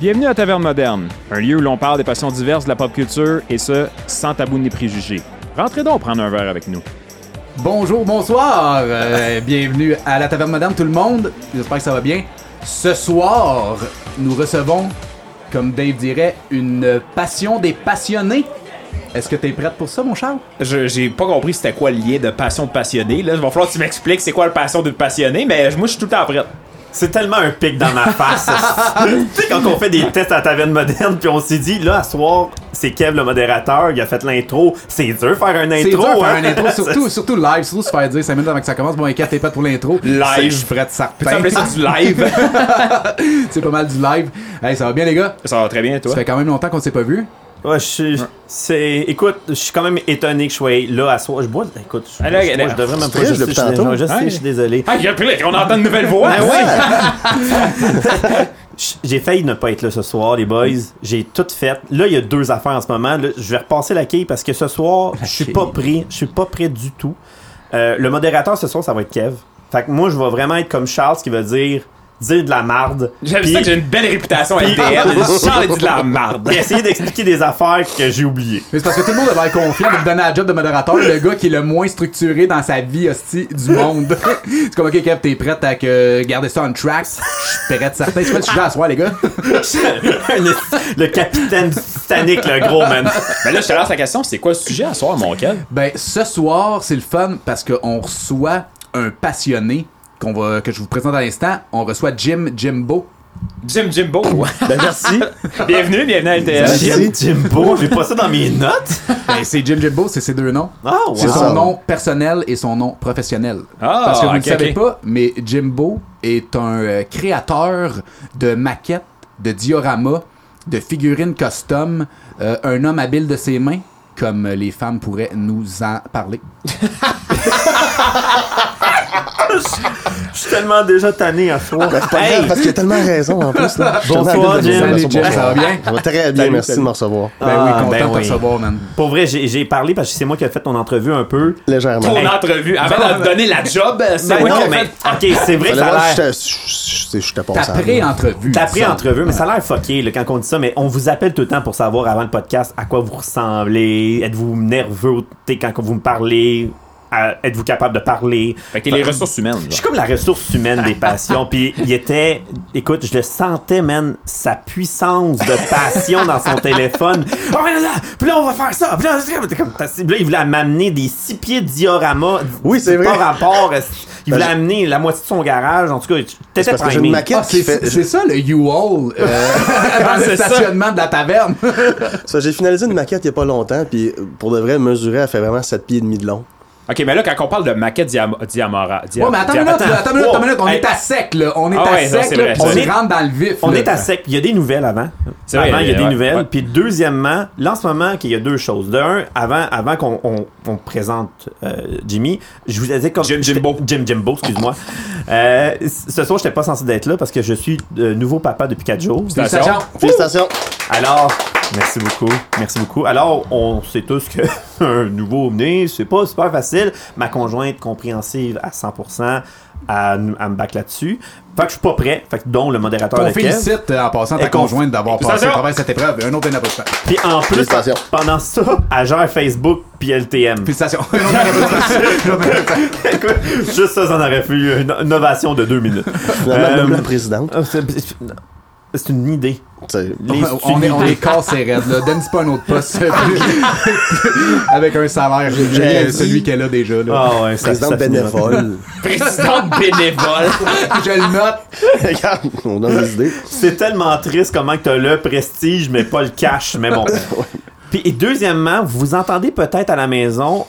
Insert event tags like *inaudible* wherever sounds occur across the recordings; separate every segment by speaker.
Speaker 1: Bienvenue à Taverne Moderne, un lieu où l'on parle des passions diverses de la pop culture et ce, sans tabou ni préjugés. Rentrez donc prendre un verre avec nous.
Speaker 2: Bonjour, bonsoir, euh, bienvenue à la taverne madame tout le monde, j'espère que ça va bien. Ce soir, nous recevons, comme Dave dirait, une passion des passionnés. Est-ce que t'es prête pour ça, mon Charles?
Speaker 3: Je- J'ai pas compris c'était quoi le lien de passion de passionné. Là, il va falloir que tu m'expliques c'est quoi le passion de passionné, mais moi je suis tout le temps prêt.
Speaker 4: C'est tellement un pic dans ma
Speaker 2: *laughs*
Speaker 4: face. tu sais, quand on fait des tests à la taverne moderne, puis on s'est dit, là, à soir, c'est Kev le modérateur, il a fait l'intro. C'est dur faire un intro.
Speaker 2: C'est dur de faire
Speaker 4: hein?
Speaker 2: un
Speaker 3: *laughs*
Speaker 2: intro, surtout, surtout live, surtout se faire dire 5 minutes avant que ça commence, bon, inquiète, t'es prête pour l'intro.
Speaker 3: Live.
Speaker 2: Je suis prête,
Speaker 3: Peux-tu appeler ça du live?
Speaker 2: *laughs* C'est pas mal du live. Hey, ça va bien, les gars?
Speaker 1: Ça va très bien, toi?
Speaker 2: Ça fait quand même longtemps qu'on s'est pas vu.
Speaker 4: Ouais, je suis. c'est- Écoute, je suis quand même étonné que je sois là à soir. Je bois. Écoute, je,
Speaker 1: Allez,
Speaker 4: je-
Speaker 1: allez,
Speaker 4: je devrais même
Speaker 1: tu
Speaker 4: pas. Je,
Speaker 1: frises depuis
Speaker 4: je- je-
Speaker 1: tantôt.
Speaker 4: je sais,
Speaker 1: Hein?
Speaker 4: je suis désolé.
Speaker 1: Ah, j'ai appris qu'on entend une nouvelle voix!
Speaker 4: Ben ouais. J- J'ai failli ne pas être là ce soir, les boys. J'ai tout fait. Là, il y a deux affaires en ce moment. Là, je vais repasser la quille parce que ce soir, je suis pas prêt. Je suis pas prêt du tout. Euh, le modérateur ce soir, ça va être Kev. Fait que moi, je vais vraiment être comme Charles qui veut dire dire de la marde.
Speaker 1: J'aime
Speaker 4: Puis-
Speaker 1: ça que j'ai une belle réputation à
Speaker 4: Puis-
Speaker 1: LTL.
Speaker 4: *laughs*
Speaker 1: Charles est de la marde.
Speaker 4: puis *laughs* essayer d'expliquer des affaires que j'ai oubliées.
Speaker 2: Mais c'est parce que tout le monde avait l'air confiant de me donner la job de modérateur, le gars qui est le moins structuré dans sa vie hostie du monde. *laughs* c'est comme, ok, Kev, t'es prête à que garder ça on track? Je suis prête, certain. C'est pas le sujet à soir, les gars.
Speaker 4: le capitaine du Titanic, le gros man.
Speaker 1: Ben là, je te lance la question, c'est quoi le sujet à soir, mon Kev?
Speaker 2: Ben, ce soir, c'est le fun parce qu'on reçoit un passionné qu'on va, que je vous présente à l'instant. On reçoit Jim Jimbo.
Speaker 1: Jim Jimbo.
Speaker 4: Ben *laughs* merci.
Speaker 1: bienvenue, bienvenue à
Speaker 3: Euh,
Speaker 1: LTL.
Speaker 4: Jim Jimbo, j'ai pas ça dans mes notes.
Speaker 2: Ben, c'est Jim Jimbo, c'est ses deux noms.
Speaker 4: Ah, wow.
Speaker 2: C'est son nom personnel et son nom professionnel.
Speaker 1: Ah,
Speaker 2: Parce que vous ne
Speaker 1: ok,
Speaker 2: le savez
Speaker 1: ok.
Speaker 2: pas, mais Jimbo est un euh, créateur de maquettes, de dioramas, de figurines custom, euh, un homme habile de ses mains, comme euh, les femmes pourraient nous en parler.
Speaker 4: Je suis tellement déjà tanné à soi.
Speaker 5: Ben, c'est pas grave, parce qu'il a tellement raison en plus. Là. Je suis
Speaker 4: Bonsoir,
Speaker 5: tellement habile de
Speaker 4: Jim.
Speaker 5: vous
Speaker 2: Salut, Jim,
Speaker 5: avoir.
Speaker 2: ça va bien?
Speaker 5: Ça va très bien,
Speaker 4: Salut,
Speaker 5: merci
Speaker 4: salut.
Speaker 5: de me recevoir.
Speaker 2: Ben oui,
Speaker 4: Ah,
Speaker 2: content
Speaker 4: ben
Speaker 2: de te
Speaker 4: oui.
Speaker 2: recevoir, man.
Speaker 4: Pour vrai, j'ai j'ai parlé parce que c'est moi qui ai fait ton entrevue un peu.
Speaker 5: Légèrement.
Speaker 1: Ton
Speaker 4: Hey.
Speaker 1: entrevue, avant de te donner la job, c'est
Speaker 4: Ben
Speaker 1: moi qui
Speaker 4: non,
Speaker 1: ai
Speaker 4: mais
Speaker 1: fait.
Speaker 4: ok, c'est vrai que
Speaker 5: Fallait
Speaker 4: ça
Speaker 5: voir
Speaker 4: a
Speaker 5: si
Speaker 4: l'air.
Speaker 5: j'étais- si j'étais- si j'étais pas
Speaker 2: T'as
Speaker 5: au sable.
Speaker 2: pris entrevue.
Speaker 4: T'as pris entrevue, mais ça a l'air fucké là, quand on dit ça, mais on vous appelle tout le temps pour savoir avant le podcast à quoi vous ressemblez, êtes-vous nerveux t'sais, quand vous me parlez, à- êtes-vous capable de parler.
Speaker 1: Fait que t'es les ressources humaines.
Speaker 4: Je suis comme la ressource humaine des passions. Puis il était, écoute, je le sentais, man, sa puissance de passion dans son téléphone. Oh, mais là, là, puis là, on va faire ça. Puis là, c'est comme- t'as- puis là, il voulait m'amener des six pieds de diorama.
Speaker 5: Oui, c'est vrai.
Speaker 4: Par rapport, il
Speaker 5: Ben,
Speaker 4: voulait
Speaker 5: j'ai-
Speaker 4: amener la moitié de son garage. En tout cas,
Speaker 5: C'est
Speaker 4: t'étais
Speaker 5: parce que j'ai une
Speaker 4: primé.
Speaker 5: maquette
Speaker 2: Ah,
Speaker 5: qui
Speaker 2: c'est
Speaker 5: fait.
Speaker 2: c'est ça le U-Haul euh, *laughs* dans le
Speaker 1: c'est ça.
Speaker 2: stationnement de la taverne.
Speaker 5: ça, J'ai finalisé une maquette il y a pas longtemps, puis pour de vrai, mesurer, elle fait vraiment 7 pieds et demi de long.
Speaker 1: Ok, mais là, quand on parle de maquette diam diamora.
Speaker 2: Ouais, mais attends une minute,
Speaker 4: attends.
Speaker 2: là, attends une minute, attends une minute. On
Speaker 4: Hey.
Speaker 2: est à sec, là. On est
Speaker 1: Ah
Speaker 2: à
Speaker 1: ouais, ça,
Speaker 2: sec,
Speaker 1: c'est
Speaker 2: là,
Speaker 1: vrai,
Speaker 2: puis on
Speaker 4: c'est vrai.
Speaker 2: rentre dans le vif.
Speaker 4: On
Speaker 2: là.
Speaker 4: est à sec. Il y a des nouvelles avant.
Speaker 1: C'est vrai,
Speaker 4: avant, il y a des
Speaker 1: ouais,
Speaker 4: nouvelles.
Speaker 1: ouais.
Speaker 4: Puis deuxièmement, là en ce moment, qu'il y a deux choses. De un, avant, avant qu'on on, on présente euh, Jimmy, je vous ai dit comme
Speaker 1: Jim Jimbo.
Speaker 4: Jim Jimbo, excuse-moi. Euh, ce soir, j'étais pas censé d'être là parce que je suis euh, nouveau papa depuis quatre jours.
Speaker 2: Sachant-
Speaker 5: Félicitations.
Speaker 4: Alors, merci beaucoup, merci beaucoup. Alors, on sait tous que *laughs* un nouveau né, c'est pas super facile. Ma conjointe compréhensive à 100%, à, à me back là-dessus. Fait que je suis pas prêt. Fait que dont le modérateur
Speaker 2: On
Speaker 4: de Kev.
Speaker 2: félicite euh, en passant ta
Speaker 4: Et qu'on-
Speaker 2: conjointe d'avoir passé
Speaker 1: Station.
Speaker 2: à travers cette épreuve. Un autre bien applaudissement.
Speaker 4: Puis en plus,
Speaker 5: Félicitations.
Speaker 4: pendant ça, elle gère Facebook puis
Speaker 5: *laughs*
Speaker 4: LTM.
Speaker 2: Félicitations. Un autre bien applaudissement. Un autre bien applaudissement.
Speaker 4: Écoute, Juste ça, ça en aurait fait une une ovation de deux minutes.
Speaker 5: Finalement,
Speaker 4: Euh,
Speaker 5: même la présidente.
Speaker 4: Ah, c'est- c'est- C'est une idée.
Speaker 5: C'est-
Speaker 4: Les-
Speaker 2: On
Speaker 4: c'est
Speaker 2: est,
Speaker 4: une
Speaker 2: on
Speaker 4: idée.
Speaker 2: est cassé raide, *laughs* là. Donne-nous pas un autre poste. euh, *laughs* Avec un salaire
Speaker 5: rien
Speaker 2: euh,
Speaker 5: dit.
Speaker 2: celui qu'elle a déjà, là.
Speaker 4: Ah ouais, ça-
Speaker 5: Présidente
Speaker 4: ça finit mal.
Speaker 5: *laughs* bénévole.
Speaker 1: Président bénévole.
Speaker 4: *laughs* Ah.
Speaker 2: Je le note.
Speaker 5: Regarde, on a des idées.
Speaker 4: C'est tellement triste comment que t'as le prestige, mais pas le cash, mais
Speaker 5: *laughs*
Speaker 4: bon. Puis et deuxièmement, vous entendez peut-être à la maison,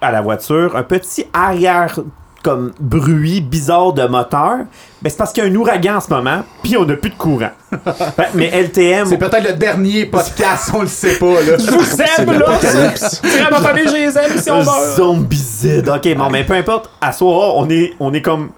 Speaker 4: à la voiture, un petit arrière comme bruit bizarre de moteur. Mais c'est parce qu'il y a un ouragan en ce moment, puis on n'a plus de
Speaker 5: *laughs*
Speaker 4: courant. Fait- mais LTM,
Speaker 2: C'est peut-être le dernier podcast, on le sait pas, là.
Speaker 1: Je vous aime, là. C'est ma famille, je les aime si on meurt.
Speaker 4: Zombie Z. Ok, bon, mais peu importe. À soir, on est, on est comme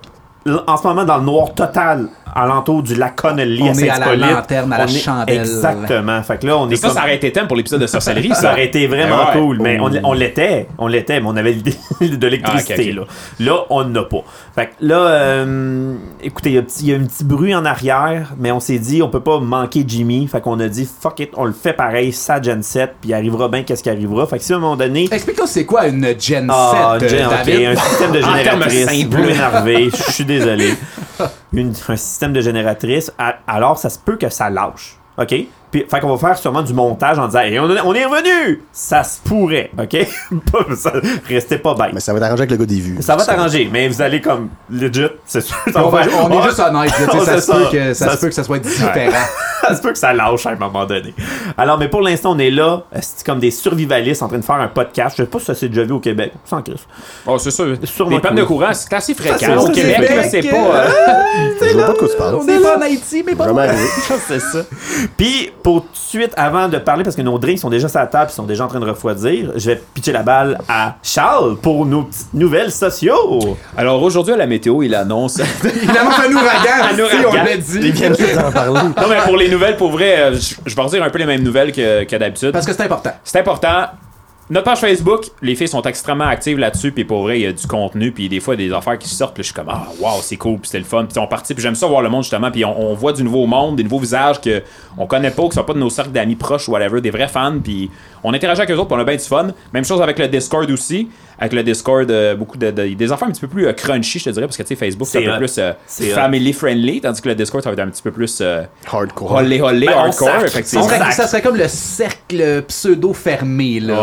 Speaker 4: l- en ce moment dans le noir total alentour du lac Connelly
Speaker 2: On est
Speaker 4: à
Speaker 2: à la
Speaker 4: Sainte-Hippolyte.
Speaker 2: lanterne, à la
Speaker 4: On est-
Speaker 2: chandelle.
Speaker 4: Exactement. Fait que là, on est
Speaker 3: ça,
Speaker 4: comme-
Speaker 3: ça aurait été thème pour l'épisode de sorcellerie.
Speaker 4: ça aurait été vraiment
Speaker 3: Ouais.
Speaker 4: cool, mais on, on l'était, on l'était, mais on avait l'idée *laughs* de l'électricité.
Speaker 3: Ah, ok,
Speaker 4: là. là, on n'a pas. Fait que là, euh, écoutez, il y a un petit- il y a un petit bruit en arrière, mais on s'est dit, on peut pas manquer Jimmy. Fait qu'on a dit, fuck it, on le fait pareil, ça Gen 7, puis il arrivera bien qu'est-ce qui arrivera. Fait que si à un moment donné,
Speaker 2: *laughs* Explique-nous c'est quoi une Gen
Speaker 4: ah,
Speaker 2: 7, euh,
Speaker 4: Jen, ok,
Speaker 2: David.
Speaker 4: un système de
Speaker 3: En
Speaker 4: génératrice.
Speaker 3: termes simples.
Speaker 4: Vous m'énervez, je
Speaker 2: *laughs*
Speaker 4: suis désolé. Une- un système de génératrice, a- alors ça se peut que ça lâche. OK? Puis, fait qu'on va faire sûrement du montage en disant Et on, on est revenu! Ça se pourrait, OK? *laughs* Pas- ça- restez pas bête.
Speaker 5: Mais ça va t'arranger avec le gars des vues.
Speaker 4: Ça va t'arranger, mais vous allez comme legit, c'est sûr. ça
Speaker 2: On,
Speaker 4: va *laughs*
Speaker 2: va-
Speaker 4: faire-
Speaker 2: on
Speaker 4: Ah,
Speaker 2: est juste honnête, là, tu sais, ça,
Speaker 4: c'est
Speaker 2: se peut que ça,
Speaker 4: Ça
Speaker 2: se peut que ça soit différent.
Speaker 4: *laughs* ça se peut que ça lâche à un moment donné. Alors, mais pour l'instant, on est là, euh, c'est comme des survivalistes en train de faire un podcast. Je sais pas si ça s'est déjà vu au Québec. Sans Christ.
Speaker 3: Oh, c'est sûr.
Speaker 4: Sûrement
Speaker 3: Les pannes
Speaker 4: que
Speaker 3: de
Speaker 4: oui.
Speaker 3: courant, c'est assez
Speaker 4: c'est
Speaker 3: fréquent. Au
Speaker 4: ça,
Speaker 3: Québec,
Speaker 4: c'est
Speaker 3: là,
Speaker 4: vrai
Speaker 3: c'est
Speaker 4: que-
Speaker 3: pas.
Speaker 4: *laughs*
Speaker 3: euh,
Speaker 5: Je vois pas de quoi tu parles.
Speaker 2: est pas en Haïti, mais
Speaker 5: Vraiment arrivé.
Speaker 4: *laughs* c'est ça. Puis, pour tout de suite, avant de parler, parce que nos drinks sont déjà sur la table, ils sont déjà en train de refroidir, je vais pitcher la balle à Charles pour nos petites nouvelles sociaux.
Speaker 3: Alors aujourd'hui, à la météo, il
Speaker 4: *laughs*
Speaker 3: annonce.
Speaker 2: Il annonce un ouragan, si on
Speaker 3: ouragan.
Speaker 2: l'a
Speaker 5: Ils
Speaker 2: dit.
Speaker 5: viennent juste d'en parler.
Speaker 3: non, mais pour les nouvelles, pour vrai, euh, je je vais redire un peu les mêmes nouvelles que, que d'habitude.
Speaker 2: Parce que c'est important.
Speaker 3: C'est important. Notre page Facebook, les filles sont extrêmement actives là-dessus, puis pour vrai, il y a du contenu, puis des fois, des affaires qui sortent, puis je suis comme, ah, wow, c'est cool, puis c'était le fun, puis on participe, puis j'aime ça voir le monde, justement, puis on, on voit du nouveau monde, des nouveaux visages que on connaît pas, qui sont pas de nos cercles d'amis proches ou whatever, des vrais fans, puis on interagit avec eux autres, puis on a bien du fun. Même chose avec le Discord aussi, avec le Discord, euh, beaucoup de, de- des affaires un petit peu plus euh, crunchy, je te dirais, parce que, tu sais, Facebook, c'est
Speaker 4: C'est
Speaker 3: un
Speaker 4: hot.
Speaker 3: peu plus euh,
Speaker 4: C'est hot.
Speaker 3: family-friendly, tandis que le Discord, ça va être un petit peu plus euh,
Speaker 5: Hardcore.
Speaker 3: holé holé,
Speaker 4: Ben, on
Speaker 3: hardcore,
Speaker 4: sacre.
Speaker 2: Ça
Speaker 3: effectivement.
Speaker 4: On
Speaker 2: serait,
Speaker 4: Exact.
Speaker 2: ça serait comme le cercle pseudo-fermé, là.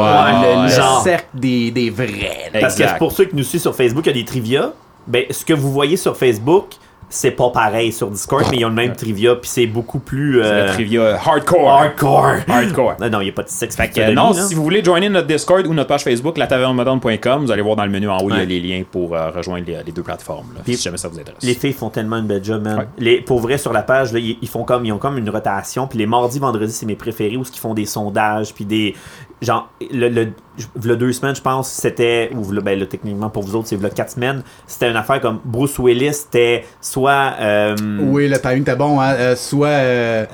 Speaker 3: Ouais,
Speaker 2: le, le
Speaker 4: genre.
Speaker 2: cercle des, des vrais. là.
Speaker 4: Parce que
Speaker 3: Exact.
Speaker 4: pour ceux qui nous suivent sur Facebook, il y a des trivia. Ben, ce que vous voyez sur Facebook, c'est pas pareil sur Discord, mais ils ont le même trivia, puis c'est beaucoup plus
Speaker 3: Le
Speaker 4: euh,
Speaker 3: trivia euh, hardcore.
Speaker 4: hardcore. Ah
Speaker 3: Hardcore.
Speaker 4: Non, non, il n'y a pas de hein. sexe.
Speaker 3: Fait que, euh, non, si vous voulez joindre notre Discord ou notre page Facebook, latavernemoderne.com, vous allez voir dans le menu en haut, il y a
Speaker 4: Ouais.
Speaker 3: les liens pour euh, rejoindre les, les deux plateformes, là,
Speaker 4: Puis-
Speaker 3: si jamais ça vous intéresse.
Speaker 4: Les filles font tellement une belle job, man.
Speaker 3: Ouais.
Speaker 4: Les, pour vrai, sur la page, là, ils, ils font comme, ils ont comme une rotation. Puis les mardis, vendredis, c'est mes préférés où ce qu'ils font des sondages, puis des genre le, le, v'là deux semaines, je pense, c'était ou v'là- ben là, techniquement pour vous autres, c'est v'là quatre semaines. C'était une affaire comme Bruce Willis, c'était soit euh,
Speaker 2: Oui, le timing était bon, hein. Euh, soit euh,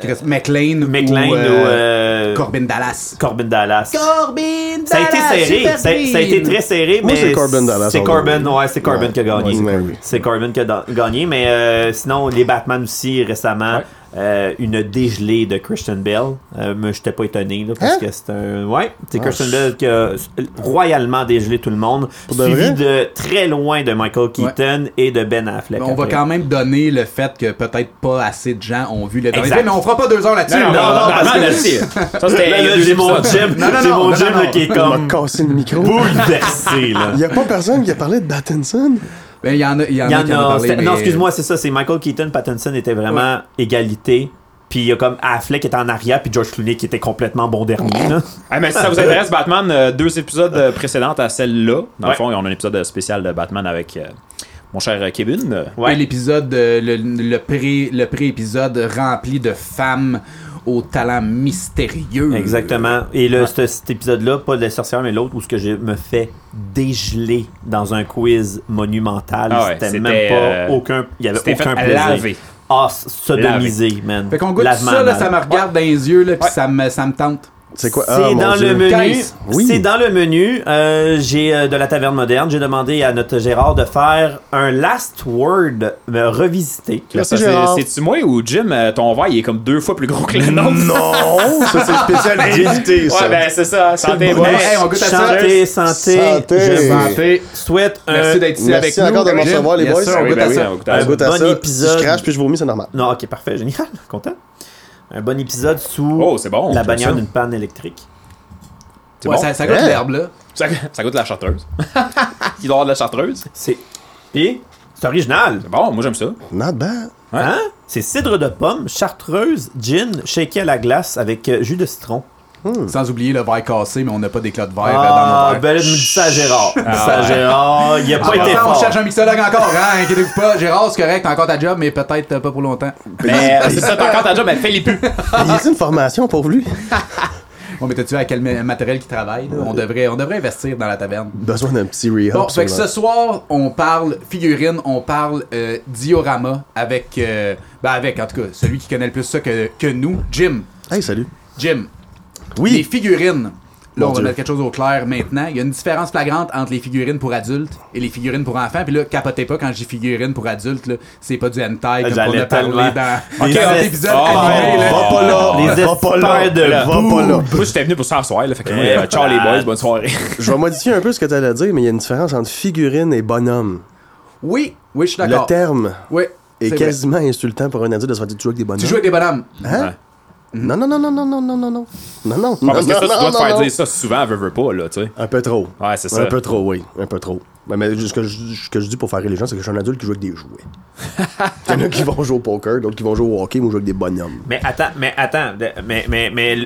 Speaker 2: Chris McLean,
Speaker 4: McLean
Speaker 2: ou,
Speaker 4: ou,
Speaker 2: euh,
Speaker 4: euh,
Speaker 2: Corbin Dallas.
Speaker 4: Corbin Dallas.
Speaker 2: Corbin Dallas!
Speaker 4: ça a été serré, ça, ça a été très serré,
Speaker 5: Moi,
Speaker 4: mais
Speaker 5: c'est Corbin Dallas,
Speaker 4: C'est
Speaker 5: on
Speaker 4: Corbin,
Speaker 5: va-
Speaker 4: ouais, c'est Corbin
Speaker 5: Ouais.
Speaker 4: qui a gagné.
Speaker 5: Ouais, mais oui.
Speaker 4: C'est Corbin qui a da- gagné, mais euh, sinon, les Batman aussi, récemment,
Speaker 3: Ouais.
Speaker 4: euh, une dégelée de Christian Bell. Euh, mais j'étais pas étonné, là, parce
Speaker 5: Hein? Ah,
Speaker 4: que c'est un. Ouais, c'est Christian Bell qui a s- royalement dégelé tout le monde,
Speaker 5: de
Speaker 4: suivi
Speaker 5: vrai?
Speaker 4: de très loin de Michael Keaton et de Ben Affleck.
Speaker 2: on va
Speaker 4: après.
Speaker 2: quand même donner le fait que peut-être pas assez de gens ont vu le dernier
Speaker 4: Exact.
Speaker 2: film, mais on fera pas deux heures là-dessus.
Speaker 3: non, non,
Speaker 2: là.
Speaker 4: non,
Speaker 3: non,
Speaker 4: parce
Speaker 3: non,
Speaker 4: que-
Speaker 3: merci. Ça, c'était
Speaker 4: Là,
Speaker 3: il y a
Speaker 4: là,
Speaker 3: deux
Speaker 4: j'ai mon
Speaker 3: épisodes.
Speaker 4: Jim,
Speaker 2: Non, non,
Speaker 4: j'ai
Speaker 2: non,
Speaker 4: mon
Speaker 2: non,
Speaker 4: Jim
Speaker 2: non.
Speaker 4: là, qui est
Speaker 5: Il m'a
Speaker 4: comme
Speaker 5: cassé le
Speaker 4: *laughs*
Speaker 5: micro.
Speaker 4: bouleversé. là.
Speaker 5: Il y a pas personne qui a parlé de Battinson.
Speaker 2: Ben, Il y en a, il y en
Speaker 4: Il y
Speaker 2: a qui en ont
Speaker 4: en a.
Speaker 2: parlé,
Speaker 4: c'était- Non,
Speaker 2: mais-
Speaker 4: excuse-moi, c'est ça. C'est Michael Keaton, Pattinson était vraiment égalité. Puis il y a comme Affleck qui était en arrière, puis George Clooney qui était complètement bon
Speaker 2: *laughs*
Speaker 4: dernier. là.
Speaker 3: Ah, mais si ça vous intéresse, Batman, euh, deux épisodes euh, précédents à celle-là. Dans
Speaker 4: Ouais.
Speaker 3: le fond, on a un épisode euh, spécial de Batman avec euh, mon cher euh, Kevin. euh,
Speaker 4: Ouais.
Speaker 2: Et l'épisode, euh, le, le, pré, le pré-épisode rempli de femmes au talent mystérieux.
Speaker 4: Exactement. Et là, ce- cet épisode-là, pas de sorcière, mais l'autre, où ce que je me fais dégeler dans un quiz monumental.
Speaker 3: Ah ouais,
Speaker 4: c'était
Speaker 3: c'était,
Speaker 4: même pas
Speaker 3: euh,
Speaker 4: aucun. Il y avait
Speaker 3: c'était fait
Speaker 4: aucun
Speaker 3: à
Speaker 4: plaisir.
Speaker 3: laver.
Speaker 4: Ah, sodomisé, man.
Speaker 2: Fait qu'on goûte
Speaker 4: Lavement
Speaker 2: ça, là,
Speaker 4: anal.
Speaker 2: ça me regarde dans les yeux, là, puis ça, me, ça me tente.
Speaker 5: C'est quoi? Ah,
Speaker 4: C'est
Speaker 5: mon
Speaker 4: dans,
Speaker 5: Dieu.
Speaker 4: le menu.
Speaker 2: Guys,
Speaker 5: oui.
Speaker 4: C'est dans le menu. Euh, J'ai euh, de la taverne moderne. J'ai demandé à notre Gérard de faire un last word euh, revisité.
Speaker 5: Merci,
Speaker 3: Ça, c'est-
Speaker 5: Gérard.
Speaker 3: C'est-tu moi ou Jim, euh, ton verre, il est comme deux fois plus gros que le nôtre?
Speaker 5: Non! Ça, c'est spécial agilité, ça.
Speaker 3: Ouais, ben c'est ça. Santé,
Speaker 5: le
Speaker 3: boys.
Speaker 2: bonus. Hey, on goûte à ça.
Speaker 4: santé, santé,
Speaker 5: Santé.
Speaker 4: Je vous
Speaker 2: Santé.
Speaker 4: souhaite un.
Speaker 2: Merci d'être ici
Speaker 5: merci
Speaker 2: avec nous.
Speaker 5: encore de me
Speaker 2: Jim.
Speaker 5: recevoir, les
Speaker 2: Yes,
Speaker 5: boys.
Speaker 2: sir, on
Speaker 5: Ah
Speaker 3: oui,
Speaker 2: goûte
Speaker 3: ben
Speaker 2: à
Speaker 3: oui,
Speaker 2: ça.
Speaker 3: on goûte à
Speaker 5: On
Speaker 3: ça.
Speaker 5: goûte à
Speaker 4: Bon
Speaker 5: ça.
Speaker 4: épisode.
Speaker 5: Si je crache puis je vomis, c'est normal.
Speaker 4: Non, ok, parfait, génial, *laughs* content. Un bon épisode sous
Speaker 3: Oh, c'est bon,
Speaker 4: la
Speaker 3: j'aime
Speaker 4: bannière
Speaker 3: ça.
Speaker 4: d'une panne électrique.
Speaker 3: C'est
Speaker 2: Ouais,
Speaker 3: bon?
Speaker 2: ça, ça goûte
Speaker 5: Ouais.
Speaker 2: l'herbe, là.
Speaker 3: Ça, ça goûte la chartreuse. *laughs* il doit y avoir de la chartreuse.
Speaker 4: C'est. Et c'est original.
Speaker 3: C'est bon, moi j'aime ça.
Speaker 5: Not bad.
Speaker 4: Hein? C'est cidre de pomme, chartreuse, gin, shaké à la glace avec euh, jus de citron.
Speaker 2: Sans oublier le verre cassé, mais on n'a pas d'éclat de verre euh, dans
Speaker 4: Ah,
Speaker 2: nos verres.
Speaker 4: ben là, me dis ça à Gérard.
Speaker 2: Ah,
Speaker 4: Dis ça à
Speaker 3: ouais.
Speaker 4: Gérard, il a
Speaker 2: En
Speaker 4: pas été
Speaker 2: passant, Ah, on
Speaker 4: fort. *laughs*
Speaker 2: cherche un mixologue encore, hein, inquiétez-vous pas. Gérard, c'est correct, t'as encore ta job, mais peut-être euh, pas pour longtemps.
Speaker 3: Mais euh, c'est ça, t'as encore ta job, mais fais les pubs.
Speaker 5: Il y a une formation pour lui.
Speaker 2: Bon, mais t'as-tu vu à quel ma- matériel qui travaille? là? On devrait, on devrait investir dans la taverne.
Speaker 5: Besoin d'un petit rehab.
Speaker 2: Bon, fait que
Speaker 5: sûrement.
Speaker 2: ce soir, on parle figurine, on parle euh, diorama avec, euh, ben avec, en tout cas, celui qui connaît le plus ça que, que nous, Jim.
Speaker 5: Hey, salut.
Speaker 2: Jim, les
Speaker 5: Oui.
Speaker 2: figurines. Là,
Speaker 5: Mon
Speaker 2: on va
Speaker 5: Dieu.
Speaker 2: mettre quelque chose au clair maintenant. Il y a une différence flagrante entre les figurines pour adultes et les figurines pour enfants. Puis là, capotez pas quand je dis figurines pour adultes, là, c'est pas du
Speaker 5: Euh,
Speaker 2: hentai comme on
Speaker 4: J'allais
Speaker 2: a parlé
Speaker 4: tellement-
Speaker 5: *laughs*
Speaker 2: dans,
Speaker 4: Les
Speaker 2: dans
Speaker 4: es-
Speaker 2: l'épisode
Speaker 3: Oh,
Speaker 2: animé, là.
Speaker 5: Ah, Va pas là.
Speaker 4: Les
Speaker 5: Va pas là.
Speaker 4: espères de
Speaker 5: Va pas là.
Speaker 3: Moi, j'étais venu pour ça à soir, là. Fait que,
Speaker 4: Eh,
Speaker 3: euh, ciao les boys, bonne
Speaker 5: *laughs*
Speaker 3: soirée.
Speaker 5: Je vais modifier un peu ce que t'allais dire, mais il y a une différence entre figurine et bonhomme.
Speaker 2: Oui, oui, je suis
Speaker 5: Le
Speaker 2: d'accord.
Speaker 5: terme
Speaker 2: Oui,
Speaker 5: est
Speaker 2: c'est vrai.
Speaker 5: quasiment insultant pour un adulte de se faire dire tu joues avec des bonhommes.
Speaker 2: Tu joues avec des bonhommes.
Speaker 5: Hein? Non, non, non, non, non, non, non, non, non. Non, non.
Speaker 3: Ouais, parce que ça,
Speaker 5: non,
Speaker 3: tu
Speaker 5: non,
Speaker 3: dois te
Speaker 5: non,
Speaker 3: faire
Speaker 5: non.
Speaker 3: dire ça souvent, elle veut, veut pas, là, tu sais.
Speaker 5: Un peu trop.
Speaker 3: Ouais, c'est ça.
Speaker 5: Un peu trop, oui. Un peu trop. Mais, mais ce, que je, ce que je dis pour faire rire les gens, c'est que je suis un adulte qui joue avec des
Speaker 4: *laughs*
Speaker 5: jouets. Il y en a qui vont jouer au poker, d'autres qui vont jouer au hockey, moi je joue avec des bonhommes.
Speaker 4: Mais attends, mais attends, de- mais, mais, mais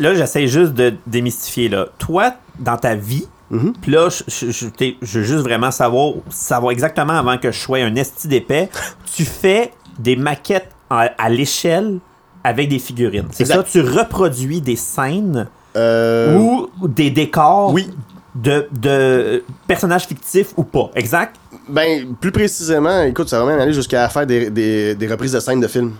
Speaker 4: là, j'essaie juste de démystifier. Là. Toi, dans ta vie,
Speaker 5: Mhm.
Speaker 4: pis là, je- je je- t'es- je veux juste vraiment savoir, savoir exactement avant que je sois un esti d'épais, tu fais des maquettes à, à l'échelle avec des figurines. C'est ça,
Speaker 5: Exact.
Speaker 4: tu reproduis des scènes
Speaker 5: Euh,
Speaker 4: ou des décors
Speaker 5: Oui.
Speaker 4: de, de personnages fictifs ou pas. Exact?
Speaker 5: Ben, plus précisément, écoute, ça va même aller jusqu'à faire des, des, des reprises de scènes de films.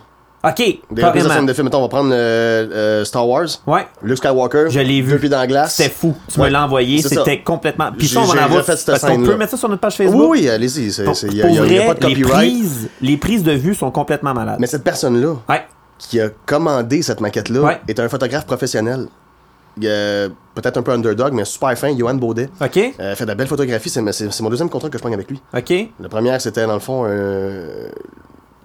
Speaker 4: OK,
Speaker 5: Des reprises de
Speaker 4: carrément.
Speaker 5: scènes de films. Mettons, on va prendre euh, euh, Star Wars.
Speaker 4: Ouais.
Speaker 5: Luke Skywalker.
Speaker 4: Je l'ai vu.
Speaker 5: Deux pieds dans la glace.
Speaker 4: C'était fou. Tu me
Speaker 5: Ouais.
Speaker 4: l'as envoyé.
Speaker 5: C'est ça.
Speaker 4: C'était complètement. Puis ça,
Speaker 5: J'ai-
Speaker 4: on va en
Speaker 5: j'ai
Speaker 4: avoir.
Speaker 5: refait cette
Speaker 4: Parce qu'on
Speaker 5: scène-là.
Speaker 4: peut mettre ça sur notre page Facebook.
Speaker 5: Oui, oui, allez-y. c'est-
Speaker 4: Pour-
Speaker 5: c'est- Il n'y a,
Speaker 4: pour
Speaker 5: il y a- il y a
Speaker 4: vrai,
Speaker 5: pas de
Speaker 4: Les
Speaker 5: copyright.
Speaker 4: prises, les prises de vue sont complètement malades.
Speaker 5: Mais cette personne-là
Speaker 4: Ouais.
Speaker 5: qui a commandé cette maquette-là
Speaker 4: Ouais.
Speaker 5: est un photographe professionnel. Il est Peut-être un peu underdog, mais super fin, Johan Baudet.
Speaker 4: OK?
Speaker 5: Euh, fait de la belle photographie, c'est c'est- c'est mon deuxième contrat que je prends avec lui.
Speaker 4: OK?
Speaker 5: La première, c'était dans le fond, euh,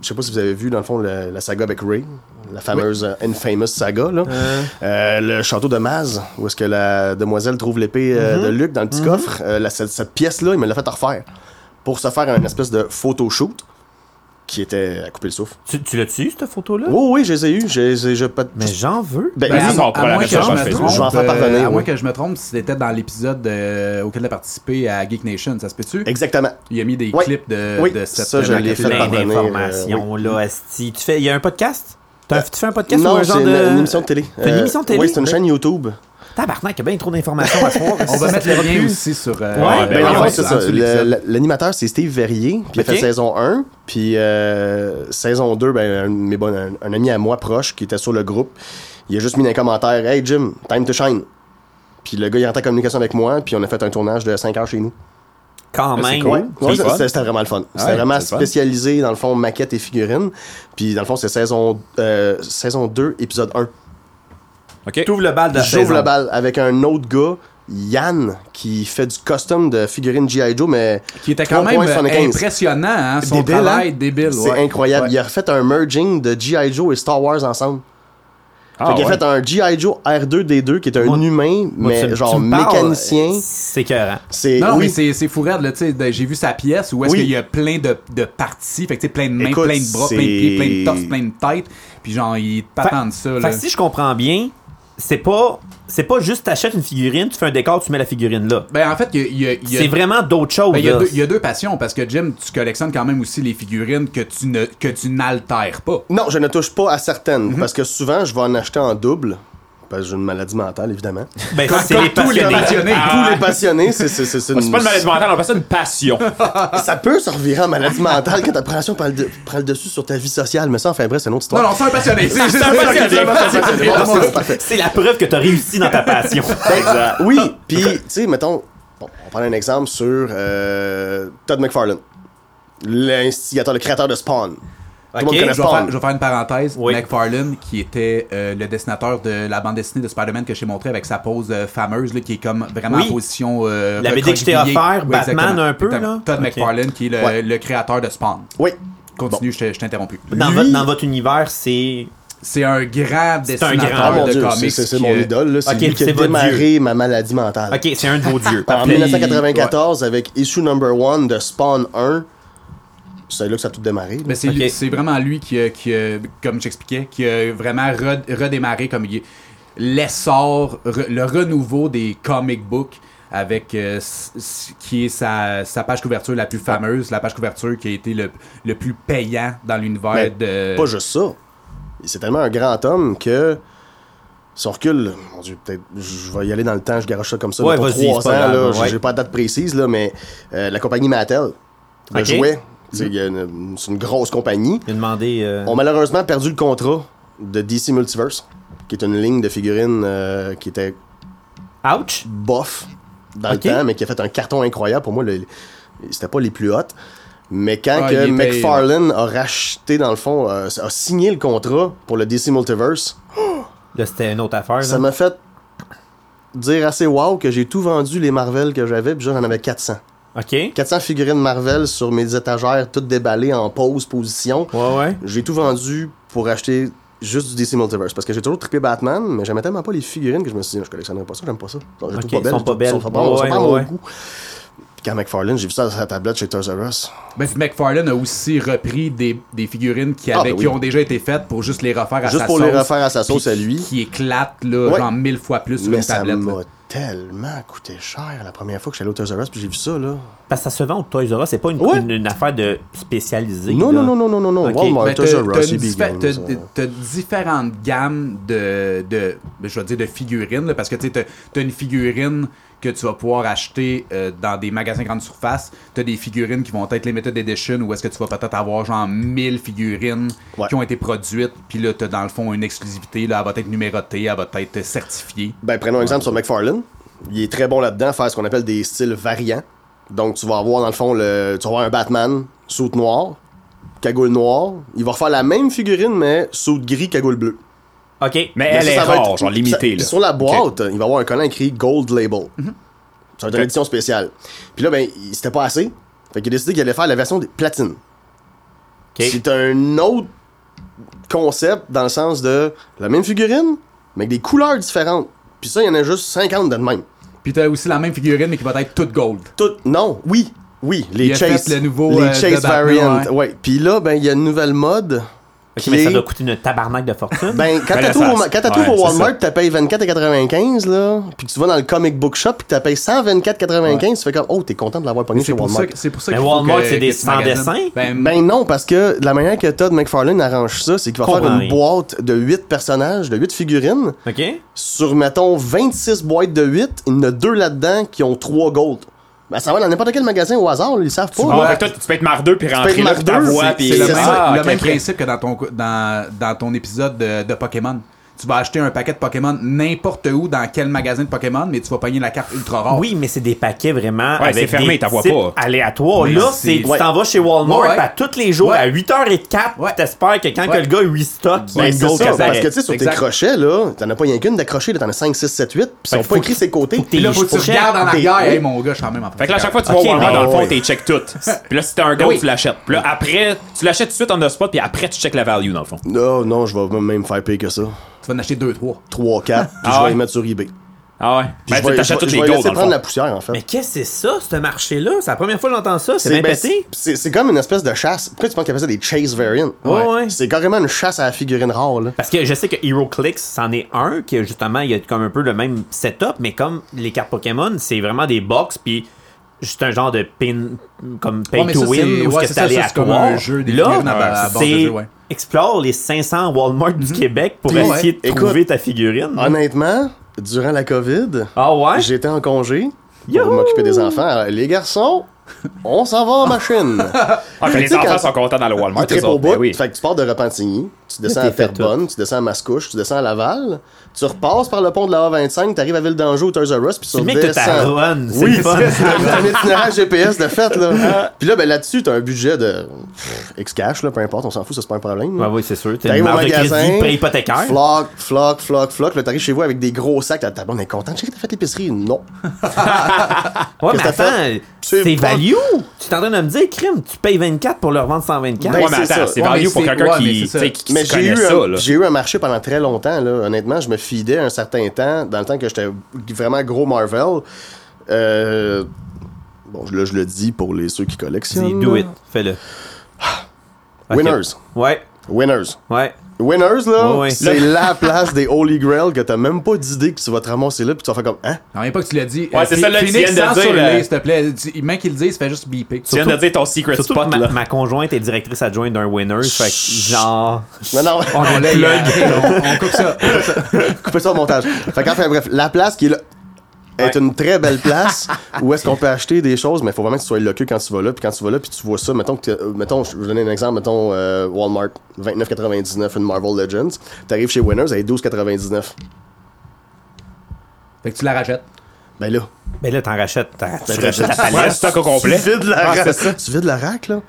Speaker 5: je sais pas si vous avez vu dans le fond la, la saga avec Ray, la fameuse euh, infamous saga là. Euh, le château de Maz, où est-ce que la demoiselle trouve l'épée euh,
Speaker 4: Mm-hmm.
Speaker 5: de Luc dans le petit coffre. Euh, la- cette, pièce là, il me l'a fait refaire pour se faire un espèce de photo shoot qui était à couper le souffle.
Speaker 4: Tu, tu l'as-tu, cette photo-là?
Speaker 5: Oui, oui, je les ai eu, je les ai- je pas.
Speaker 4: Oh. Mais j'en veux.
Speaker 5: Ben,
Speaker 2: Ben,
Speaker 5: oui.
Speaker 3: ça, on pourra
Speaker 2: à
Speaker 3: la
Speaker 2: moins
Speaker 3: mettre
Speaker 2: que
Speaker 3: sur
Speaker 2: je
Speaker 3: la
Speaker 2: me
Speaker 3: page Facebook.
Speaker 2: trompe,
Speaker 5: Je vais en faire parvenir,
Speaker 2: euh, à
Speaker 5: oui.
Speaker 2: moins que je me trompe, c'était dans l'épisode euh, auquel il a participé à Geek Nation, ça se peut-tu?
Speaker 5: exactement.
Speaker 2: Il a mis des
Speaker 5: Oui.
Speaker 2: clips de,
Speaker 5: Oui,
Speaker 2: de cette
Speaker 5: ça, je l'ai
Speaker 2: maquette-là.
Speaker 5: fait
Speaker 4: Plein
Speaker 5: par- parvenir,
Speaker 4: d'informations, là, Asti. Tu fais. Il y a un podcast? T'as- tu fais un podcast ou
Speaker 5: Euh, non,
Speaker 4: un genre
Speaker 5: c'est
Speaker 4: de.
Speaker 5: une, une émission de télé.
Speaker 4: C'est une
Speaker 5: Euh,
Speaker 4: émission de télé?
Speaker 5: Oui, c'est une chaîne YouTube.
Speaker 4: Tabarnak, il y a bien trop d'informations à ce soir.
Speaker 2: *laughs*
Speaker 5: *laughs*
Speaker 2: On va mettre le lien
Speaker 4: plus.
Speaker 2: aussi sur. euh,
Speaker 4: Ouais,
Speaker 5: Ben,
Speaker 4: Ah
Speaker 5: en
Speaker 4: ouais,
Speaker 5: fait, c'est
Speaker 2: en
Speaker 5: ça.
Speaker 2: dessous de
Speaker 5: Le-
Speaker 2: l'épisode.
Speaker 5: le- L'animateur, c'est Steve Verrier. Puis il a
Speaker 4: Ok.
Speaker 5: fait saison 1. Puis euh, saison 2, ben, un, mais bon, un, un ami à moi proche qui était sur le groupe, il a juste mis dans les commentaires Hey Jim, time to shine. Puis le gars, il est en communication avec moi. Puis on a fait un tournage de 5 heures chez nous.
Speaker 4: Quand
Speaker 2: Ah,
Speaker 3: c'est
Speaker 4: même.
Speaker 3: cool.
Speaker 5: Ouais,
Speaker 3: C'est
Speaker 5: ouais,
Speaker 3: le
Speaker 5: c'était-
Speaker 3: fun.
Speaker 5: c'était vraiment le fun. C'était
Speaker 3: Ouais,
Speaker 5: vraiment
Speaker 3: c'est le fun.
Speaker 5: spécialisé dans le fond maquettes et figurines. Puis dans le fond, c'est saison, euh, saison 2, épisode 1.
Speaker 3: OK.
Speaker 4: T'ouvres le bal de la
Speaker 5: J'ouvre
Speaker 4: saison.
Speaker 5: la balle avec un autre gars, Yann, qui fait du custom de figurines G.I. Joe, mais.
Speaker 2: Qui était quand même euh,
Speaker 5: 3.75.
Speaker 2: impressionnant, hein, son
Speaker 5: Débile,
Speaker 2: travail
Speaker 5: hein?
Speaker 2: débile.
Speaker 5: C'est
Speaker 2: ouais.
Speaker 5: incroyable.
Speaker 2: Ouais.
Speaker 5: Il a refait un merging de G.I. Joe et Star Wars ensemble.
Speaker 3: Ah,
Speaker 5: il a
Speaker 3: ouais.
Speaker 5: fait un G.I. Joe R2D2 qui est un
Speaker 4: Moi-
Speaker 5: humain,
Speaker 4: Moi, tu-
Speaker 5: mais
Speaker 4: tu
Speaker 5: genre
Speaker 4: me parles, euh,
Speaker 5: mécanicien.
Speaker 4: C'est écœurant.
Speaker 5: C'est.
Speaker 2: Non, mais
Speaker 5: Oui,
Speaker 2: c'est c'est fou raide, là, tu sais, de- j'ai vu sa pièce où est-ce
Speaker 5: Oui.
Speaker 2: qu'il y a plein de, de parties, fait que tu sais, plein de mains,
Speaker 5: Écoute,
Speaker 2: plein de bras,
Speaker 5: c'est-
Speaker 2: plein de pieds, plein de torse, plein de têtes, puis genre, il patente
Speaker 4: Fait-
Speaker 2: ça,
Speaker 4: Fait
Speaker 2: là.
Speaker 4: que si je comprends bien, c'est pas. C'est pas juste t'achètes une figurine, tu fais un décor, tu mets la figurine là.
Speaker 2: Ben, en fait, il y a- il y a... il y a-
Speaker 4: C'est vraiment d'autres choses.
Speaker 2: Ben, il, y a
Speaker 4: là.
Speaker 2: deux, il y a deux passions parce que Jim, tu collectionnes quand même aussi les figurines que tu ne que tu n'altères pas.
Speaker 5: Non, je ne touche pas à certaines. Parce que souvent, je vais en acheter en double. Parce que j'ai une maladie mentale, évidemment.
Speaker 4: Ben,
Speaker 2: Comme-
Speaker 4: c'est
Speaker 2: comme
Speaker 4: les
Speaker 2: tous les
Speaker 4: passionnés.
Speaker 2: passionnés.
Speaker 5: *laughs* Tous les passionnés, c'est. C'est c'est- c'est
Speaker 3: C'est pas une maladie mentale, on appelle ça une passion.
Speaker 5: Ça peut se revirer en maladie mentale quand ta pression prend le, de- prend le dessus sur ta vie sociale. Mais ça, enfin bref, c'est une autre
Speaker 2: Non,
Speaker 5: histoire.
Speaker 2: non, c'est un
Speaker 5: *laughs*
Speaker 2: passionné. C'est c'est-
Speaker 3: un passionné.
Speaker 2: c'est un passionné.
Speaker 5: Bon, c'est parfait.
Speaker 4: C'est la preuve que t'as réussi dans
Speaker 2: *laughs*
Speaker 4: ta passion.
Speaker 2: Ben,
Speaker 5: Oui, puis, tu sais, mettons, bon, on prend un exemple sur euh, Todd McFarlane, l'instigateur, le créateur de Spawn. Tout le
Speaker 4: Ok,
Speaker 5: monde
Speaker 2: Je vais,
Speaker 5: connaît
Speaker 2: faire,
Speaker 5: Spawn.
Speaker 2: je vais faire une parenthèse.
Speaker 4: Oui.
Speaker 2: McFarlane, qui était euh, le dessinateur de la bande dessinée de Spider-Man que je t'ai montré avec sa pose euh, fameuse, là, qui est comme vraiment
Speaker 4: Oui.
Speaker 2: en position. Euh,
Speaker 4: La BD que je t'ai
Speaker 2: recroquevillée.
Speaker 4: offert, Batman
Speaker 2: exactement.
Speaker 4: un peu,
Speaker 2: Exactement.
Speaker 4: là.
Speaker 2: Todd
Speaker 4: Ok.
Speaker 2: McFarlane, qui est le,
Speaker 5: Ouais.
Speaker 2: le créateur de Spawn.
Speaker 5: Oui.
Speaker 2: Continue, je t'ai- je t'ai interrompu.
Speaker 4: Dans,
Speaker 5: Lui-
Speaker 4: votre, dans votre univers, c'est.
Speaker 2: C'est un grand
Speaker 4: un
Speaker 2: dessinateur
Speaker 4: grand.
Speaker 5: Ah, mon
Speaker 2: de
Speaker 5: Dieu,
Speaker 2: comics.
Speaker 5: c'est- c'est c'est
Speaker 2: qui,
Speaker 5: mon
Speaker 2: euh,
Speaker 5: idole. là. C'est
Speaker 4: ok,
Speaker 5: lui qui
Speaker 4: c'est
Speaker 5: a
Speaker 4: votre
Speaker 5: démarré ma maladie mentale.
Speaker 4: Ok, c'est un de vos dieux.
Speaker 5: En
Speaker 4: Parfait.
Speaker 5: 1994, avec issue number one de Spawn 1, c'est là que ça a tout démarré. là.
Speaker 2: Mais c'est
Speaker 4: Ok.
Speaker 2: lui- c'est vraiment lui qui, a- qui a- comme j'expliquais, qui a vraiment re- redémarré comme il- l'essor, re- le renouveau des comic books avec euh, s- s- qui est sa, sa page couverture la plus
Speaker 5: Ah.
Speaker 2: fameuse, la page couverture qui a été le, le plus payant dans l'univers
Speaker 4: Euh,
Speaker 5: Mais
Speaker 2: de...
Speaker 5: Pas juste ça. C'est tellement un grand homme que Si on recule, mon Dieu, peut-être, je vais y aller dans le temps, je garoche ça comme ça,
Speaker 4: Ouais,
Speaker 5: là, pour
Speaker 4: vas-y,
Speaker 5: 300,
Speaker 4: c'est pas grave,
Speaker 5: là, j'ai-
Speaker 4: ouais.
Speaker 5: j'ai pas de date précise, là, mais euh, la compagnie Mattel, de
Speaker 4: Ok.
Speaker 5: jouets, tu sais, il y a une- c'est une grosse compagnie,
Speaker 4: Il a demandé. euh,
Speaker 5: ont malheureusement perdu le contrat de DC Multiverse, qui est une ligne de figurines euh, qui était
Speaker 4: Ouch!
Speaker 5: bof dans
Speaker 4: Ok.
Speaker 5: le temps, mais qui a fait un carton incroyable. Pour moi, le- c'était pas les plus hautes. Mais quand
Speaker 2: Ah,
Speaker 5: que
Speaker 2: il était-
Speaker 5: McFarlane a racheté, dans le fond, euh, a signé le contrat pour le DC Multiverse,
Speaker 4: Là, c'était une autre affaire.
Speaker 5: ça
Speaker 4: là.
Speaker 5: m'a fait dire assez wow que j'ai tout vendu les Marvel que j'avais, puis genre, j'en avais 400.
Speaker 4: OK. Ouais,
Speaker 5: 400 figurines Marvel sur mes étagères, toutes déballées en pause, position.
Speaker 4: ouais.
Speaker 5: J'ai tout vendu pour acheter juste du DC Multiverse parce que j'ai toujours trippé Batman, mais j'aimais tellement pas les figurines que je me suis dit, je collectionnerais pas ça, j'aime pas ça. Je les
Speaker 4: Ok,
Speaker 5: trouve
Speaker 4: ils sont pas
Speaker 5: je trouve- Ils sont
Speaker 4: belles.
Speaker 5: pas, bons, ils sont
Speaker 4: Ouais,
Speaker 5: pas à mon
Speaker 4: ouais.
Speaker 5: goût. Puis Quand McFarlane, j'ai vu ça sur sa tablette chez Toys R Us.
Speaker 2: Ben, puis McFarlane a aussi repris des, des figurines qui,
Speaker 5: Ah,
Speaker 2: avaient,
Speaker 5: ben
Speaker 2: qui
Speaker 5: oui.
Speaker 2: ont déjà été faites pour juste les refaire à
Speaker 5: Juste
Speaker 2: sa
Speaker 5: pour
Speaker 2: sauce.
Speaker 5: les refaire à sa sauce
Speaker 2: puis
Speaker 5: à lui.
Speaker 2: Qui éclate, là,
Speaker 5: Ouais.
Speaker 2: genre mille fois plus sur
Speaker 5: Mais
Speaker 2: une
Speaker 5: ça
Speaker 2: tablette. là.
Speaker 5: m'a tellement coûté cher la première fois que j'allais au Toys R Us puis j'ai vu ça là.
Speaker 4: Parce que ça se vend au Toys R Us, c'est pas une,
Speaker 5: Ouais.
Speaker 4: une, une affaire de spécialisée.
Speaker 5: Non,
Speaker 4: là.
Speaker 5: non, non, non, non, non, non.
Speaker 4: Ok,
Speaker 5: Walmart,
Speaker 2: Ben, t'as-
Speaker 5: Toys R
Speaker 2: t'as
Speaker 5: Us,
Speaker 2: une
Speaker 5: EB
Speaker 2: diffé-
Speaker 5: Games,
Speaker 2: t'as-
Speaker 5: euh.
Speaker 2: T'as différentes gammes de, de ben, je vais dire de figurines là, parce que tu sais, t'as t'as une figurine que tu vas pouvoir acheter euh, dans des magasins grande surface. T'as des figurines qui vont être limited edition où est-ce que tu vas peut-être avoir genre 1000 figurines
Speaker 5: Ouais.
Speaker 2: qui ont été produites. Puis là, t'as dans le fond une exclusivité. Là, elle va être numérotée, elle va être certifiée.
Speaker 5: Ben, prenons un exemple sur McFarlane. Il est très bon là-dedans, faire ce qu'on appelle des styles variants. Donc, tu vas avoir, dans le fond, le, tu vas avoir un Batman, soute noire, cagoule noire. Il va refaire la même figurine, mais soute gris, cagoule bleue.
Speaker 4: OK.
Speaker 3: Mais
Speaker 5: Mais
Speaker 3: elle
Speaker 5: ça,
Speaker 3: est
Speaker 5: ça va
Speaker 3: rare,
Speaker 5: être-
Speaker 3: genre limitée.
Speaker 5: ça-
Speaker 3: là.
Speaker 5: Sur la
Speaker 3: Ok. Mhm.
Speaker 5: boîte, il va avoir un collant écrit Gold Label. Ça va être une édition spéciale. Puis là, ben, il- c'était pas assez. Fait qu'il a décidé qu'il allait faire la version des platines.
Speaker 4: OK.
Speaker 2: euh,
Speaker 5: C'est un autre concept dans le sens de la même figurine, mais avec des couleurs différentes. Puis ça, il y en a juste 50 de même.
Speaker 2: Puis t'as aussi la même figurine mais qui va être toute gold.
Speaker 5: Tout- non, oui, oui, les
Speaker 2: Il a
Speaker 5: chase,
Speaker 2: fait le nouveau,
Speaker 5: les
Speaker 2: euh, de
Speaker 5: chase
Speaker 2: Batman,
Speaker 5: variant,
Speaker 2: ouais.
Speaker 5: ouais. Puis là, ben il y a une nouvelle mode.
Speaker 4: Ok,
Speaker 5: qui
Speaker 4: mais ça
Speaker 5: est-
Speaker 4: doit coûter une tabarnak de fortune.
Speaker 5: Ben quand
Speaker 3: Ben,
Speaker 5: t'as
Speaker 3: la
Speaker 5: tout au,
Speaker 3: face.
Speaker 5: quand t'as tout
Speaker 3: Ouais,
Speaker 5: au
Speaker 3: c'est
Speaker 5: Walmart, t'as payé 24,95 là, puis que tu vas dans le comic book shop, puis t'as payé 124,95, tu fais comme oh t'es content de l'avoir pogné
Speaker 2: C'est
Speaker 5: chez
Speaker 2: pour
Speaker 5: Walmart.
Speaker 2: ça. que- C'est pour ça.
Speaker 4: Mais
Speaker 2: qu'il faut
Speaker 4: Walmart,
Speaker 2: que-
Speaker 4: c'est
Speaker 2: que
Speaker 4: des
Speaker 2: tu
Speaker 4: sans
Speaker 2: magasines.
Speaker 4: dessin?
Speaker 2: Ben,
Speaker 5: Ben non, parce que la manière que Todd McFarlane arrange ça, c'est qu'il va faire
Speaker 4: Comprends
Speaker 5: une
Speaker 4: rien.
Speaker 5: boîte de 8 personnages, de 8 figurines,
Speaker 4: OK.
Speaker 5: sur, mettons, 26 boîtes de 8, il y en a deux là-dedans qui ont 3 gold. Ben ça va dans n'importe quel magasin au hasard, ils savent pas.
Speaker 3: Ah,
Speaker 5: là.
Speaker 3: fait que toi, tu peux être mardeux puis
Speaker 5: peux
Speaker 3: rentrer
Speaker 5: être
Speaker 3: là, puis ta
Speaker 5: mardeux,
Speaker 3: voix,
Speaker 5: c'est-
Speaker 3: puis
Speaker 2: C'est le,
Speaker 5: C'est
Speaker 2: même,
Speaker 3: Ah,
Speaker 2: le
Speaker 3: ok,
Speaker 2: même
Speaker 3: ok.
Speaker 2: principe que dans ton, co- dans, dans ton épisode de, de Pokémon. Tu vas acheter un paquet de Pokémon n'importe où, dans quel magasin de Pokémon, mais tu vas pogner la carte ultra
Speaker 5: Ah.
Speaker 2: rare.
Speaker 4: Oui, mais c'est des paquets vraiment
Speaker 3: Ouais,
Speaker 4: avec
Speaker 3: c'est fermé,
Speaker 4: des
Speaker 3: t'en vois
Speaker 4: types
Speaker 3: pas.
Speaker 4: aléatoires.
Speaker 2: Mais
Speaker 4: là,
Speaker 2: c'est-
Speaker 4: c'est tu
Speaker 5: ouais.
Speaker 4: t'en vas chez Walmart
Speaker 2: Ouais.
Speaker 4: à tous les jours
Speaker 2: Ouais.
Speaker 4: à 8h04,
Speaker 2: Ouais.
Speaker 4: t'espères que quand
Speaker 2: Ouais.
Speaker 4: que le gars restock, il y a
Speaker 5: Ben,
Speaker 4: une
Speaker 5: c'est
Speaker 4: gold
Speaker 5: ça,
Speaker 4: qui
Speaker 5: parce
Speaker 4: apparaît.
Speaker 5: que tu sais, sur tes
Speaker 2: Exact.
Speaker 5: crochets, là, t'en as pas rien qu'une d'accrochée, là, t'en as 5, 6, 7, 8, pis ils sont
Speaker 4: que Ben, faut
Speaker 5: pas écrits
Speaker 4: que-
Speaker 5: ses côtés.
Speaker 4: faut que t'aies-
Speaker 2: Puis là, faut que tu
Speaker 4: Pour chaque-
Speaker 2: regardes en
Speaker 5: des-
Speaker 2: arrière.
Speaker 5: oui.
Speaker 2: Hey, mon gars, je suis en même en
Speaker 3: Fait que là, à chaque fois que tu vas
Speaker 4: Ok,
Speaker 3: au Walmart,
Speaker 4: mais-
Speaker 3: dans le
Speaker 4: Ah
Speaker 3: fond,
Speaker 4: ouais.
Speaker 3: t'es check
Speaker 2: *laughs*
Speaker 3: toutes. Puis là, si t'as un gold,
Speaker 2: Oui.
Speaker 3: tu l'achètes. Puis là, après, tu l'achètes tout de suite on the spot, puis après, tu check la value, dans le fond.
Speaker 5: Non, non, je vais même faire pire que ça.
Speaker 2: Tu vas en acheter deux, trois.
Speaker 5: 3, 4, puis
Speaker 3: Ah
Speaker 5: je vais
Speaker 3: ouais?
Speaker 5: les mettre sur eBay. Puis
Speaker 3: Ah ouais.
Speaker 5: je
Speaker 3: Ben,
Speaker 5: vais,
Speaker 3: tu
Speaker 5: je
Speaker 3: t'achètes
Speaker 5: vais-
Speaker 3: toutes
Speaker 5: je
Speaker 3: les
Speaker 5: vais
Speaker 3: golds,
Speaker 5: laisser
Speaker 3: dans le
Speaker 5: prendre
Speaker 3: fond.
Speaker 5: la poussière, en fait.
Speaker 4: Mais qu'est-ce que c'est ça, ce marché-là? C'est la première fois que j'entends ça. C'est bien
Speaker 5: ben,
Speaker 4: pété?
Speaker 5: c'est c'est comme une espèce de chasse. Pourquoi tu penses qu'ils appellent ça des chase variants?
Speaker 4: Ouais, ouais.
Speaker 5: C'est carrément une chasse à la figurine rare, là.
Speaker 4: Parce que je sais que HeroClix, c'en est un, qui justement, il y a comme un peu le même setup, mais comme les cartes Pokémon, c'est vraiment des box, puis juste un genre de pin, comme pay
Speaker 2: Ouais, mais
Speaker 4: to
Speaker 2: ça,
Speaker 4: win,
Speaker 2: c'est-
Speaker 4: ou ce
Speaker 2: ouais,
Speaker 4: que
Speaker 2: c'est
Speaker 4: c'est
Speaker 2: ça, ça, c'est comme un
Speaker 4: aléatoire.
Speaker 2: jeu, des figurines à- à
Speaker 4: Là,
Speaker 2: base de
Speaker 4: c'est
Speaker 2: jeu, ouais. Mhm.
Speaker 4: explore les 500 Walmart du Québec pour
Speaker 2: Ouais.
Speaker 4: essayer de
Speaker 5: Écoute,
Speaker 4: trouver ta figurine.
Speaker 5: Honnêtement, durant la COVID,
Speaker 4: Ah ouais?
Speaker 5: j'étais en congé pour
Speaker 4: Yahoo!
Speaker 5: m'occuper des enfants. Alors, les garçons, on s'en va
Speaker 4: *laughs*
Speaker 5: en machine.
Speaker 3: Ah, puis
Speaker 5: Mais tu sais,
Speaker 3: les enfants
Speaker 5: quand-
Speaker 3: sont contents dans le Walmart.
Speaker 5: Il trippe
Speaker 3: eux
Speaker 5: au
Speaker 3: autres.
Speaker 5: bout.
Speaker 3: Ben oui.
Speaker 5: Fait que tu pars de Repentigny, tu descends à
Speaker 4: t'es fait tout.
Speaker 5: Terrebonne, tu descends à Mascouche, tu descends à Laval, tu repasses par le pont de la A25, t'arrives à Ville d'Anjou, au Toys R Us, puis tu
Speaker 4: Le mec, t'as ta
Speaker 5: redescends.
Speaker 4: run, c'est
Speaker 5: Oui,
Speaker 4: le fun. Ah.
Speaker 5: c'est un itinéraire GPS de fait, là. Puis là, ben là-dessus, t'as un budget de pff, X cash, là, peu importe, on s'en fout, ça c'est pas un problème. là.
Speaker 4: Ouais, oui, c'est sûr. T'as une
Speaker 5: T'arrives au
Speaker 4: marge de
Speaker 5: magasin,
Speaker 4: crédit pré-hypothécaire.
Speaker 5: floc, floc, floc, floc. Là, t'arrives chez vous avec des gros sacs. T'as bon, on est content. Tu sais que t'as fait l'épicerie. Non.
Speaker 4: Ouais, mais
Speaker 5: Qu'est-ce que t'as
Speaker 4: attends,
Speaker 5: fait? C'est
Speaker 4: c'est
Speaker 5: pas-
Speaker 4: value. Tu t'es en train de me dire, crime, tu payes 24 pour leur vendre 124.
Speaker 5: Ben,
Speaker 3: Ouais, mais
Speaker 5: c'est
Speaker 3: attends,
Speaker 5: ça.
Speaker 3: c'est
Speaker 2: Ouais,
Speaker 3: value
Speaker 2: mais
Speaker 3: pour
Speaker 2: c'est-
Speaker 3: quelqu'un
Speaker 2: ouais, mais
Speaker 3: qui
Speaker 2: c'est ça.
Speaker 3: tu sais, qui-
Speaker 5: Mais
Speaker 3: qui
Speaker 5: j'ai
Speaker 3: connaît
Speaker 5: eu,
Speaker 3: ça,
Speaker 5: un,
Speaker 3: là.
Speaker 5: j'ai eu un marché pendant très longtemps. Là. Honnêtement, je me fidais un certain temps, dans le temps que j'étais vraiment gros Marvel. Euh, bon, là, je le dis pour les ceux qui collectionnent.
Speaker 4: Vas-y, do it. Fais-le. Ok.
Speaker 5: Winners.
Speaker 4: Ouais,
Speaker 5: Winners.
Speaker 4: ouais.
Speaker 5: Winners, là,
Speaker 4: Ouais,
Speaker 3: *laughs*
Speaker 4: ouais.
Speaker 5: c'est la place des Holy Grail que t'as même pas d'idée que tu vas te ramasser là, puis tu vas faire comme, hein?
Speaker 2: Non, même pas que tu l'as dit.
Speaker 3: Ouais, c'est
Speaker 2: Ph-
Speaker 3: ça, là, tu
Speaker 2: Phoenix,
Speaker 3: viens de
Speaker 2: sens
Speaker 3: dire,
Speaker 2: sur le
Speaker 3: là.
Speaker 2: lait, s'il te plaît. Tu- Même qu'il le dise, ça fait juste beeper.
Speaker 3: Tu viens de dire ton secret
Speaker 4: Surtout
Speaker 3: spot,
Speaker 4: que ma,
Speaker 3: là.
Speaker 4: ma conjointe est directrice adjointe d'un winner, fait que genre.
Speaker 3: *laughs*
Speaker 5: Non, non,
Speaker 2: Oh, non, là, il y a- on, on coupe ça.
Speaker 5: coupez ça au montage. Fait qu'enfin, bref, la place qui est là est une très belle place où est-ce qu'on peut acheter des choses, mais il faut vraiment que tu sois loqueux quand tu vas là. Puis quand tu vas là, puis tu vois ça, mettons, que t'es- euh, mettons je vais vous donner un exemple, mettons euh, Walmart, 29,99, une Marvel Legends. T'arrives chez Winners, elle est 12,99.
Speaker 2: Fait que tu la rachètes.
Speaker 5: Ben là,
Speaker 4: Mais là, t'en rachètes. t'en- tu
Speaker 5: rachètes
Speaker 4: rachètes la
Speaker 5: ça.
Speaker 4: palette.
Speaker 3: stock au complet.
Speaker 5: tu vides la
Speaker 2: Ah, c'est
Speaker 5: rack.
Speaker 2: ça.
Speaker 5: Tu vides la rack, là?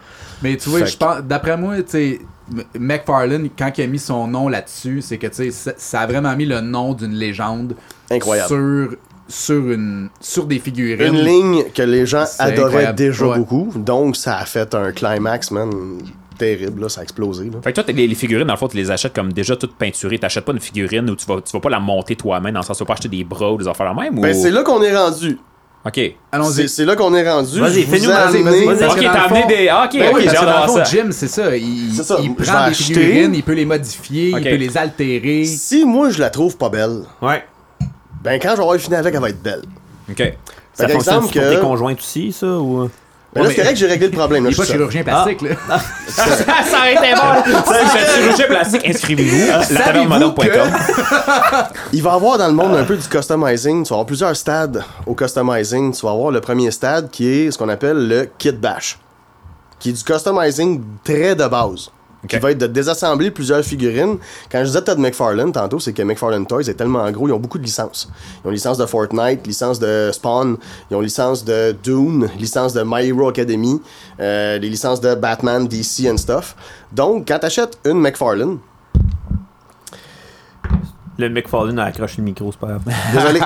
Speaker 2: Mais tu vois,
Speaker 5: Fait
Speaker 2: je
Speaker 5: que-
Speaker 2: pense, d'après moi, tu sais, M- McFarlane, quand il a mis son nom là-dessus, c'est que tu sais, ça, ça a vraiment mis le nom d'une légende
Speaker 5: Incroyable.
Speaker 2: sur sur une sur des figurines.
Speaker 5: Une ligne que les gens
Speaker 2: C'est
Speaker 5: adoraient
Speaker 2: incroyable.
Speaker 5: déjà
Speaker 2: Ouais.
Speaker 5: beaucoup. Donc, ça a fait un climax, man, terrible. Là, ça a explosé. Là.
Speaker 3: Fait que toi, t'as les, les figurines, dans le fond, tu les achètes comme déjà toutes peinturées. T'achètes pas une figurine où tu vas, tu vas pas la monter toi-même, dans le sens où tu vas pas acheter des bras ou des affaires la même. Ou...
Speaker 5: Ben, c'est là qu'on est rendu.
Speaker 3: Ok.
Speaker 2: Allons-y.
Speaker 5: C'est c'est là qu'on est rendu.
Speaker 4: Vas-y,
Speaker 5: Je vous
Speaker 4: fais-nous,
Speaker 5: ai
Speaker 4: vas-y,
Speaker 5: amené-
Speaker 4: vas-y,
Speaker 2: Parce
Speaker 3: Ok,
Speaker 2: que dans
Speaker 3: t'as
Speaker 2: le
Speaker 3: amené
Speaker 2: fond-
Speaker 3: des. ah, Ok,
Speaker 2: Ben
Speaker 3: ok,
Speaker 2: oui, parce
Speaker 3: j'ai
Speaker 2: que dans
Speaker 3: hâte
Speaker 2: le
Speaker 3: à
Speaker 2: fond,
Speaker 3: ça.
Speaker 2: Jim, c'est ça. Il,
Speaker 5: C'est ça,
Speaker 2: il
Speaker 5: je vais
Speaker 2: prend des
Speaker 5: acheter.
Speaker 2: figurines, il peut les modifier,
Speaker 3: Ok.
Speaker 2: il peut les altérer.
Speaker 5: Si moi, je la trouve pas belle,
Speaker 4: Ouais.
Speaker 5: ben quand je vais avoir fini avec, elle va être belle.
Speaker 3: Ok.
Speaker 4: Ça
Speaker 5: Fait
Speaker 4: fonctionne
Speaker 5: qu'exemple
Speaker 4: sur
Speaker 5: que-
Speaker 4: tes conjointes aussi, ça ou. euh?
Speaker 5: Mais là,
Speaker 2: Ouais,
Speaker 5: c'est
Speaker 2: mais-
Speaker 5: correct, j'ai réglé le problème.
Speaker 2: Il
Speaker 5: Là,
Speaker 2: n'est
Speaker 5: je
Speaker 2: pas
Speaker 5: suis seul.
Speaker 2: chirurgien plastique, là.
Speaker 3: ça aurait été bon. C'est chirurgien plastique. Inscrivez-vous. latavernemodon.com.
Speaker 5: Il va y avoir dans le monde un peu du customizing. Tu vas avoir plusieurs stades au customizing. Tu vas avoir le premier stade qui est ce qu'on appelle le kit bash, qui est du customizing très de base. Qui va être de désassembler plusieurs figurines. Quand je disais peut-être McFarlane tantôt, c'est que McFarlane Toys est tellement gros, ils ont beaucoup de licences. Ils ont licence de Fortnite, licence de Spawn, ils ont licence de Dune, licence de My Hero Academy, euh, les licences de Batman, DC and stuff. Donc, quand t'achètes une McFarlane,
Speaker 4: Le McFarlane a accroché le micro, c'est pas grave. *laughs*
Speaker 5: Désolé.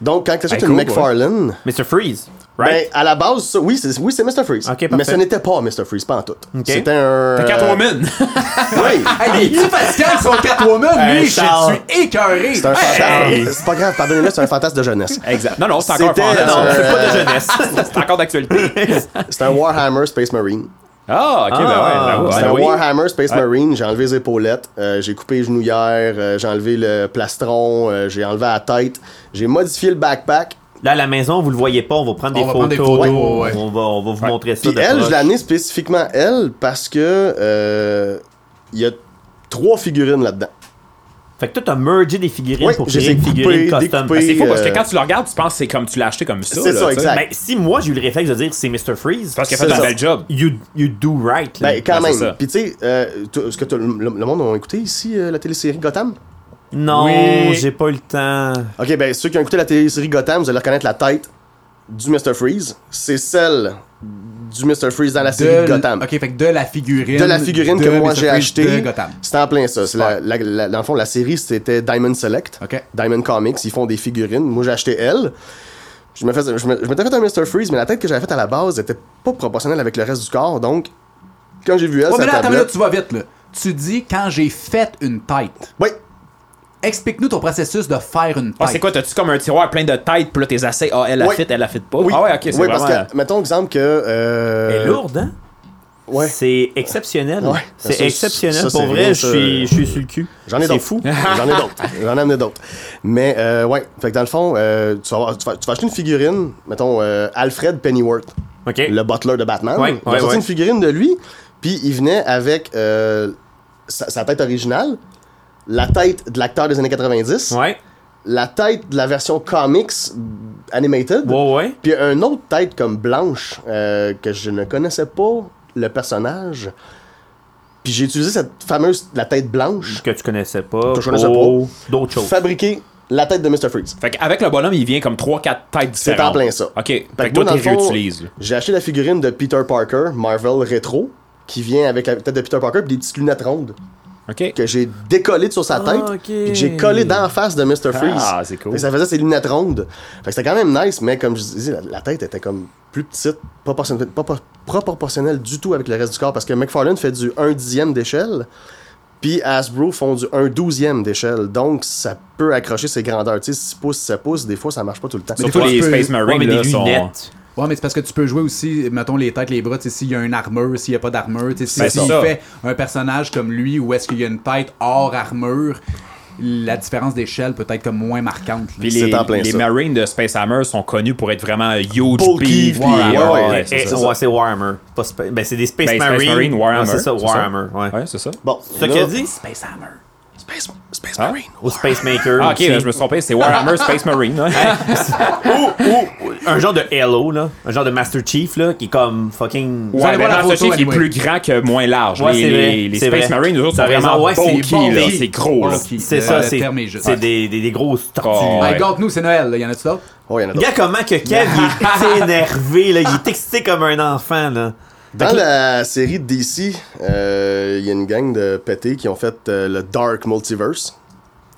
Speaker 5: Donc, quand tu achètes
Speaker 4: Hey,
Speaker 5: une
Speaker 4: cool,
Speaker 5: McFarlane,
Speaker 4: Mr. Freeze,
Speaker 5: ben,
Speaker 4: right?
Speaker 5: à la base, ça- oui, c'est oui, c'est Mr. Freeze.
Speaker 4: Ok, parfait.
Speaker 5: mais ce n'était pas Mr. Freeze, pas en tout. C'était un.
Speaker 3: T'as Catwoman.
Speaker 5: euh, oui,
Speaker 2: Hey, il est Pascal, son Catwoman, lui, je
Speaker 4: Charles.
Speaker 2: suis écœuré.
Speaker 5: c'est un fantasme. C'est pas grave, pardonnez-le, c'est un fantasme de jeunesse.
Speaker 3: Exact. Non, non, c'est encore
Speaker 5: C'était,
Speaker 3: fantasme.
Speaker 5: euh,
Speaker 4: Non, c'est pas de jeunesse.
Speaker 3: C'est encore d'actualité.
Speaker 5: C'est un Warhammer Space Marine.
Speaker 3: Ah, ok,
Speaker 4: Ah,
Speaker 3: ben ouais, ben ouais.
Speaker 5: C'est
Speaker 3: ben
Speaker 5: un
Speaker 3: oui.
Speaker 5: Warhammer Space Marine. J'ai enlevé les épaulettes, euh, j'ai coupé les genouillères, euh, j'ai enlevé le plastron, euh, j'ai enlevé la tête, j'ai modifié le backpack.
Speaker 4: Là, à la maison, vous le voyez pas, on va prendre des
Speaker 2: On va
Speaker 4: photos.
Speaker 2: prendre des photos, ouais, ouais.
Speaker 4: On, va, on va vous montrer ça.
Speaker 5: Puis
Speaker 4: de
Speaker 5: elle,
Speaker 4: proche.
Speaker 5: je l'ai amenée spécifiquement elle parce que euh, il y a trois figurines là-dedans.
Speaker 4: Fait que toi, t'as mergé des figurines
Speaker 5: Oui,
Speaker 4: pour
Speaker 5: je les
Speaker 4: créer
Speaker 5: ai
Speaker 4: une figurine
Speaker 5: coupées,
Speaker 4: custom.
Speaker 5: découpées.
Speaker 3: C'est fou parce que
Speaker 5: euh,
Speaker 3: quand tu le regardes, tu penses que c'est comme tu l'as acheté comme ça.
Speaker 5: C'est
Speaker 3: là,
Speaker 5: ça,
Speaker 3: tu sais.
Speaker 5: exact.
Speaker 4: Ben, si moi, j'ai eu le réflexe de dire c'est Mr. Freeze,
Speaker 3: Parce qu'elle
Speaker 5: C'est
Speaker 3: fait un
Speaker 5: ça.
Speaker 3: bel job.
Speaker 4: you, you do right. là.
Speaker 5: Ben, quand
Speaker 3: ben, c'est ça.
Speaker 5: même. Puis, tu sais, euh, tout- est-ce que tout le, le monde a écouté ici euh, la télésérie Gotham?
Speaker 4: Non,
Speaker 3: Oui.
Speaker 4: j'ai pas eu le temps.
Speaker 5: Ok, ben, ceux qui ont écouté la télésérie Gotham, vous allez reconnaître la tête du Mr. Freeze. C'est celle du Mr. Freeze dans la série
Speaker 2: De,
Speaker 5: Gotham.
Speaker 2: OK, fait que de la figurine.
Speaker 5: De la figurine
Speaker 2: de
Speaker 5: que moi
Speaker 2: Mr.
Speaker 5: j'ai
Speaker 2: Freeze
Speaker 5: achetée.
Speaker 2: De Gotham.
Speaker 5: C'était en plein ça. C'est la- la- la- dans le fond, la série, c'était Diamond Select.
Speaker 2: Ok.
Speaker 5: Diamond Comics, ils font des figurines. Moi, j'ai acheté elle. Je me fais, je me- je m'étais fait un Mr. Freeze, mais la tête que j'avais faite à la base était pas proportionnelle avec le reste du corps. Donc, quand j'ai vu elle,
Speaker 2: Ouais, mais
Speaker 5: sa
Speaker 2: là, attends, là,
Speaker 5: tablette-
Speaker 2: tu vas vite, là. Tu dis quand j'ai fait une tête.
Speaker 5: Oui,
Speaker 2: Explique-nous ton processus de faire une tête.
Speaker 3: Ah, c'est quoi, t'as-tu comme un tiroir plein de têtes, puis là, t'es assez. Ah, elle a
Speaker 5: Oui.
Speaker 3: fit, elle a fit pas.
Speaker 5: oui.
Speaker 3: Ah, ouais, ok, c'est
Speaker 5: Oui,
Speaker 3: vraiment.
Speaker 5: parce que, mettons exemple que. euh,
Speaker 4: Elle est lourde, hein?
Speaker 5: Ouais.
Speaker 4: C'est exceptionnel.
Speaker 5: Ouais.
Speaker 4: C'est
Speaker 5: Ça,
Speaker 4: exceptionnel.
Speaker 5: ça,
Speaker 4: Pour
Speaker 5: c'est
Speaker 4: vrai,
Speaker 5: rien,
Speaker 4: je
Speaker 5: ça.
Speaker 4: suis, je suis sur le cul.
Speaker 5: J'en ai
Speaker 4: C'est
Speaker 5: d'autres.
Speaker 4: fou.
Speaker 5: *laughs* J'en ai d'autres. J'en ai amené d'autres. Mais, euh, ouais. Fait que dans le fond, euh, tu, vas avoir- tu vas, tu vas acheter une figurine, mettons, euh, Alfred Pennyworth,
Speaker 4: OK.
Speaker 5: le butler de Batman.
Speaker 4: Ouais,
Speaker 5: Ils ont
Speaker 4: ouais,
Speaker 5: sorti
Speaker 4: ouais.
Speaker 5: une figurine de lui, puis il venait avec euh, sa, sa tête originale, la tête de l'acteur des années 90,
Speaker 4: Ouais.
Speaker 5: la tête de la version comics animated,
Speaker 4: Ouais, ouais.
Speaker 5: puis un autre tête comme blanche euh, que je ne connaissais pas le personnage. Puis j'ai utilisé cette fameuse la tête blanche
Speaker 4: Que tu connaissais pas.
Speaker 5: Que je connaissais
Speaker 4: pour D'autres choses.
Speaker 5: fabriquer la tête de Mr. Freeze.
Speaker 3: Fait qu'avec le bonhomme, il vient comme 3-4 têtes différentes.
Speaker 5: C'est en plein ça.
Speaker 3: Ok. Fait,
Speaker 5: Fait
Speaker 3: que
Speaker 5: que moi,
Speaker 3: toi,
Speaker 5: dans
Speaker 3: tu
Speaker 5: le
Speaker 3: les
Speaker 5: fond,
Speaker 3: réutilises. là.
Speaker 5: J'ai acheté la figurine de Peter Parker, Marvel Retro, qui vient avec la tête de Peter Parker et des petites lunettes rondes
Speaker 3: Ok.
Speaker 5: que j'ai décollées sur sa
Speaker 4: Ah,
Speaker 5: tête
Speaker 4: ok.
Speaker 5: puis que j'ai collé d'en face de Mr. Freeze.
Speaker 3: Ah, c'est cool.
Speaker 5: Fait que ça faisait ses lunettes rondes. Fait que c'était quand même nice, mais comme je disais, la, la tête était comme plus petite, pas, proportionnelle- pas- pas- pas proportionnelle du tout avec le reste du corps parce que McFarlane fait du 1 dixième d'échelle. Puis Hasbro font du 1 douzième d'échelle, donc ça peut accrocher ses grandeurs. Tu sais, 6 pouces, 7 pouces, des fois ça marche pas tout le temps.
Speaker 3: Surtout
Speaker 2: fois,
Speaker 3: les
Speaker 2: tu peux-
Speaker 3: Space
Speaker 4: Ouais,
Speaker 3: Marines,
Speaker 4: mais
Speaker 3: là,
Speaker 4: des
Speaker 3: sont.
Speaker 4: lunettes.
Speaker 2: Ouais, mais c'est parce que tu peux jouer aussi, mettons, les têtes, les bras, tu sais, s'il y a une armure, s'il n'y a pas d'armure, tu sais, si-
Speaker 3: Ben, c'est
Speaker 2: s'il
Speaker 3: ça.
Speaker 2: fait un personnage comme lui, ou est-ce qu'il y a une tête hors armure, la différence d'échelle peut être comme moins marquante. là.
Speaker 3: Puis
Speaker 5: C'est
Speaker 3: les,
Speaker 5: en plein
Speaker 3: les
Speaker 5: ça.
Speaker 3: Marines de Space Hammer sont connus pour être vraiment huge,
Speaker 4: Bulky,
Speaker 3: big,
Speaker 4: puis-
Speaker 3: puis-
Speaker 5: ouais,
Speaker 3: ouais,
Speaker 5: ouais,
Speaker 3: ouais,
Speaker 4: Eh,
Speaker 3: c'est ça.
Speaker 4: ouais, c'est Warhammer. Pas Spa- ben, c'est des Space
Speaker 3: Ben, Space
Speaker 4: Marines.
Speaker 3: Marine, Warhammer,
Speaker 4: Ouais, c'est ça,
Speaker 3: c'est ça.
Speaker 4: Warhammer. Ouais.
Speaker 3: Ouais, c'est ça.
Speaker 5: Bon,
Speaker 4: C'est ça
Speaker 5: là-
Speaker 4: qu'il a dit?
Speaker 2: Space Hammer.
Speaker 5: Space, Space
Speaker 3: Ah.
Speaker 5: Marine.
Speaker 4: Ou Space Maker.
Speaker 3: Ah, ok,
Speaker 4: aussi.
Speaker 3: là, je me suis trompé, c'est Warhammer Space Marine. hein.
Speaker 4: ou, ou un genre de Hello, là. Un genre de Master Chief, là, qui est comme fucking.
Speaker 3: Ouais,
Speaker 2: allez
Speaker 3: ben,
Speaker 2: voir la
Speaker 3: dans ce
Speaker 2: photo,
Speaker 3: chiffre, il est
Speaker 2: anyway.
Speaker 3: plus grand que moins large.
Speaker 4: Ouais,
Speaker 3: les,
Speaker 4: c'est vrai,
Speaker 3: les- les
Speaker 4: c'est
Speaker 3: Space
Speaker 4: vrai.
Speaker 3: Marines, eux autres, sont
Speaker 4: T'as raison,
Speaker 3: vraiment
Speaker 4: ouais, c'est
Speaker 3: bulky,
Speaker 2: bulky.
Speaker 3: là, c'est gros. là.
Speaker 2: Bulky.
Speaker 4: C'est
Speaker 2: Le-
Speaker 4: ça,
Speaker 2: le
Speaker 4: c'est
Speaker 2: terme est juste.
Speaker 4: c'est des, des, des grosses tortues.
Speaker 3: Oh,
Speaker 2: Hey,
Speaker 3: ouais.
Speaker 2: nous, c'est Noël, là. y en a-tu d'autres?
Speaker 5: Oh, il y en a d'autres.
Speaker 4: Gars, comment que Kev, il est énervé, là. Il est excité comme un enfant, là.
Speaker 5: Dans la série de DC, euh, il y a une gang de pétés qui ont fait euh, le Dark Multiverse.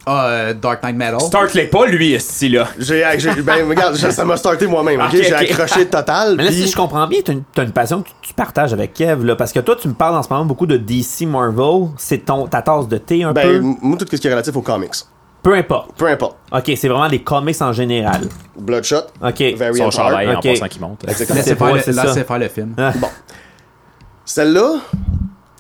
Speaker 2: Ah, euh, Dark Knight Metal.
Speaker 3: Start-les pas, lui, ici, là.
Speaker 5: J'ai, j'ai-
Speaker 4: *laughs*
Speaker 5: ben, regarde, je- ça m'a starté moi-même, ok?
Speaker 3: Ok,
Speaker 5: J'ai
Speaker 3: ok.
Speaker 5: accroché total.
Speaker 4: Mais là,
Speaker 5: puis-
Speaker 4: si je comprends bien, t'as une, t'as une passion que tu, tu partages avec Kev, là. Parce que toi, tu me parles en ce moment beaucoup de DC Marvel. C'est ton, ta tasse de thé, un
Speaker 5: ben,
Speaker 4: peu.
Speaker 5: m- moi, tout ce qui est relatif aux comics.
Speaker 4: Peu importe.
Speaker 5: Peu importe.
Speaker 4: Ok, c'est vraiment les comics en général.
Speaker 5: Bloodshot,
Speaker 4: Ok. hein.
Speaker 5: Variant
Speaker 3: Son
Speaker 5: Heart.
Speaker 3: chandail en
Speaker 4: Ok.
Speaker 3: passant qui monte. *laughs*
Speaker 5: Exactement.
Speaker 2: Laissez
Speaker 4: C'est
Speaker 2: faire,
Speaker 4: pas-
Speaker 2: le-
Speaker 4: c'est ça.
Speaker 2: laissez faire le film.
Speaker 4: Ah.
Speaker 5: Celle-là,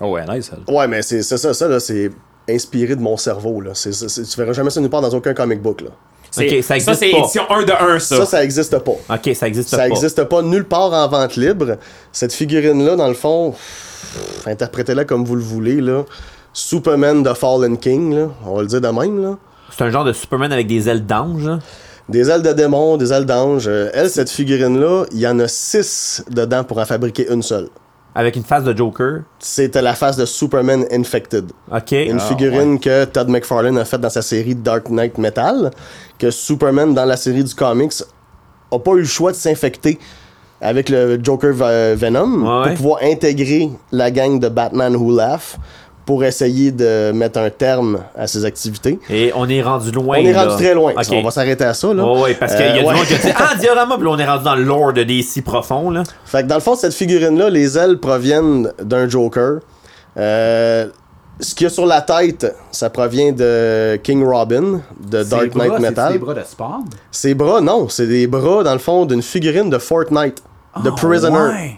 Speaker 3: Oh, ouais, nice. elle.
Speaker 5: ouais, mais c'est, c'est ça, ça, là, c'est inspiré de mon cerveau, là. C'est, c'est- tu verras jamais ça nulle part dans aucun comic book, là.
Speaker 3: C'est-
Speaker 4: Ok, ça existe
Speaker 3: c'est
Speaker 4: pas.
Speaker 3: édition 1 de 1, ça.
Speaker 5: Ça, ça existe pas.
Speaker 4: Ah, Ok, ça existe
Speaker 5: Ça
Speaker 4: pas.
Speaker 5: n'existe pas nulle part en vente libre. Cette figurine-là, dans le fond, pff, interprétez-la comme vous le voulez. Là. Superman de Fallen King, là. on va le dire de même. Là.
Speaker 4: C'est un genre de Superman avec des ailes d'ange. là.
Speaker 5: Des ailes de démon, des ailes d'ange. Euh, Elle, cette figurine-là, il y en a six dedans pour en fabriquer une seule.
Speaker 4: Avec une face de Joker.
Speaker 5: C'était la face de Superman Infected.
Speaker 4: Ok.
Speaker 5: Une figurine que Todd McFarlane a faite dans sa série Dark Knight Metal, que Superman, dans la série du comics, a pas eu le choix de s'infecter avec le Joker Ve- Venom
Speaker 4: Ouais, ouais.
Speaker 5: pour pouvoir intégrer la gang de Batman Who Laugh pour essayer de mettre un terme à ses activités.
Speaker 4: Et on est rendu loin.
Speaker 5: On est
Speaker 4: là.
Speaker 5: rendu très loin.
Speaker 4: Ok.
Speaker 5: On va s'arrêter à ça. Là.
Speaker 4: Ouais, ouais, parce qu'il y a
Speaker 5: Euh,
Speaker 4: du
Speaker 5: ouais.
Speaker 4: monde qui a dit Ah, diorama, puis là, on est rendu dans le lore de DC profond, là.
Speaker 5: Fait que dans le fond, cette figurine-là, les ailes proviennent d'un Joker. Euh, ce qu'il y a sur la tête, ça provient de King Robin, de
Speaker 2: C'est
Speaker 5: Dark
Speaker 2: les bras,
Speaker 5: Knight
Speaker 2: c'est-tu
Speaker 5: Metal.
Speaker 2: les bras de Spawn?
Speaker 5: Ses bras, non, c'est des bras, dans le fond, d'une figurine de Fortnite. De
Speaker 2: Ah,
Speaker 5: Prisoner.
Speaker 2: ouais.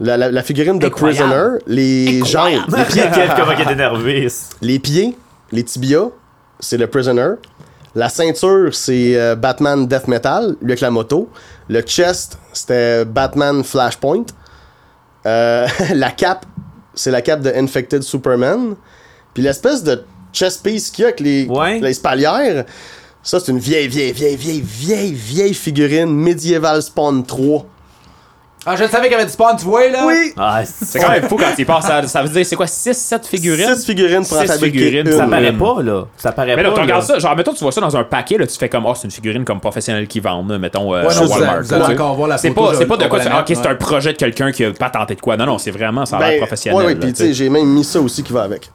Speaker 5: La, la- la figurine de
Speaker 4: Incroyable.
Speaker 5: Prisoner, les jambes, les pieds,
Speaker 4: Kev, comment il est énervé.
Speaker 5: les pieds, les tibias, c'est le Prisoner. La ceinture, c'est euh, Batman Death Metal, lui avec la moto. Le chest, c'était Batman Flashpoint. Euh, *laughs* la cape, c'est la cape de Infected Superman. Puis l'espèce de chest piece qu'il y a avec les,
Speaker 4: Ouais.
Speaker 5: les spalières, ça, c'est une vieille, vieille, vieille, vieille, vieille, vieille figurine médiévale Spawn 3.
Speaker 2: Ah, je le savais qu'il y avait du Spawn, tu vois, là?
Speaker 5: Oui!
Speaker 4: Ah,
Speaker 3: C'est
Speaker 4: c'est
Speaker 3: quand même fou quand il passe. Ça, ça veut dire, c'est quoi, 6-7 figurines?
Speaker 5: Six figurines pour en
Speaker 3: Six
Speaker 5: fabriquer
Speaker 3: figurines,
Speaker 5: une.
Speaker 4: Ça paraît pas, là. Ça paraît
Speaker 3: Mais
Speaker 4: pas.
Speaker 3: là, tu
Speaker 4: là.
Speaker 3: regardes ça, genre, mettons, tu vois ça dans un paquet, là, tu fais comme, oh, c'est une figurine comme professionnelle qui vend, là, mettons, euh,
Speaker 2: Ouais,
Speaker 3: chez
Speaker 2: non, vous
Speaker 3: Walmart.
Speaker 2: allez- vous allez
Speaker 3: là, tu sais.
Speaker 2: encore voir la
Speaker 3: c'est
Speaker 2: photo,
Speaker 3: pas,
Speaker 2: je-
Speaker 3: c'est pas de
Speaker 2: on
Speaker 3: quoi,
Speaker 2: va
Speaker 3: tu- ah,
Speaker 2: la
Speaker 3: ok, c'est
Speaker 2: mettre,
Speaker 3: un projet de quelqu'un qui a pas tenté de quoi. Non, non, c'est vraiment, ça a l'air
Speaker 5: Ben,
Speaker 3: professionnel.
Speaker 5: ouais, ouais,
Speaker 3: là,
Speaker 5: puis
Speaker 3: tu
Speaker 5: tu sais, j'ai même mis ça aussi qui va avec.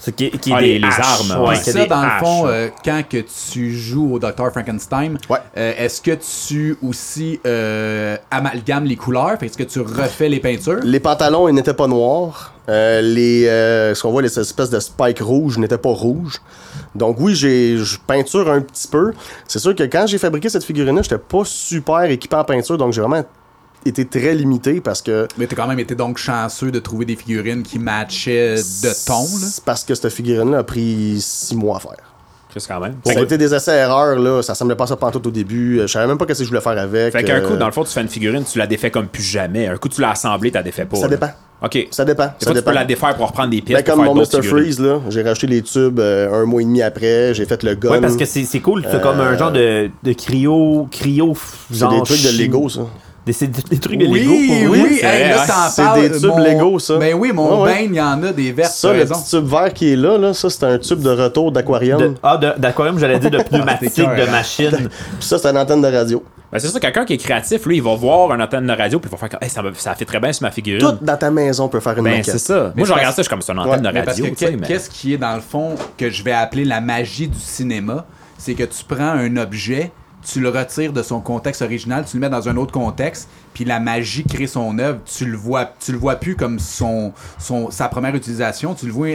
Speaker 4: C'est qui, qui
Speaker 3: Ah,
Speaker 4: des
Speaker 3: les- les
Speaker 4: haches,
Speaker 3: armes,
Speaker 4: ouais,
Speaker 3: ouais.
Speaker 4: c'est
Speaker 2: ça,
Speaker 4: des
Speaker 2: dans le
Speaker 4: haches.
Speaker 2: fond, euh, quand que tu joues au Dr. Frankenstein,
Speaker 5: Ouais.
Speaker 2: euh, est-ce que tu aussi euh, amalgames les couleurs? Fait que Est-ce que tu refais les peintures?
Speaker 5: Les pantalons, ils n'étaient pas noirs. Euh, les, euh, ce qu'on voit, les espèces de spikes rouges n'étaient pas rouges. Donc oui, j'ai je peinture un petit peu. C'est sûr que quand j'ai fabriqué cette figurine-là, j'étais pas super équipé en peinture, donc j'ai vraiment été très limité parce que...
Speaker 2: Mais t'as quand même été donc chanceux de trouver des figurines qui matchaient de ton, là.
Speaker 5: C'est Parce que cette figurine-là a pris six mois à faire.
Speaker 3: sais, quand même.
Speaker 5: Ça a
Speaker 3: Fait que-
Speaker 5: été des essais-erreurs, là. Ça semblait pas ça pantoute au début. Euh, Je savais même pas qu'est-ce que je voulais faire avec.
Speaker 3: Fait qu'un
Speaker 5: Euh,
Speaker 3: coup, dans le fond, tu fais une figurine, tu la défais comme plus jamais. Un coup, tu l'as assemblée, t'as défait pas.
Speaker 5: Ça
Speaker 3: là.
Speaker 5: dépend.
Speaker 3: OK.
Speaker 5: Ça dépend.
Speaker 3: Des
Speaker 5: ça
Speaker 3: fois, tu
Speaker 5: dépend.
Speaker 3: peux la défaire pour reprendre des pièces.
Speaker 5: Ben,
Speaker 3: pour
Speaker 5: comme
Speaker 3: faire
Speaker 5: mon
Speaker 3: d'autres
Speaker 5: Mr.
Speaker 3: figurines.
Speaker 5: Freeze, là, j'ai racheté les tubes euh, un mois et demi après, j'ai fait le gun.
Speaker 4: Ouais, parce que c'est c'est cool. C'est comme un genre de, de cryo. cryo
Speaker 5: c'est
Speaker 4: genre
Speaker 5: des trucs de
Speaker 4: chim-
Speaker 5: Lego, ça.
Speaker 4: Des, c'est des- des trucs de Lego.
Speaker 2: Oui,
Speaker 4: pour
Speaker 2: oui,
Speaker 4: vrai.
Speaker 2: hey, là, t'en
Speaker 5: c'est
Speaker 2: parles.
Speaker 5: des tubes
Speaker 2: mon-
Speaker 5: Lego, ça.
Speaker 2: Ben oui, mon
Speaker 5: Ouais, ouais.
Speaker 2: bain, il y en a des vertes,
Speaker 5: Ça,
Speaker 2: t'as
Speaker 5: le
Speaker 2: raison.
Speaker 5: petit tube vert qui est là, là ça, c'est un tube de retour d'aquarium.
Speaker 4: De- ah, de- d'aquarium, j'allais dire de pneumatique,
Speaker 2: cœur,
Speaker 4: de
Speaker 2: hein.
Speaker 4: machine.
Speaker 5: Puis ça, c'est une antenne de radio.
Speaker 3: Ben, c'est sûr, quelqu'un qui est créatif, lui, il va voir un antenne de radio, puis il va faire comme, hey, ça, me- ça fait très bien sur ma figurine.
Speaker 5: Tout dans ta maison peut faire une
Speaker 3: ben,
Speaker 5: maquette.
Speaker 3: c'est ça. Moi,
Speaker 2: Mais
Speaker 3: je
Speaker 2: parce-
Speaker 3: regarde ça, je suis comme, c'est une antenne
Speaker 5: Ouais,
Speaker 3: de
Speaker 2: Ah, Mais
Speaker 3: radio,
Speaker 2: parce
Speaker 3: tu
Speaker 2: que
Speaker 3: sais,
Speaker 2: que-
Speaker 3: mais.
Speaker 2: qu'est-ce qui est dans le fond que je vais appeler la magie du cinéma, c'est que tu prends un objet, tu le retires de son contexte original, tu le mets dans un autre contexte, puis la magie crée son œuvre. Tu le vois, tu le vois plus comme son, son sa première utilisation, tu le vois en-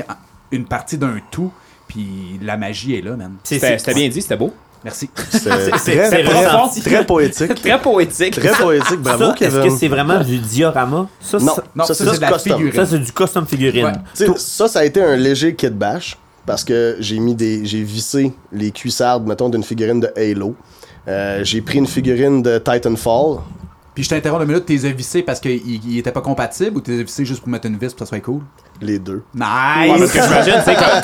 Speaker 2: une partie d'un tout, puis la magie est là, man.
Speaker 4: C'est-
Speaker 3: C'était
Speaker 4: c'est-
Speaker 3: c'était bien dit, c'était beau. *laughs*
Speaker 2: Merci.
Speaker 5: C'est
Speaker 4: c'est-
Speaker 5: très,
Speaker 4: c'est
Speaker 5: très-
Speaker 4: ressenti.
Speaker 5: très poétique.
Speaker 3: Très poétique.
Speaker 5: Très poétique. Bravo,
Speaker 4: Ça, Est-ce
Speaker 5: Kevin.
Speaker 4: que c'est vraiment du diorama? Ça,
Speaker 5: Non,
Speaker 4: ça-
Speaker 2: Non,
Speaker 5: ça,
Speaker 2: ça,
Speaker 5: c'est
Speaker 2: c'est de la
Speaker 5: custom.
Speaker 2: figurine.
Speaker 4: ça, c'est du custom figurine.
Speaker 2: Ouais.
Speaker 5: Tu sais, ça, ça a été un léger kit bash parce que j'ai mis des. J'ai vissé les cuissardes, mettons, d'une figurine de Halo. Euh, j'ai pris une figurine de Titanfall.
Speaker 2: Puis je t'interromps deux minutes, t'es vissé parce qu'ils étaient pas compatibles ou t'es vissé juste pour mettre une vis pour que ça soit cool?
Speaker 5: Les deux.
Speaker 3: *laughs* Ouais, parce
Speaker 2: Nice!
Speaker 3: que j'imagine, tu sais, comme,
Speaker 5: *laughs*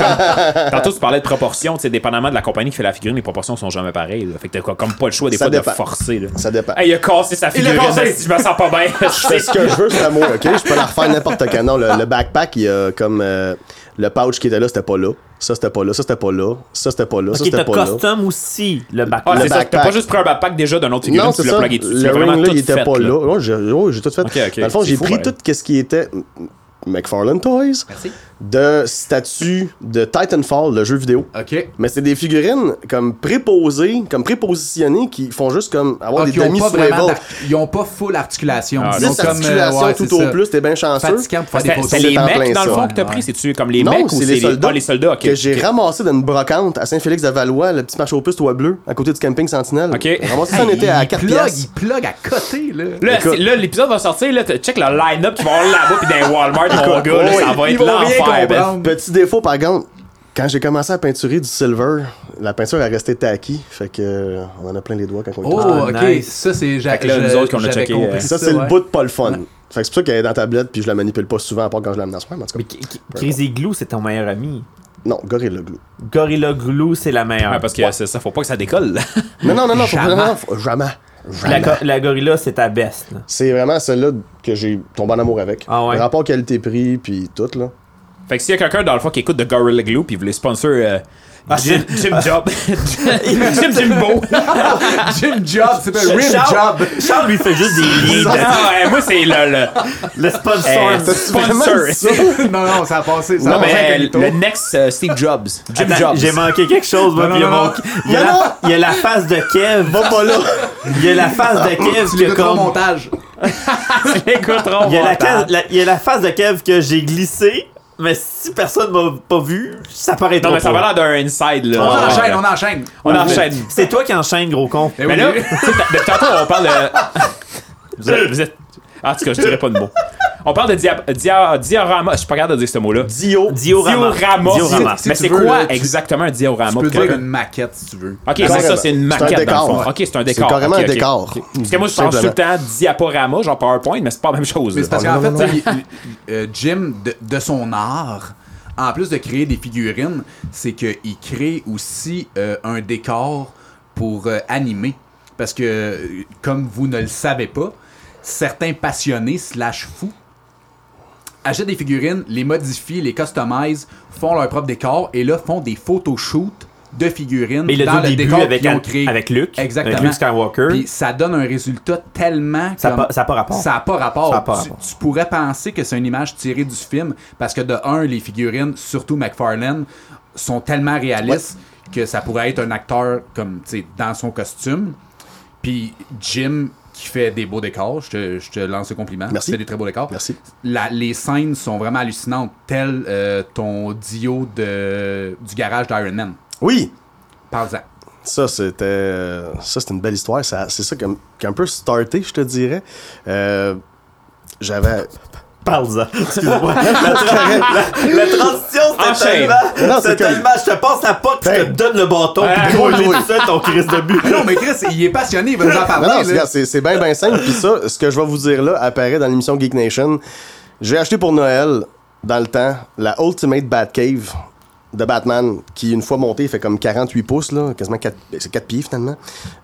Speaker 3: comme- tantôt tu parlais de proportions, tu sais, dépendamment de la compagnie qui fait la figurine, les proportions sont jamais pareilles. là. Fait que t'as co- comme pas le choix des
Speaker 5: Ça
Speaker 3: fois
Speaker 5: dépend.
Speaker 3: de forcer. Là.
Speaker 5: Ça dépend.
Speaker 3: Hey, il a cassé sa
Speaker 2: Il l'a
Speaker 3: figurine,
Speaker 2: cassé.
Speaker 3: si je me sens pas bien. *laughs*
Speaker 5: Je fais ce que je veux, *laughs* c'est amour, ok? Je peux la refaire n'importe quand. Non, le, le backpack, il y a comme. euh, le pouch qui était là, c'était pas là. Ça, c'était pas là. Ça, c'était pas là. Ça, c'était pas là. Ça,
Speaker 4: Ok,
Speaker 5: c'était
Speaker 4: t'as
Speaker 5: pas là.
Speaker 4: custom aussi le
Speaker 3: Ah,
Speaker 4: backpack.
Speaker 5: Le
Speaker 3: c'est ça, t'as pas
Speaker 5: backpack.
Speaker 3: juste pris un backpack déjà d'un autre figurine,
Speaker 5: Non,
Speaker 3: tu
Speaker 5: c'est
Speaker 3: l'as
Speaker 5: ça.
Speaker 3: plugué dessus. tu
Speaker 5: Le
Speaker 3: l'as vraiment
Speaker 5: ring, là,
Speaker 3: tout
Speaker 5: il était
Speaker 3: fait,
Speaker 5: pas là. Ouais, j'ai ouais, j'ai tout fait.
Speaker 3: Ok, ok,
Speaker 5: Dans le fond,
Speaker 3: c'est
Speaker 5: j'ai
Speaker 3: fou, hein.
Speaker 5: pris
Speaker 3: ouais.
Speaker 5: tout ce qui était McFarlane Toys
Speaker 2: Merci.
Speaker 5: de statues de Titanfall, le jeu vidéo.
Speaker 2: Ok.
Speaker 5: Mais c'est des figurines comme préposées, comme prépositionnées qui font juste comme avoir
Speaker 2: Ah,
Speaker 5: des
Speaker 2: ils, ont
Speaker 5: demi
Speaker 2: pas vraiment
Speaker 5: swivel
Speaker 2: d'ar- ils ont pas full articulation.
Speaker 3: Ah,
Speaker 2: ils ont euh,
Speaker 5: Dix articulations
Speaker 2: ouais,
Speaker 5: tout
Speaker 2: c'est
Speaker 5: au
Speaker 2: ça.
Speaker 5: plus, t'es bien chanceux.
Speaker 2: Fatigant pour faire des
Speaker 3: C'était
Speaker 2: photos.
Speaker 3: c'était les
Speaker 5: C'est en plein
Speaker 3: mecs, dans le
Speaker 5: ça.
Speaker 3: fond, que t'as
Speaker 2: Ouais.
Speaker 3: pris. C'est-tu comme les
Speaker 5: Non,
Speaker 3: mecs ou
Speaker 5: c'est
Speaker 3: c'est
Speaker 5: les soldats,
Speaker 3: ah, les soldats, ok.
Speaker 5: que j'ai ramassé d'une brocante à Saint-Félix-de-Valois, le petit marché aux puces, toit bleu, à côté du camping Sentinelle.
Speaker 3: Ok.
Speaker 5: J'ai Ramassé ça, on était à 4
Speaker 2: plug,
Speaker 5: piastres.
Speaker 2: il plug à côté, là.
Speaker 3: Là,
Speaker 5: Écoute.
Speaker 3: c'est- là, l'épisode va sortir, là, t'as- check le line-up qu'ils vont avoir là-bas, puis dans les Walmart, mon gars, là,
Speaker 5: oui,
Speaker 3: ça va
Speaker 2: ils
Speaker 3: être
Speaker 2: vont rien
Speaker 3: l'enfer. ben.
Speaker 2: comprendre.
Speaker 5: Petit défaut, par contre, quand j'ai commencé à peinturer du silver, la peinture a resté tacky, fait que euh, on en a plein les doigts quand on est
Speaker 2: Oh,
Speaker 5: content.
Speaker 2: ok.
Speaker 4: Ah, nice.
Speaker 2: Ça, c'est j'a-
Speaker 3: Fait que là, nous
Speaker 2: je-
Speaker 3: autres qu'on a
Speaker 2: j'avais
Speaker 3: checké,
Speaker 2: compris
Speaker 3: euh,
Speaker 5: Ça, c'est le
Speaker 2: ouais.
Speaker 5: bout de pas le fun. Fait que c'est pour ça qu'elle est dans ta tablette, puis je la manipule pas souvent, à part quand je l'amène en soin, mais en tout
Speaker 4: Mais
Speaker 5: cas.
Speaker 4: K- K- Crazy Glue, c'est ton meilleur ami.
Speaker 5: Non, Gorilla Glue.
Speaker 4: Gorilla Glue, c'est la meilleure.
Speaker 3: Ouais, parce que c'est ça, faut pas que ça décolle. *laughs* là.
Speaker 5: Mais non, non, non, faut
Speaker 2: Jamais.
Speaker 5: vraiment- faut- jamais.
Speaker 4: la,
Speaker 5: Jamais.
Speaker 4: go- la Gorilla, c'est ta best. là.
Speaker 5: C'est vraiment celle-là que j'ai tombé en amour avec.
Speaker 4: Ah ouais.
Speaker 5: Le rapport qualité-prix, puis tout, là.
Speaker 3: Fait que s'il y a quelqu'un dans le fond qui écoute de Gorilla Glue puis voulait sponsor euh, Jim, Jim Job, Jim Jimbo.
Speaker 2: *laughs* Jim Job, c'est un rim
Speaker 4: Charles,
Speaker 2: job.
Speaker 4: Charles lui fait juste des liens.
Speaker 3: Ah ouais, moi c'est le, le-
Speaker 4: de- Le sponsor.
Speaker 3: euh, sponsor.
Speaker 2: non, *laughs* non, ça a passé. Ça a
Speaker 3: Non
Speaker 2: passé
Speaker 3: mais
Speaker 2: incognito.
Speaker 3: le next euh, Steve Jobs, Jim
Speaker 4: Attends,
Speaker 3: Jobs.
Speaker 4: J'ai manqué quelque chose, moi,
Speaker 2: Non,
Speaker 4: puis
Speaker 2: non,
Speaker 4: il y a
Speaker 2: non,
Speaker 4: mon- il y a la- Il y a la face de Kev.
Speaker 5: Va pas là!
Speaker 4: Il y a la face de Kev
Speaker 2: Tu
Speaker 4: que
Speaker 2: l'écouteras
Speaker 3: *laughs*
Speaker 2: au
Speaker 4: comme.
Speaker 2: montage.
Speaker 3: Écouterons.
Speaker 4: Il y, a la
Speaker 3: voir.
Speaker 4: case- la- il y a la face de Kev que j'ai glissée, mais si personne m'a pas vu, ça paraît
Speaker 3: Non
Speaker 4: trop
Speaker 3: mais ça
Speaker 4: pour.
Speaker 3: va l'air d'un inside là.
Speaker 2: On
Speaker 3: Ouais,
Speaker 2: enchaîne, on
Speaker 3: Ah, ouais.
Speaker 2: enchaîne.
Speaker 3: on enchaîne.
Speaker 4: C'est toi qui enchaîne, gros con.
Speaker 5: Eh
Speaker 2: Ben
Speaker 3: Mais là,
Speaker 2: oui.
Speaker 3: tu sais, t- depuis tantôt on parle de. *laughs* Vous êtes, vous êtes- Ah, En tout cas, je dirais pas de mots. On parle de dia- dia- diorama. Je suis pas capable de dire ce mot-là.
Speaker 5: Dio!
Speaker 4: Diorama.
Speaker 3: Diorama.
Speaker 4: Diorama.
Speaker 2: Si-
Speaker 3: Mais
Speaker 2: tu
Speaker 3: c'est
Speaker 2: veux,
Speaker 3: quoi
Speaker 2: là, tu-
Speaker 3: exactement un diorama?
Speaker 2: Tu peux
Speaker 3: pour quelqu'un?
Speaker 2: dire une maquette si tu veux.
Speaker 3: Ok, c'est ça,
Speaker 5: Carrément.
Speaker 3: c'est une
Speaker 5: C'est un
Speaker 3: maquette dans le fond.
Speaker 5: décor.
Speaker 3: Ok, c'est un
Speaker 5: C'est
Speaker 3: décor.
Speaker 5: carrément
Speaker 3: Ok,
Speaker 5: un
Speaker 3: ok.
Speaker 5: décor.
Speaker 3: Parce que moi, je pense tout le temps diaporama, genre PowerPoint, mais c'est pas la même chose.
Speaker 2: Mais c'est parce
Speaker 5: Ah, Non,
Speaker 2: qu'en fait,
Speaker 5: non, non,
Speaker 2: tu sais, il- euh, Jim, de, de son art, en plus de créer des figurines, c'est qu'il crée aussi euh, un décor pour euh, animer. Parce que, euh, comme vous ne le savez pas, certains passionnés slash fous achètent des figurines, les modifient, les customisent, font leur propre décor et là font des photoshoots de figurines
Speaker 4: Mais il
Speaker 2: dans
Speaker 4: a
Speaker 2: le
Speaker 4: dit au début
Speaker 2: décor
Speaker 4: avec,
Speaker 2: qu'ils ont
Speaker 4: Anne-
Speaker 2: créé.
Speaker 4: avec Luke.
Speaker 2: Exactement.
Speaker 4: Avec Luke Skywalker.
Speaker 2: Puis ça donne un résultat tellement
Speaker 4: Ça a
Speaker 2: comme-
Speaker 4: pas- ça a pas rapport.
Speaker 2: Ça a pas rapport.
Speaker 4: Ça a pas
Speaker 2: Tu,
Speaker 4: rapport.
Speaker 2: tu pourrais penser que c'est une image tirée du film parce que de un, les figurines, surtout McFarlane, sont tellement réalistes que ça pourrait être un acteur comme tu sais, dans son costume. Puis Jim qui fait des beaux décors, je te, je te lance le compliment.
Speaker 5: Merci.
Speaker 2: Il fait des très beaux décors.
Speaker 5: Merci.
Speaker 2: La- les scènes sont vraiment hallucinantes, tel euh, ton Dio de, du garage d'Iron Man.
Speaker 5: Oui! *laughs*
Speaker 2: Parle-en.
Speaker 5: Ça, c'était euh, ça, c'était une belle histoire. Ça- C'est ça qui a qui a un peu starté, je te dirais. Euh, J'avais.
Speaker 4: Parle-en.
Speaker 5: *laughs*
Speaker 4: Excuse-moi. la, la- la transition, c'était
Speaker 3: Enchaîne.
Speaker 4: tellement.
Speaker 5: Non,
Speaker 4: C'était
Speaker 5: c'est comme-
Speaker 4: tellement. Je te passe la pote, je te
Speaker 5: Hey.
Speaker 4: donne le bâton,
Speaker 3: Hey,
Speaker 4: puis
Speaker 5: oui,
Speaker 4: gros, il est
Speaker 5: oui.
Speaker 4: tout seul, ton crise de
Speaker 5: *laughs*
Speaker 4: but.
Speaker 2: Non, mais Chris, il est passionné, il va nous en
Speaker 5: Non,
Speaker 2: parler.
Speaker 5: non,
Speaker 2: Ah là.
Speaker 5: regarde, c'est c'est bien, bien simple. Puis ça, ce que je vais vous dire là apparaît dans l'émission Geek Nation. J'ai acheté pour Noël, dans le temps, la Ultimate Batcave de Batman, qui, une fois monté, fait comme 48 pouces, là, quasiment 4, c'est 4 pieds finalement.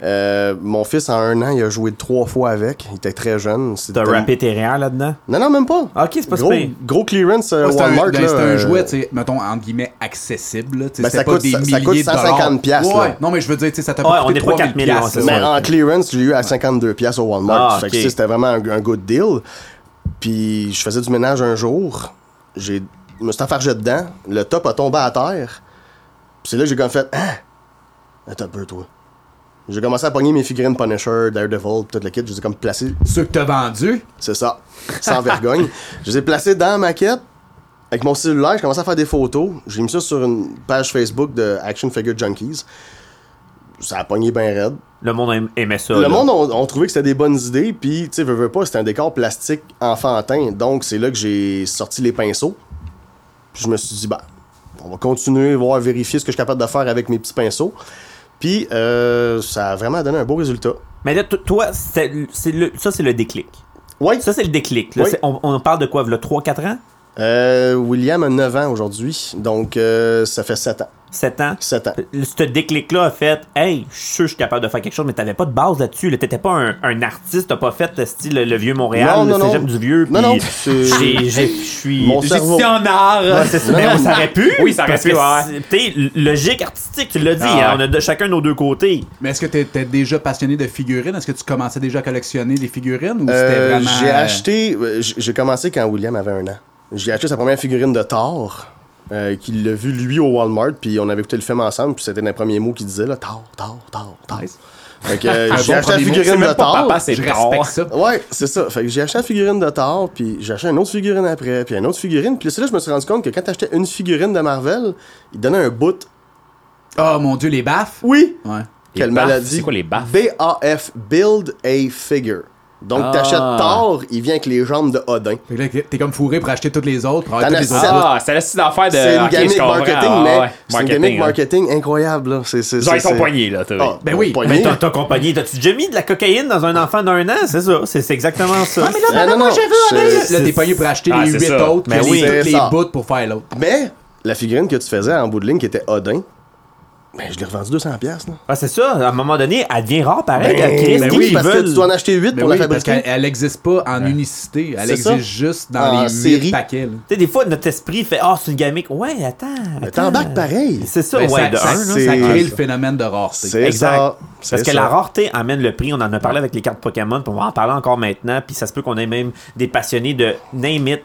Speaker 5: Euh, mon fils, en un an, il a joué trois fois avec. Il était très jeune. C'était-
Speaker 4: T'as rappé tes rien là-dedans?
Speaker 5: Non, non, même pas.
Speaker 4: Ok, c'est pas
Speaker 5: gros,
Speaker 4: super.
Speaker 5: gros clearance euh,
Speaker 2: Ouais, C'est un,
Speaker 5: Walmart.
Speaker 2: ben,
Speaker 5: là,
Speaker 2: c'est un
Speaker 5: euh,
Speaker 2: jouet, tu sais, mettons, entre guillemets, accessible. là, tu sais,
Speaker 5: Ben,
Speaker 2: c'était
Speaker 5: ça
Speaker 2: pas
Speaker 5: coûte-
Speaker 2: des
Speaker 5: ça- ça
Speaker 2: milliers
Speaker 5: coûte
Speaker 2: de dollars.
Speaker 5: 150 piastres, là.
Speaker 2: Ouais, non, mais je veux dire, tu sais, ça t'a
Speaker 4: Ouais,
Speaker 2: pas
Speaker 4: on
Speaker 2: coûté
Speaker 4: est pas
Speaker 2: 3000
Speaker 4: 4000, ouais,
Speaker 2: piastres.
Speaker 4: c'est
Speaker 5: Mais
Speaker 4: ça.
Speaker 5: en clearance, je l'ai eu à 52 pièces au Walmart.
Speaker 4: Ah,
Speaker 5: Fait
Speaker 4: ok.
Speaker 5: que, tu sais, c'était vraiment un, un good deal. Puis je faisais du ménage un jour, j'ai je me suis enfargé dedans, le top a tombé à terre. Puis c'est là que j'ai comme fait Hein? Attends un peu toi. J'ai commencé à pogner mes figurines Punisher, Daredevil, peut-être le kit, je les ai comme placés,
Speaker 2: Ceux que t'as vendus,
Speaker 5: c'est ça,
Speaker 4: *laughs*
Speaker 5: sans vergogne. Je les ai placés dans ma maquette. Avec mon cellulaire, j'ai commencé à faire des photos. J'ai mis ça sur une page Facebook de Action Figure Junkies. ça a pogné bien raide.
Speaker 4: Le monde aim- aimait ça.
Speaker 5: Le
Speaker 4: là.
Speaker 5: monde ont ont trouvé que c'était des bonnes idées, puis tu sais, veux, veux pas, c'était un décor plastique enfantin, donc c'est là que j'ai sorti les pinceaux. Puis je me suis dit, bah, on va continuer, voir, vérifier ce que je suis capable de faire avec mes petits pinceaux. Puis euh, ça a vraiment donné un beau résultat.
Speaker 4: Mais là, to- toi, c'est c'est le, ça, c'est le déclic.
Speaker 5: Ouais,
Speaker 4: Ça, c'est le déclic. là.
Speaker 5: Oui.
Speaker 4: C'est- On, on parle de quoi, là, 3-4 ans?
Speaker 5: euh, William a 9 ans aujourd'hui, donc euh, ça fait 7 ans.
Speaker 4: 7 ans?
Speaker 5: 7 ans.
Speaker 4: Le- Ce déclic-là a fait, hey, je suis sûr que je suis capable de faire quelque chose, mais t'avais pas de base là-dessus. Là. T'étais pas un, un artiste, t'as pas fait le style le vieux Montréal,
Speaker 5: Non, non,
Speaker 4: le
Speaker 5: non.
Speaker 4: cégep du vieux.
Speaker 5: Non,
Speaker 4: puis
Speaker 5: non, c'est-
Speaker 4: j'ai- j'ai- Je suis.
Speaker 5: Mon cerveau.
Speaker 4: en art. c'est
Speaker 5: *laughs*
Speaker 4: ça.
Speaker 5: Non,
Speaker 4: Mais
Speaker 5: non.
Speaker 4: ça aurait pu.
Speaker 3: Oui, ça aurait
Speaker 4: parce
Speaker 3: pu,
Speaker 4: que
Speaker 3: ouais.
Speaker 4: c'est- t'sais, Logique artistique, tu l'as dit.
Speaker 3: Ah,
Speaker 4: hein,
Speaker 3: ouais.
Speaker 4: on a de, chacun nos deux côtés.
Speaker 2: Mais est-ce que tu étais déjà passionné de figurines? Est-ce que tu commençais déjà à collectionner des figurines ou c'était
Speaker 5: Euh,
Speaker 2: vraiment.
Speaker 5: J'ai acheté. euh, j- J'ai commencé quand William avait un an. J'ai acheté sa première figurine de Thor. euh, qu'il l'a vu lui au Walmart, puis on avait écouté le film ensemble, puis c'était les premiers mots qu'il disait là, Thor, Thor, Thor, Thor.
Speaker 2: Nice.
Speaker 5: Fait que, euh,
Speaker 2: Un bon
Speaker 5: j'ai acheté la
Speaker 2: premier mot,
Speaker 5: figurine de Thor.
Speaker 3: Papa, c'est
Speaker 2: Je
Speaker 3: tard.
Speaker 2: respecte ça.
Speaker 5: Ouais, c'est ça. Fait que j'ai acheté la figurine de Thor, puis j'ai acheté une autre figurine après, puis une autre figurine. Puis c'est là que je me suis rendu compte que quand t'achetais une figurine de Marvel, il donnait un bout.
Speaker 2: Oh mon dieu, les baffes?
Speaker 5: Oui!
Speaker 2: Ouais.
Speaker 3: Les
Speaker 5: Quelle
Speaker 3: baffes,
Speaker 5: maladie.
Speaker 3: c'est quoi les baffes?
Speaker 5: BAF, Build a Figure. Donc
Speaker 3: Ah.
Speaker 5: t'achètes Thor, il vient avec les jambes de Odin.
Speaker 2: Fait que là, t'es comme fourré pour acheter toutes les autres, pour avoir
Speaker 5: T'en
Speaker 2: toutes
Speaker 5: as
Speaker 2: les
Speaker 5: sept.
Speaker 2: autres.
Speaker 3: Ah, c'est la style d'affaire de.
Speaker 5: C'est une
Speaker 3: ok, je
Speaker 5: gimmick
Speaker 3: comprends.
Speaker 5: marketing,
Speaker 3: Ah,
Speaker 5: mais
Speaker 3: ouais,
Speaker 5: c'est une gimmick
Speaker 3: hein.
Speaker 5: marketing incroyable. Là. C'est, c'est,
Speaker 3: Genre,
Speaker 5: c'est-
Speaker 3: ils sont
Speaker 5: c'est-
Speaker 3: poignés, là. t'as vu.
Speaker 5: Ah,
Speaker 2: Ben oui.
Speaker 5: poignés.
Speaker 4: Mais ton, ton compagnie, t'as-tu déjà mis de la cocaïne dans un enfant d'un an? C'est ça. C'est c'est exactement ça.
Speaker 5: Ah, non, non, c'est-
Speaker 2: Là, t'es pogné pour acheter
Speaker 3: Ah,
Speaker 2: les
Speaker 3: c'est
Speaker 2: huit
Speaker 3: ça.
Speaker 2: autres,
Speaker 4: Mais
Speaker 2: que
Speaker 4: oui.
Speaker 2: les, toutes
Speaker 5: C'est
Speaker 2: les
Speaker 5: ça.
Speaker 2: bouts pour faire l'autre.
Speaker 5: Mais la figurine que tu faisais en bout de ligne qui était Odin, ben, je l'ai revendue 200$. piastres, Là.
Speaker 4: Ah, c'est ça. À un moment donné, elle devient rare, pareil.
Speaker 5: Ben,
Speaker 4: Chris,
Speaker 5: ben
Speaker 4: qui
Speaker 5: oui, Ben
Speaker 4: qui
Speaker 5: parce
Speaker 4: veulent-
Speaker 5: que tu dois en acheter 8
Speaker 2: Mais
Speaker 5: pour
Speaker 2: Ben oui,
Speaker 5: la
Speaker 2: parce
Speaker 5: fabriquer.
Speaker 2: qu'elle n'existe pas en unicité. Elle
Speaker 5: C'est ça.
Speaker 2: existe juste dans
Speaker 5: En
Speaker 2: les
Speaker 5: série.
Speaker 2: série. paquets. là.
Speaker 4: Tu sais, des fois, notre esprit fait Ah, c'est une gamique. Ouais, attends.
Speaker 5: Mais
Speaker 4: attends.
Speaker 5: t'embarques pareil.
Speaker 4: C'est ça,
Speaker 2: Ben,
Speaker 4: ouais, de
Speaker 2: ça,
Speaker 4: un,
Speaker 2: ça-
Speaker 4: là.
Speaker 5: c'est-
Speaker 2: ça crée
Speaker 5: Ouais,
Speaker 2: le
Speaker 5: ça.
Speaker 2: phénomène de rareté.
Speaker 5: C'est
Speaker 4: Exact.
Speaker 5: ça.
Speaker 4: Parce
Speaker 5: C'est
Speaker 4: que
Speaker 5: ça.
Speaker 4: la rareté amène le prix. On en a parlé avec les cartes Pokémon, puis on va en parler encore maintenant. Puis ça se peut qu'on ait même des passionnés de name it.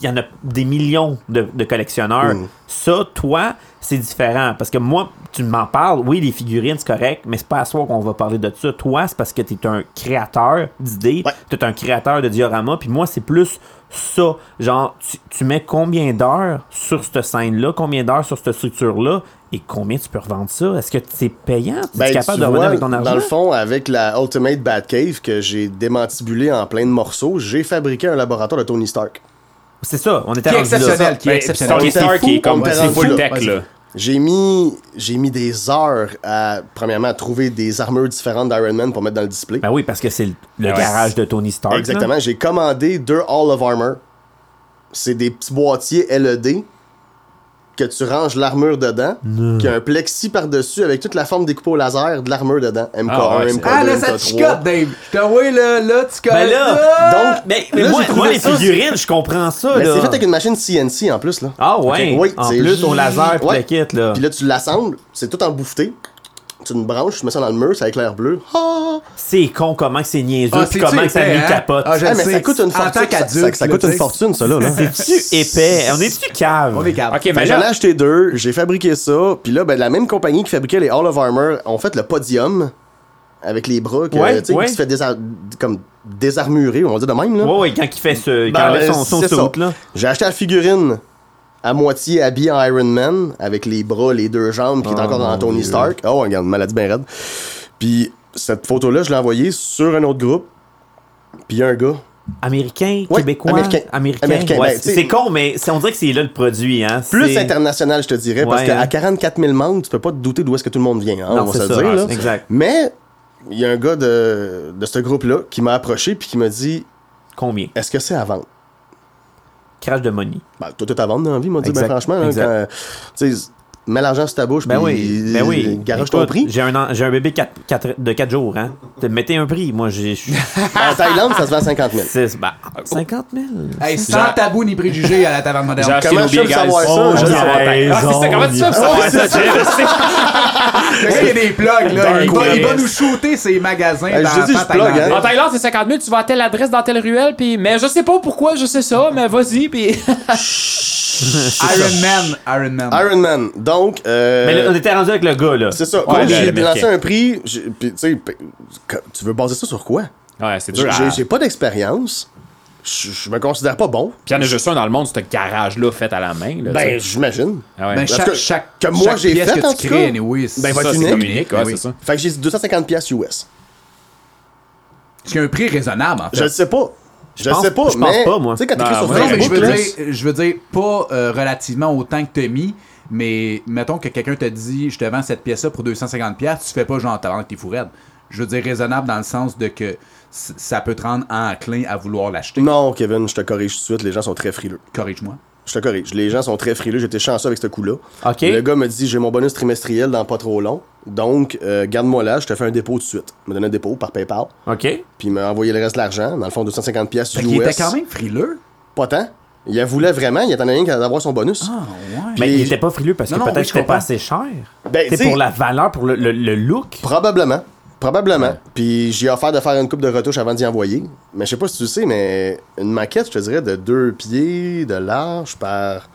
Speaker 4: Il y en a des millions de, de collectionneurs.
Speaker 5: Mm.
Speaker 4: Ça, toi, c'est différent. Parce que moi, tu m'en parles. Oui, les figurines, c'est correct, mais c'est pas à soi qu'on va parler de ça. Toi, c'est parce que tu es un créateur d'idées.
Speaker 5: Ouais.
Speaker 4: Tu es un créateur de diorama. Puis moi, c'est plus ça. Genre, tu, tu mets combien d'heures sur cette scène-là, combien d'heures sur cette structure-là, et combien tu peux revendre ça? Est-ce que c'est payant? Tu
Speaker 5: Ben,
Speaker 4: es capable
Speaker 5: tu
Speaker 4: de revenir
Speaker 5: vois,
Speaker 4: avec ton argent?
Speaker 5: Dans le fond, avec la Ultimate Batcave que j'ai démantibulée en plein de morceaux, j'ai fabriqué un laboratoire de Tony Stark.
Speaker 4: C'est ça, on
Speaker 2: Qui
Speaker 4: était
Speaker 2: est
Speaker 4: rendu là.
Speaker 2: exceptionnel, qui est
Speaker 3: Ben,
Speaker 2: exceptionnel.
Speaker 3: Tony
Speaker 5: On était
Speaker 3: Stark,
Speaker 5: fou,
Speaker 3: il est comme.
Speaker 5: on était
Speaker 3: C'est full
Speaker 5: rendu
Speaker 3: tech,
Speaker 2: là.
Speaker 3: là.
Speaker 5: J'ai mis, j'ai mis des heures à, premièrement, à trouver des armures différentes d'Iron Man pour mettre dans le display.
Speaker 4: Ben oui, parce que c'est le, le
Speaker 3: Ouais.
Speaker 4: garage de Tony Stark. là.
Speaker 5: Ah, Exactement. J'ai commandé deux Hall of Armor. C'est des petits boîtiers LED que tu ranges l'armure dedans, qui a un plexi par-dessus avec toute la forme découpée au laser de l'armure dedans. MK1,
Speaker 3: Ah ouais, c'est-
Speaker 5: MK2,
Speaker 2: Ah, là, ça te
Speaker 5: MK3.
Speaker 2: chicote, Dave. Je t'envoie là, là, tu colles.
Speaker 4: Ben là,
Speaker 5: Donc,
Speaker 4: Mais, mais
Speaker 5: là,
Speaker 4: moi,
Speaker 5: j'ai trouvé
Speaker 4: moi, les
Speaker 5: ça,
Speaker 4: figurines, je comprends ça.
Speaker 5: Mais
Speaker 4: là.
Speaker 5: Ben, c'est fait avec une machine CNC en plus. Là.
Speaker 4: Ah ouais,
Speaker 5: Ok, oui,
Speaker 4: en
Speaker 5: c'est
Speaker 4: plus au
Speaker 5: juste-
Speaker 4: laser pour
Speaker 5: ouais.
Speaker 4: le kit là.
Speaker 5: Puis là, tu l'assembles, c'est tout embouffeté. Tu une branche, tu mets ça dans le mur, ça éclaire bleu. Ah!
Speaker 4: C'est con comment que c'est niaiseux
Speaker 2: Ah,
Speaker 4: puis
Speaker 2: c'est-tu
Speaker 4: comment que ça
Speaker 2: épais,
Speaker 4: nous
Speaker 2: hein?
Speaker 4: capote.
Speaker 2: Ah, je-
Speaker 5: Eh, mais ça
Speaker 2: sais,
Speaker 5: coûte une
Speaker 2: en
Speaker 5: fortune.
Speaker 2: tant
Speaker 5: ça-
Speaker 2: qu'adulte,
Speaker 5: ça, ça
Speaker 2: là,
Speaker 5: coûte
Speaker 2: tu
Speaker 5: une
Speaker 2: sais.
Speaker 5: fortune, ça, là. là.
Speaker 4: C'est-tu épais? On est-tu cave?
Speaker 2: On est capable.
Speaker 4: Ben
Speaker 3: Ok, mais
Speaker 5: J'en ai
Speaker 3: là.
Speaker 5: acheté deux, j'ai fabriqué ça, puis là, ben, la même compagnie qui fabriquait les Hall of Armor ont fait le podium avec les bras que,
Speaker 4: Ouais,
Speaker 5: tu sais,
Speaker 4: ouais.
Speaker 5: qui se fait désar- comme désarmurer, on va dire de même. Là.
Speaker 4: Ouais, ouais, quand il fait ce.
Speaker 5: Ben,
Speaker 4: quand il enlève son,
Speaker 5: euh,
Speaker 4: son
Speaker 5: c'est ça.
Speaker 4: saut, là.
Speaker 5: J'ai acheté la figurine à moitié habillée en Iron Man, avec les bras, les deux jambes,
Speaker 4: Oh
Speaker 5: qui est encore dans Tony Stark. Oh, regarde, maladie bien raide. Puis cette photo-là, je l'ai envoyée sur un autre groupe, puis il y a un gars.
Speaker 4: Américain,
Speaker 5: Ouais,
Speaker 4: québécois,
Speaker 5: américain.
Speaker 4: américain.
Speaker 5: Américain,
Speaker 4: Ouais,
Speaker 5: ben,
Speaker 4: c'est
Speaker 5: t'sais-
Speaker 4: c'est con, mais c'est- on dirait que c'est là le produit. Hein.
Speaker 5: Plus
Speaker 4: C'est-
Speaker 5: international, je te dirais, parce
Speaker 4: Ouais,
Speaker 5: qu'à
Speaker 4: hein.
Speaker 5: 44 000 membres, tu peux pas te douter d'où est-ce que tout le monde vient. hein,
Speaker 4: Non,
Speaker 5: on va
Speaker 4: c'est
Speaker 5: se le
Speaker 4: ça,
Speaker 5: dire.
Speaker 4: ouais,
Speaker 5: là.
Speaker 4: c'est exact.
Speaker 5: Mais il y a un gars de, de ce groupe-là qui m'a approché puis qui m'a dit
Speaker 4: Combien?
Speaker 5: Est-ce que c'est à vendre
Speaker 4: Crash de money.
Speaker 5: ben, Tout est à vendre dans la vie, il m'a dit
Speaker 4: Exact,
Speaker 5: ben, Franchement, là,
Speaker 4: exact.
Speaker 5: quand, tu sais, mets l'argent sur ta bouche,
Speaker 4: Ben
Speaker 5: puis
Speaker 4: oui, ben oui.
Speaker 5: garoche ton
Speaker 4: Écoute,
Speaker 5: prix.
Speaker 4: J'ai un, an- j'ai un bébé quatre- quatre- de 4 jours, hein. Te- Mettez un prix. Moi, j'ai. je suis-
Speaker 5: *laughs* En Thaïlande, ça se vend 50 000.
Speaker 4: six- ben, 50 000.
Speaker 2: Hey, sans tabou ni préjugé à la taverne
Speaker 3: J'ai
Speaker 2: moderne.
Speaker 3: acheté
Speaker 5: Comment
Speaker 3: nos
Speaker 5: je peux
Speaker 3: billets, guys.
Speaker 5: savoir ça?
Speaker 3: On s'en
Speaker 5: Je sais.
Speaker 3: va en tête. Ah, c'est ça, comment tu peux savoir ça, Jeff?
Speaker 2: Le gars, il y a des plugs, là. Il va, il va
Speaker 3: Dark
Speaker 2: nous shooter ces magasins.
Speaker 5: Hey, je
Speaker 2: d'enfants
Speaker 5: dis, je plug, hein.
Speaker 2: thaïlandais.
Speaker 3: En Thaïlande, c'est 50 000, tu vas à telle adresse dans telle ruelle, puis. Mais je sais pas pourquoi, je sais ça, mais vas-y, puis. *laughs*
Speaker 2: Ah, Iron Man, Iron Man.
Speaker 5: Iron Man. Donc, euh,
Speaker 4: Mais là, Ben, on était rendu avec le gars, là.
Speaker 5: c'est ça.
Speaker 3: Ouais,
Speaker 5: Donc,
Speaker 3: le-
Speaker 5: j'ai
Speaker 3: le
Speaker 5: lancé
Speaker 3: Américain.
Speaker 5: un prix. j'ai- puis, tu sais, p- tu veux baser ça sur quoi
Speaker 3: Ouais, c'est dur.
Speaker 4: Ah.
Speaker 3: Ah,
Speaker 5: J'ai-
Speaker 3: à-
Speaker 5: J'ai j'ai pas d'expérience. je, je me considère pas bon.
Speaker 3: Puis il y en a juste un dans le monde, ce garage-là fait à la main. là, tu sais.
Speaker 5: Ben, j'imagine.
Speaker 3: Ah ouais.
Speaker 2: Ben,
Speaker 5: Parce
Speaker 2: chaque,
Speaker 5: que-
Speaker 2: chaque,
Speaker 5: que moi,
Speaker 2: chaque
Speaker 5: j'ai
Speaker 2: pièce
Speaker 5: fait,
Speaker 2: que
Speaker 5: en
Speaker 2: tu
Speaker 5: tout cas,
Speaker 2: crées, anyway, c'est-
Speaker 5: ben, va
Speaker 3: ça,
Speaker 5: être
Speaker 3: c'est
Speaker 5: unique.
Speaker 3: communique, ouais,
Speaker 2: Oui.
Speaker 3: c'est ça.
Speaker 5: Fait que j'ai dit 250$ piastres US.
Speaker 2: ce qui a un prix raisonnable, en fait.
Speaker 5: Je le sais pas. Je le
Speaker 4: pense-
Speaker 5: sais pas,
Speaker 4: je pense
Speaker 5: mais.
Speaker 4: pas, moi.
Speaker 5: Tu sais, quand t'écris
Speaker 3: Ben,
Speaker 5: sur
Speaker 3: ouais,
Speaker 2: Non, mais je
Speaker 5: Facebook,
Speaker 2: veux,
Speaker 5: là,
Speaker 2: dire, je veux dire, pas euh, relativement autant que t'as mis, mais mettons que quelqu'un te dit, je te vends cette pièce-là pour 250$, piastres, tu fais pas genre, t'as que t'es fourrette. Je veux dire, raisonnable dans le sens de que c- ça peut te rendre enclin à vouloir l'acheter.
Speaker 5: Non, Kevin, je te corrige tout de suite. Les gens sont très frileux.
Speaker 2: Corrige-moi.
Speaker 5: Je te corrige. Les gens sont très frileux. J'étais chanceux avec ce coup-là.
Speaker 4: OK.
Speaker 5: Le gars me dit j'ai mon bonus trimestriel dans pas trop long. Donc, euh, garde-moi là, je te fais un dépôt tout de suite. Il me donne un dépôt par PayPal.
Speaker 4: OK.
Speaker 5: Puis il m'a envoyé le reste de l'argent. Dans le fond, 250$ piastres
Speaker 2: Fait
Speaker 5: US.
Speaker 2: qu'il était quand même frileux.
Speaker 5: Pas tant. Il en voulait vraiment. Il attendait rien qu'à avoir son bonus.
Speaker 2: Ah, ouais.
Speaker 4: Mais
Speaker 5: Puis-
Speaker 4: il était pas frileux parce que
Speaker 2: Non, non,
Speaker 4: peut-être
Speaker 2: oui,
Speaker 4: que
Speaker 2: je
Speaker 4: c'était pas
Speaker 2: comprends.
Speaker 4: assez cher.
Speaker 5: Ben,
Speaker 4: c'est
Speaker 5: t'sais-
Speaker 4: pour la valeur, pour le, le- le look.
Speaker 5: Probablement. Probablement. Puis j'ai offert de faire une coupe de retouche avant d'y envoyer. Mais je sais pas si tu le sais, mais une maquette, je te dirais, de deux pieds de large par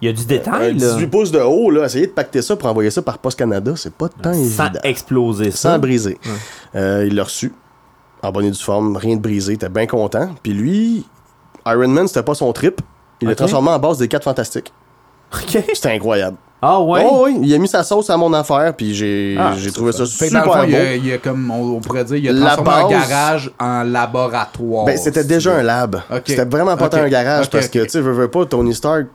Speaker 4: Il y a du
Speaker 5: un
Speaker 4: détail, là.
Speaker 5: 18 pouces de haut. Là. Essayer de pacter ça pour envoyer ça par Post Canada, c'est pas tant
Speaker 4: Sans
Speaker 5: évident.
Speaker 4: exploser
Speaker 5: Sans
Speaker 4: ça.
Speaker 5: briser. Euh, il l'a reçu. En bonne et due forme, rien de brisé. Il était bien content. Puis lui, Iron Man, c'était pas son trip. Il l'a
Speaker 4: Ok.
Speaker 5: transformé en base des 4 fantastiques.
Speaker 4: OK.
Speaker 5: C'était incroyable.
Speaker 4: Ah ouais.
Speaker 5: Oh oui, il a mis sa sauce à mon affaire, puis j'ai
Speaker 4: Ah,
Speaker 5: j'ai trouvé ça
Speaker 2: Fait que
Speaker 5: super
Speaker 2: dans le fond,
Speaker 5: beau.
Speaker 2: il y a, il y a comme on, on pourrait dire, il a
Speaker 5: La
Speaker 2: transformé un
Speaker 5: base-
Speaker 2: garage en laboratoire.
Speaker 5: Ben, c'était déjà un lab.
Speaker 2: Oh, Ok.
Speaker 5: C'était vraiment pas
Speaker 2: Ok.
Speaker 5: tant un garage
Speaker 2: Ok,
Speaker 5: parce que,
Speaker 2: ok.
Speaker 5: tu sais, veux, veux pas, Tony Stark,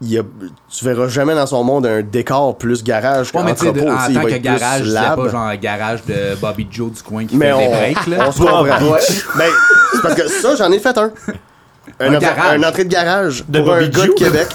Speaker 5: il y a- tu verras jamais dans son monde un décor plus garage
Speaker 2: Ouais, mais tu sais, de-
Speaker 5: qu'entrepôt.
Speaker 2: en
Speaker 5: tu sais, il
Speaker 2: tant
Speaker 5: va
Speaker 2: que
Speaker 5: être plus
Speaker 2: garage, c'est
Speaker 5: lab.
Speaker 2: pas genre un garage de Bobby Joe du coin qui
Speaker 5: mais
Speaker 2: fait
Speaker 5: on,
Speaker 2: des breaks, là. Ah,
Speaker 5: on se comprend. Ouais. Ben, c'est parce que ça, j'en ai fait
Speaker 2: *laughs*
Speaker 5: un. Un, entrée-
Speaker 2: garage.
Speaker 5: un entrée de garage
Speaker 4: De
Speaker 5: pour un
Speaker 4: Bobby
Speaker 5: gars de
Speaker 2: *laughs*
Speaker 4: Joe.
Speaker 5: Québec.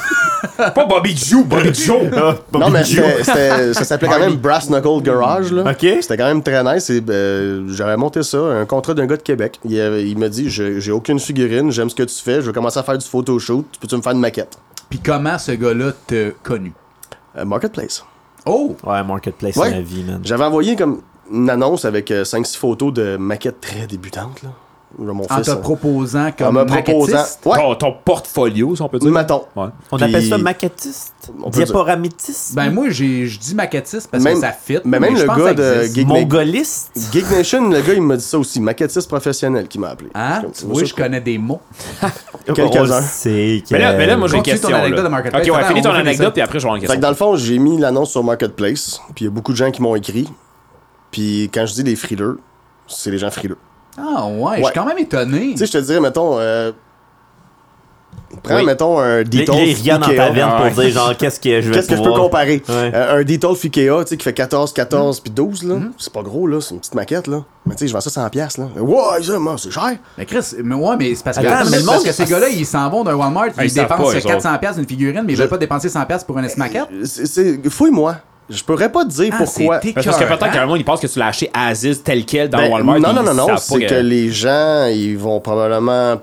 Speaker 3: Pas Bobby Joe, Bobby
Speaker 4: *laughs*
Speaker 3: Joe.
Speaker 4: Ah,
Speaker 5: non, mais c'était- c'était- ça s'appelait quand même Brass Knuckle Garage. Là.
Speaker 4: OK.
Speaker 5: C'était quand même très nice. et, euh, J'avais monté ça, un contrat d'un gars de Québec. Il, avait- il m'a dit J'ai j'ai aucune figurine, j'aime ce que tu fais, je veux commencer à faire du photoshoot, peux-tu me faire une maquette
Speaker 2: Puis comment ce gars-là t'a connu?
Speaker 5: Euh, Marketplace.
Speaker 2: Oh!
Speaker 4: Ouais, Marketplace,
Speaker 5: Ouais.
Speaker 4: c'est la vie, man.
Speaker 5: J'avais envoyé comme une annonce avec 5-6 photos de maquettes très débutantes. Là. Là, mon
Speaker 2: En
Speaker 5: fils,
Speaker 2: te
Speaker 5: hein.
Speaker 2: proposant
Speaker 5: En
Speaker 2: comme
Speaker 5: me proposant.
Speaker 2: Ah, maquettiste? Oh,
Speaker 5: Ouais,
Speaker 3: Ton, ton portfolio, si on peut
Speaker 5: du
Speaker 3: dire.
Speaker 5: maton.
Speaker 3: Ouais.
Speaker 4: On
Speaker 5: Puis-
Speaker 4: appelle ça maquettiste,
Speaker 5: On peut dire-
Speaker 4: diaparamitiste,
Speaker 2: Ben moi, j'ai- je dis maquettiste parce
Speaker 5: Même-
Speaker 2: que ça fit.
Speaker 5: mais même
Speaker 2: je
Speaker 5: le
Speaker 2: pense
Speaker 5: gars
Speaker 2: que ça
Speaker 5: de
Speaker 2: existe.
Speaker 5: Geek-
Speaker 4: mongoliste.
Speaker 5: Geek Nation, le gars, il m'a dit ça aussi, maquettiste professionnel qui m'a appelé.
Speaker 2: Hein?
Speaker 5: Comme,
Speaker 2: Tu vois,
Speaker 5: ça,
Speaker 2: je connais des mots.
Speaker 5: Quelques-uns.
Speaker 4: Oh, C'est
Speaker 3: Mais là, mais là, moi, j'ai une
Speaker 2: Continue
Speaker 3: question.
Speaker 2: ton anecdote
Speaker 3: là.
Speaker 2: de Marketplace.
Speaker 3: Ok, ouais,
Speaker 2: Attends,
Speaker 3: finis
Speaker 2: on
Speaker 3: ton
Speaker 2: finit ça.
Speaker 3: anecdote, puis après, je vais avoir une
Speaker 5: Fait que
Speaker 3: question.
Speaker 5: dans le fond, j'ai mis l'annonce sur Marketplace, puis il y a beaucoup de gens qui m'ont écrit. Puis quand je dis des frileux, c'est les gens frileux.
Speaker 2: Ah ouais, je
Speaker 5: Ouais.
Speaker 2: suis quand même étonné.
Speaker 5: Tu sais, je te dirais, mettons, euh, prends,
Speaker 4: Oui.
Speaker 5: mettons, un
Speaker 4: Les
Speaker 5: Detox
Speaker 4: gars, ils regardent dans ta
Speaker 5: Ikea.
Speaker 4: veine
Speaker 3: ouais.
Speaker 4: pour dire, genre, qu'est-ce que je vais
Speaker 5: Qu'est-ce que je peux
Speaker 4: pouvoir-
Speaker 5: comparer?
Speaker 4: Ouais.
Speaker 5: Euh, un Detolf Ikea, tu sais, qui fait 14, 14, puis 12, là. C'est pas gros, là. C'est une petite maquette, là. Mais tu sais, je vends ça 100 piastres, là. Ouais, ça, moi, c'est cher.
Speaker 2: Mais Chris, mais ouais, mais c'est parce que,
Speaker 4: Attends,
Speaker 2: Attends,
Speaker 4: mais
Speaker 2: mais
Speaker 4: le
Speaker 2: parce
Speaker 4: monde-
Speaker 2: que ces gars-là, ils s'en vont d'un Walmart, ils,
Speaker 3: ils savent
Speaker 2: dépensent
Speaker 3: pas, eux
Speaker 2: 400$ piastres d'une figurine, mais ils veulent pas dépenser 100$ pour une S-maquette.
Speaker 5: Euh, C'est- c'est- Fouille-moi. Je pourrais pas te dire
Speaker 2: Ah,
Speaker 5: pourquoi.
Speaker 2: c'est
Speaker 3: Parce que
Speaker 2: Cœur,
Speaker 3: peut-être
Speaker 2: hein?
Speaker 3: qu'à un moment, ils pensent que tu l'as acheté Aziz tel quel dans
Speaker 5: Ben,
Speaker 3: Walmart.
Speaker 5: Non,
Speaker 3: ils
Speaker 5: non, non, non.
Speaker 3: savent pas
Speaker 5: C'est que... les gens, ils vont probablement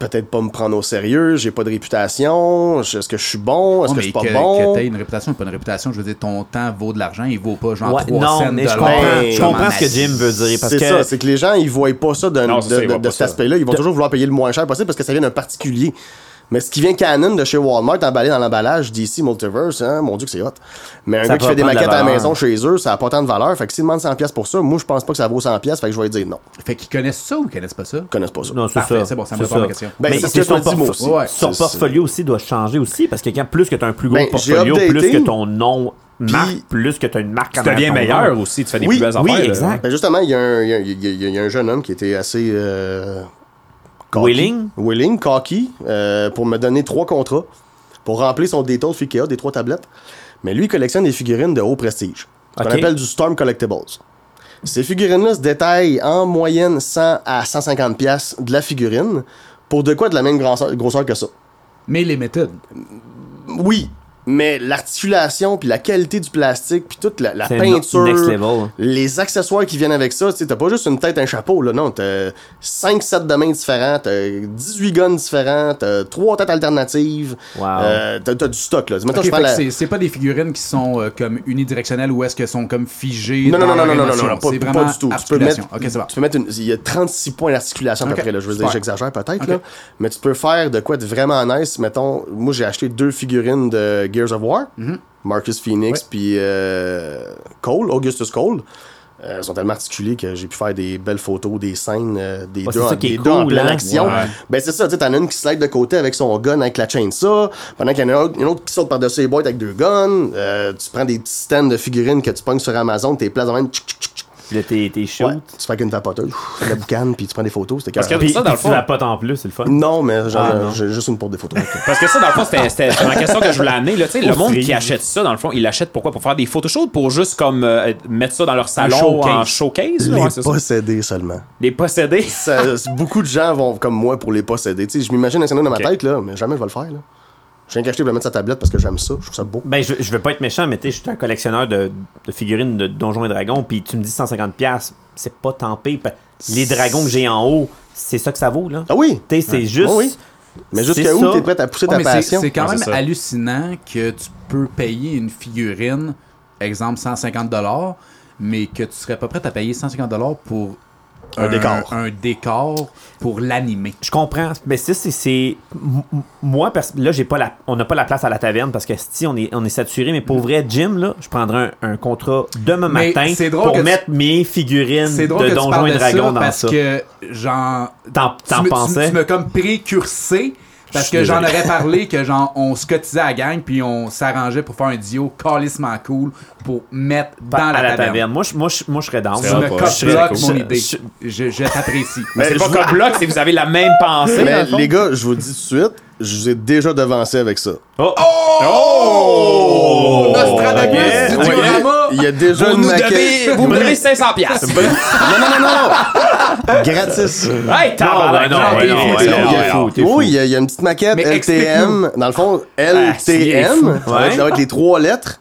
Speaker 5: peut-être pas me prendre au sérieux. J'ai pas de réputation. je- Est-ce que je suis bon? Est-ce
Speaker 2: Non, mais
Speaker 5: que je suis
Speaker 2: que,
Speaker 5: pas
Speaker 2: que
Speaker 5: bon?
Speaker 2: t'aies une réputation ou pas une réputation, je veux dire, ton temps vaut de l'argent, il vaut pas genre
Speaker 4: Ouais,
Speaker 2: 3
Speaker 4: non,
Speaker 2: cents
Speaker 4: mais
Speaker 2: de
Speaker 4: je
Speaker 2: l'heure.
Speaker 4: comprends, je
Speaker 2: Comme
Speaker 4: comprends
Speaker 2: en
Speaker 4: ce que
Speaker 2: Asie.
Speaker 4: Jim veut dire. Parce
Speaker 5: Ben, C'est ça,
Speaker 4: que
Speaker 5: c'est que les gens, ils voient pas ça d'un-
Speaker 3: Non,
Speaker 5: de,
Speaker 3: c'est ça, ils
Speaker 5: de-
Speaker 3: voient
Speaker 5: de
Speaker 3: pas
Speaker 5: cet
Speaker 3: ça.
Speaker 5: aspect-là. Ils vont toujours vouloir payer le moins cher possible parce que ça vient d'un particulier. Mais ce qui vient canon de chez Walmart, emballé dans l'emballage d'ici Multiverse, hein, mon Dieu que c'est hot. Mais un
Speaker 4: Ça
Speaker 5: gars qui
Speaker 4: peut
Speaker 5: fait des
Speaker 4: prendre de la
Speaker 5: maquettes à la
Speaker 4: valeur.
Speaker 5: maison chez eux, ça a pas tant de valeur. Fait que s'ils demandent 100$ piastres pour ça, moi je pense pas que ça vaut 100$, piastres, fait que je vais lui dire non.
Speaker 2: Fait qu'ils connaissent ça ou ils connaissent pas ça?
Speaker 5: Ils connaissent pas ça.
Speaker 4: Non, c'est
Speaker 2: Parfait,
Speaker 4: ça.
Speaker 2: c'est bon, ça me répond à ma question.
Speaker 5: Ben,
Speaker 4: mais
Speaker 5: c'est
Speaker 4: c'est
Speaker 5: ce que je
Speaker 4: ton,
Speaker 5: me dis, moi
Speaker 4: portefeuille-
Speaker 5: aussi.
Speaker 2: Ouais.
Speaker 4: son
Speaker 5: C'est-
Speaker 4: portfolio aussi doit changer aussi parce que quand plus que tu as un plus gros
Speaker 5: Ben, j'ai
Speaker 4: portfolio, plus
Speaker 5: updaté,
Speaker 4: que ton nom
Speaker 5: puis-
Speaker 4: marque, plus que tu as une marque en
Speaker 3: Tu deviens
Speaker 4: arrière de ton
Speaker 3: meilleur
Speaker 4: nom.
Speaker 3: aussi, tu fais des
Speaker 5: Oui,
Speaker 3: plus belles
Speaker 4: oui,
Speaker 3: affaires. là.
Speaker 4: exact.
Speaker 5: Ben, justement, il y, a un- il y a- il y a- il y a un jeune homme qui était assez. euh, cocky.
Speaker 4: Willing?
Speaker 5: Willing, cocky, euh, pour me donner trois contrats pour remplir son détour de Ikea des trois tablettes. Mais lui, il collectionne des figurines de haut prestige. Ce qu'on
Speaker 4: Ok.
Speaker 5: appelle du Storm Collectibles. Ces figurines-là se détaillent en moyenne 100 à 150$ piastres de la figurine pour de quoi de la même grosseur, grosseur que ça.
Speaker 2: Mais les méthodes.
Speaker 5: Oui, mais l'articulation, puis la qualité du plastique, puis toute la, la
Speaker 4: C'est
Speaker 5: peinture,
Speaker 4: next level.
Speaker 5: les accessoires qui viennent avec ça, tu sais, t'as pas juste une tête, un chapeau, là, non, t'as 5 sets de mains différents, t'as 18 guns différents, t'as 3 têtes alternatives,
Speaker 4: Wow.
Speaker 5: euh, t'as, t'as du stock, là. Mettons,
Speaker 2: Ok,
Speaker 5: je prends
Speaker 2: fait que
Speaker 5: la-
Speaker 2: c'est- C'est pas des figurines qui sont euh, comme unidirectionnelles ou est-ce qu'elles sont comme figées
Speaker 5: Non, non,
Speaker 2: dans leur
Speaker 5: non, non, non, non, non,
Speaker 2: émotion?
Speaker 5: non, pas,
Speaker 2: C'est
Speaker 5: pas
Speaker 2: vraiment
Speaker 5: du tout. Tu peux
Speaker 2: articulation.
Speaker 5: mettre,
Speaker 2: Ok, c'est bon.
Speaker 5: tu peux mettre une, il y a 36 points d'articulation à
Speaker 2: Ok,
Speaker 5: peu près, là, je veux
Speaker 2: super.
Speaker 5: dire, j'exagère peut-être,
Speaker 2: Ok.
Speaker 5: là, mais tu peux faire de quoi de vraiment nice, mettons, moi j'ai acheté deux figurines de
Speaker 2: Mhm.
Speaker 5: Gears of War, Marcus Phoenix puis euh, Cole, Augustus Cole, Euh, ils sont tellement articulés que j'ai pu faire des belles photos, des scènes, euh, des
Speaker 4: Ouais,
Speaker 5: deux,
Speaker 4: c'est ça
Speaker 5: en-
Speaker 4: qui est
Speaker 5: des deux en
Speaker 4: cool,
Speaker 5: pleine
Speaker 4: hein?
Speaker 5: action.
Speaker 4: Ouais.
Speaker 5: Ben c'est ça, tu sais, t'en as une qui slide de côté avec son gun avec la chainsaw, pendant qu'il y en a une autre qui saute par-dessus les boîtes avec deux guns, Euh, tu prends des petits stands de figurines que tu pognes sur Amazon, t'es places en même, tchic, tchic, tchic, tchic.
Speaker 4: Puis là, t'es t'es shoot.
Speaker 5: Ouais, tu fais avec une tapoteuse, *laughs* la boucane, puis tu prends des photos, c'était
Speaker 3: Parce
Speaker 5: carré.
Speaker 3: que
Speaker 4: Puis,
Speaker 3: ça, dans le
Speaker 4: puis
Speaker 3: fond-
Speaker 4: tu la potes en plus, c'est le fun.
Speaker 5: Non, mais genre,
Speaker 4: Ah, non.
Speaker 5: j'ai juste une pour des photos. ok.
Speaker 3: Parce que ça, dans le fond, c'était- c'était c'est ma question que je voulais amener. Là. Tu sais, Le
Speaker 4: Au
Speaker 3: monde qui
Speaker 4: frigo.
Speaker 3: achète ça, dans le fond, il l'achète pourquoi Pour faire des photos chaudes, pour juste comme euh, mettre ça dans leur salon
Speaker 4: showcase.
Speaker 3: en showcase. là,
Speaker 5: les
Speaker 3: ouais, c'est ça.
Speaker 5: posséder seulement.
Speaker 3: Les possédés.
Speaker 5: Ça, c'est- beaucoup de gens vont comme moi pour les posséder. Tu sais, je m'imagine un scénario dans
Speaker 3: Ok.
Speaker 5: ma tête, là, mais jamais je vais le faire. Là. Je viens qu'acheter pour le mettre sur sa tablette parce que j'aime ça, je trouve ça beau.
Speaker 4: Ben, je, je veux pas être méchant, mais tu sais, je suis un collectionneur de, de figurines de Donjons et Dragons, puis tu me dis 150$, c'est pas tant pis. Les dragons que j'ai en haut, c'est ça que ça vaut, là.
Speaker 5: Ah oui!
Speaker 4: Tu sais, c'est juste.
Speaker 5: Oui, oui. Mais
Speaker 4: c'est
Speaker 5: jusqu'à où
Speaker 4: ça.
Speaker 5: t'es prête à pousser
Speaker 2: Ouais,
Speaker 5: ta
Speaker 2: mais c'est-
Speaker 5: passion?
Speaker 2: C'est quand
Speaker 3: Ouais,
Speaker 2: même
Speaker 3: c'est ça.
Speaker 2: hallucinant que tu peux payer une figurine, exemple 150 mais que tu serais pas prêt à payer 150 pour
Speaker 5: Un décor.
Speaker 2: un décor pour l'animer.
Speaker 4: Je comprends, mais ça, c'est- c'est. m- m- Moi, pers- là, j'ai pas la... on n'a pas la place à la taverne parce que si on est, on est saturé, mais pour
Speaker 5: Mm.
Speaker 4: vrai, Jim, là, je prendrais un, un contrat demain
Speaker 2: Mais
Speaker 4: matin
Speaker 2: c'est drôle
Speaker 4: pour
Speaker 2: que tu-
Speaker 4: mettre mes figurines
Speaker 2: C'est drôle
Speaker 4: de
Speaker 2: que tu
Speaker 4: Donjons
Speaker 2: parles
Speaker 4: et
Speaker 2: de ça
Speaker 4: Dragons dans
Speaker 2: parce
Speaker 4: ça.
Speaker 2: que genre
Speaker 4: T'en
Speaker 2: tu
Speaker 4: t'en
Speaker 2: me- tu-
Speaker 4: pensais?
Speaker 2: Tu m'as comme précursé parce
Speaker 4: suis
Speaker 2: que j'en
Speaker 4: désolé.
Speaker 2: aurais parlé que genre on se cotisait à la gang puis on s'arrangeait pour faire un duo calissement cool pour mettre dans
Speaker 4: à
Speaker 2: la, taverne.
Speaker 4: Moi, je, moi, je, moi, je serais down.
Speaker 3: C'est
Speaker 2: Tu
Speaker 3: Ah,
Speaker 2: me
Speaker 3: pas.
Speaker 2: copies
Speaker 3: Je serais
Speaker 2: bloques
Speaker 4: cool.
Speaker 2: mon idée.
Speaker 4: Je-
Speaker 2: Je, je t'apprécie.
Speaker 5: Mais
Speaker 3: C'est
Speaker 5: je
Speaker 3: pas
Speaker 5: vous-
Speaker 3: comme bloc si vous avez la même pensée. dans
Speaker 5: mais
Speaker 3: le fond.
Speaker 5: les gars, je vous le dis tout de suite, je vous ai déjà devancé avec ça.
Speaker 4: Oh!
Speaker 3: Oh!
Speaker 2: Nostradamus
Speaker 3: Ok.
Speaker 2: du
Speaker 5: Ouais,
Speaker 3: Ok.
Speaker 2: diorama.
Speaker 5: Il y a déjà
Speaker 3: Vous
Speaker 5: une
Speaker 3: nous
Speaker 5: maquette. Ben,
Speaker 3: devez,
Speaker 5: *laughs*
Speaker 3: vous me devez 500 piastres.
Speaker 5: Non, non, non, non, non! Gratis!
Speaker 3: Hey, tabarnak,
Speaker 4: Non, non,
Speaker 3: non,
Speaker 2: ouais,
Speaker 3: t'es
Speaker 2: non,
Speaker 3: fou,
Speaker 2: ouais,
Speaker 3: t'es
Speaker 4: non,
Speaker 3: fou,
Speaker 4: ouais,
Speaker 3: t'es
Speaker 4: non.
Speaker 3: fou.
Speaker 4: t'es fou.
Speaker 5: Oui, il y, a- il y a une petite maquette
Speaker 2: Mais
Speaker 5: LTM. Dans le fond,
Speaker 4: si, il est fou.
Speaker 5: LTM, ça, va être,
Speaker 4: Ouais.
Speaker 5: ça va être les trois lettres.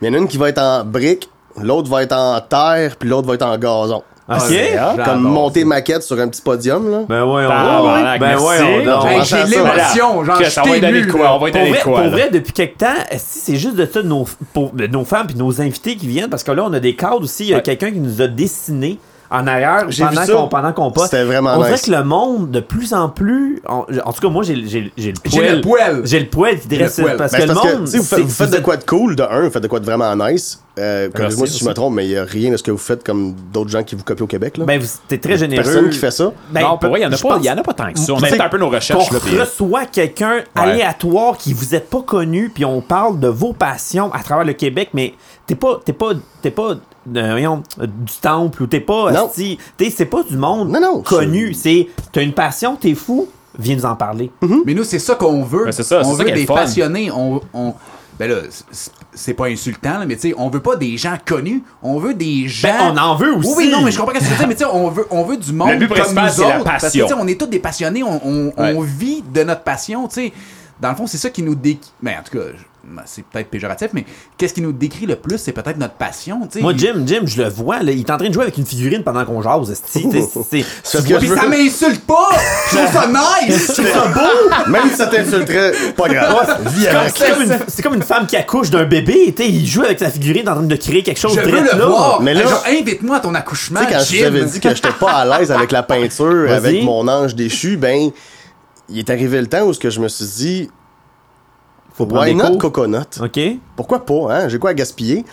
Speaker 5: Mais il y en a une qui va être en brique, l'autre va être en terre, puis l'autre va être en gazon.
Speaker 4: Ok.
Speaker 5: C'est, hein,
Speaker 2: J'adore
Speaker 5: Comme monter
Speaker 2: ça.
Speaker 5: maquette sur un petit podium. Là.
Speaker 4: Ben ouais, on
Speaker 3: Tabarnak,
Speaker 4: Ben
Speaker 3: merci.
Speaker 4: ouais, on
Speaker 2: Hey,
Speaker 5: va
Speaker 2: J'ai
Speaker 5: faire ça.
Speaker 2: l'émotion, genre
Speaker 3: Que
Speaker 2: je
Speaker 3: ça va
Speaker 2: t'ai
Speaker 3: être donné
Speaker 2: ému,
Speaker 3: de quoi,
Speaker 2: là.
Speaker 3: on va être
Speaker 4: Pour
Speaker 3: donné
Speaker 4: vrai,
Speaker 3: de quoi.
Speaker 4: pour
Speaker 3: là.
Speaker 4: vrai, depuis quelque temps, si c'est juste de ça nos, pour, de nos femmes puis nos invités qui viennent, parce que là, on a des cadres aussi. Il y a
Speaker 3: Ouais.
Speaker 4: quelqu'un qui nous a dessiné en arrière
Speaker 5: J'ai vu
Speaker 4: pendant
Speaker 5: ça.
Speaker 4: qu'on pendant qu'on passe.
Speaker 5: C'était vraiment
Speaker 4: On dirait
Speaker 5: nice.
Speaker 4: que le monde, de plus en plus. on- en tout cas, moi, j'ai j'ai- j'ai le
Speaker 2: J'ai
Speaker 4: poil.
Speaker 2: le poil.
Speaker 4: J'ai le poil qui dresse.
Speaker 2: poil.
Speaker 4: Parce
Speaker 5: Ben,
Speaker 4: que
Speaker 5: c'est
Speaker 4: le
Speaker 5: parce que,
Speaker 4: monde.
Speaker 5: tu sais, vous, faites-
Speaker 4: c'est-
Speaker 5: vous faites de quoi de cool, de un, vous faites de quoi de vraiment nice. Euh, Corrige-moi
Speaker 3: Merci,
Speaker 5: si je me
Speaker 3: merci.
Speaker 5: trompe, mais il n'y a rien de ce que vous faites comme d'autres gens qui vous copient au Québec. Là.
Speaker 4: Ben, vous- t'es très généreux.
Speaker 5: Personne qui fait ça.
Speaker 4: Ben,
Speaker 3: non, pour vrai, il n'y en, a
Speaker 4: je
Speaker 3: pas-
Speaker 4: pense-
Speaker 3: il y en a pas tant que ça. On a
Speaker 4: Ben,
Speaker 3: fait un peu nos recherches.
Speaker 4: qu'on
Speaker 3: là, puis- euh,
Speaker 4: reçoit quelqu'un aléatoire qui vous êtes pas connu, puis on parle de vos passions à travers le Québec, mais t'es pas, t'es pas, t'es pas, euh, voyons, euh, du temple ou t'es pas,
Speaker 5: Non.
Speaker 4: asti, t'es, c'est pas du monde
Speaker 5: Non, non,
Speaker 4: connu. C'est, t'as une passion, t'es fou, viens nous en parler.
Speaker 2: Mais nous, c'est ça qu'on veut.
Speaker 3: Ben, c'est ça, c'est
Speaker 2: on
Speaker 3: ça
Speaker 2: veut
Speaker 3: qui est le
Speaker 2: des
Speaker 3: fun.
Speaker 2: passionnés. On, on- Ben là, c'est- c'est pas insultant, là, mais tu sais, on veut pas des gens connus. On veut des gens.
Speaker 5: Ben,
Speaker 4: on en veut aussi.
Speaker 2: Oui, oui, non, mais je comprends pas ce que tu dis, mais tu sais, on veut, on veut du monde.
Speaker 3: Le but
Speaker 2: comme
Speaker 3: principal,
Speaker 2: nous
Speaker 3: c'est la
Speaker 2: autres, parce que,
Speaker 3: passion.
Speaker 2: tu sais, on est tous des passionnés. On, on- on vit de notre passion, tu sais. Dans le fond, c'est ça qui nous décrit. Mais en tout cas, je- ben, c'est peut-être péjoratif, mais qu'est-ce qui nous décrit le plus, c'est peut-être notre passion, tu sais.
Speaker 4: Moi, Jim, Jim, je le vois, là, il est en train de jouer avec une figurine pendant qu'on jase, asti, t'sais, c'est, c'est,
Speaker 5: parce que
Speaker 2: Puis
Speaker 5: je veux-
Speaker 2: ça m'insulte pas! Je trouve
Speaker 5: *laughs*
Speaker 2: ça nice!
Speaker 4: Ah!
Speaker 5: Même si ça t'insulterait, pas grave. Vis
Speaker 4: c'est comme-
Speaker 5: avec.
Speaker 4: c'est comme, une, c'est comme une femme qui accouche d'un bébé, t'sais, il joue avec sa figurine en train de créer quelque chose.
Speaker 2: Je veux
Speaker 4: drette
Speaker 2: le
Speaker 4: là.
Speaker 2: voir!
Speaker 5: Mais là-
Speaker 2: Genre, invite-moi à ton accouchement,
Speaker 5: Tu sais, quand je vous
Speaker 2: Jim.
Speaker 5: avais dit que j'étais pas à l'aise avec la peinture, avec
Speaker 4: Vas-y.
Speaker 5: mon ange déchu, ben, il est arrivé le temps où ce que je me suis dit,
Speaker 4: Faut prendre
Speaker 5: why
Speaker 4: des
Speaker 5: not
Speaker 4: cours.
Speaker 5: coconut?
Speaker 4: Ok.
Speaker 5: Pourquoi pas, hein? J'ai quoi à gaspiller?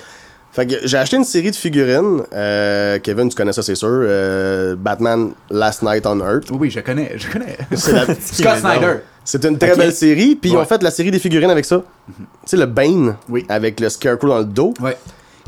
Speaker 5: Fait que j'ai acheté une série de figurines. euh, Kevin, tu connais ça, c'est sûr. euh, Batman Last Night on Earth.
Speaker 2: Bah Oui, oui, je connais, je connais.
Speaker 5: *laughs* C'est la-
Speaker 2: Scott Snyder.
Speaker 5: C'est une très
Speaker 4: Ok.
Speaker 5: belle série, puis ils
Speaker 2: Ouais.
Speaker 5: ont fait la série des figurines avec ça. Tu sais, le Bane,
Speaker 2: Oui.
Speaker 5: avec le Scarecrow dans le dos.
Speaker 2: Ouais.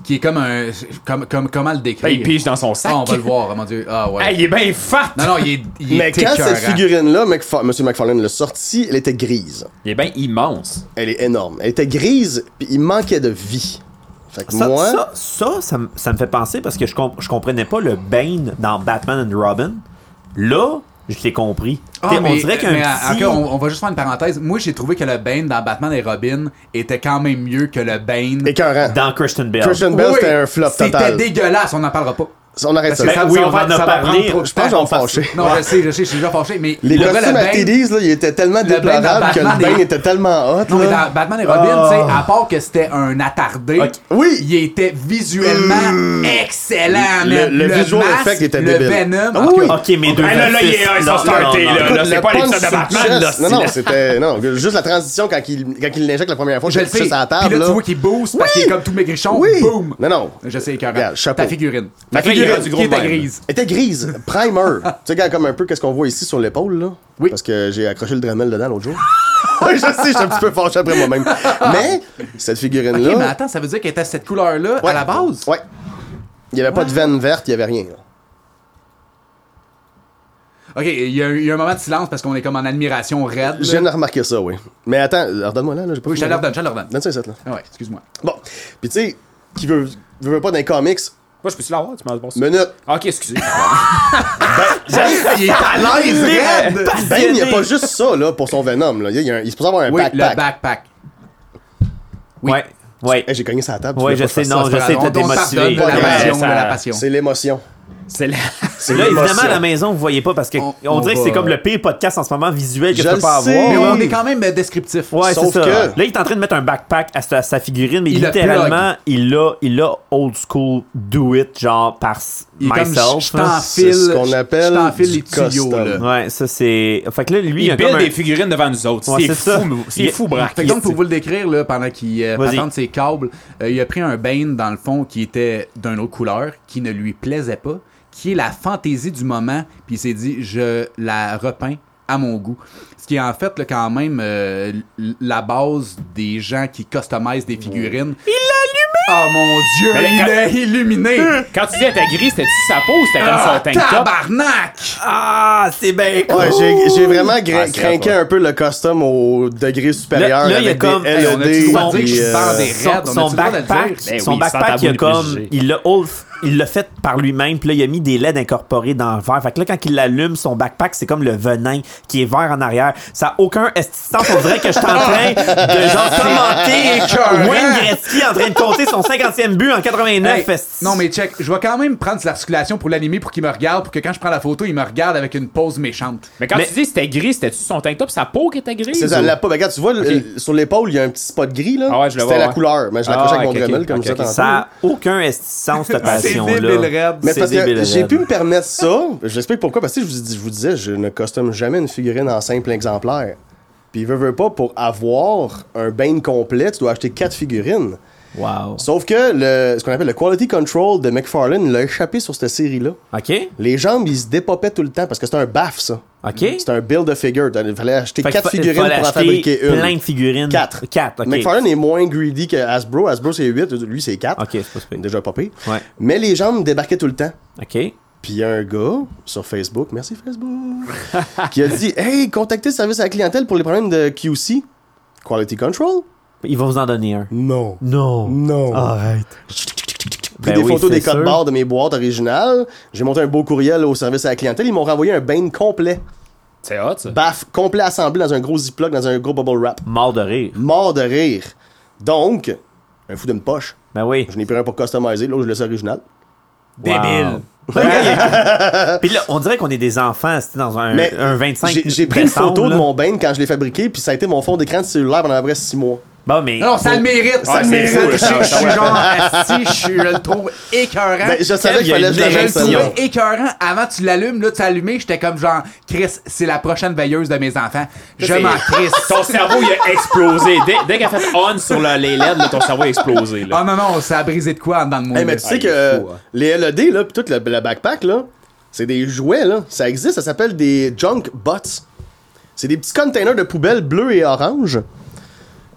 Speaker 2: Qui est comme un. Comme, comme, comment le décrire
Speaker 3: Ben, il pige dans son sac.
Speaker 2: Ah, on va le voir, oh mon dieu. Ah, ouais.
Speaker 3: Hey, il est bien fat.
Speaker 2: Non, non, il est. Il
Speaker 5: Mais
Speaker 2: est
Speaker 5: quand
Speaker 2: écœurant.
Speaker 5: cette figurine-là, McFa- Monsieur McFarlane l'a sortie, elle était grise.
Speaker 3: Il est bien immense.
Speaker 5: Elle est énorme. Elle était grise, puis il manquait de vie. Fait que
Speaker 4: Ça,
Speaker 5: moi,
Speaker 4: ça, ça, ça me- ça me fait penser parce que je, com- je comprenais pas le Bane dans Batman and Robin. Là, je l'ai compris.
Speaker 2: Ah,
Speaker 4: T'sais, on
Speaker 2: mais-
Speaker 4: dirait qu'un
Speaker 2: mais,
Speaker 4: petit...
Speaker 2: encore, on, on va juste faire une parenthèse. Moi, j'ai trouvé que le Bane dans Batman et Robin était quand même mieux que le Bane.
Speaker 5: écœurant.
Speaker 4: Dans Christian Bale.
Speaker 5: Christian Bell, c'était un flop
Speaker 2: C'était
Speaker 5: total.
Speaker 2: dégueulasse, on n'en parlera pas.
Speaker 5: Ça, on arrête
Speaker 4: Parce
Speaker 5: ça.
Speaker 3: Ben
Speaker 4: que ça- oui, on en a
Speaker 2: va
Speaker 4: parlé.
Speaker 2: prendre trop de
Speaker 5: Je pense
Speaker 2: temps
Speaker 5: qu'on va
Speaker 2: qu'on fasse-
Speaker 5: fâcher.
Speaker 2: Non, je sais, je sais, je suis déjà fâché, mais
Speaker 5: Les
Speaker 2: le gars,
Speaker 5: costumes
Speaker 2: le
Speaker 5: à
Speaker 2: Bane-
Speaker 5: Teddy's, là, ils étaient tellement
Speaker 2: Bane dans
Speaker 5: déplorables que
Speaker 2: Batman
Speaker 5: le bain
Speaker 2: est-
Speaker 5: était tellement hot.
Speaker 2: Non, mais
Speaker 5: là. Ah.
Speaker 2: dans Batman et Robin, tu sais, à part que c'était un attardé,
Speaker 5: Ok. Oui. Euh.
Speaker 2: il était visuellement excellent,
Speaker 5: Le-
Speaker 2: man.
Speaker 5: le visual
Speaker 2: masque,
Speaker 5: effect était
Speaker 2: le
Speaker 5: débile.
Speaker 2: Venom,
Speaker 5: Ah
Speaker 2: en tout
Speaker 5: oui.
Speaker 2: cas,
Speaker 4: Ok, mes deux.
Speaker 3: Ben là, là, il est-
Speaker 4: versus-
Speaker 3: ils sont
Speaker 4: non,
Speaker 3: startés,
Speaker 4: non,
Speaker 3: là,
Speaker 4: non.
Speaker 3: là. c'est
Speaker 5: Le
Speaker 3: pas
Speaker 5: punch
Speaker 3: l'épisode de
Speaker 5: sur le
Speaker 3: Batman,
Speaker 5: chest.
Speaker 3: là, c'est-
Speaker 5: Non, non, c'était. Non, juste la transition quand il, quand il l'injecte la première fois,
Speaker 2: je le
Speaker 5: suis
Speaker 2: sais.
Speaker 5: sur la table.
Speaker 2: Puis là,
Speaker 5: là.
Speaker 2: tu vois qu'il booste parce
Speaker 5: Oui.
Speaker 2: qu'il est comme tout maigrichon.
Speaker 5: Oui.
Speaker 2: Boum.
Speaker 5: Non, non.
Speaker 2: Je sais, écœurant.
Speaker 5: Regarde, chapeau.
Speaker 2: Ta figurine.
Speaker 5: La
Speaker 3: Fait qu'il y
Speaker 5: figurine
Speaker 3: a du gros
Speaker 2: qui était
Speaker 3: bain.
Speaker 2: grise.
Speaker 5: Elle était grise, primer. *laughs* tu sais, regarde, comme un peu qu'est-ce qu'on voit ici sur l'épaule, là.
Speaker 2: Oui.
Speaker 5: Parce que j'ai accroché le Dremel dedans l'autre jour. *laughs* je sais, je suis un petit peu fâché après moi-même. Mais, cette
Speaker 2: Ok,
Speaker 5: figurine-là.
Speaker 2: mais attends, ça veut dire qu'elle était cette couleur-là
Speaker 5: Ouais.
Speaker 2: à la base?
Speaker 5: Ouais. Il n'y avait pas de veine verte, il n'y avait rien. là.
Speaker 2: Ok, il y, a eu- il y a un moment de silence parce qu'on est comme en admiration raide.
Speaker 5: Je viens de remarquer ça, oui. Mais attends, redonne-moi là, là, j'ai pas
Speaker 2: Oui, je te
Speaker 5: fini.
Speaker 2: la redonne, je te la redonne.
Speaker 5: Donne ça, cette, là.
Speaker 2: Ah Ouais, excuse-moi. *laughs*
Speaker 5: Bon. Puis, tu sais, qui veut, veut veut pas d'un comics,
Speaker 3: Moi, je peux-tu l'avoir? Tu m'as bon
Speaker 5: minute.
Speaker 3: Ah, Ok, excusez.
Speaker 2: Il est à l'aise, raide!
Speaker 5: Ben, il n'y a pas juste ça, là, pour son Venom, là. Il y a un- il est supposé avoir un
Speaker 2: Oui, le
Speaker 5: backpack.
Speaker 2: backpack. Oui.
Speaker 4: Ouais, ouais.
Speaker 5: Hey, Eh, j'ai cogné sa table. tu
Speaker 4: Ouais,
Speaker 5: voulais
Speaker 4: je
Speaker 5: pas que
Speaker 4: sais,
Speaker 5: fasse
Speaker 4: non,
Speaker 5: ça,
Speaker 4: je sais,
Speaker 2: On- on
Speaker 4: t'es
Speaker 2: pardonne
Speaker 4: démotivé.
Speaker 5: pas
Speaker 2: la
Speaker 5: Ouais,
Speaker 2: passion,
Speaker 3: ça-
Speaker 2: la
Speaker 5: c'est-
Speaker 2: passion.
Speaker 5: C'est l'émotion.
Speaker 3: C'est la...
Speaker 5: C'est
Speaker 4: Là,
Speaker 5: l'émotion.
Speaker 4: évidemment, à la maison, vous voyez pas parce que
Speaker 2: On-
Speaker 4: on,
Speaker 2: on
Speaker 4: dirait que
Speaker 2: va-
Speaker 4: c'est comme le pire podcast en ce moment visuel que
Speaker 5: Je
Speaker 4: je peux pas
Speaker 5: le sais.
Speaker 4: avoir.
Speaker 2: Mais
Speaker 5: Oui.
Speaker 2: on est quand même euh, descriptif.
Speaker 4: Ouais, c'est
Speaker 5: Sauf
Speaker 4: ça.
Speaker 5: que-
Speaker 4: Là, il est en train de mettre un backpack à sa, sa figurine, mais
Speaker 2: Il le
Speaker 4: littéralement, il l'a il l'a old school do it, genre par s-
Speaker 2: Il est comme, je
Speaker 4: myself.
Speaker 3: hein.
Speaker 2: je
Speaker 4: là.
Speaker 5: C'est
Speaker 2: t'enfile.
Speaker 5: ce qu'on appelle
Speaker 2: Je t'enfile
Speaker 5: du
Speaker 2: les tuyaux,
Speaker 5: custom.
Speaker 2: là.
Speaker 4: Ouais, ça c'est. Fait que là, lui, il,
Speaker 3: Il
Speaker 4: a
Speaker 3: build
Speaker 4: comme un-
Speaker 3: des figurines devant nous autres.
Speaker 4: Ouais,
Speaker 3: c'est
Speaker 4: c'est ça.
Speaker 3: fou, c'est
Speaker 4: Il-
Speaker 3: fou, braque.
Speaker 2: Fait que donc, pour vous le décrire, là, pendant qu'il euh,
Speaker 4: Vas-y.
Speaker 2: patente ses câbles, euh, il a pris un Bane, dans le fond, qui était d'une autre couleur, qui ne lui plaisait pas, qui est la fantaisie du moment, puis il s'est dit, je la repeins à mon goût. Ce qui est en fait, là, quand même, euh, l- la base des gens qui customisent des figurines. Il l'a allumé! Oh mon Dieu,
Speaker 3: Mais
Speaker 2: il
Speaker 3: quand-
Speaker 2: l'a illuminé!
Speaker 3: Quand tu dis elle était grise, c'était-tu sa peau ou c'était comme
Speaker 2: Ah,
Speaker 3: son tank top?
Speaker 2: tabarnak!
Speaker 4: Ah, c'est bien cool.
Speaker 5: Ouais, j'ai- j'ai vraiment
Speaker 3: Ah,
Speaker 5: gra-
Speaker 3: c'est
Speaker 5: craqué
Speaker 3: vrai.
Speaker 5: un peu le custom au degré supérieur.
Speaker 4: Là- là, il y a
Speaker 5: avec
Speaker 4: comme-
Speaker 5: des
Speaker 4: Hey,
Speaker 2: on a-tu le
Speaker 5: LED,
Speaker 2: droit de dire
Speaker 5: puis,
Speaker 2: qu'il se
Speaker 5: euh,
Speaker 2: pend des
Speaker 4: son,
Speaker 2: raides, on
Speaker 4: son
Speaker 2: a-tu le droit de le
Speaker 4: backpack,
Speaker 2: dire?
Speaker 3: Ben
Speaker 4: son
Speaker 3: oui,
Speaker 4: backpack,
Speaker 3: sans
Speaker 4: il a
Speaker 3: tabou ni
Speaker 4: comme,
Speaker 3: préjugé.
Speaker 4: il l'a old- il l'a fait par lui-même, puis là, il a mis des LED incorporés dans le verre. Fait que là, quand il l'allume, son backpack, c'est comme le venin qui est vert en arrière. Ça a aucun assistance. On dirait que je suis en train de genre commenter
Speaker 2: écœurant.
Speaker 4: Wayne Gretzky en train de compter son 50e but en 89.
Speaker 2: Hey,
Speaker 4: esti.
Speaker 2: non mais check, je vais quand même prendre de l'articulation pour l'animer pour qu'il me regarde, pour que quand je prends la photo, il me regarde avec une pose méchante.
Speaker 3: Mais quand
Speaker 4: Mais-
Speaker 3: tu dis c'était gris, c'était-tu son tank top, sa peau qui était grise?
Speaker 5: C'est ça,
Speaker 3: ou-
Speaker 5: la peau. Ben, regarde, tu vois, le- le- sur l'épaule, il y a un petit spot gris, là.
Speaker 3: Ah ouais, je le
Speaker 5: C'était
Speaker 3: vois,
Speaker 5: la
Speaker 3: ouais.
Speaker 5: couleur, mais je
Speaker 3: Ah,
Speaker 5: l'accrochais avec
Speaker 3: ok,
Speaker 5: mon Dremel,
Speaker 3: ok,
Speaker 5: comme
Speaker 3: ok,
Speaker 5: ça,
Speaker 3: ok.
Speaker 5: tantôt.
Speaker 4: Ça a aucun assistance, cette passion-là.
Speaker 2: débile raide.
Speaker 5: Mais c'est parce que
Speaker 4: débile
Speaker 5: j'ai
Speaker 4: raide.
Speaker 5: pu me permettre ça. Je l'explique pourquoi. Parce que je vous, dis- je vous disais, je ne costume jamais une figurine en simple exemplaire. Puis, veut, veut pas, pour avoir un bain complet, tu dois acheter quatre figurines.
Speaker 4: Wow.
Speaker 5: Sauf que le, ce qu'on appelle le quality control de McFarlane l'a échappé sur cette série-là.
Speaker 4: OK?
Speaker 5: Les jambes, ils se dépopaient tout le temps parce que c'était un baff, ça.
Speaker 4: OK?
Speaker 5: C'était un build de figure. Il fallait acheter
Speaker 4: Fait que
Speaker 5: Mm.
Speaker 4: fa-
Speaker 5: quatre figurines
Speaker 4: fallait
Speaker 5: pour en
Speaker 4: acheter
Speaker 5: fabriquer une.
Speaker 4: Plein de figurines.
Speaker 5: Quatre.
Speaker 4: Quatre, OK.
Speaker 5: McFarlane est moins greedy que Hasbro. Hasbro, c'est 8. Lui, c'est 4.
Speaker 4: OK, c'est pas super.
Speaker 5: Déjà pas pire.
Speaker 4: Ouais.
Speaker 5: Mais les jambes débarquaient tout le temps.
Speaker 4: OK?
Speaker 5: Puis il y a un gars sur Facebook, merci
Speaker 4: *laughs*
Speaker 5: Facebook, qui a dit Hey, contactez le service à la clientèle pour les problèmes de QC. Quality Control
Speaker 4: Ils vont vous en donner un.
Speaker 5: Non.
Speaker 4: Non.
Speaker 5: Non.
Speaker 4: Arrête.
Speaker 5: Pris
Speaker 4: Ben
Speaker 5: des
Speaker 4: oui,
Speaker 5: photos
Speaker 4: c'est
Speaker 5: des codes
Speaker 4: sûr.
Speaker 5: barres de mes boîtes originales. J'ai monté un beau courriel au service à la clientèle. Ils m'ont renvoyé un bain complet.
Speaker 3: C'est hot, ça.
Speaker 5: Baf, complet assemblé dans un gros ziploc, dans un gros bubble wrap.
Speaker 4: Mort de rire.
Speaker 5: Mort de rire. Donc, un fou d'une poche.
Speaker 4: Ben oui.
Speaker 5: Je n'ai plus rien pour customiser. L'autre, je laisse original. *laughs*
Speaker 4: Débile. Puis là, on dirait qu'on est des enfants, c'est dans un,
Speaker 5: Mais
Speaker 4: un 25
Speaker 5: J'ai j'ai pris une
Speaker 4: décembre,
Speaker 5: photo de
Speaker 4: là.
Speaker 5: mon bain quand je l'ai fabriqué, puis ça a été mon fond d'écran de cellulaire pendant à peu près six mois.
Speaker 4: Bon, mais.
Speaker 2: Non, ça le mérite, ça
Speaker 3: Ouais,
Speaker 2: le
Speaker 3: c'est
Speaker 2: mérite.
Speaker 3: fou,
Speaker 2: Je
Speaker 3: ça,
Speaker 2: je
Speaker 3: ça,
Speaker 2: suis
Speaker 3: ouais.
Speaker 2: genre assis, je suis- je le trouve écœurant.
Speaker 4: Ah,
Speaker 5: Ben, je savais
Speaker 4: Kev,
Speaker 5: qu'il fallait que
Speaker 4: il
Speaker 5: je
Speaker 4: y a
Speaker 2: Mais
Speaker 4: une
Speaker 2: je
Speaker 5: l'amène
Speaker 2: le
Speaker 5: ça.
Speaker 4: légion.
Speaker 2: trouvais écœurant. Avant, tu l'allumes, là, tu as allumé, j'étais comme genre, Chris, c'est la prochaine veilleuse de mes enfants. Je
Speaker 3: C'est-
Speaker 2: m'en crisse.
Speaker 3: Ton cerveau, il a explosé. Dès, dès qu'elle a fait on sur la- les LED, là, ton cerveau a explosé.
Speaker 2: Oh
Speaker 3: Là.
Speaker 2: non, non, ça a brisé de quoi en dedans de moi?
Speaker 5: Hey, mais
Speaker 2: là?
Speaker 5: tu
Speaker 4: Ah,
Speaker 5: sais
Speaker 3: il
Speaker 5: que
Speaker 3: est fou, hein.
Speaker 5: les LED, là, puis toute la, la backpack, là, c'est des jouets, là. Ça existe, ça s'appelle des junk bots. C'est des petits containers de poubelles bleus et orange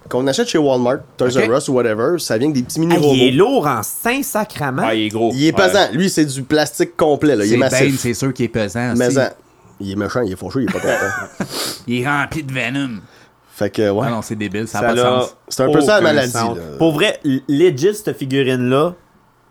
Speaker 5: qu'on achète chez Walmart, Toys
Speaker 4: Ok.
Speaker 5: R Us ou whatever. Ça vient avec des petits
Speaker 4: Ah,
Speaker 5: mini-robots.
Speaker 4: il est lourd en Saint-Sacrament.
Speaker 3: Ah, il est gros.
Speaker 5: Il est
Speaker 3: Ouais.
Speaker 5: pesant. Lui, c'est du plastique complet, là. Il est,
Speaker 2: C'est
Speaker 5: massif.
Speaker 2: Bane, c'est sûr qu'il est pesant. aussi.
Speaker 5: Maisant. Il est méchant, il est fauché, il est pas content.
Speaker 2: Il est rempli de venom.
Speaker 5: fait que, ouais.
Speaker 2: Ah non, c'est débile, ça
Speaker 4: Ça
Speaker 2: n'a pas de
Speaker 4: l'a
Speaker 2: sens.
Speaker 5: C'est un peu ça, la
Speaker 4: aucun
Speaker 5: maladie,
Speaker 4: sens.
Speaker 5: là.
Speaker 4: Pour vrai, l- legit, cette figurine-là,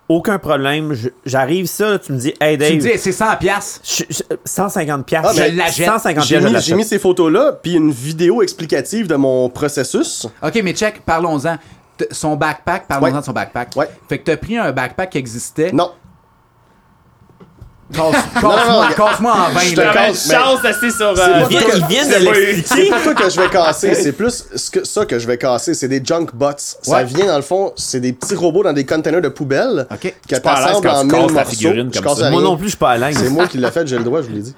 Speaker 4: aucun problème. Je- J'arrive ça, là, tu me dis, hey Dave,
Speaker 2: Tu me dis, c'est 100 piastres.
Speaker 4: je- je- 150$.
Speaker 5: Ah,
Speaker 4: piastres.
Speaker 5: mais
Speaker 4: je
Speaker 2: l'achète.
Speaker 4: 150$,
Speaker 5: J'ai
Speaker 4: je
Speaker 5: mis, j'ai mis
Speaker 4: l'achète.
Speaker 5: ces photos-là, puis une vidéo explicative de mon processus.
Speaker 2: OK, mais check, parlons-en. T- Son backpack, parlons-en
Speaker 5: Ouais.
Speaker 2: de son backpack.
Speaker 5: Ouais.
Speaker 2: Fait que t'as pris un backpack qui existait.
Speaker 5: Non.
Speaker 2: Casse- Casse-moi casse-moi en
Speaker 5: Je
Speaker 2: vain,
Speaker 5: te
Speaker 2: là.
Speaker 3: J'avais une
Speaker 5: casse, mais-
Speaker 3: chance assez sur.
Speaker 5: C'est
Speaker 3: euh,
Speaker 5: pas toi que-
Speaker 4: Ils viennent
Speaker 3: c'est
Speaker 4: de
Speaker 3: pas-
Speaker 5: C'est
Speaker 4: l'expliquer.
Speaker 5: pas toi que je vais casser, c'est plus ce que, ça que je vais casser. C'est des junk bots. Ça
Speaker 2: Ouais.
Speaker 5: vient, dans le fond, c'est des petits robots dans des containers de poubelle
Speaker 2: Ok.
Speaker 5: que
Speaker 3: suis pas à l'aise
Speaker 5: t'assembles
Speaker 3: quand
Speaker 5: en
Speaker 3: tu
Speaker 5: mille
Speaker 3: casses la
Speaker 5: morceaux.
Speaker 3: figurine
Speaker 5: Je
Speaker 3: comme
Speaker 5: casse
Speaker 3: ça.
Speaker 5: rien.
Speaker 4: Moi non plus, je suis pas à l'aise.
Speaker 5: C'est moi qui l'ai fait, j'ai le droit, je vous l'ai dit.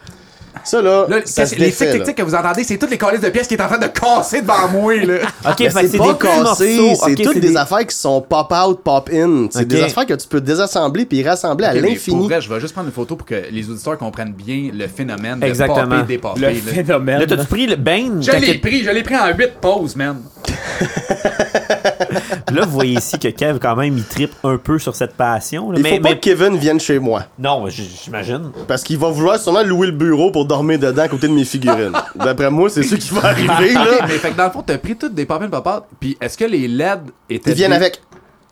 Speaker 5: Ça, là,
Speaker 2: Là,
Speaker 5: ça
Speaker 2: qu'est-ce-
Speaker 5: se
Speaker 2: les
Speaker 5: défait,
Speaker 2: tic
Speaker 5: là.
Speaker 2: tic que vous entendez, c'est toutes les calices de pièces qui est en train de casser devant moi, là.
Speaker 5: *laughs*
Speaker 4: Ok,
Speaker 5: Mais
Speaker 4: fait Eh, que
Speaker 5: c'est pas
Speaker 4: petits
Speaker 5: cassé,
Speaker 4: morceaux.
Speaker 5: c'est
Speaker 4: Ok,
Speaker 5: toutes des affaires qui sont pop-out, pop-in. C'est
Speaker 4: Ok.
Speaker 5: des affaires que tu peux désassembler puis rassembler à
Speaker 2: Ok, mais Pour
Speaker 5: l'infini.
Speaker 2: vrai, je vais juste prendre une photo pour que les auditeurs comprennent bien le phénomène de
Speaker 4: Exactement.
Speaker 2: popper, dépopper.
Speaker 3: Le
Speaker 2: là.
Speaker 3: phénomène.
Speaker 4: Là, t'as-tu pris le Bane?
Speaker 2: Je l'ai
Speaker 4: T'inquiète.
Speaker 2: pris, je l'ai pris en 8 pauses, man.
Speaker 4: *laughs* Là, vous voyez ici que Kev, quand même, il tripe un peu sur cette passion. là.
Speaker 5: Il
Speaker 4: mais,
Speaker 5: faut pas
Speaker 4: mais-
Speaker 5: que Kevin vienne chez moi.
Speaker 4: Non, mais j- j'imagine.
Speaker 5: Parce qu'il va vouloir sûrement louer le bureau pour dormir dedans à côté de mes figurines. D'après moi, c'est ça qui va
Speaker 2: Ok, *laughs*
Speaker 5: arriver, là.
Speaker 2: mais fait que dans le fond, t'as pris toutes des pop-in pop-out, puis est-ce que les LED étaient.
Speaker 5: Ils viennent
Speaker 2: des-
Speaker 5: avec.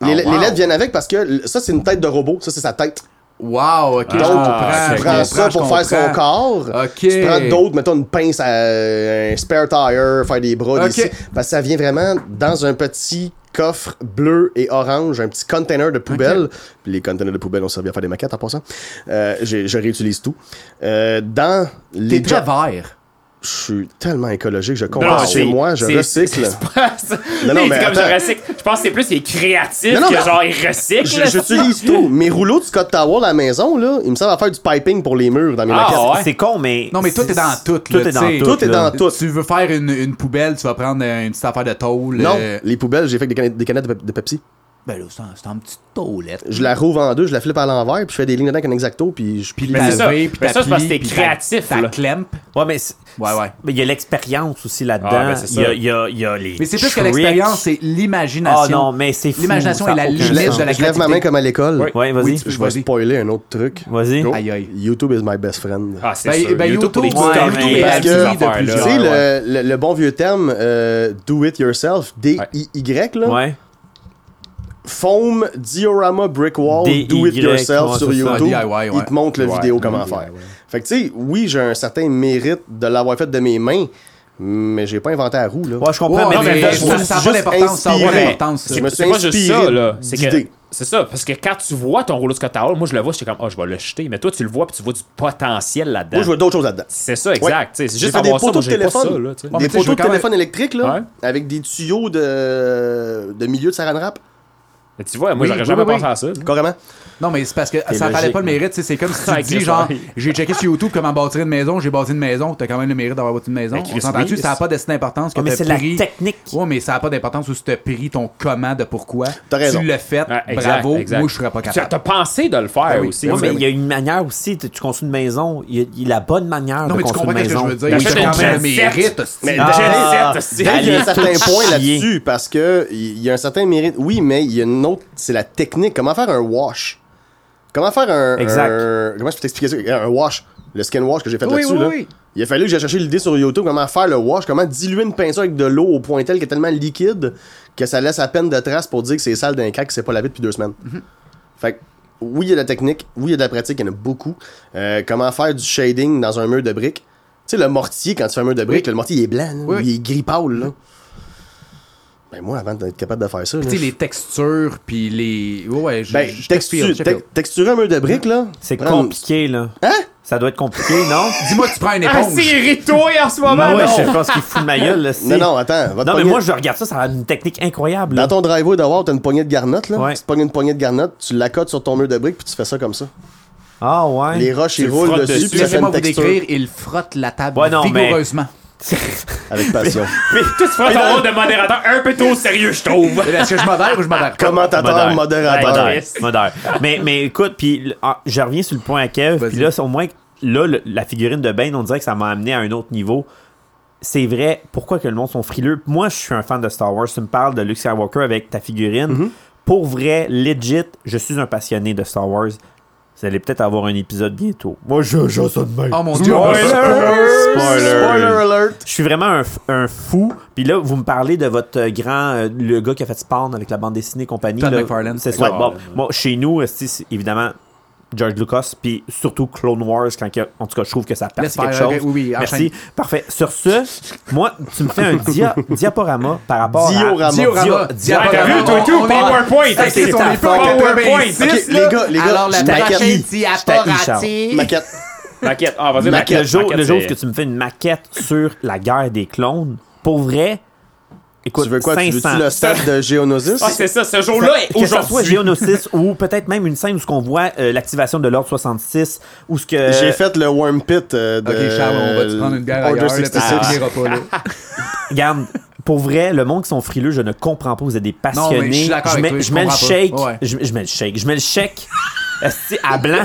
Speaker 5: Les,
Speaker 2: Ah,
Speaker 5: les
Speaker 2: wow.
Speaker 5: lettres viennent avec parce que l- ça, c'est une tête de robot. Ça, c'est sa tête.
Speaker 2: Wow, ok, je
Speaker 5: Donc,
Speaker 2: comprends.
Speaker 5: tu
Speaker 2: je
Speaker 5: prends ça
Speaker 2: comprends, je
Speaker 5: pour faire son
Speaker 2: comprends.
Speaker 5: corps.
Speaker 2: Ok.
Speaker 5: Tu prends d'autres, mettons une pince à un spare tire, faire des bras, des
Speaker 2: Ok.
Speaker 5: ci- Parce que ça vient vraiment dans un petit coffre bleu et orange, un petit container de poubelle. Puis les containers de poubelle ont servi à faire des maquettes en passant. Euh, j'ai- je réutilise tout. Euh, dans les
Speaker 2: T'es très
Speaker 5: jo-
Speaker 2: vert.
Speaker 5: Je suis tellement écologique, je
Speaker 3: Non,
Speaker 5: comprends
Speaker 3: c'est-
Speaker 5: chez moi, je
Speaker 3: c'est-
Speaker 5: recycle.
Speaker 3: c'est pas ça.
Speaker 5: Non, non,
Speaker 3: Il dit
Speaker 5: mais
Speaker 3: comme je
Speaker 5: attends.
Speaker 3: recycle. Je pense que c'est plus les créatifs
Speaker 5: Non, non,
Speaker 3: que
Speaker 5: mais-
Speaker 3: genre ils recyclent.
Speaker 5: Je-
Speaker 3: là.
Speaker 5: J'utilise tout. Mes rouleaux de Scott Tower à la maison, là, ils me servent à faire du piping pour les murs dans mes
Speaker 3: Ah,
Speaker 5: maquettes.
Speaker 3: ouais.
Speaker 4: C'est con, mais.
Speaker 2: Non, mais tout
Speaker 4: c'est-
Speaker 2: est dans tout,
Speaker 4: Tout
Speaker 2: là,
Speaker 4: est dans
Speaker 2: tu sais.
Speaker 4: tout.
Speaker 5: Tout est
Speaker 4: là.
Speaker 5: dans tout.
Speaker 2: Tu veux faire une, une poubelle, tu vas prendre euh, une petite affaire de tôle.
Speaker 5: Non,
Speaker 2: euh,
Speaker 5: les poubelles, j'ai fait avec des canettes, des canettes de, Pep- de Pepsi.
Speaker 2: Ben là, c'est en- c'est en petite tôlette.
Speaker 5: Je la rouvre en deux, je la flippe à l'envers, puis je fais des lignes dedans avec un exacto, puis je plie.
Speaker 3: Mais
Speaker 2: T'as
Speaker 3: c'est ça.
Speaker 2: vape,
Speaker 3: Mais
Speaker 2: t'as
Speaker 3: ça, c'est parce que
Speaker 2: plie,
Speaker 3: t'es
Speaker 2: puis t'as-
Speaker 3: créatif,
Speaker 2: t'as
Speaker 3: là.
Speaker 2: clamp.
Speaker 4: Ouais, mais. c'est-
Speaker 2: Ouais, ouais.
Speaker 4: Mais il y a l'expérience aussi là-dedans.
Speaker 3: Ah, ben, c'est
Speaker 4: il, y
Speaker 3: ça.
Speaker 4: a, il, y a, il y a les.
Speaker 2: Mais c'est plus que
Speaker 4: tricks.
Speaker 2: l'expérience, c'est l'imagination.
Speaker 4: Ah non, mais c'est fou,
Speaker 2: L'imagination
Speaker 4: ça
Speaker 2: est
Speaker 4: a
Speaker 2: la
Speaker 4: aucun
Speaker 2: limite
Speaker 4: sens.
Speaker 2: de la
Speaker 5: Je lève ma main comme à l'école.
Speaker 4: Ouais, vas-y.
Speaker 2: Oui, tu peux.
Speaker 5: Je vais
Speaker 2: Vas-y.
Speaker 5: spoiler un autre truc.
Speaker 4: Vas-y.
Speaker 5: Go.
Speaker 2: Aïe, aïe.
Speaker 5: YouTube is my best friend.
Speaker 3: Ah, c'est
Speaker 2: Ben,
Speaker 3: sûr.
Speaker 2: ben,
Speaker 3: YouTube pour les
Speaker 2: YouTube,
Speaker 3: tutoriels,
Speaker 4: ouais,
Speaker 3: les
Speaker 4: mais-
Speaker 3: astuces,
Speaker 5: parce
Speaker 3: affaires,
Speaker 2: que-
Speaker 5: Tu
Speaker 3: là.
Speaker 5: sais, le, le- le bon vieux terme euh, do it yourself, D-I-Y, là.
Speaker 4: Ouais.
Speaker 5: Foam, diorama, brick wall,
Speaker 4: D-I-Y,
Speaker 5: do it yourself
Speaker 4: ouais,
Speaker 5: sur
Speaker 4: c'est ça.
Speaker 5: YouTube.
Speaker 2: Ah, DIY, ouais.
Speaker 5: Il te montre la
Speaker 3: Ouais.
Speaker 5: vidéo comment faire. Fait que tu sais, oui, j'ai un certain mérite de l'avoir fait de mes mains, mais j'ai pas inventé la roue, là.
Speaker 4: Ouais, je
Speaker 2: Ouais,
Speaker 4: comprends, mais.
Speaker 2: non, mais
Speaker 5: je me
Speaker 2: ça,
Speaker 5: suis
Speaker 2: ça a pas
Speaker 5: juste
Speaker 2: d'importance, ça a pas
Speaker 5: inspiré.
Speaker 2: d'importance. ça.
Speaker 5: Je me suis
Speaker 3: C'est pas juste
Speaker 5: inspiré
Speaker 3: ça, là. C'est que.
Speaker 5: d'idées.
Speaker 3: C'est ça, parce que quand tu vois ton rouleau de Scott Towel, moi je le vois, j'étais comme, oh, je vais le jeter. Mais toi, tu le vois, puis tu vois du potentiel là-dedans.
Speaker 5: Moi, je vois d'autres choses là-dedans.
Speaker 3: C'est ça, exact. tu sais, C'est
Speaker 5: J'ai
Speaker 3: juste
Speaker 5: fait des
Speaker 3: avoir ça, moi
Speaker 5: poteaux de
Speaker 3: j'ai pas ça, là.
Speaker 5: téléphone.
Speaker 3: tu sais.
Speaker 2: Ouais, mais
Speaker 5: Des
Speaker 2: tu sais, je veux
Speaker 5: poteaux de
Speaker 2: quand même-
Speaker 5: téléphone électrique, là,
Speaker 3: Ouais.
Speaker 5: avec des tuyaux de, de milieu de saran wrap,
Speaker 3: Mais Tu vois, moi
Speaker 2: Oui,
Speaker 3: j'aurais
Speaker 2: oui,
Speaker 3: jamais
Speaker 2: oui,
Speaker 3: pensé à ça. là.
Speaker 5: carrément.
Speaker 2: Non, mais c'est parce que ça
Speaker 4: logique,
Speaker 2: fallait pas le mérite. tu sais, C'est comme si
Speaker 3: Ça
Speaker 2: tu dis,
Speaker 3: existe,
Speaker 2: genre,
Speaker 3: ouais.
Speaker 2: j'ai checké sur YouTube comment bâtir une maison, j'ai bâti une maison, t'as quand même le mérite d'avoir bâti une maison.
Speaker 3: Ben, Chris,
Speaker 2: On s'entend-tu,
Speaker 3: oui,
Speaker 2: ça a pas de si d'importance que
Speaker 4: Mais
Speaker 2: t'as
Speaker 4: c'est de la
Speaker 2: pris...
Speaker 4: technique.
Speaker 2: Ouais, mais ça a pas d'importance où tu t'as pris ton comment de pourquoi.
Speaker 5: T'as raison.
Speaker 2: Tu l'as fait,
Speaker 3: Ouais, exact,
Speaker 2: bravo,
Speaker 3: exact.
Speaker 2: moi je serais pas
Speaker 3: Tu as
Speaker 2: capable. Ah
Speaker 3: pensé de le faire aussi.
Speaker 4: Ouais,
Speaker 3: tu sais.
Speaker 4: mais il y a une manière aussi, tu tu construis une maison, il y a, il y a la bonne manière
Speaker 2: Non,
Speaker 4: de
Speaker 2: mais tu
Speaker 4: construire
Speaker 2: comprends
Speaker 4: une
Speaker 2: ce que je
Speaker 4: maison.
Speaker 2: veux dire?
Speaker 3: Ben,
Speaker 2: Oui,
Speaker 3: faites
Speaker 2: t'as
Speaker 3: une
Speaker 2: quand même le
Speaker 3: cassette.
Speaker 2: mérite, hostie. Ben
Speaker 5: Mais
Speaker 4: Ah,
Speaker 3: Jet Set,
Speaker 5: Dave, il y a un
Speaker 4: Allez,
Speaker 5: certain
Speaker 4: tout
Speaker 5: point
Speaker 4: chier.
Speaker 5: là-dessus, parce que il y a un certain mérite. Oui, mais il y a une autre, c'est la technique. Comment faire un wash? Comment faire un...
Speaker 4: Exact.
Speaker 5: un- comment je peux t'expliquer ça? Un wash, le skin wash que j'ai fait
Speaker 2: Oui,
Speaker 5: là-dessus,
Speaker 2: oui,
Speaker 5: là.
Speaker 2: oui.
Speaker 5: Il a fallu que j'ai cherché l'idée sur YouTube, comment faire le wash, comment diluer une peinture avec de l'eau au point tel qu'elle est tellement liquide que ça laisse à peine de traces pour dire que c'est sale d'un cac qui s'est pas lavé depuis deux semaines. Fait que, oui, il y a de la technique, oui, il y a de la pratique, il y en a beaucoup. Euh, comment faire du shading dans un mur de briques. Tu sais, le mortier, quand tu fais un mur de briques, le mortier, il est blanc, là,
Speaker 2: Oui, oui.
Speaker 5: il est gris pâle, là. Ben moi, avant d'être capable de faire ça, là,
Speaker 2: Tu sais,
Speaker 5: je-
Speaker 2: les textures, puis les. Ouais, ouais, je.
Speaker 5: ben,
Speaker 2: je
Speaker 5: textu-
Speaker 2: t'explique, je
Speaker 5: te-
Speaker 2: t'explique.
Speaker 5: texturer un mur de briques, là...
Speaker 4: C'est
Speaker 5: prendre-
Speaker 4: compliqué, là.
Speaker 5: Hein?
Speaker 4: Ça doit être compliqué, *laughs* non?
Speaker 2: Dis-moi, que tu prends une
Speaker 3: Ah,
Speaker 2: éponge. Ben
Speaker 3: c'est ritoué en ce moment,
Speaker 4: Ah ouais,
Speaker 3: non?
Speaker 4: je pense qu'il fout de ma gueule, là. c'est-
Speaker 5: Non, non, attends. va te
Speaker 4: Non, mais
Speaker 5: pogner-
Speaker 4: moi, je regarde ça, ça a une technique incroyable. là.
Speaker 5: Dans ton driveway d'avoir, t'as une poignée de garnottes, là.
Speaker 4: Ouais.
Speaker 5: Tu te pognes une poignée de garnottes, tu l'accotes sur ton mur de briques, puis tu fais ça comme ça.
Speaker 4: Ah, ouais.
Speaker 5: Les roches,
Speaker 3: Tu
Speaker 5: ils
Speaker 3: le
Speaker 5: roulent
Speaker 3: frottes
Speaker 5: dessus,
Speaker 3: dessus.
Speaker 5: puis ça fait
Speaker 2: Laissez-moi
Speaker 5: une
Speaker 2: vous
Speaker 5: texture.
Speaker 2: décrire, il frotte la table
Speaker 4: Ouais, non, mais-
Speaker 2: vigoureusement.
Speaker 5: Avec passion.
Speaker 3: Toi, tu prends ton rôle de modérateur un peu trop sérieux, je trouve.
Speaker 2: Est-ce que je m'adhère ou je m'adhère pas?
Speaker 4: Modère.
Speaker 5: Commentateur, modérateur.
Speaker 4: Modère, modère. mais, mais écoute, puis l- ah, je reviens sur le point à Kev,
Speaker 2: Vas-y.
Speaker 4: puis là, c'est au moins, là, le- la figurine de Bane, on dirait que ça m'a amené à un autre niveau. C'est vrai, pourquoi que le monde sont frileux? Moi, je suis un fan de Star Wars. Tu me parles de Luke Skywalker avec ta figurine. Pour vrai, legit, je suis un passionné de Star Wars. Vous allez peut-être avoir un épisode bientôt. Moi, je, je ça de même.
Speaker 2: Oh mon dieu!
Speaker 5: Spoiler alert.
Speaker 4: Je suis vraiment un, f- un fou. Puis là, vous me parlez de votre euh, grand, euh, le gars qui a fait Spawn avec la bande dessinée et compagnie.
Speaker 2: Todd
Speaker 4: là.
Speaker 2: McFarlane.
Speaker 4: C'est ça.
Speaker 5: Ouais.
Speaker 4: Bon, bon, chez nous, euh, c'est c'est- évidemment George Lucas, puis surtout Clone Wars, quand il y a- en tout cas, je trouve que ça passe
Speaker 2: Laisse
Speaker 4: quelque
Speaker 2: faire,
Speaker 4: chose.
Speaker 2: ok, oui, oui, enchaîne.
Speaker 4: Merci. Parfait. Sur ce, moi, tu me fais un dia- diaporama par rapport à...
Speaker 5: Diorama.
Speaker 2: Diorama.
Speaker 4: Dio-
Speaker 2: Diorama.
Speaker 3: T'as vu, toi, et tout,
Speaker 2: On est-
Speaker 3: PowerPoint.
Speaker 2: Hey, c'est ton
Speaker 4: ta
Speaker 2: époque
Speaker 4: faute.
Speaker 2: PowerPoint.
Speaker 5: Ok, les gars, les gars,
Speaker 2: Alors, la
Speaker 5: je t'ai
Speaker 2: prochaine
Speaker 5: acquis.
Speaker 2: diaporati.
Speaker 5: Maquette.
Speaker 3: Maquette. Ah, vas-y,
Speaker 4: Le
Speaker 3: maquette.
Speaker 4: jour,
Speaker 3: Maquette,
Speaker 4: le jour
Speaker 3: c'est-
Speaker 4: que tu me fais une maquette sur la guerre des clones, pour vrai, écoute,
Speaker 5: Tu veux quoi? Tu
Speaker 4: 500.
Speaker 5: veux-tu le stade de Geonosis?
Speaker 3: Ah, c'est ça, ce jour-là est
Speaker 4: que ça soit
Speaker 3: aujourd'hui.
Speaker 4: Geonosis ou peut-être même une scène où ce qu'on voit euh, l'activation de l'ordre 66 ou ce que
Speaker 5: J'ai fait le Worm Pit euh, de.
Speaker 2: Ok, Charles, on va te prendre une bière
Speaker 5: Order
Speaker 2: ailleurs. là,
Speaker 5: 66.
Speaker 2: t'as oublié le repas, là.
Speaker 4: Regarde, pour vrai, le monde qui sont frileux, je ne comprends pas. Vous êtes des passionnés.
Speaker 2: Non, mais je suis d'accord avec
Speaker 4: mets,
Speaker 2: toi, je
Speaker 4: je mets le
Speaker 2: comprends pas.
Speaker 4: shake.
Speaker 2: Ouais.
Speaker 4: Je, je mets le shake. Je mets le shake. *laughs* Esti, à blanc.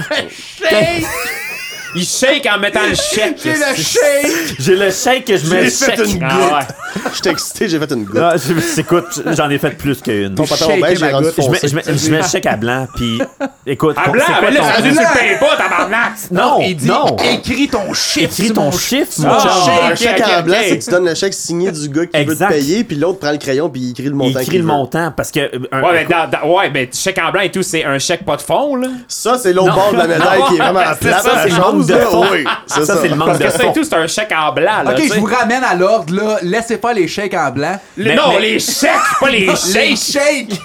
Speaker 3: Il shake en mettant le chèque.
Speaker 2: J'ai le shake!
Speaker 4: J'ai le shake que je mets le
Speaker 5: fait
Speaker 4: shake.
Speaker 5: une goutte.
Speaker 3: Ah ouais.
Speaker 5: *laughs* J'étais excité, j'ai fait une goutte.
Speaker 4: Ah, je- écoute, j'en ai fait plus qu'une.
Speaker 5: Mon
Speaker 2: shaker
Speaker 5: pantalon beige,
Speaker 2: ma
Speaker 5: j'ai rendu
Speaker 2: goutte.
Speaker 4: Je mets,
Speaker 5: foncé.
Speaker 4: je mets- je mets le chèque à blanc, puis écoute.
Speaker 3: Ah
Speaker 4: c'est
Speaker 3: blanc,
Speaker 4: quoi
Speaker 3: mais là,
Speaker 4: ton-
Speaker 3: c'est rendu sur le pain pas, tabarnak.
Speaker 4: Non,
Speaker 2: Il dit,
Speaker 4: non.
Speaker 2: écris ton chiffre.
Speaker 4: Écris
Speaker 2: sur
Speaker 4: ton
Speaker 2: mon
Speaker 4: chiffre,
Speaker 3: Ah,
Speaker 4: mon chum.
Speaker 3: shake,
Speaker 5: Un
Speaker 3: ok,
Speaker 5: chèque
Speaker 3: ok,
Speaker 5: en blanc,
Speaker 3: ok.
Speaker 5: c'est que tu donnes le chèque signé du gars qui veut te
Speaker 4: Exact.
Speaker 5: payer, puis l'autre prend le crayon, puis il écrit le
Speaker 4: Il
Speaker 5: montant
Speaker 4: écrit
Speaker 5: qu'il
Speaker 4: le
Speaker 5: veut.
Speaker 4: montant parce que. euh, un-
Speaker 3: Ouais, mais, dans- dans- ouais, mais chèque en blanc et tout, c'est un chèque pas de fond, là.
Speaker 5: Ça, c'est l'autre bord de la médaille qui est vraiment
Speaker 3: C'est
Speaker 5: plate.
Speaker 3: ça, c'est le
Speaker 5: Jaune
Speaker 4: manque de
Speaker 5: bleu,
Speaker 4: fond.
Speaker 5: oui,
Speaker 4: Ça, c'est le manque
Speaker 3: Parce
Speaker 4: de
Speaker 3: que ça et
Speaker 4: fond.
Speaker 3: tout, c'est un chèque en blanc, là.
Speaker 2: Ok,
Speaker 3: tu
Speaker 2: je
Speaker 3: sais.
Speaker 2: vous ramène à l'ordre, là. Laissez pas les chèques en blanc.
Speaker 3: Le-
Speaker 4: Mais-
Speaker 3: non,
Speaker 4: mais-
Speaker 3: les chèques, pas les
Speaker 2: Les
Speaker 3: chèques.
Speaker 2: shakes!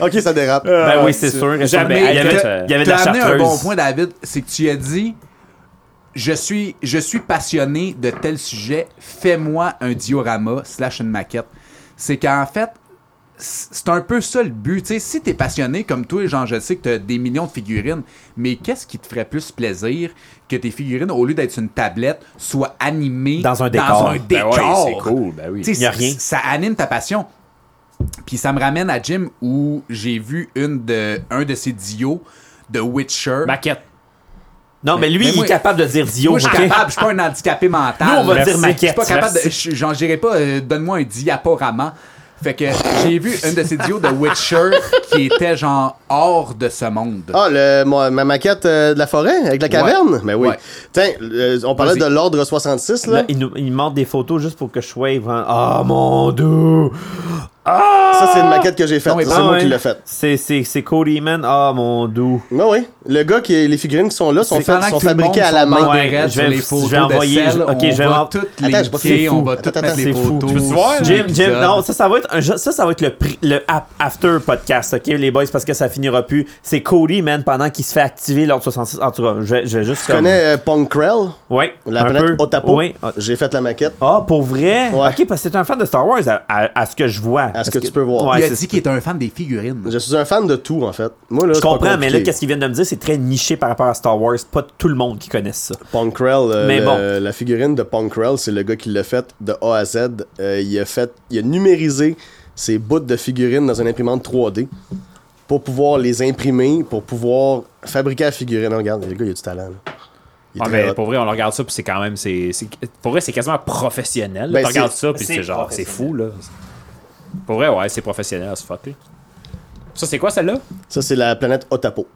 Speaker 5: Ok, ça dérape.
Speaker 4: Ben
Speaker 2: euh,
Speaker 4: oui, c'est sûr.
Speaker 3: Jamais.
Speaker 4: Il y avait,
Speaker 3: Écoute,
Speaker 4: il y avait de la
Speaker 2: T'as amené un
Speaker 4: chartreuse.
Speaker 2: bon point, David. C'est que tu as dit je suis, je suis passionné de tel sujet, fais-moi un diorama slash une maquette. C'est qu'en fait, c- c'est un peu ça le but. Tu sais, si t'es passionné comme toi, genre, je sais que t'as des millions de figurines, mais qu'est-ce qui te ferait plus plaisir que tes figurines, au lieu d'être une tablette, soient animées
Speaker 4: Dans un décor.
Speaker 2: un
Speaker 3: Ben ouais,
Speaker 2: décor?
Speaker 3: c'est
Speaker 5: Oh,
Speaker 3: cool, ben oui.
Speaker 2: Tu sais,
Speaker 4: Y a
Speaker 2: c-
Speaker 4: rien.
Speaker 2: Ça anime ta passion. Puis ça me ramène à Jim où j'ai vu une de, un de ses dios de Witcher.
Speaker 3: Maquette.
Speaker 4: Non, mais lui,
Speaker 2: Mais
Speaker 4: il
Speaker 2: moi-
Speaker 4: est capable de dire
Speaker 2: ben
Speaker 4: Dio.
Speaker 2: Moi, je suis
Speaker 4: ok?
Speaker 2: capable, je suis pas un handicapé mental.
Speaker 4: Nous, on va
Speaker 2: Merci.
Speaker 4: dire maquette,
Speaker 2: Je suis pas capable de.
Speaker 4: merci.
Speaker 2: je- J'en dirais pas, euh, donne-moi un diaporama. Fait que j'ai vu une de ces dios de Witcher qui était genre hors de ce monde.
Speaker 5: Ah, le, moi, ma maquette euh, de la forêt avec la caverne? Mais oui.
Speaker 2: Ouais.
Speaker 5: Tiens, euh, on parlait
Speaker 2: Vas-y.
Speaker 5: de l'ordre 66, là.
Speaker 4: Là, il, nous, il me montre des photos juste pour que je sois. vraiment- Ah mon dieu!
Speaker 5: Ça, c'est une maquette que j'ai faite.
Speaker 2: Non, mais
Speaker 5: C'est
Speaker 4: Ah
Speaker 5: moi
Speaker 4: ouais.
Speaker 5: qui l'ai faite.
Speaker 4: C'est- C'est c'est Cody Man. Ah mon dieu!
Speaker 5: Oui, oui. Le gars, qui est- les figurines qui sont là sont,
Speaker 2: C'est
Speaker 5: faites,
Speaker 2: pendant
Speaker 5: sont
Speaker 2: que tout le
Speaker 5: fabriquées
Speaker 2: monde
Speaker 5: à la
Speaker 2: sont
Speaker 5: main.
Speaker 4: Ouais,
Speaker 2: barrettes
Speaker 4: je vais-
Speaker 2: sur les photos
Speaker 4: je vais envoyer-
Speaker 2: de sel,
Speaker 4: ok,
Speaker 2: on
Speaker 4: je vais
Speaker 2: va
Speaker 4: en-
Speaker 2: toutes
Speaker 5: Attends,
Speaker 2: les
Speaker 5: je sais pas si
Speaker 2: liker,
Speaker 5: c'est
Speaker 2: on
Speaker 5: fou.
Speaker 2: va
Speaker 5: Attends,
Speaker 2: toutes
Speaker 5: attends,
Speaker 2: mettre
Speaker 5: c'est
Speaker 2: les
Speaker 4: fou.
Speaker 2: photos.
Speaker 3: Tu veux-tu voir?
Speaker 2: sur
Speaker 4: Jim, Jim,
Speaker 2: l'épisode.
Speaker 4: non, ça, ça va être un, jeu- ça, ça va être le, pri- le ap- after podcast, ok, les boys, parce que ça finira plus. C'est Cody, man, pendant qu'il se fait activer l'ordre 66. En tout cas, je, vais- je vais juste.
Speaker 5: Tu connais euh, Ponkrell?
Speaker 4: Ouais,
Speaker 5: La
Speaker 4: un
Speaker 5: planète
Speaker 4: peu.
Speaker 5: Otapo?
Speaker 4: Oui. Ah,
Speaker 5: J'ai fait la maquette.
Speaker 4: Ah, pour vrai?
Speaker 5: Ouais.
Speaker 4: Ok, parce que c'est un fan de Star Wars, à, à- à ce que je vois.
Speaker 5: À
Speaker 4: Parce
Speaker 5: ce que tu peux voir.
Speaker 4: Ouais,
Speaker 2: Il a
Speaker 4: c'est-
Speaker 2: dit qu'il était un fan des figurines.
Speaker 5: Je suis un fan de tout, en fait. Moi, là,
Speaker 4: Je
Speaker 5: c'est pas
Speaker 4: comprends, mais là,
Speaker 5: compliqué.
Speaker 4: qu'est-ce qu'ils viennent de me dire, c'est très niché par rapport à Star Wars. Pas tout le monde qui connaisse ça.
Speaker 5: Ponkrell, euh,
Speaker 4: Mais
Speaker 5: le-
Speaker 4: bon.
Speaker 5: la figurine de Ponkrell, c'est le gars qui l'a faite de A à Z. Euh, il, a fait, il a numérisé ses bouts de figurines dans une imprimante 3D pour pouvoir les imprimer, pour pouvoir fabriquer la figurine. Ah, regarde, le gars, il a du talent. là. Il est
Speaker 3: Ah,
Speaker 5: très
Speaker 3: ben,
Speaker 5: hot.
Speaker 3: pour vrai, on le regarde ça, puis c'est quand même. c'est c'est- Pour vrai, c'est quasiment professionnel.
Speaker 5: Ben,
Speaker 3: tu regardes
Speaker 5: c'est-
Speaker 3: ça, puis
Speaker 4: c'est
Speaker 3: c'est genre, c'est
Speaker 4: professionnel.
Speaker 3: fou, là. Pour vrai, ouais, c'est professionnel à se fucker. Ça, c'est quoi celle-là?
Speaker 5: Ça, c'est la planète Otapo.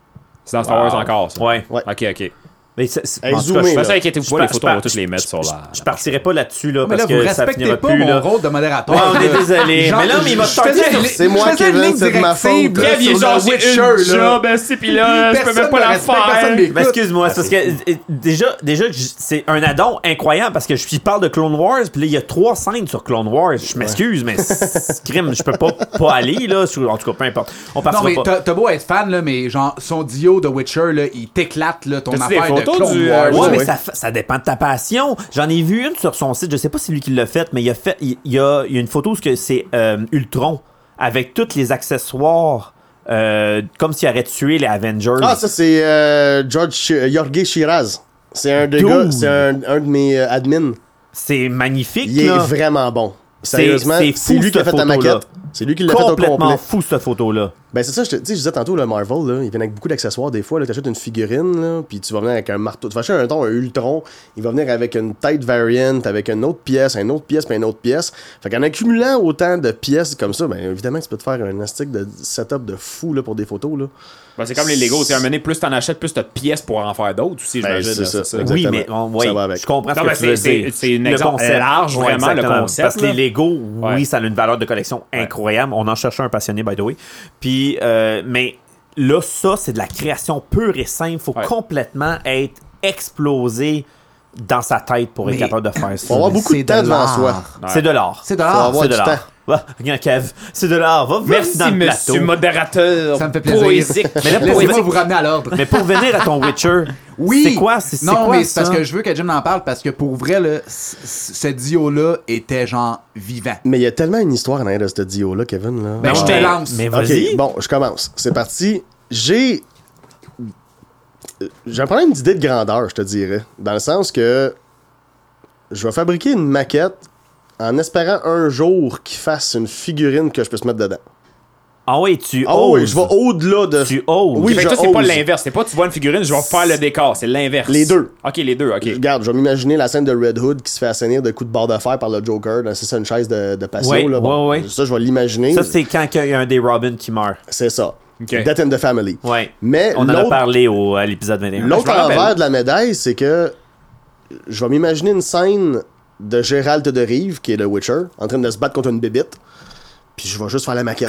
Speaker 3: C'est dans Star Wars encore, ça.
Speaker 4: Ouais.
Speaker 5: Ouais.
Speaker 3: Ok, ok.
Speaker 4: Mais c'est- c'est-
Speaker 5: Hey,
Speaker 4: en tout
Speaker 5: zoomé,
Speaker 4: cas, je-
Speaker 5: là.
Speaker 3: Ben, ça, inquiétez-vous pas,
Speaker 4: par-
Speaker 3: les photos, on va
Speaker 4: je-
Speaker 3: tous les mettre sur la.
Speaker 4: Je partirai pas là-dessus, là,
Speaker 2: Ah, Mais là,
Speaker 4: parce
Speaker 2: vous
Speaker 4: que ça finira
Speaker 2: respectez pas
Speaker 4: plus,
Speaker 2: mon
Speaker 4: là.
Speaker 2: rôle de modérateur.
Speaker 4: Ouais, on est
Speaker 2: là.
Speaker 4: désolé, mais là, mais il m'a
Speaker 2: je faisais
Speaker 4: sorti-
Speaker 2: une-
Speaker 5: C'est
Speaker 2: je
Speaker 5: moi,
Speaker 2: faisais une
Speaker 5: Kevin,
Speaker 2: ligne
Speaker 5: c'est de ma
Speaker 2: directive,
Speaker 5: faute.
Speaker 2: là,
Speaker 5: Kev,
Speaker 3: Kev, il est
Speaker 2: sur
Speaker 3: genre,
Speaker 2: le
Speaker 3: j'ai une
Speaker 2: Witcher, là.
Speaker 3: job, hein, c'est pis là, je peux même
Speaker 2: Personne
Speaker 3: pas
Speaker 2: me
Speaker 3: la
Speaker 2: respecte, personne
Speaker 3: faire.
Speaker 2: m'écoute.
Speaker 4: Mais excuse-moi, c'est parce que euh, déjà, déjà que j- c'est un addon incroyable parce que je je parle de Clone Wars, puis là, il y a trois scènes sur Clone Wars. Je m'excuse, mais *laughs* c'est- crime, je peux pas, pas aller, là. sur- En tout cas, peu importe. On
Speaker 2: Non,
Speaker 4: partira
Speaker 2: mais
Speaker 4: pas.
Speaker 2: t'as t'as beau être fan, là, mais genre, son dio de Witcher, là, il t'éclate, là, ton
Speaker 3: T'as-tu des
Speaker 2: affaire de
Speaker 3: photos
Speaker 2: Clone
Speaker 3: du-
Speaker 2: Wars.
Speaker 4: Ouais,
Speaker 5: Ouais,
Speaker 4: mais
Speaker 5: ouais.
Speaker 4: Ça, fa- ça dépend de ta passion. J'en ai vu une sur son site, je sais pas si c'est lui qui l'a faite, mais il a fait il il y a, il y a une photo où ce que c'est euh, Ultron avec tous les accessoires euh, comme s'il aurait tué les Avengers.
Speaker 5: Ah, ça, c'est euh, George Chi- euh, Jorge Shiraz. C'est un des
Speaker 4: Dude.
Speaker 5: gars, c'est un, un de mes euh, admins.
Speaker 4: c'est magnifique
Speaker 5: Il est
Speaker 4: là.
Speaker 5: vraiment bon. Sérieusement,
Speaker 4: c'est
Speaker 5: c'est
Speaker 4: fou,
Speaker 5: lui qui a
Speaker 4: cette
Speaker 5: fait la
Speaker 4: photo-là.
Speaker 5: maquette. C'est lui qui l'a fait au
Speaker 4: complètement
Speaker 5: complet.
Speaker 4: fou cette photo là.
Speaker 5: Ben c'est ça, je te tu sais, je disais tantôt, le Marvel, là, ils viennent avec beaucoup d'accessoires des fois. là, T'achètes une figurine, là, puis tu vas venir avec un marteau. Tu vas acheter un ton, un Ultron, il va venir avec une tête variant, avec une autre pièce, une autre pièce, puis une autre pièce. Fait qu'en accumulant autant de pièces comme ça, ben évidemment, tu peux te faire un astic de setup de fou là, pour des photos. Là.
Speaker 3: Ben, c'est comme les Lego, tu sais, à un moment donné, plus t'en achètes, plus t'as de pièces pour en faire d'autres aussi,
Speaker 5: Ben,
Speaker 3: j'imagine.
Speaker 5: c'est
Speaker 3: là,
Speaker 5: ça.
Speaker 3: c'est ça.
Speaker 5: Exactement.
Speaker 4: Oui, mais on,
Speaker 5: Ça
Speaker 4: oui,
Speaker 5: va avec.
Speaker 4: je comprends ce
Speaker 3: Non,
Speaker 4: que
Speaker 3: mais
Speaker 4: tu veux
Speaker 3: c'est-
Speaker 4: dire.
Speaker 3: c'est- c'est un
Speaker 4: Le
Speaker 3: exemple
Speaker 4: concept.
Speaker 3: large,
Speaker 4: Ouais,
Speaker 3: vraiment, le
Speaker 4: exactement.
Speaker 3: concept,
Speaker 4: Parce que
Speaker 3: là.
Speaker 4: les Lego,
Speaker 3: Ouais.
Speaker 4: oui, ça a une valeur de collection incroyable. On en cherchait un passionné, by the way. Puis, euh, mais Là, ça, c'est de la création pure et simple. Faut
Speaker 3: Ouais.
Speaker 4: complètement être explosé dans sa tête pour être
Speaker 2: Mais-
Speaker 4: capable de faire ça.
Speaker 5: On va avoir beaucoup de
Speaker 2: C'est
Speaker 5: temps devant
Speaker 2: l'art.
Speaker 5: soi.
Speaker 4: C'est de l'art.
Speaker 2: C'est de
Speaker 5: Faut
Speaker 2: l'art.
Speaker 5: avoir-
Speaker 4: C'est
Speaker 5: du
Speaker 4: de
Speaker 5: temps.
Speaker 4: l'art. Va, regarde, Kev. C'est de l'art. Va voler
Speaker 3: Merci,
Speaker 4: dans le
Speaker 3: monsieur
Speaker 4: plateau.
Speaker 3: modérateur.
Speaker 2: Ça me fait plaisir.
Speaker 3: Poésique.
Speaker 4: Mais la
Speaker 2: Laissez-moi
Speaker 4: poésie-
Speaker 2: vous ramener à l'ordre.
Speaker 4: *laughs* Mais pour venir à ton Witcher,
Speaker 2: Oui.
Speaker 4: c'est quoi c'est, c'est
Speaker 2: Non,
Speaker 4: quoi
Speaker 2: mais c'est
Speaker 4: ça?
Speaker 2: parce que je veux que Jim en parle parce que pour vrai, là, c- c- ce Dio-là était genre vivant.
Speaker 5: Mais il y a tellement une histoire en arrière de ce Dio-là, Kevin. Là.
Speaker 2: Ben,
Speaker 4: Non,
Speaker 2: je te
Speaker 4: mais-
Speaker 2: lance.
Speaker 4: Mais
Speaker 5: Ok,
Speaker 4: vas-y.
Speaker 5: bon, je commence. C'est parti. J'ai. Euh, J'ai un problème d'idée de grandeur, je te dirais. Dans le sens que je vais fabriquer une maquette en espérant un jour qu'il fasse une figurine que je puisse mettre dedans.
Speaker 4: Ah oui, tu
Speaker 5: Oh, oui,
Speaker 4: oses.
Speaker 5: je vais au-delà de.
Speaker 4: Tu oses.
Speaker 5: Oui,
Speaker 3: Fait que
Speaker 5: je
Speaker 3: toi, c'est pas
Speaker 5: ose.
Speaker 3: l'inverse. C'est pas tu vois une figurine, je vais faire le décor. C'est l'inverse.
Speaker 5: Les deux.
Speaker 3: Ok, les deux, ok.
Speaker 5: Regarde, je vais m'imaginer la scène de Red Hood qui se fait assainir de coups de barre de fer par le Joker. dans- C'est ça, une chaise de, de patio.
Speaker 4: Ouais,
Speaker 5: là.
Speaker 4: ouais, ouais.
Speaker 5: Ça, je vais l'imaginer.
Speaker 4: Ça, c'est quand il y a un des Robin qui meurt.
Speaker 5: C'est ça.
Speaker 3: Ok.
Speaker 5: Death and the Family.
Speaker 4: Ouais.
Speaker 5: Mais
Speaker 4: On en a
Speaker 5: l'autre-
Speaker 4: parlé au, à l'épisode 21.
Speaker 5: L'autre
Speaker 3: Je me rappelle.
Speaker 5: envers de la médaille, c'est que je vais m'imaginer une scène de Gérald de Rive, qui est le Witcher, en train de se battre contre une bébite, puis je vais juste faire la
Speaker 4: *coughs*
Speaker 5: maquette.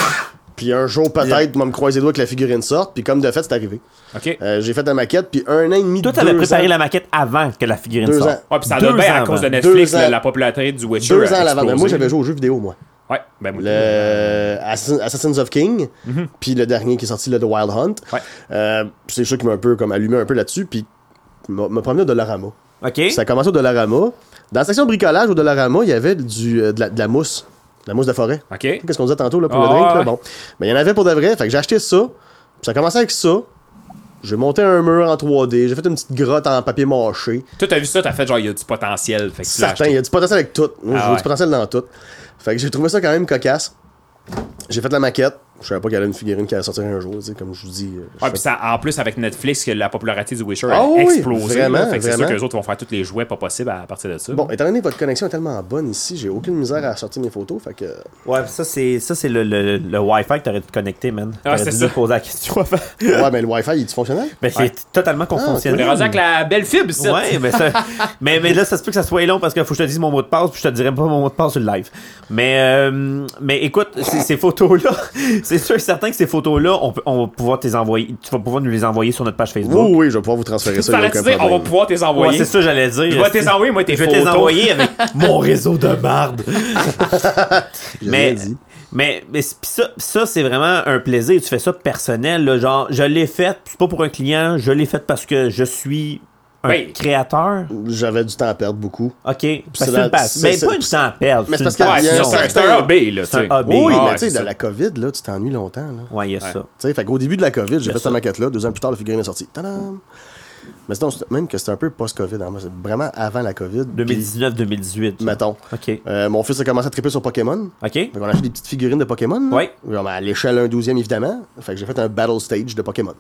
Speaker 5: puis un jour, peut-être, je vais me croiser les doigts que la figurine sorte, puis comme de fait, c'est arrivé.
Speaker 3: Ok.
Speaker 5: Euh, j'ai fait la maquette, puis un an et demi,
Speaker 4: Toi,
Speaker 5: deux
Speaker 4: t'avais préparé
Speaker 5: ans,
Speaker 4: la maquette avant que la figurine
Speaker 5: Deux
Speaker 4: sorte.
Speaker 5: ans.
Speaker 3: Ouais, puis ça
Speaker 4: Deux
Speaker 3: donne bien
Speaker 4: ans
Speaker 3: à cause de
Speaker 4: avant.
Speaker 3: Netflix,
Speaker 5: Deux
Speaker 3: la,
Speaker 5: ans.
Speaker 3: la popularité du Witcher.
Speaker 5: deux
Speaker 3: a
Speaker 5: ans à l'avant. Moi,
Speaker 3: explosé.
Speaker 5: j'avais joué aux jeux vidéo, moi.
Speaker 3: Ouais, ben moi.
Speaker 5: Le Assassin- Assassin's of King, puis le dernier qui est sorti, le The Wild Hunt.
Speaker 3: Mhm. Ouais.
Speaker 5: Euh, c'est sûr qui m'a un peu comme allumé un peu là-dessus, puis me me promener au Dollarama.
Speaker 4: OK?
Speaker 5: Ça a commencé au Dollarama. Dans la section bricolage au Dollarama, il y avait du, euh, de, la, de la mousse. De la mousse de forêt.
Speaker 3: Ok.
Speaker 5: Qu'est-ce qu'on disait tantôt là, pour le
Speaker 3: Ah,
Speaker 5: drink? là?
Speaker 3: ouais.
Speaker 5: Bon. Mais il y en avait pour de vrai. Fait que j'ai acheté ça. Puis ça a commencé avec ça. J'ai monté un mur en 3D. J'ai fait une petite grotte en papier mâché.
Speaker 3: Toi, t'as vu ça, t'as fait genre, il y a du potentiel. Fait que tu l'as
Speaker 5: Certain,
Speaker 3: acheté.
Speaker 5: il y a du potentiel avec tout.
Speaker 3: Ah
Speaker 5: Moi, je vois
Speaker 3: ouais.
Speaker 5: du potentiel dans tout. Fait que j'ai trouvé ça quand même cocasse. J'ai fait la maquette. Je savais pas qu'il y avait une figurine qui allait sortir un jour. tu sais, Comme je vous dis. euh, je
Speaker 3: Ouais, Ah,
Speaker 5: fais-
Speaker 3: puis ça, en plus, avec Netflix, que la popularité du Witcher
Speaker 5: Ah
Speaker 3: a
Speaker 5: oui,
Speaker 3: explosé. là.
Speaker 5: vraiment,
Speaker 3: fait que c'est sûr
Speaker 5: vraiment.
Speaker 3: que les autres vont faire tous les jouets pas possibles à partir de ça.
Speaker 5: Bon, étant donné que votre connexion est tellement bonne ici, j'ai aucune misère à sortir mes photos.
Speaker 3: *coughs*
Speaker 5: Fait que.
Speaker 4: Ouais, ça, c'est, ça, c'est le, le, le Wi-Fi que t'aurais dû te connecter, man.
Speaker 3: Ah,
Speaker 4: T'aurais
Speaker 3: c'est
Speaker 4: dû
Speaker 3: ça.
Speaker 4: nous poser la question avant.
Speaker 5: Ouais, mais le Wi-Fi, il est fonctionnel?
Speaker 4: Mais c'est
Speaker 5: Ah,
Speaker 4: totalement
Speaker 3: on est
Speaker 4: confonctionnel.
Speaker 3: rendu avec la belle fibre, c'est
Speaker 4: Ouais, mais, ça, mais, mais là, ça se peut que ça soit long parce qu'il faut que je te dise mon mot de passe, puis je te dirai pas mon mot de passe sur le live. Mais, euh, mais écoute, ces, ces photos-là, *laughs* c'est sûr et certain que ces photos-là, on, peut- on va pouvoir te les envoyer. Tu vas pouvoir nous les envoyer sur notre page Facebook.
Speaker 5: Oui, oui, je vais pouvoir vous transférer ça. il y a aucun
Speaker 3: on va
Speaker 5: problème.
Speaker 3: pouvoir t'es
Speaker 4: Ouais,
Speaker 3: envoyer.
Speaker 4: c'est ça, j'allais dire.
Speaker 3: je vais t'es envoyer, moi, tes
Speaker 4: Je vais te les
Speaker 3: photos.
Speaker 4: envoyer avec mon réseau de
Speaker 5: *laughs*
Speaker 4: marde.
Speaker 5: J'ai
Speaker 4: mais,
Speaker 5: rien dit.
Speaker 4: mais, mais c'est- pis ça, ça c'est vraiment un plaisir. Tu fais ça personnel. là, genre, je l'ai fait, c'est pas pour un client, je l'ai fait parce que je suis un
Speaker 3: Ben.
Speaker 4: créateur.
Speaker 5: J'avais du temps à perdre beaucoup.
Speaker 4: OK. Parce que
Speaker 5: c'est
Speaker 4: c'est une
Speaker 5: la-
Speaker 4: passion.
Speaker 5: c'est-
Speaker 4: Mais
Speaker 5: c'est-
Speaker 4: pas une temps à perdre.
Speaker 5: Mais c'est parce
Speaker 4: une
Speaker 5: que-
Speaker 3: Ouais,
Speaker 5: il y a
Speaker 3: c'est
Speaker 5: un
Speaker 4: passion.
Speaker 3: ça, c'est
Speaker 5: certain-
Speaker 3: un hobby, là, tu
Speaker 4: C'est un
Speaker 3: sais.
Speaker 4: hobby.
Speaker 5: Oui,
Speaker 3: Ah,
Speaker 5: mais tu
Speaker 3: c'est
Speaker 5: sais,
Speaker 3: ça.
Speaker 5: dans la COVID, là, tu t'ennuies longtemps. Là.
Speaker 4: Ouais, il y a ça.
Speaker 5: Tu sais, fait qu'au début de la COVID,
Speaker 4: Bien
Speaker 5: j'ai fait
Speaker 4: sûr.
Speaker 5: cette maquette-là. Deux ans plus tard, la figurine est sortie. Tadam! Mais sinon, c'est- même que c'était un peu post-COVID. hein, moi, c'est vraiment avant la COVID. puis,
Speaker 4: 2019-2018.
Speaker 5: mettons.
Speaker 4: OK.
Speaker 5: euh, mon fils a commencé à triper sur Pokémon.
Speaker 4: OK.
Speaker 5: Fait qu'on a acheté des petites figurines de Pokémon. là.
Speaker 4: Ouais.
Speaker 5: Genre, à l'échelle 1 12e, évidemment. Fait que j'ai fait un battle stage de Pokémon.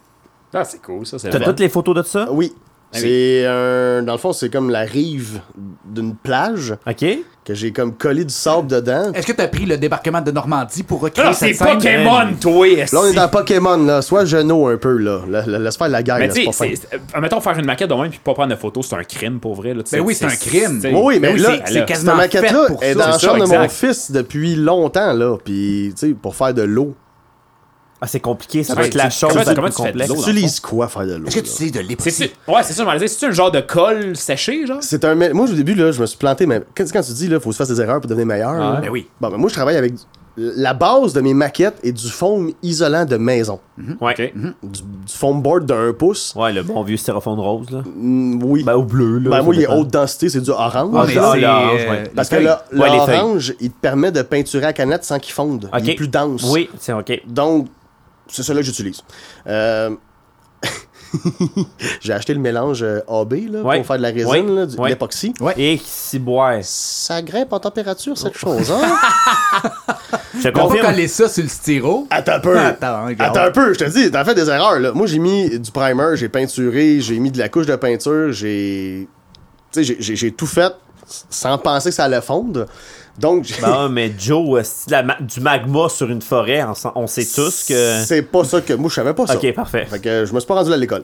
Speaker 3: Ah, c'est cool, ça. C'est
Speaker 4: T'as
Speaker 3: le fun.
Speaker 4: toutes les photos de ça?
Speaker 5: Ah Oui. C'est un. Dans le fond, c'est comme la rive d'une plage
Speaker 4: OK.
Speaker 5: que j'ai comme collé du sable dedans.
Speaker 2: Est-ce que t'as pris le débarquement de Normandie pour recréer
Speaker 3: Ah, c'est
Speaker 2: cette scène?
Speaker 3: Pokémon, toi, esti.
Speaker 5: Là, on est dans Pokémon, là. Sois genou un peu, là. La- la- Laisse faire la guerre,
Speaker 3: Mais
Speaker 5: là,
Speaker 3: tu
Speaker 5: c'est
Speaker 3: sais,
Speaker 5: pas fin.
Speaker 3: c'est- c'est- euh, mettons faire une maquette de même puis pas prendre de photos, c'est un crime pour vrai. Là, tu
Speaker 2: Ben
Speaker 3: sais,
Speaker 2: oui, c'est un crime.
Speaker 3: c'est-
Speaker 5: Oui, oui, mais
Speaker 3: Ben
Speaker 5: là,
Speaker 2: c'est
Speaker 3: là.
Speaker 5: Cette
Speaker 2: quasiment fait
Speaker 5: maquette-là
Speaker 2: pour
Speaker 5: est
Speaker 2: ça.
Speaker 5: dans la
Speaker 3: c'est ça,
Speaker 5: chambre de mon
Speaker 3: exact.
Speaker 5: fils depuis longtemps, là. Puis, tu sais, pour faire de l'eau.
Speaker 4: Ah, c'est compliqué. Ça
Speaker 3: Ouais,
Speaker 4: va être la
Speaker 3: c'est-
Speaker 4: chose
Speaker 3: comment tu-
Speaker 4: la
Speaker 3: comment
Speaker 4: plus
Speaker 3: tu fais de
Speaker 4: complexe.
Speaker 3: l'eau? dans
Speaker 5: Tu lises quoi, faire de l'eau?
Speaker 2: Est-ce que tu
Speaker 5: là?
Speaker 2: sais de
Speaker 3: C'est-tu-
Speaker 2: l'époque?
Speaker 3: Ouais, c'est ça, je me disais, c'est-tu un genre de colle séché, genre?
Speaker 5: C'est un. mé- Moi, au début, là, je me suis planté, mais quand, quand tu dis, là, faut se faire des erreurs pour devenir meilleur.
Speaker 3: Ah,
Speaker 5: là.
Speaker 3: ben
Speaker 2: oui.
Speaker 5: Bon, ben, moi, je travaille avec. La base de mes maquettes est du foam isolant de maison.
Speaker 4: Ouais. Mm-hmm.
Speaker 3: Ok.
Speaker 5: Du, du foam board de 1 pouce.
Speaker 4: Ouais, le bon vieux styrofoam rose, là.
Speaker 5: Mm, oui.
Speaker 4: Ben,
Speaker 5: Ben,
Speaker 4: au bleu, là. ça
Speaker 5: moi, il est
Speaker 4: dépend.
Speaker 5: haute densité, c'est du orange.
Speaker 4: Ah,
Speaker 2: mais
Speaker 4: ça,
Speaker 2: c'est,
Speaker 4: là,
Speaker 2: euh,
Speaker 4: ouais.
Speaker 5: Parce que
Speaker 2: les
Speaker 5: le,
Speaker 4: feuilles. Ouais, les feuilles.
Speaker 5: l'orange, il te permet de peinturer à canette sans qu'il fonde.
Speaker 4: OK.
Speaker 5: Il est plus dense.
Speaker 4: Oui, c'est OK.
Speaker 5: Donc, c'est celui que j'utilise. Euh, *laughs* J'ai acheté le mélange euh, AB là,
Speaker 4: Ouais.
Speaker 5: pour faire de la résine,
Speaker 4: Ouais.
Speaker 5: là, du- de
Speaker 4: Ouais.
Speaker 5: l'époxy.
Speaker 4: Et si boire.
Speaker 5: Ça grimpe en température, cette
Speaker 4: Oh.
Speaker 5: chose. Hein?
Speaker 4: Je te
Speaker 2: On va
Speaker 4: confirme.
Speaker 2: coller ça sur le styro.
Speaker 5: Attends un peu.
Speaker 2: Attends, regarde.
Speaker 5: Attends un peu, je te dis, t'as fait des erreurs. là. Moi, j'ai mis du primer, j'ai peinturé, j'ai mis de la couche de peinture, j'ai. Tu sais, j'ai- j'ai- j'ai tout fait sans penser que ça allait fondre. Donc, j'ai-
Speaker 4: Non, mais Joe, euh, si de la ma- du magma sur une forêt, on, s'en- on sait tous que.
Speaker 5: *laughs* c'est pas ça que. Moi, je savais pas ça.
Speaker 4: Ok, parfait.
Speaker 5: Fait que je me suis pas rendu là à l'école.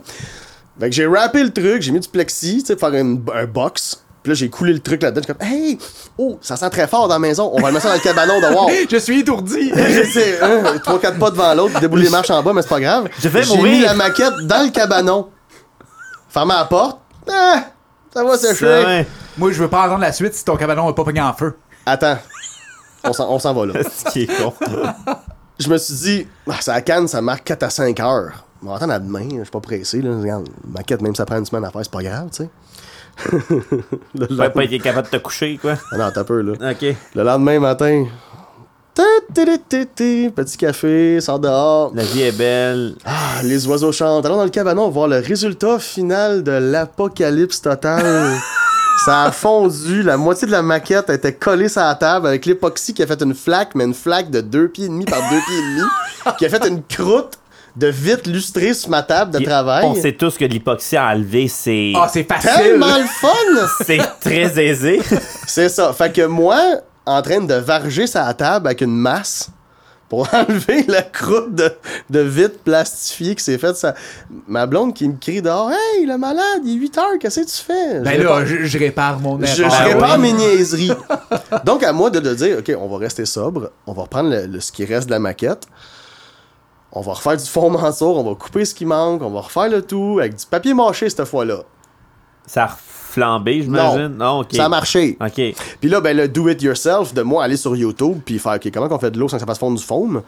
Speaker 5: Fait que j'ai rappé le truc, j'ai mis du plexi, tu sais, pour faire une- un box. Puis là, j'ai coulé le truc là-dedans. J'ai comme, hey, oh, ça sent très fort dans la maison. On va le mettre ça dans le cabanon de wow.
Speaker 2: *laughs* Je suis étourdi. *laughs*
Speaker 5: *laughs* Je sais, un, trois, quatre pas devant l'autre, débouler les marches en bas, mais c'est pas grave.
Speaker 4: Je vais
Speaker 5: J'ai
Speaker 4: mourir.
Speaker 5: mis la maquette dans le cabanon. Fermé la porte. Ah, ça va sécher.
Speaker 4: Ouais. *laughs*
Speaker 2: Moi, je veux pas entendre la suite si ton cabanon a pas pogné en feu.
Speaker 5: Attends. On s'en on s'en va là.
Speaker 4: C'est qui
Speaker 5: *laughs*
Speaker 4: est con.
Speaker 5: Je me suis dit, ah, ça canne, ça marque 4 à 5 heures. On va attendre à demain, je suis pas pressé. Là. Regarde, maquette, même si ça prend une semaine à faire, c'est pas grave, tu sais. *laughs* Le
Speaker 4: Tu vas
Speaker 5: lendemain-
Speaker 4: pas être capable de te coucher, quoi.
Speaker 5: Ah non, t'as peur, là.
Speaker 4: Ok.
Speaker 5: Le lendemain matin, tu, tu, tu, tu, tu, petit café, sort dehors.
Speaker 4: La vie est belle.
Speaker 5: Ah, les oiseaux chantent. Allons dans le cabanon voir le résultat final de l'apocalypse totale. Ça a fondu, la moitié de la maquette était collée sur la table avec l'époxy qui a fait une flaque, mais une flaque de deux pieds et demi par deux pieds et demi, qui a fait une croûte de vitre lustrée sur ma table de travail.
Speaker 4: On sait tous que l'hypoxie à enlever, c'est.
Speaker 2: Ah, c'est facile.
Speaker 5: Tellement le fun!
Speaker 4: *laughs*
Speaker 5: *laughs*
Speaker 4: c'est très aisé.
Speaker 5: C'est ça. Fait que moi, en train de varger sa table avec une masse pour *laughs* enlever la croûte de, de vitre plastifiée qui s'est faite, ça... ma blonde qui me crie dehors Hey, le malade, il est 8 heures, qu'est-ce que tu fais?
Speaker 2: Ben
Speaker 5: Je
Speaker 2: là, je, je répare mon
Speaker 5: je,
Speaker 2: erreur.
Speaker 5: je
Speaker 2: Ah,
Speaker 5: répare
Speaker 2: oui.
Speaker 5: mes niaiseries. Donc, à moi de, de dire, OK, on va rester sobre, on va reprendre le, le- ce qui reste de la maquette, on va refaire du fond mansour, on va couper ce qui manque, on va refaire le tout avec du papier mâché cette fois-là.
Speaker 4: Ça a flambé, j'imagine. Non, ok.
Speaker 5: Ça a marché.
Speaker 4: Ok.
Speaker 5: Puis là, ben, le do-it-yourself de moi aller sur YouTube puis faire OK, comment qu'on fait de l'eau sans que ça fasse fondre du foam,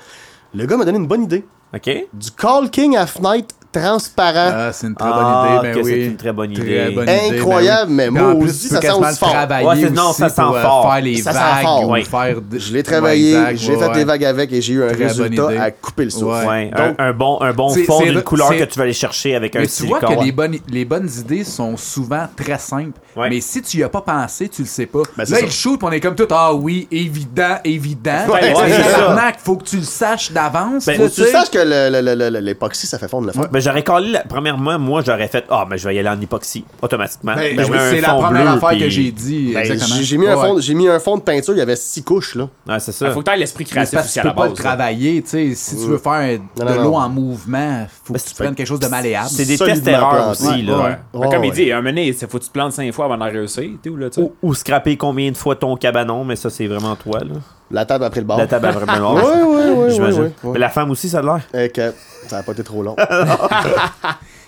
Speaker 5: le gars m'a donné une bonne idée.
Speaker 4: Ok.
Speaker 5: Du Call King à fenêtre transparent.
Speaker 2: Ah, c'est une très bonne
Speaker 4: Ah,
Speaker 2: idée,
Speaker 4: que
Speaker 2: ben oui.
Speaker 4: c'est une très bonne idée.
Speaker 2: bonne
Speaker 5: Incroyable, mais
Speaker 2: ben oui.
Speaker 5: moi
Speaker 2: Puis en plus,
Speaker 5: aussi,
Speaker 2: tu peux
Speaker 5: ça sent
Speaker 2: quasiment
Speaker 5: aussi
Speaker 2: le
Speaker 5: fort.
Speaker 2: travailler
Speaker 4: Ouais, c'est- non,
Speaker 2: aussi
Speaker 4: ça sent
Speaker 2: pour, euh,
Speaker 4: fort.
Speaker 2: faire les
Speaker 5: Ça sent
Speaker 2: vagues
Speaker 5: fort.
Speaker 2: ou
Speaker 4: Ouais.
Speaker 2: faire de-
Speaker 5: je l'ai
Speaker 2: Ouais,
Speaker 5: travaillé,
Speaker 2: exact,
Speaker 5: j'ai
Speaker 2: ouais,
Speaker 5: fait
Speaker 2: ouais.
Speaker 5: des vagues avec et j'ai eu un
Speaker 2: Très bonne
Speaker 5: résultat
Speaker 2: idée.
Speaker 5: à couper le souffle.
Speaker 2: Ouais.
Speaker 4: Ouais,
Speaker 5: Donc-
Speaker 4: un, un bon, un bon
Speaker 2: C'est-
Speaker 4: fond
Speaker 2: c'est
Speaker 4: d'une
Speaker 2: vrai-
Speaker 4: couleur
Speaker 2: c'est-
Speaker 4: que tu vas aller chercher avec un
Speaker 2: Mais tu
Speaker 4: silicone.
Speaker 2: vois que les bonnes, les bonnes idées sont souvent très simples.
Speaker 4: Ouais.
Speaker 2: Mais si tu y as pas pensé, tu le sais pas.
Speaker 5: Ben, c'est
Speaker 2: Là,
Speaker 5: ça.
Speaker 2: ils shootent, on est comme tout. Ah oui, évident, évident.
Speaker 4: Ouais,
Speaker 2: Mais
Speaker 4: c'est ça.
Speaker 2: tabarnak, faut que tu le saches d'avance.
Speaker 4: Ben,
Speaker 2: là,
Speaker 5: Faut que
Speaker 2: tu
Speaker 5: tu
Speaker 2: sais.
Speaker 5: saches que le- le- le- le- l'époxy, ça fait fondre le foam.
Speaker 4: Ben, j'aurais collé, la- premièrement, moi, j'aurais fait, ah, mais je vais y aller en hypoxie, automatiquement.
Speaker 2: Ben,
Speaker 4: Ben, je mets un
Speaker 2: c'est la
Speaker 4: fond
Speaker 2: première
Speaker 4: bleu,
Speaker 2: affaire que
Speaker 4: puis-
Speaker 2: j'ai dit.
Speaker 5: Ben,
Speaker 2: exactement.
Speaker 5: j'ai- j'ai mis, un
Speaker 2: Ouais.
Speaker 5: fond- j'ai mis un fond de peinture, il y avait six couches. là.
Speaker 4: Ouais, c'est
Speaker 3: Il
Speaker 4: ça.
Speaker 3: faut que tu aies l'esprit
Speaker 2: Mais c'est
Speaker 3: créatif
Speaker 2: parce
Speaker 3: aussi
Speaker 2: Ben, que
Speaker 3: à
Speaker 2: tu
Speaker 3: la
Speaker 2: peux pas le
Speaker 3: base. là.
Speaker 2: travailler, tu sais. Si tu veux faire
Speaker 5: Non,
Speaker 2: de
Speaker 5: non,
Speaker 2: l'eau
Speaker 5: non.
Speaker 2: en mouvement, faut
Speaker 4: Ben,
Speaker 2: que tu prennes quelque chose de malléable.
Speaker 4: C'est des
Speaker 5: solidement
Speaker 4: tests erreurs
Speaker 5: planté.
Speaker 4: aussi, là.
Speaker 2: Ouais.
Speaker 3: Mais comme
Speaker 5: Ouais, Oh,
Speaker 3: il dit, à un moment donné, c'est- faut que tu te plantes cinq fois avant d'en réussir. T'es où, là, tu sais?
Speaker 4: Ou, ou scraper combien de fois ton cabanon, mais ça, c'est vraiment toi, là.
Speaker 5: La table après le bord.
Speaker 4: La table à
Speaker 5: *laughs*
Speaker 4: vraiment
Speaker 5: Ah. Ouais, ouais, ouais, ouais,
Speaker 4: J'imagine.
Speaker 5: ouais, ouais.
Speaker 4: Mais la femme aussi, ça a l'air.
Speaker 5: Et que ça n'a pas été trop long.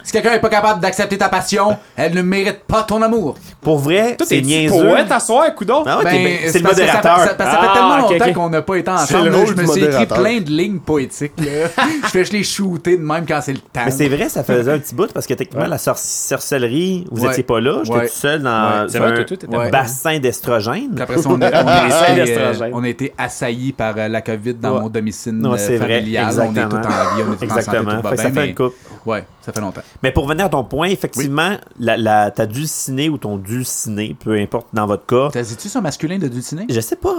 Speaker 2: Si quelqu'un est pas capable d'accepter ta passion, elle ne mérite pas ton amour.
Speaker 4: Pour vrai,
Speaker 3: Toi,
Speaker 4: c'est
Speaker 3: t'es petit
Speaker 4: niaiseux.
Speaker 2: hein?
Speaker 3: poète à soir, coudon.
Speaker 4: Ah ouais, t'es-
Speaker 2: Ben,
Speaker 4: c'est le
Speaker 2: parce que ça fait-
Speaker 4: modérateur.
Speaker 2: Ça, ça- ça fait
Speaker 3: Ah,
Speaker 2: tellement
Speaker 3: ok,
Speaker 2: longtemps
Speaker 3: ok.
Speaker 2: qu'on n'a pas été
Speaker 5: C'est le
Speaker 2: ensemble.
Speaker 5: rôle
Speaker 2: je me
Speaker 5: du
Speaker 2: suis écrit
Speaker 5: modérateur.
Speaker 2: plein de lignes poétiques. là.
Speaker 4: *laughs*
Speaker 2: je fais je les shooter de même quand c'est le temps.
Speaker 4: Mais c'est vrai, ça faisait un petit bout parce que techniquement, la sorci- sorcellerie, vous
Speaker 2: Ouais.
Speaker 4: étiez pas là. J'étais
Speaker 2: Ouais.
Speaker 4: tout seul dans
Speaker 3: Ouais. C'est
Speaker 4: dans
Speaker 3: vrai, Ben,
Speaker 4: un
Speaker 3: toi, toi, t'étais
Speaker 2: pas là.
Speaker 4: bassin
Speaker 2: Puis
Speaker 4: d'estrogène.
Speaker 2: Après ça, on a, on a
Speaker 4: *laughs*
Speaker 3: Essaye
Speaker 2: été,
Speaker 3: d'estrogène.
Speaker 2: euh, on a été assaillis par euh, la COVID dans
Speaker 4: Ouais.
Speaker 2: mon domicile
Speaker 4: Non,
Speaker 2: euh,
Speaker 4: c'est vrai,
Speaker 2: familial. on est tout en
Speaker 4: exactement.
Speaker 2: vie, on est tout
Speaker 4: Exactement.
Speaker 2: en santé, tout va
Speaker 4: Fait que
Speaker 2: bien,
Speaker 4: ça fait
Speaker 2: Ben, mais-
Speaker 4: une coupe.
Speaker 2: Ouais, ça fait longtemps.
Speaker 4: Mais pour venir à ton point, effectivement, la, la, ta dulcinée ou ton dulciné, peu importe dans votre cas,
Speaker 2: T'as dit-tu ça masculin de Dulciné?
Speaker 4: je sais pas.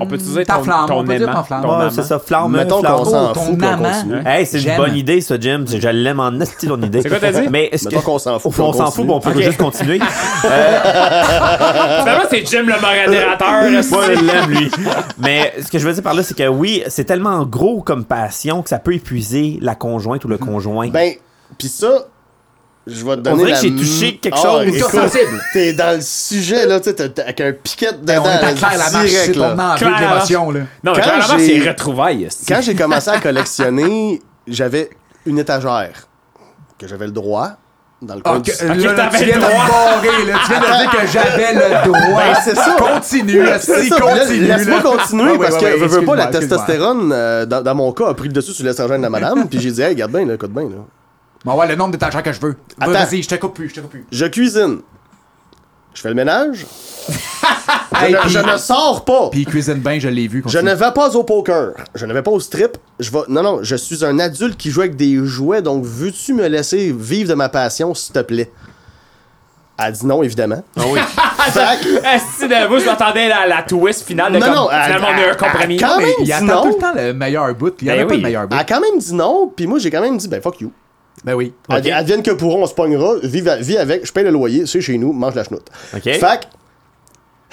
Speaker 3: On peut utiliser
Speaker 2: Ta
Speaker 3: ton,
Speaker 2: flamme, on
Speaker 3: ton
Speaker 2: peut dire
Speaker 3: aimant,
Speaker 2: ta flamme.
Speaker 3: ton
Speaker 4: Ah,
Speaker 3: amant.
Speaker 4: c'est ça, flamme.
Speaker 5: Mettons
Speaker 4: flamme.
Speaker 5: qu'on s'en
Speaker 2: Oh, ton
Speaker 5: fout puis on
Speaker 2: amant.
Speaker 5: continue.
Speaker 4: Hey, c'est une
Speaker 2: J'aime.
Speaker 4: bonne idée, ça, Jim. Je l'aime en esti, ton idée.
Speaker 3: C'est quoi t'as dit?
Speaker 4: Mais est-ce que...
Speaker 5: Mettons qu'on s'en fout,
Speaker 4: Au fond,
Speaker 5: on
Speaker 4: on s'en fout,
Speaker 5: continue.
Speaker 4: mais on peut
Speaker 3: Ok. *laughs*
Speaker 4: juste continuer.
Speaker 3: Finalement, Ah, c'est Jim le modérateur.
Speaker 5: Euh,
Speaker 3: là, c'est-
Speaker 4: Moi, je l'aime, lui. Mais ce que je veux dire par là, c'est que oui, c'est tellement gros comme passion que ça peut épuiser la conjointe ou le conjoint.
Speaker 5: Ben, pis ça, je vais te donner.
Speaker 4: dirait
Speaker 5: la
Speaker 4: que j'ai
Speaker 5: m-
Speaker 4: touché quelque
Speaker 5: Ah,
Speaker 4: chose.
Speaker 5: écoute,
Speaker 2: Ultra sensible.
Speaker 5: T'es dans le sujet, là, tu sais, t'as- t'as- avec un piquet dedans.
Speaker 2: Ben, On est à
Speaker 5: là,
Speaker 2: clair la marche,
Speaker 5: direct,
Speaker 2: c'est
Speaker 5: là.
Speaker 2: ton envie
Speaker 3: Claire
Speaker 2: de l'émotion, là.
Speaker 3: Non, mais
Speaker 5: Quand
Speaker 3: clairement,
Speaker 5: j'ai-
Speaker 3: c'est retrouvailles. esti.
Speaker 5: Quand j'ai commencé à collectionner, j'avais une étagère que j'avais le droit dans le coin
Speaker 2: Ah,
Speaker 5: du-
Speaker 2: que- là, là,
Speaker 3: t'avais
Speaker 2: tu viens de
Speaker 3: le droit.
Speaker 2: me barrer, là. Tu viens de dire que j'avais le droit.
Speaker 5: *laughs* Ben, c'est ça.
Speaker 2: Continue, là,
Speaker 5: C'est
Speaker 2: si,
Speaker 5: ça, puis là,
Speaker 2: continue.
Speaker 5: Laisse-moi
Speaker 2: euh, là. *laughs*
Speaker 5: continuer
Speaker 2: Ouais, ouais,
Speaker 5: parce
Speaker 2: ouais,
Speaker 5: que
Speaker 2: ouais,
Speaker 5: je veux pas
Speaker 2: excuse-moi,
Speaker 5: la
Speaker 2: excuse-moi.
Speaker 5: testostérone euh, dans, dans mon cas a pris le dessus sur l'estrogène de la madame puis j'ai dit hey regarde bien là écoute bien là
Speaker 2: Bon, ouais, le nombre d'étagères que je veux. Va-
Speaker 5: Attends.
Speaker 2: Vas-y, je te coupe plus, je te coupe plus.
Speaker 5: je cuisine je fais le ménage je,
Speaker 2: Hey,
Speaker 5: ne,
Speaker 2: puis-
Speaker 5: je ne sors pas
Speaker 2: Puis il cuisine bien, je l'ai vu.
Speaker 5: Je
Speaker 2: continue.
Speaker 5: ne vais pas au poker. Je ne vais pas au strip. Je vais... Non, non, je suis un adulte qui joue avec des jouets, donc veux-tu me laisser vivre de ma passion, s'il te plaît? Elle dit non, évidemment. Ah *laughs* oui.
Speaker 3: Esti de vous, je m'attendais à la twist finale de
Speaker 5: Non,
Speaker 3: comme,
Speaker 5: non, à-
Speaker 3: finalement, on a eu un compromis.
Speaker 5: quand même,
Speaker 2: Il
Speaker 5: dit
Speaker 2: attend tout le
Speaker 5: non.
Speaker 2: temps le meilleur bout. Il y en
Speaker 3: Ben
Speaker 2: a pas
Speaker 3: oui.
Speaker 2: de meilleur
Speaker 5: Elle
Speaker 2: bout.
Speaker 5: a quand même dit non, puis moi j'ai quand même dit ben fuck you.
Speaker 2: Ben oui.
Speaker 5: Elle dit, Advienne que pourront, on se pognera, vive, vis avec, je paye le loyer, c'est chez nous, mange la chenoute.
Speaker 4: OK.
Speaker 5: Fac,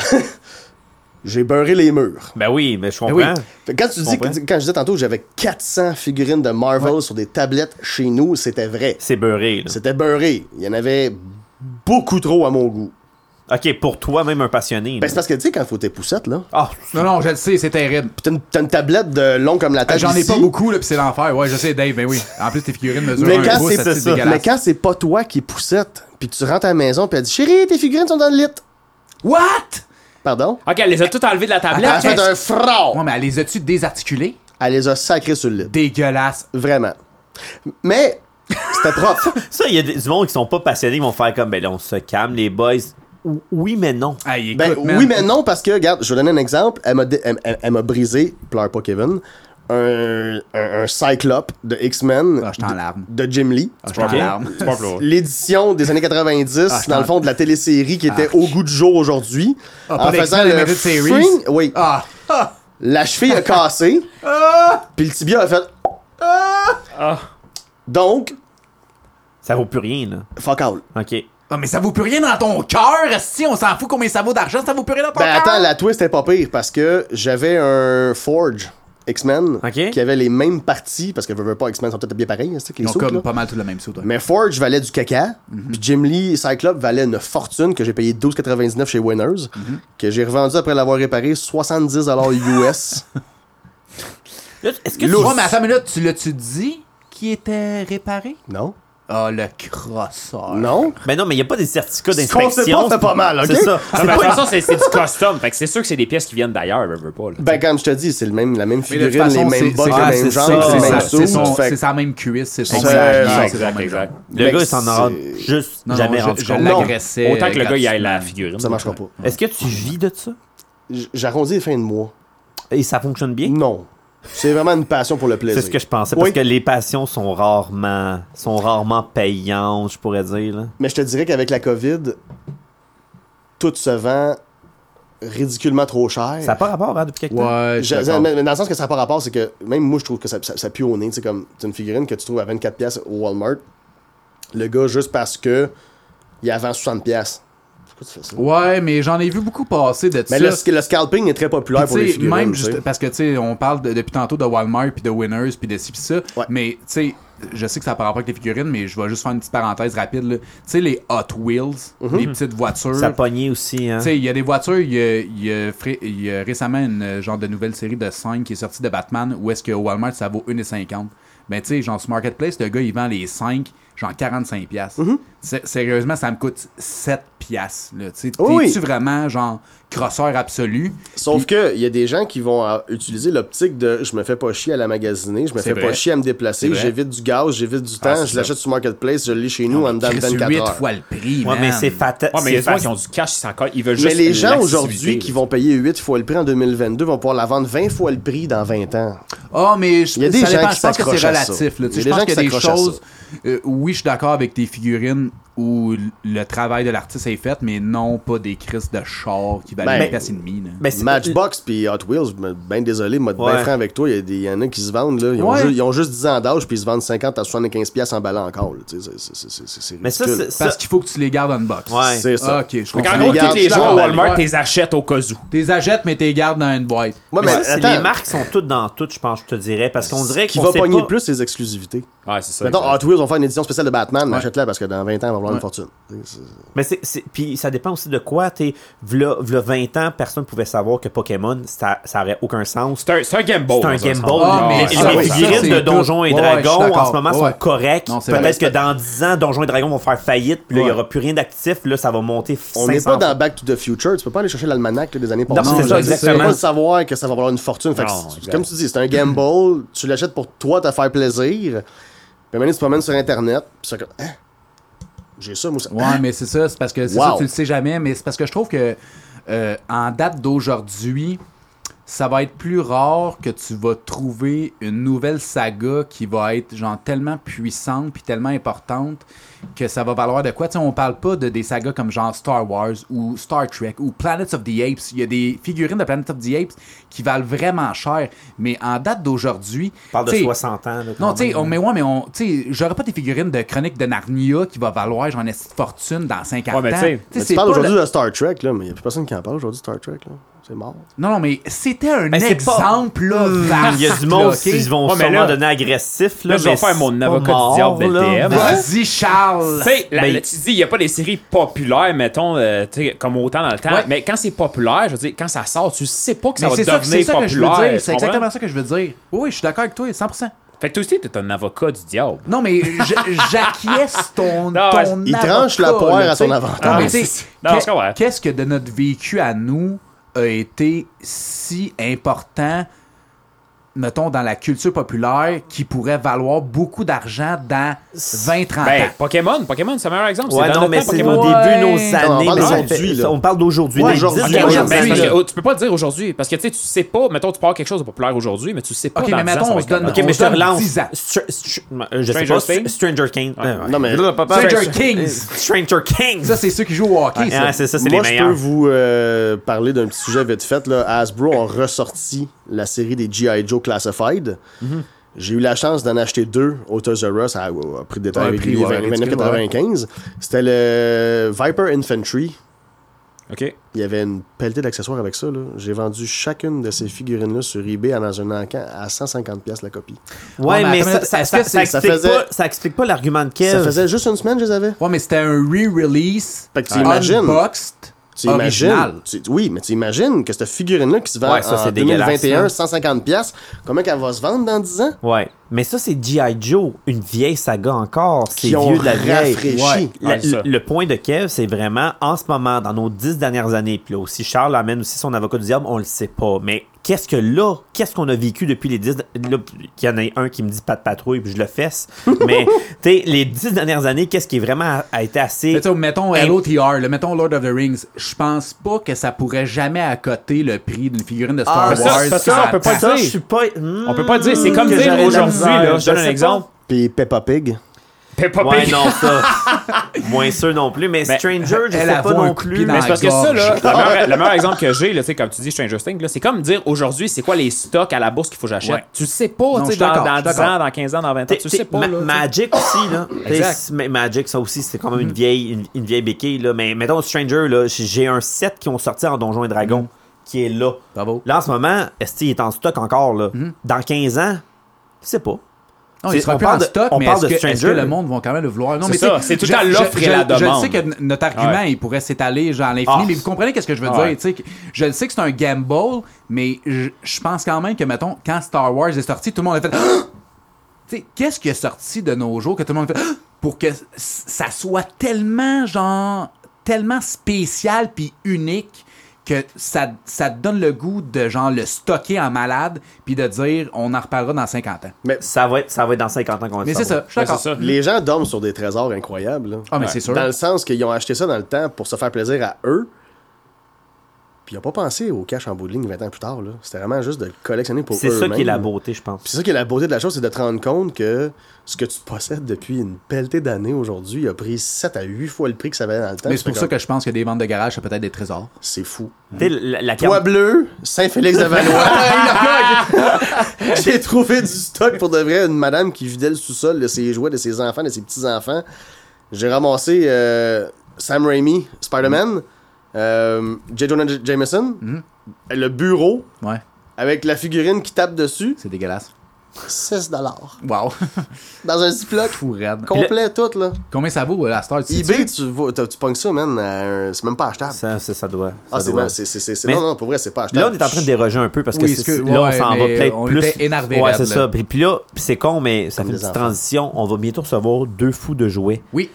Speaker 5: *laughs* j'ai beurré les murs.
Speaker 4: Ben oui, mais je comprends.
Speaker 2: oui.
Speaker 5: Fait que Quand tu dis
Speaker 4: comprends.
Speaker 5: quand je disais tantôt que j'avais 400 figurines de Marvel sur des tablettes chez nous, c'était vrai.
Speaker 4: C'est beurré. là.
Speaker 5: C'était beurré. Il y en avait beaucoup trop à mon goût.
Speaker 4: Ok, pour toi, même un passionné.
Speaker 5: Ben,
Speaker 4: là.
Speaker 5: c'est parce que tu sais, quand faut tes poussettes, là,
Speaker 4: Ah,
Speaker 2: Non, non, je le sais, c'est terrible.
Speaker 5: pis t'as une, t'as une tablette de long comme la tête.
Speaker 2: J'en ai
Speaker 5: Ah, ici,
Speaker 2: pas beaucoup, là, pis c'est l'enfer. Ouais, je sais, Dave, mais oui. En plus, tes figurines mesurent
Speaker 5: Mais
Speaker 2: un
Speaker 5: quand
Speaker 2: pouce,
Speaker 5: c'est
Speaker 2: ça,
Speaker 4: c'est
Speaker 2: c'est
Speaker 4: ça.
Speaker 5: Mais
Speaker 2: dégueulasse.
Speaker 5: quand c'est pas toi qui est poussette, puis que tu rentres à la maison, puis elle dit Chérie, tes figurines sont dans le lit.
Speaker 2: What?
Speaker 5: Pardon?
Speaker 3: Ok, elle les a toutes enlevées de la
Speaker 5: Elle
Speaker 3: tablette.
Speaker 5: a fait un
Speaker 2: Ouais,
Speaker 5: front.
Speaker 2: mais elle les a-tu désarticulées?
Speaker 5: Elle les a sacrées sur le lit.
Speaker 2: Dégueulasse.
Speaker 5: Vraiment. Mais
Speaker 2: *laughs*
Speaker 5: c'était propre.
Speaker 4: ça, il y a des- du monde qui sont pas passionnés, ils vont faire comme, ben là, on se calme, les boys. Ou- Oui, mais non.
Speaker 3: Ah,
Speaker 2: Aïe,
Speaker 5: Ben,
Speaker 2: écoute, man.
Speaker 5: oui, mais non, parce que, regarde, je vais donner un exemple. Elle m'a, dé- elle, elle- elle m'a brisé, pleure pas Kevin, un, un, un Cyclope de X-Men.
Speaker 2: Ah, je suis en larmes.
Speaker 5: de Jim Lee.
Speaker 2: Ah, je suis en larmes.
Speaker 3: C'est pas pour l'autre.
Speaker 5: L'édition des années 90,
Speaker 2: Ah, je
Speaker 5: dans le fond, de la télésérie qui était au goût du jour aujourd'hui.
Speaker 2: Ah, pas d'X-Men, mais de séries.
Speaker 5: fring- oui,
Speaker 2: Ah! Ah!
Speaker 5: la cheville a cassé, puis le tibia a fait.
Speaker 2: Ah!
Speaker 5: Donc,
Speaker 4: Ça vaut plus rien, là.
Speaker 5: fuck all.
Speaker 4: Ok.
Speaker 2: Ah, mais ça vaut plus rien dans ton cœur, si on s'en fout combien ça vaut d'argent, ça vaut plus rien dans ton
Speaker 5: Ben
Speaker 2: cœur.
Speaker 5: attends, la twist est pas pire parce que j'avais un Forge X-Men
Speaker 4: Ok.
Speaker 5: qui avait les mêmes parties parce que veux, veux pas X-Men sont peut-être bien pareils, hein, c'est que les
Speaker 2: Ils ont
Speaker 5: sauts,
Speaker 2: comme
Speaker 5: là.
Speaker 2: pas mal tout le même saut, toi.
Speaker 5: Mais Forge valait du caca, puis Jim Lee et Cyclope valaient une fortune que j'ai payé 12,99 chez Winners, que j'ai revendu après l'avoir réparé 70 US.
Speaker 4: Là, Est-ce que tu-
Speaker 2: Lourd. mais attends une minute, tu l'as-tu dit qui était réparé?
Speaker 5: non?
Speaker 2: Ah, le crosseur.
Speaker 5: Non?
Speaker 4: Ben non, mais il n'y a pas des certificats
Speaker 5: Ce qu'on sait
Speaker 4: d'inspection.
Speaker 5: pas, c'est pas mal, ok?
Speaker 4: C'est ça.
Speaker 3: Non, mais de toute façon, c'est c'est du
Speaker 5: *laughs*
Speaker 3: custom. Fait que c'est sûr que c'est des pièces qui viennent d'ailleurs, veux, veux pas. là.
Speaker 5: Ben, comme je te dis, c'est le même, la même
Speaker 2: Mais de toute
Speaker 5: figurine,
Speaker 2: façon,
Speaker 5: les mêmes
Speaker 2: c'est-
Speaker 5: bottes,
Speaker 4: ah,
Speaker 5: le même
Speaker 4: c'est
Speaker 5: genre,
Speaker 4: ça,
Speaker 5: les
Speaker 2: c'est sa-
Speaker 5: mêmes
Speaker 2: c'est
Speaker 5: sauts,
Speaker 2: son-
Speaker 5: fait
Speaker 2: c'est sa même cuisse, c'est son
Speaker 5: Exact,
Speaker 2: Ouais,
Speaker 5: exact,
Speaker 2: c'est son même genre.
Speaker 4: Le
Speaker 5: Mais
Speaker 4: gars, il s'en aura
Speaker 5: c'est-
Speaker 4: juste
Speaker 2: Non,
Speaker 4: jamais
Speaker 2: non,
Speaker 4: rendu
Speaker 2: je, je
Speaker 4: compte.
Speaker 5: Non.
Speaker 2: l'agressais.
Speaker 3: Autant que le gars il
Speaker 2: gratuitement.
Speaker 3: aille la figurine.
Speaker 5: ça marchera pas.
Speaker 4: Est-ce que tu vis de ça?
Speaker 5: J- J'arrondis les fins de mois.
Speaker 4: Et ça fonctionne bien?
Speaker 5: Non. C'est vraiment une passion pour le plaisir.
Speaker 4: C'est ce que je pensais, parce
Speaker 5: Oui.
Speaker 4: que les passions sont rarement, sont rarement payantes, je pourrais dire. Là.
Speaker 5: Mais je te dirais qu'avec la COVID, tout se vend ridiculement trop cher.
Speaker 4: Ça n'a pas rapport, hein, depuis quelque temps?
Speaker 2: Ouais, je suis
Speaker 5: Je-
Speaker 2: d'accord.
Speaker 5: mais- mais dans le sens que ça n'a pas rapport, c'est que même moi, je trouve que ça, ça, ça pue au nez. C'est comme c'est une figurine que tu trouves à 24 pièces au Walmart. Le gars, juste parce que il a vend 60 pièces. Pourquoi tu fais ça?
Speaker 2: Ouais, mais j'en ai vu beaucoup passer de ça.
Speaker 5: Mais le, sc- le scalping est très populaire
Speaker 2: Puis,
Speaker 5: pour
Speaker 2: tu
Speaker 5: les
Speaker 2: sais,
Speaker 5: figurines.
Speaker 2: même
Speaker 5: tu
Speaker 2: juste
Speaker 5: sais.
Speaker 2: parce que tu sais on parle de- depuis tantôt de Walmart puis de Winners puis de ci puis ça
Speaker 5: Ouais.
Speaker 2: mais tu sais je sais que ça par rapport avec les figurines mais je vais juste faire une petite parenthèse rapide là. tu sais les Hot Wheels
Speaker 5: Mhm.
Speaker 2: les petites voitures
Speaker 4: Ça pognait aussi, hein?
Speaker 2: Tu sais, il y a des voitures, il y a, il y a fré- il y a récemment une euh, genre de nouvelle série de 5 qui est sortie de Batman où est-ce que Walmart ça vaut 1,50. Ben tu sais, genre ce marketplace, le gars il vend les 5 genre 45 pièces.
Speaker 5: Mhm.
Speaker 2: Sérieusement, ça me coûte 7 pièces là, tu sais,
Speaker 5: Oui, oui.
Speaker 2: tu vraiment genre crosseur absolu
Speaker 5: Sauf que il y a des gens qui vont euh, utiliser l'optique de je me fais pas chier à la magasiner, je me
Speaker 2: C'est
Speaker 5: fais pas
Speaker 2: vrai.
Speaker 5: chier à me
Speaker 2: C'est
Speaker 5: déplacer,
Speaker 2: vrai. Ah,
Speaker 5: j'évite du gaz, j'évite du temps,
Speaker 2: c'est
Speaker 5: je
Speaker 2: ça. Ah,
Speaker 5: l'achète sur Marketplace, je l'ai chez nous en dedans de
Speaker 2: Chris,
Speaker 5: 24
Speaker 2: huit
Speaker 5: heures.
Speaker 2: fois le prix,
Speaker 4: ouais,
Speaker 2: man.
Speaker 4: mais c'est fatal.
Speaker 3: Ouais, mais
Speaker 4: c'est
Speaker 3: les gens
Speaker 4: fat-
Speaker 3: qui ont du cash, c'est encore. Ils veulent juste.
Speaker 5: Mais les gens
Speaker 3: l'activité,
Speaker 5: aujourd'hui qui
Speaker 3: là.
Speaker 5: vont payer 8 fois le prix en 2022 vont pouvoir la vendre 20 fois le prix dans 20 ans.
Speaker 2: Ah, mais je,
Speaker 5: Il y a des
Speaker 2: ça
Speaker 5: gens
Speaker 2: dépend,
Speaker 5: qui
Speaker 2: je pense que
Speaker 5: s'accrochent
Speaker 2: c'est
Speaker 5: à
Speaker 2: relatif.
Speaker 5: ça.
Speaker 2: Là.
Speaker 5: Il
Speaker 2: Tu
Speaker 5: y a
Speaker 2: sais,
Speaker 5: des
Speaker 2: Je pense
Speaker 5: gens qui
Speaker 2: qu'il y a des
Speaker 5: s'accrochent à
Speaker 2: choses. euh, oui, je suis d'accord avec tes figurines où l- le travail de l'artiste est fait, mais non pas des crises de char qui valent
Speaker 5: Ben,
Speaker 2: une pièce et demie. là.
Speaker 4: Ben, c'est-
Speaker 5: Matchbox puis Hot Wheels, bien désolé, moi,
Speaker 4: Ouais.
Speaker 5: bien franc avec toi, il y, a des- il y en a qui se vendent, là, ils, ont
Speaker 2: Ouais.
Speaker 5: ju- ils ont juste 10 ans d'âge puis ils se vendent 50 à 75 pièces en ballant encore. là, tu sais, c'est- c'est- c'est- c'est- c'est
Speaker 4: Mais ça,
Speaker 5: ridicule.
Speaker 4: c'est- ça-
Speaker 2: Parce qu'il faut que tu les gardes en box.
Speaker 4: Ouais.
Speaker 5: C'est ça.
Speaker 2: Ok, je
Speaker 3: Fait qu'en
Speaker 2: comprends.
Speaker 3: gros,
Speaker 5: Regarde,
Speaker 3: toutes les
Speaker 5: je
Speaker 3: gens au
Speaker 5: l'emballe.
Speaker 3: Walmart,
Speaker 2: Ouais.
Speaker 3: les achètes au cas où.
Speaker 2: T'es achètes, mais t'es gardes dans une boîte.
Speaker 5: Ouais,
Speaker 4: mais ça, c'est- les
Speaker 5: attends,
Speaker 4: marques sont toutes dans toutes, je pense, je te dirais, parce qu'on dirait
Speaker 5: qui
Speaker 4: qu'on
Speaker 5: va
Speaker 4: sait
Speaker 5: pogner
Speaker 4: pas-
Speaker 5: plus les exclusivités.
Speaker 3: Ouais, c'est ça.
Speaker 5: Mettons,
Speaker 3: exact.
Speaker 5: Hot Wheels, on va faire une édition spéciale de Batman, mais achète-la parce que dans 20 ans, on va avoir une
Speaker 2: Ouais.
Speaker 5: fortune. C'est-
Speaker 4: Mais c'est, c'est- puis ça dépend aussi de quoi. T'es, v'là, v'là 20 ans, personne pouvait savoir que Pokémon, ça, ça aurait aucun sens.
Speaker 3: C'est un- c'est un Game Boy.
Speaker 4: C'est un
Speaker 3: dans
Speaker 4: Game
Speaker 3: sens.
Speaker 4: Boy.
Speaker 2: Ah, mais
Speaker 4: les
Speaker 2: ça,
Speaker 4: les
Speaker 2: oui, ça,
Speaker 4: figurines
Speaker 2: c'est
Speaker 4: de
Speaker 2: tout.
Speaker 4: Donjons et
Speaker 2: Ouais, ouais, je
Speaker 4: Dragons
Speaker 2: suis
Speaker 4: en ce
Speaker 2: d'accord.
Speaker 4: moment
Speaker 2: Ouais.
Speaker 4: sont corrects.
Speaker 2: Non, c'est
Speaker 4: Peut-être
Speaker 2: vrai.
Speaker 4: que dans 10 ans, Donjons et Dragons vont faire faillite, puis là, il n'y
Speaker 2: Ouais.
Speaker 4: aura plus rien d'actif, puis là, ça va monter
Speaker 5: On
Speaker 4: 500
Speaker 5: n'est pas dans
Speaker 4: fois.
Speaker 5: Back to the Future, tu peux pas aller chercher l'almanach là, des années passées.
Speaker 4: Non, c'est
Speaker 2: Non,
Speaker 4: ça,
Speaker 2: je sais.
Speaker 5: Tu peux pas
Speaker 4: exactement.
Speaker 5: le savoir que ça va valoir une fortune. Fait que
Speaker 3: Non,
Speaker 5: c'est-
Speaker 3: exact.
Speaker 5: comme tu dis, c'est un game ball, tu l'achètes pour toi te faire plaisir. Puis maintenant, tu te promènes sur Internet, puis c'est comme, Hein? j'ai ça, moi, ça.
Speaker 2: Ouais, mais c'est ça, c'est parce que c'est
Speaker 5: Wow.
Speaker 2: ça, tu le sais jamais, mais c'est parce que je trouve que euh, en date d'aujourd'hui, ça va être plus rare que tu vas trouver une nouvelle saga qui va être genre tellement puissante puis tellement importante que ça va valoir de quoi. Tu sais, on parle pas de des sagas comme genre Star Wars ou Star Trek ou Planets of the Apes. Il y a des figurines de Planet of the Apes qui valent vraiment cher, mais en date d'aujourd'hui,
Speaker 4: On parle de
Speaker 2: tu sais,
Speaker 4: 60 ans. là, quand
Speaker 2: non, tu sais,
Speaker 4: même.
Speaker 2: on- mais ouais, mais on, tu sais, j'aurais pas des figurines de Chronique de Narnia qui va valoir genre une petite fortune dans 50
Speaker 3: Ouais, mais
Speaker 2: ans.
Speaker 3: tu sais,
Speaker 2: Tu sais,
Speaker 5: Mais
Speaker 2: c'est
Speaker 5: tu parles
Speaker 2: pas le-
Speaker 5: aujourd'hui de Star Trek, là, mais il n'y a plus personne qui en parle aujourd'hui de Star Trek. Là. c'est mort.
Speaker 2: Non, non, mais c'était un
Speaker 4: Mais Ben, c'est pas- Hmm.
Speaker 2: exemple, là, vaste,
Speaker 4: Il y a du monde
Speaker 2: là, ok?
Speaker 4: qui se vont
Speaker 3: Ouais, mais
Speaker 4: sûrement
Speaker 3: là-
Speaker 4: donner agressif. Là,
Speaker 3: Là, je vais
Speaker 4: mais
Speaker 3: faire
Speaker 4: c'est
Speaker 3: mon
Speaker 4: pas
Speaker 3: avocat
Speaker 4: mort,
Speaker 3: du diable
Speaker 4: là.
Speaker 3: LTM.
Speaker 2: Vas-y, Charles!
Speaker 3: Tu sais, la-
Speaker 4: Ben-
Speaker 3: la- tu dis, il n'y a pas des séries populaires, mettons, euh, tu sais, comme autant dans le temps.
Speaker 2: Ouais.
Speaker 3: Mais quand c'est populaire, je veux dire, quand ça sort, tu sais pas que ça
Speaker 2: Mais
Speaker 3: va
Speaker 2: c'est ça,
Speaker 3: devenir
Speaker 2: c'est ça que je veux
Speaker 3: populaire.
Speaker 2: dire.
Speaker 3: tu
Speaker 2: C'est
Speaker 3: comprends?
Speaker 2: exactement ça que je veux dire. Oui, je suis d'accord avec toi, 100%.
Speaker 3: Fait que toi aussi, t'es un avocat du diable.
Speaker 2: Non, mais je- j'acquiesce
Speaker 3: *laughs*
Speaker 2: ton,
Speaker 3: Non,
Speaker 2: ton
Speaker 5: il
Speaker 2: avocat,
Speaker 5: tranche la poire à
Speaker 2: là,
Speaker 5: son
Speaker 2: t'sais.
Speaker 5: avantage.
Speaker 2: Non, mais
Speaker 3: Ah,
Speaker 2: t'sais,
Speaker 3: c'est- non, je comprends.
Speaker 2: qu'est- Qu'est-ce que de notre vécu à nous a été si important, mettons, dans la culture populaire, qui pourrait valoir beaucoup d'argent dans 20-30
Speaker 3: Ben,
Speaker 2: ans?
Speaker 3: Pokémon, Pokémon, c'est le meilleur exemple.
Speaker 4: Ouais,
Speaker 3: c'est dans
Speaker 4: non,
Speaker 3: notre
Speaker 4: mais
Speaker 3: temps,
Speaker 4: c'est
Speaker 3: Pokémon.
Speaker 4: au
Speaker 2: Ouais.
Speaker 4: début de nos
Speaker 5: Non, on
Speaker 4: années.
Speaker 5: parle
Speaker 4: mais ça
Speaker 5: d'aujourd'hui,
Speaker 4: fait-
Speaker 5: là.
Speaker 4: On parle d'aujourd'hui.
Speaker 5: Ouais,
Speaker 4: des
Speaker 5: aujourd'hui,
Speaker 4: 10,
Speaker 2: aujourd'hui.
Speaker 3: Ben, c'est parce
Speaker 2: là.
Speaker 3: que, oh, tu peux pas le dire aujourd'hui, parce que tu sais, tu sais pas, mettons, tu parles quelque chose de populaire aujourd'hui, mais tu sais pas.
Speaker 2: Ok,
Speaker 3: dans
Speaker 2: mais
Speaker 3: 10 ans,
Speaker 2: mettons,
Speaker 3: ça va
Speaker 2: on
Speaker 3: être
Speaker 2: se donne-
Speaker 3: comment.
Speaker 4: Ok, mais je te
Speaker 2: donne
Speaker 4: relance.
Speaker 2: 10 ans.
Speaker 4: Str- str- Je sais
Speaker 3: Stranger
Speaker 4: pas.
Speaker 3: Things?
Speaker 4: Str- Stranger King. Ouais, ouais.
Speaker 5: Non, mais là, papa,
Speaker 2: Stranger Kings!
Speaker 4: Stranger King.
Speaker 2: Ça, c'est ceux qui jouent au hockey, ça.
Speaker 4: Ah, c'est ça, c'est les
Speaker 5: moi, je peux
Speaker 4: meilleurs.
Speaker 5: vous euh, parler d'un petit sujet vite fait. Là. Hasbro ont ressorti la série des G.I. Joe Classified.
Speaker 2: Mhm.
Speaker 5: J'ai eu la chance d'en acheter deux au Toys R Us à, à prix de détail
Speaker 2: Ouais,
Speaker 5: avec
Speaker 2: prix,
Speaker 5: les
Speaker 2: ouais,
Speaker 5: 20
Speaker 2: ridicule,
Speaker 5: 29,95. C'était le Viper Infantry.
Speaker 3: Ok.
Speaker 5: Il y avait une pelletée d'accessoires avec ça. là. J'ai vendu chacune de ces figurines-là sur eBay dans un encan à 150$ la copie.
Speaker 4: Ouais,
Speaker 2: Ouais, mais
Speaker 4: mais
Speaker 2: attends,
Speaker 4: ça- ça-
Speaker 2: est-ce que
Speaker 4: ça ça
Speaker 2: c'est-
Speaker 4: explique
Speaker 5: ça
Speaker 4: pas-
Speaker 5: faisait-
Speaker 4: ça explique pas l'argument de Kev.
Speaker 5: Ça faisait juste une semaine, je les avais.
Speaker 2: Ouais, mais c'était un re-release
Speaker 5: Fait que tu imagines.
Speaker 2: unboxed
Speaker 5: Tu
Speaker 2: original.
Speaker 5: imagines, tu- oui, mais tu imagines que cette figurine-là qui se vend
Speaker 4: Ouais, ça,
Speaker 5: en
Speaker 4: c'est dégueulasse,
Speaker 5: 2021,
Speaker 4: hein.
Speaker 5: 150$, comment qu'elle va se vendre dans 10 ans?
Speaker 4: Ouais. Mais ça, c'est G.I. Joe, une vieille saga encore. C'est
Speaker 5: Qui ont
Speaker 4: vieux de la vieille.
Speaker 5: rafraîchi.
Speaker 4: La-
Speaker 3: Ouais, ça.
Speaker 4: le, le point de Kev, c'est vraiment en ce moment, dans nos dix dernières années, puis là aussi Charles amène aussi son avocat du diable, on le sait pas. Mais qu'est-ce que là, qu'est-ce qu'on a vécu depuis les dix. Là, il y en a un qui me dit pas de patrouille, puis je
Speaker 2: *laughs*
Speaker 4: le fesse. Mais, tu sais, les dix dernières années, qu'est-ce qui est vraiment a été assez.
Speaker 2: Mais tu sais, mettons
Speaker 4: Hey.
Speaker 2: LOTR, le mettons Lord of the Rings, je pense pas que ça pourrait jamais accoter le prix d'une figurine de Star
Speaker 4: Ah,
Speaker 2: Wars.
Speaker 3: ça, ça, ça, on peut pas
Speaker 2: Ah,
Speaker 3: le
Speaker 4: Ça,
Speaker 3: dire.
Speaker 4: je suis pas. hmm,
Speaker 3: On peut pas dire, c'est comme
Speaker 4: que
Speaker 3: dire
Speaker 4: j'aurais de la
Speaker 3: aujourd'hui,
Speaker 4: misère.
Speaker 3: là, je donne un
Speaker 4: sais
Speaker 3: *laughs*
Speaker 4: pas.
Speaker 3: exemple.
Speaker 5: Puis Peppa Pig.
Speaker 3: Peppa
Speaker 4: Ouais,
Speaker 3: Pig.
Speaker 4: non, ça. Moins sûr non plus, mais
Speaker 3: Ben,
Speaker 4: Stranger, je
Speaker 2: elle
Speaker 4: sais
Speaker 2: avoue
Speaker 4: pas
Speaker 2: un
Speaker 4: non
Speaker 2: coup de
Speaker 4: plus.
Speaker 2: pied dans
Speaker 4: mais
Speaker 3: Mais c'est parce que
Speaker 2: gorge.
Speaker 3: ça, là, le meilleur, le meilleur exemple que j'ai, là, tu sais, comme tu dis, Stranger Things, là, c'est comme dire aujourd'hui, c'est quoi les stocks à la bourse qu'il faut que j'achète.
Speaker 2: Ouais.
Speaker 3: Tu sais pas,
Speaker 2: je
Speaker 3: tu sais,
Speaker 2: suis
Speaker 3: dans,
Speaker 2: d'accord,
Speaker 3: dans
Speaker 2: je suis
Speaker 3: 10 ans,
Speaker 2: d'accord.
Speaker 3: dans 15 ans, dans 20 ans,
Speaker 4: T'sais,
Speaker 3: tu
Speaker 4: t'sais,
Speaker 3: sais pas.
Speaker 4: Ma-
Speaker 3: là, tu sais.
Speaker 4: Magic aussi, là. T'sais,
Speaker 3: Exact.
Speaker 4: c'est- ma- Magic, ça aussi, c'est quand même
Speaker 2: Mm.
Speaker 4: une vieille, une, une vieille béquille, là. Mais mettons Stranger, là, j'ai- j'ai un set qui ont sorti en Donjons et Dragons qui est là.
Speaker 2: Mm. Bravo. Mm.
Speaker 4: Là, en ce moment, est-ce qu'il est en stock encore, là? Dans 15 ans, je sais pas.
Speaker 2: Non,
Speaker 4: C'est-
Speaker 2: il sera
Speaker 4: on
Speaker 2: plus
Speaker 4: parle
Speaker 2: en
Speaker 4: de-
Speaker 2: stock,
Speaker 4: on
Speaker 2: mais
Speaker 4: parle
Speaker 2: est-ce
Speaker 4: de
Speaker 2: que, est-ce que
Speaker 4: Stranger.
Speaker 2: le monde va quand même le vouloir? Non,
Speaker 3: C'est
Speaker 2: mais
Speaker 3: ça,
Speaker 2: tu sais,
Speaker 3: c'est tout
Speaker 2: je-
Speaker 3: le temps l'offre
Speaker 2: je-
Speaker 3: et la
Speaker 2: je- Je le
Speaker 3: demande.
Speaker 2: sais que n- notre argument,
Speaker 3: Ouais.
Speaker 2: il pourrait s'étaller genre à l'infini,
Speaker 4: Ah.
Speaker 2: mais vous comprenez qu'est-ce que je veux
Speaker 3: Ouais.
Speaker 2: dire, tu sais. que- Je le sais que c'est un gamble, mais je je pense quand même que, mettons, quand Star Wars est sorti, tout le monde a fait... Ah! Tu sais, qu'est-ce qui est sorti de nos jours que tout le monde fait Ah! pour que s- ça soit tellement genre tellement spécial puis unique que ça, ça te donne le goût de genre le stocker en malade puis de dire on en reparlera dans 50 ans.
Speaker 4: Ça va être, ça va être dans 50 ans qu'on va
Speaker 2: Mais c'est ça,
Speaker 4: savoir.
Speaker 2: je suis
Speaker 3: Ouais, c'est
Speaker 2: d'accord.
Speaker 3: ça.
Speaker 5: Les gens dorment sur des trésors incroyables. là.
Speaker 2: Ah mais c'est sûr.
Speaker 5: Dans le sens qu'ils ont acheté ça dans le temps pour se faire plaisir à eux. Puis ils n'ont pas pensé au cash en bout de ligne 20 ans plus tard. là. C'était vraiment juste de le collectionner pour eux
Speaker 4: C'est ça qui est la beauté, je pense.
Speaker 5: C'est ça qui est la beauté de la chose, c'est de te rendre compte que ce que tu possèdes depuis une pelletée d'années aujourd'hui a pris 7 à 8 fois le prix que ça valait dans le temps.
Speaker 2: Mais c'est pour ça
Speaker 5: comme,
Speaker 2: que je pense que des ventes de garage, ça peut être des trésors.
Speaker 5: C'est fou.
Speaker 4: T'sais, la, la
Speaker 5: Toit
Speaker 4: carte-
Speaker 5: bleu,
Speaker 4: *laughs*
Speaker 5: Saint-Félix-de-Valois. *laughs* J'ai trouvé du stock pour de vrai. Une madame qui vidait le sous-sol de ses jouets, de ses enfants, de ses petits-enfants. J'ai ramassé euh, Sam Raimi,
Speaker 4: Mm.
Speaker 5: Spider-Man, euh, J. Jonah J- Jameson, le bureau
Speaker 2: Ouais,
Speaker 5: avec la figurine qui tape dessus.
Speaker 2: c'est dégueulasse.
Speaker 5: 6$
Speaker 2: Wow.
Speaker 5: dans un ziploc.
Speaker 2: *laughs* Fou raide.
Speaker 5: Complet tout, là.
Speaker 2: Combien ça vaut euh, la star tu sais-tu?
Speaker 5: eBay, tu, vois- tu, tu pognes ça, man. à un- C'est même pas achetable.
Speaker 4: Ça, ça, ça doit.
Speaker 5: Ah,
Speaker 4: ça
Speaker 5: c'est
Speaker 4: doit.
Speaker 5: non, c'est- c'est- c'est- c'est-
Speaker 4: Mais-
Speaker 5: non, non, pour vrai, c'est pas achetable.
Speaker 4: Là, on est en train de déroger un peu parce que
Speaker 2: Oui,
Speaker 4: c'est-
Speaker 2: parce que-
Speaker 4: là, on
Speaker 2: ouais,
Speaker 4: s'en va
Speaker 2: mais
Speaker 4: peut-être
Speaker 2: on
Speaker 4: plus.
Speaker 2: était énervés,
Speaker 4: ouais,
Speaker 2: raide,
Speaker 4: c'est
Speaker 2: là.
Speaker 4: ça. Puis, puis là, puis c'est con, mais ça
Speaker 5: Comme
Speaker 4: fait une
Speaker 5: des
Speaker 4: petite
Speaker 5: enfants.
Speaker 4: transition. On va bientôt recevoir deux fous de jouets.
Speaker 2: Oui.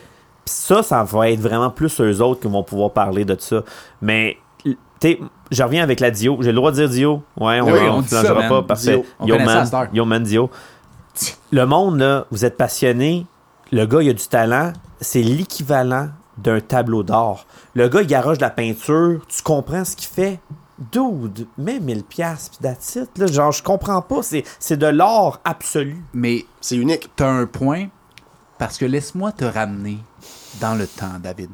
Speaker 4: Puis ça, ça va être vraiment plus eux autres qui vont pouvoir parler de ça. Mais, tu sais, je reviens avec la Dio. J'ai le droit de dire Dio. Ouais, on
Speaker 2: Oui, on
Speaker 4: ne
Speaker 2: dit ça, man.
Speaker 4: pas. Parfait.
Speaker 5: Dio.
Speaker 2: On
Speaker 4: Yo
Speaker 2: connaît ça à
Speaker 4: man,
Speaker 2: cette heure.
Speaker 4: yo man, Dio. Le monde, là, vous êtes passionné. Le gars, il a du talent. C'est l'équivalent d'un tableau d'or. Le gars, il garoche de la peinture. Tu comprends ce qu'il fait? Dude, mais 1000 pièces pis that's it, là, genre, je comprends pas. C'est c'est de l'or absolu.
Speaker 2: Mais
Speaker 5: C'est unique.
Speaker 2: t'as un point parce que laisse-moi te ramener dans le temps, David.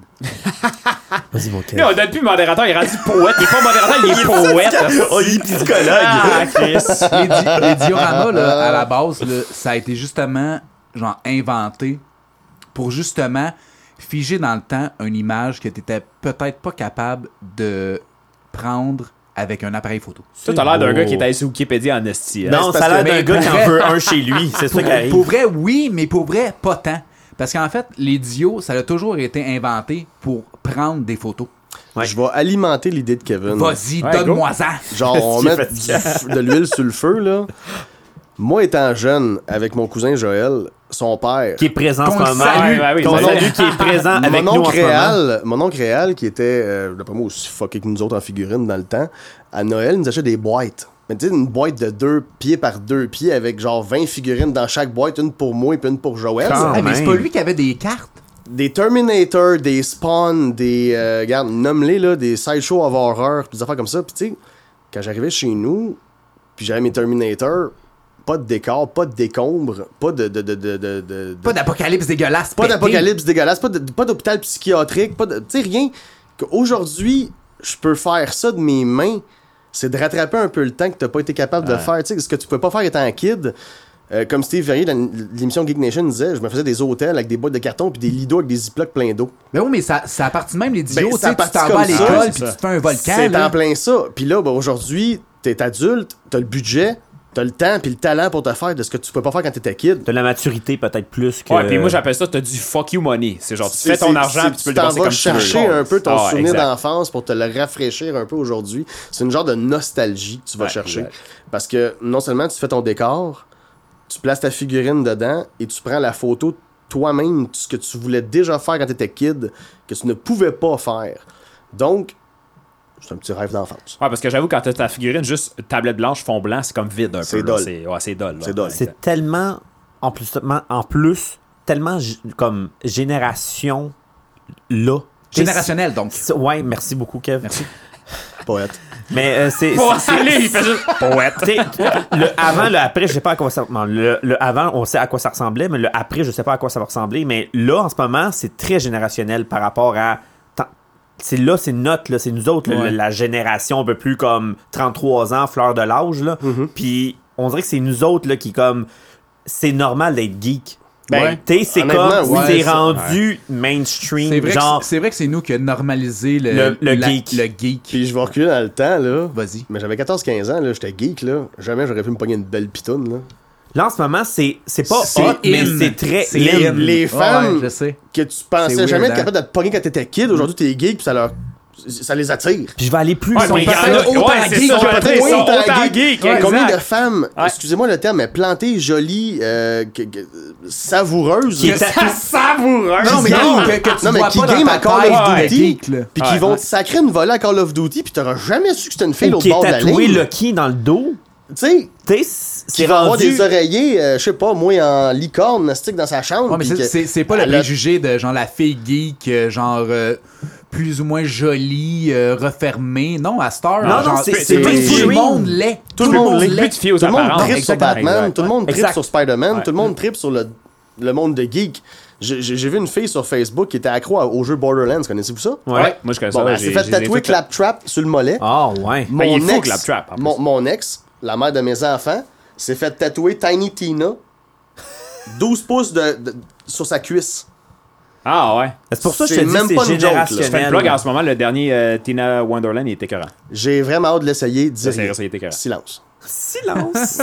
Speaker 4: Vas-y, mon
Speaker 3: Là, on donne plus modérateur, il est rendu poète. Il est pas modérateur, il est poète.
Speaker 4: Oh, il est
Speaker 2: *laughs*
Speaker 4: psychologue!
Speaker 3: Chris.
Speaker 2: les,
Speaker 5: *laughs*
Speaker 2: di- les dioramas, là, à la base, là, ça a été justement genre inventé pour justement figer dans le temps une image que tu peut-être pas capable de prendre avec un appareil photo.
Speaker 3: Toi, t'as l'air d'un
Speaker 4: beau.
Speaker 3: gars qui est allé sur Wikipédia en esti. hein?
Speaker 4: Non,
Speaker 5: c'est parce
Speaker 4: ça a
Speaker 5: que- ben,
Speaker 4: l'air
Speaker 2: mais
Speaker 4: d'un gars qui en
Speaker 2: pour
Speaker 4: veut un chez lui. C'est ça
Speaker 2: Pour,
Speaker 4: qui arrive.
Speaker 2: pour vrai, oui, mais pour vrai, pas tant. Parce qu'en fait, les dios, ça a toujours été inventé pour prendre des photos.
Speaker 4: Ouais.
Speaker 5: Je vais alimenter l'idée de Kevin.
Speaker 2: Vas-y,
Speaker 3: Ouais,
Speaker 2: donne-moi ça.
Speaker 4: *laughs*
Speaker 5: Genre, on
Speaker 4: C'est
Speaker 5: met du-
Speaker 4: fatigant.
Speaker 5: de l'huile sur le feu, là. Moi, étant jeune, avec mon cousin Joël, son père,
Speaker 4: Qui est présent en ce
Speaker 2: Qu'on le
Speaker 4: moment.
Speaker 2: salue.
Speaker 3: Ouais, ouais, oui,
Speaker 4: Qu'on
Speaker 3: salut.
Speaker 4: salue, qui est présent
Speaker 5: mon
Speaker 4: avec nous en
Speaker 5: oncle
Speaker 4: ce moment.
Speaker 5: Réal, mon oncle Réal, qui était, euh, d'après moi, aussi fucké que nous autres en figurine dans le temps, à Noël, il nous achetait des boîtes. Mais tu sais, une boîte de deux pieds par deux pieds avec genre 20 figurines dans chaque boîte, une pour moi et puis une pour Joël.
Speaker 4: Quand
Speaker 2: Ah, mais c'est
Speaker 4: même.
Speaker 2: pas lui qui avait des cartes.
Speaker 5: Des Terminator, des Spawn, des. Euh, regarde, nomme-les, là, des sideshows of horreur, pis des affaires comme ça. Puis tu sais, quand j'arrivais chez nous, puis j'avais mes Terminator, pas de décor, pas de décombre, pas de. de, de, de, de- de-
Speaker 2: Pas d'apocalypse dégueulasse.
Speaker 5: pas
Speaker 2: pété.
Speaker 5: d'apocalypse dégueulasse, pas de- pas d'hôpital psychiatrique, pas de. Tu sais, rien. Aujourd'hui, je peux faire ça de mes mains, c'est de rattraper un peu le temps que t'as pas été capable de faire. Tu sais, ce que tu pouvais pas faire étant kid. euh, comme Steve Verrier dans l'émission Geek Nation disait, je me faisais des hôtels avec des boîtes de carton puis des lidos avec des ziplocs pleins d'eau.
Speaker 2: Mais oui, mais ça, ça appartit même les
Speaker 5: Ben,
Speaker 2: dios. tu
Speaker 5: ça
Speaker 2: sais, tu
Speaker 5: partit
Speaker 2: t'en
Speaker 5: comme
Speaker 2: vas à
Speaker 5: ça,
Speaker 2: l'école
Speaker 3: c'est
Speaker 2: puis
Speaker 3: ça.
Speaker 2: tu te fais un volcan.
Speaker 5: C'est
Speaker 2: là.
Speaker 5: en plein ça. Puis là, ben, aujourd'hui, t'es adulte, t'as le budget, t'as le temps puis le talent pour te faire de ce que tu peux pas faire quand t'étais kid.
Speaker 4: De la maturité peut-être plus que.
Speaker 3: Ouais, puis moi j'appelle ça, t'as du fuck you money. C'est genre, tu
Speaker 5: C'est-
Speaker 3: fais ton
Speaker 5: c'est-
Speaker 3: argent
Speaker 5: c'est-
Speaker 3: puis tu peux le dépenser
Speaker 5: t'en vas
Speaker 3: comme tu veux.
Speaker 5: chercher un peu ton
Speaker 3: Ah,
Speaker 5: souvenir
Speaker 3: exact.
Speaker 5: d'enfance pour te le rafraîchir un peu aujourd'hui. C'est une genre de nostalgie que tu vas
Speaker 3: Ouais,
Speaker 5: chercher.
Speaker 3: exact.
Speaker 5: Parce que non seulement tu fais ton décor, tu places ta figurine dedans et tu prends la photo toi-même, ce que tu voulais déjà faire quand tu étais kid, que tu ne pouvais pas faire. Donc, c'est un petit rêve d'enfance.
Speaker 3: Ouais, parce que j'avoue, quand t'as ta figurine, juste tablette blanche, fond blanc, c'est comme vide un peu.
Speaker 5: C'est
Speaker 3: là.
Speaker 5: dole.
Speaker 3: C'est Ouais, c'est dole. là.
Speaker 5: C'est dole.
Speaker 3: exact.
Speaker 4: C'est tellement. En plus, en plus tellement g- comme génération là.
Speaker 2: Générationnel, donc.
Speaker 4: C'est- Ouais, merci beaucoup, Kev. Merci.
Speaker 3: *laughs*
Speaker 5: Poète.
Speaker 4: Mais euh, c'est.
Speaker 3: Oh,
Speaker 4: c'est-
Speaker 3: allez, il fait juste.
Speaker 4: Poète. T'sais, le avant, le après, je sais pas à quoi ça non, le, le avant, on sait à quoi ça ressemblait, mais le après, je sais pas à quoi ça va ressembler. Mais là, en ce moment, c'est très générationnel par rapport à. tant- C'est là, c'est notre, là, c'est nous autres, là,
Speaker 2: Ouais.
Speaker 4: la génération un peu plus comme 33 ans, fleur de l'âge. là. Puis on dirait que c'est nous autres là, qui, comme. C'est normal d'être geek.
Speaker 5: Ben,
Speaker 4: Ouais. T'sais, c'est
Speaker 5: honnêtement,
Speaker 4: comme.
Speaker 5: ouais,
Speaker 4: c'est
Speaker 5: ça-
Speaker 4: rendu mainstream.
Speaker 2: C'est vrai, que
Speaker 4: genre,
Speaker 2: c'est- c'est vrai que c'est nous qui a normalisé le,
Speaker 4: Le- le
Speaker 2: la-
Speaker 4: geek.
Speaker 2: le geek.
Speaker 5: Puis je vais reculer dans le temps, là.
Speaker 2: Vas-y.
Speaker 5: Mais j'avais 14-15 ans, là, j'étais geek, là. Jamais j'aurais pu me pogner une belle pitoune, là.
Speaker 4: là, en ce moment, c'est c'est pas
Speaker 2: C'est
Speaker 4: hot, mais
Speaker 2: Ah, in.
Speaker 4: c'est très.
Speaker 2: C'est
Speaker 4: in.
Speaker 2: in.
Speaker 5: Les
Speaker 2: Ouais,
Speaker 5: femmes-
Speaker 2: ouais, je sais.
Speaker 5: que tu
Speaker 2: C'est
Speaker 5: pensais
Speaker 2: weird,
Speaker 5: jamais être
Speaker 2: hein?
Speaker 5: capable de te pogner quand t'étais kid. Aujourd'hui, t'es geek, puis ça leur. Ça les attire.
Speaker 4: Puis je vais aller plus.
Speaker 3: Ouais,
Speaker 4: ils sont
Speaker 3: mais il y en
Speaker 4: pas-
Speaker 3: a.
Speaker 2: autant
Speaker 3: Ouais, c'est
Speaker 2: geek
Speaker 3: ça.
Speaker 2: que
Speaker 3: Patrick,
Speaker 2: toi,
Speaker 3: ils sont
Speaker 5: autant
Speaker 3: autant
Speaker 5: geek.
Speaker 3: geek.
Speaker 5: Combien
Speaker 3: exact.
Speaker 5: de femmes,
Speaker 3: Ouais.
Speaker 5: excusez-moi le terme, mais plantées, jolies, euh, que- que- savoureuses,
Speaker 4: Qui étaient-
Speaker 3: Ça *laughs* savoureux.
Speaker 5: Non, mais
Speaker 2: Non,
Speaker 5: non,
Speaker 2: que, que tu
Speaker 5: non, mais
Speaker 2: vois
Speaker 5: qui
Speaker 2: pas dans
Speaker 5: game
Speaker 2: ta
Speaker 5: à Call
Speaker 2: tête,
Speaker 5: of
Speaker 2: le
Speaker 5: Duty,
Speaker 2: geek, là.
Speaker 5: puis qui
Speaker 3: Ouais,
Speaker 5: vont
Speaker 3: ouais.
Speaker 5: te sacrer une volée à Call of Duty, puis t'auras jamais su que c'était une fille
Speaker 4: ou
Speaker 5: l'autre
Speaker 4: qui est
Speaker 5: bord de la
Speaker 4: tatoué
Speaker 5: ligne.
Speaker 4: Lucky dans le dos.
Speaker 5: Tu sais,
Speaker 4: Tu sais, c'est
Speaker 5: qui va avoir
Speaker 4: rendu.
Speaker 5: des oreillers, euh, je sais pas, moi, en licorne, stick dans sa chambre.
Speaker 2: Ouais, mais
Speaker 5: puis
Speaker 2: c'est-
Speaker 5: que-
Speaker 2: c'est c'est pas le
Speaker 5: Elle a-
Speaker 2: préjugé de genre la fille geek, euh, genre euh, plus ou moins jolie, euh, refermée. Non, à Star,
Speaker 4: Non,
Speaker 2: genre,
Speaker 4: non, c'est-
Speaker 3: c'est
Speaker 2: tout
Speaker 3: mainstream.
Speaker 2: le monde l'est.
Speaker 3: Tout le monde l'est. Plus de filles aux
Speaker 5: Tout le monde
Speaker 3: apparences.
Speaker 5: tripe sur
Speaker 3: Exactement.
Speaker 5: Batman, tout le monde tripe
Speaker 4: Exact.
Speaker 5: sur Spider-Man,
Speaker 3: Ouais.
Speaker 5: tout le monde tripe sur le, le monde de geek. J'ai j'ai- j'ai vu une fille sur Facebook qui était accro à- au jeu Borderlands, connaissez-vous ça?
Speaker 3: Ouais, moi je connais ça.
Speaker 5: Bon,
Speaker 3: ouais,
Speaker 5: elle s'est
Speaker 3: j'ai-
Speaker 5: fait
Speaker 3: j'ai- j'ai
Speaker 5: tatouer
Speaker 3: fait-
Speaker 5: Claptrap sur le mollet.
Speaker 4: Ah, ouais.
Speaker 5: Mon,
Speaker 3: Ben, il est fou,
Speaker 5: ex,
Speaker 3: Claptrap, en plus.
Speaker 5: mon, mon ex, la mère de mes enfants, s'est fait tatouer Tiny Tina 12 pouces de, de- sur sa cuisse.
Speaker 3: Ah ouais.
Speaker 4: C'est pour ça que je
Speaker 5: c'est
Speaker 4: te dis
Speaker 5: même
Speaker 4: c'est
Speaker 5: pas une joke, là.
Speaker 3: Je fais
Speaker 4: générationnel.
Speaker 3: une blog en ce moment, le dernier euh, Tina Wonderland, il était écœurant.
Speaker 5: J'ai vraiment hâte de l'essayer. Dis
Speaker 3: C'est
Speaker 5: rien.
Speaker 3: vrai, ça, il était écœurant.
Speaker 5: Silence.
Speaker 4: *laughs* Silence.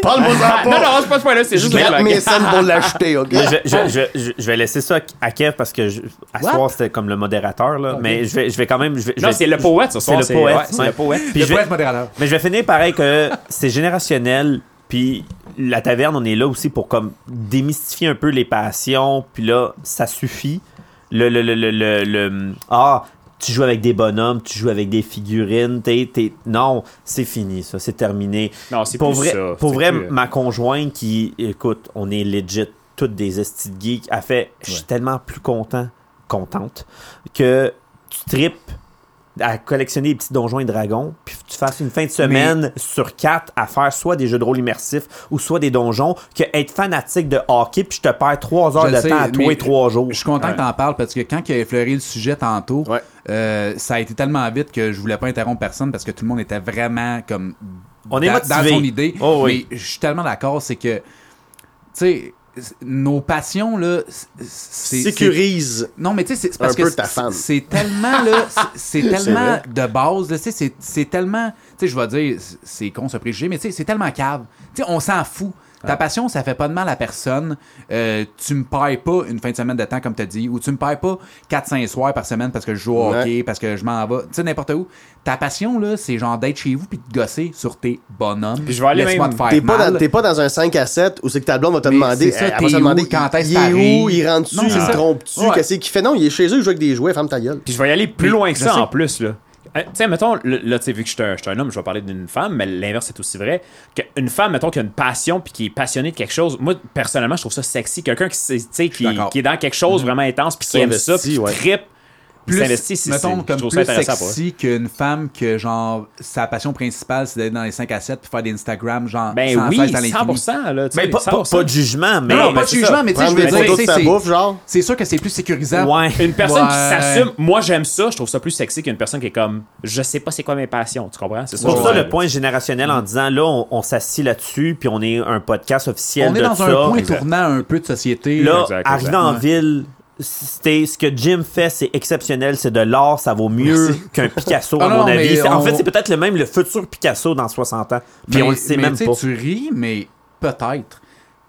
Speaker 5: Parle-moi
Speaker 3: Ah, non, non, c'est pas ce point-là, c'est
Speaker 5: Je
Speaker 3: juste
Speaker 5: gratte
Speaker 3: une blague.
Speaker 5: mes scènes pour l'acheter,
Speaker 3: *laughs*
Speaker 5: ok?
Speaker 4: Mais je, je- je- je- je vais laisser ça à Kev parce que je, à ce
Speaker 2: What?
Speaker 4: soir c'était comme le modérateur là, mais je vais, je vais quand même. Je vais, je
Speaker 3: Non,
Speaker 4: vais-
Speaker 3: c'est le poète ce soir.
Speaker 4: C'est le poète.
Speaker 3: ouais, C'est
Speaker 4: ouais.
Speaker 3: le poète.
Speaker 2: Le
Speaker 4: Puis je vais-
Speaker 2: poète modérateur.
Speaker 4: Mais je vais finir pareil que c'est générationnel, puis la taverne, on est là aussi pour comme démystifier un peu les passions, puis là, ça suffit. Le, le, le, le, le, le- ah, tu joues avec des bonhommes, tu joues avec des figurines, t'es, t'es- non, c'est fini, ça, c'est terminé.
Speaker 3: Non, c'est
Speaker 4: pour
Speaker 3: plus
Speaker 4: vrai,
Speaker 3: ça,
Speaker 4: Pour
Speaker 3: c'est
Speaker 4: vrai,
Speaker 3: plus- euh,
Speaker 4: ma conjointe qui, écoute, on est legit, toutes des estis de geeks, a fait, je suis tellement plus content, contente, que tu tripes à collectionner les petits donjons et dragons, puis tu fasses une fin de semaine sur quatre à faire soit des jeux de rôle immersifs ou soit des donjons, que être fanatique de hockey, puis je te perds trois heures
Speaker 2: Je
Speaker 4: de
Speaker 2: sais,
Speaker 4: temps à toi
Speaker 2: mais
Speaker 4: et trois jours.
Speaker 2: Je suis content que t'en parles parce que quand il a effleuré le sujet tantôt,
Speaker 5: Ouais.
Speaker 2: euh, ça a été tellement vite que je voulais pas interrompre personne parce que tout le monde était vraiment comme
Speaker 4: On
Speaker 2: dans,
Speaker 4: est
Speaker 2: dans
Speaker 4: motivé.
Speaker 2: son idée.
Speaker 4: Oh oui.
Speaker 2: Mais je suis tellement d'accord, c'est que tu sais, c'est- nos passions, là, c'est- c'est.
Speaker 5: Sécurise.
Speaker 2: c'est- Non, mais tu sais, c'est c'est parce
Speaker 5: Un
Speaker 2: que
Speaker 5: peu
Speaker 2: c'est-
Speaker 5: ta femme.
Speaker 2: c'est tellement,
Speaker 5: *laughs*
Speaker 2: là, c'est c'est tellement
Speaker 5: vrai.
Speaker 2: de base, là, tu sais, c'est c'est tellement, tu sais, je vais dire, c'est- c'est con ce préjugé, mais tu sais, c'est tellement cave. Tu sais, on s'en fout.
Speaker 5: Ah.
Speaker 2: Ta passion, ça fait pas de mal à personne. Euh, tu me payes pas une fin de semaine de temps, comme tu dit, ou tu me payes pas 4-5 soirs par semaine parce que je joue au
Speaker 5: Ouais.
Speaker 2: hockey, parce que je m'en vais, tu sais, n'importe où. Ta passion, là, c'est genre d'être chez vous puis de gosser sur tes bonhommes.
Speaker 3: Puis je vais aller
Speaker 2: Laisse-moi
Speaker 3: même-
Speaker 2: te faire
Speaker 5: T'es pas,
Speaker 2: mal.
Speaker 5: dans, t'es pas dans un 5 à 7 où c'est que ta blonde va te
Speaker 2: Mais
Speaker 5: demander.
Speaker 2: c'est ça,
Speaker 5: elle va
Speaker 2: t'es
Speaker 5: se demander
Speaker 2: où, quand est-ce
Speaker 5: il est où,
Speaker 2: t'arrives?
Speaker 5: il rentre-tu,
Speaker 2: Non,
Speaker 5: il
Speaker 2: c'est
Speaker 5: se
Speaker 2: ça.
Speaker 5: trompe-tu,
Speaker 2: Ouais.
Speaker 5: qu'est-ce qu'il fait? Non, il est chez eux, il joue avec des jouets, ferme ta gueule.
Speaker 3: Puis je vais y aller plus
Speaker 2: Oui,
Speaker 3: loin que
Speaker 2: je
Speaker 3: ça
Speaker 2: sais.
Speaker 3: en plus. Là, Euh, tu sais, mettons, le- là, tu sais, vu que je suis un, je suis un homme, je vais parler d'une femme, mais l'inverse est aussi vrai. Qu'une femme, mettons, qui a une passion puis qui est passionnée de quelque chose, moi, personnellement, je trouve ça sexy. Quelqu'un qui, s'est- tu sais, qui,
Speaker 2: d'accord.
Speaker 3: qui est dans quelque
Speaker 4: Mm.
Speaker 3: chose vraiment intense puis qui aime
Speaker 5: S'investit,
Speaker 3: ça, puis qui
Speaker 5: ouais.
Speaker 3: trippe, puis
Speaker 2: plus,
Speaker 3: s'investit, c'est- c'est-
Speaker 2: mettons,
Speaker 3: je
Speaker 2: comme
Speaker 3: trouve ça
Speaker 2: plus
Speaker 3: intéressant pour eux.
Speaker 2: sexy qu'une femme que, genre, sa passion principale, c'est d'aller dans les 5 à 7 puis faire des Instagram, genre,
Speaker 3: Ben
Speaker 2: sans
Speaker 3: oui,
Speaker 2: cesse à l'infini.
Speaker 3: 100%. Là, tu
Speaker 4: Mais
Speaker 3: sais,
Speaker 4: Ben, pas, pas-
Speaker 3: 100%.
Speaker 4: pas de jugement, mais.
Speaker 3: Non, mais
Speaker 2: Non, non, pas de
Speaker 3: Ben, c'est
Speaker 2: jugement,
Speaker 3: ça.
Speaker 2: mais tu sais, je
Speaker 5: Prendre
Speaker 2: veux
Speaker 5: des
Speaker 2: dire, tu
Speaker 5: photos de
Speaker 2: sais,
Speaker 5: ta
Speaker 2: c'est-
Speaker 5: bouffe, genre. Ben,
Speaker 2: c'est sûr que c'est plus sécurisant.
Speaker 4: Ouais.
Speaker 3: Une personne qui
Speaker 2: Ouais.
Speaker 3: s'assume, moi j'aime ça, je trouve ça plus sexy qu'une personne qui est comme, je sais pas c'est quoi mes passions, tu comprends? C'est ça.
Speaker 4: C'est pour
Speaker 3: je
Speaker 4: ça
Speaker 3: veux
Speaker 4: le
Speaker 3: dire.
Speaker 4: point générationnel en disant là, on, on s'assit là-dessus, puis on est un podcast officiel
Speaker 2: On
Speaker 4: de
Speaker 2: est dans
Speaker 4: ça.
Speaker 2: un point
Speaker 3: exact.
Speaker 2: tournant un peu de société.
Speaker 4: Là,
Speaker 3: Exact, exact.
Speaker 4: arrivé en
Speaker 2: Ouais.
Speaker 4: ville, c'était ce que Jim fait, c'est exceptionnel, c'est de l'art, ça vaut mieux *laughs* qu'un Picasso, à
Speaker 2: Ah non,
Speaker 4: mon
Speaker 2: mais
Speaker 4: avis. C'est- En
Speaker 2: on-
Speaker 4: fait, c'est peut-être le même, le futur Picasso dans 60 ans. Puis
Speaker 2: Mais-
Speaker 4: on le sait
Speaker 2: mais
Speaker 4: même
Speaker 2: tu sais,
Speaker 4: pas.
Speaker 2: Tu ris, mais peut-être.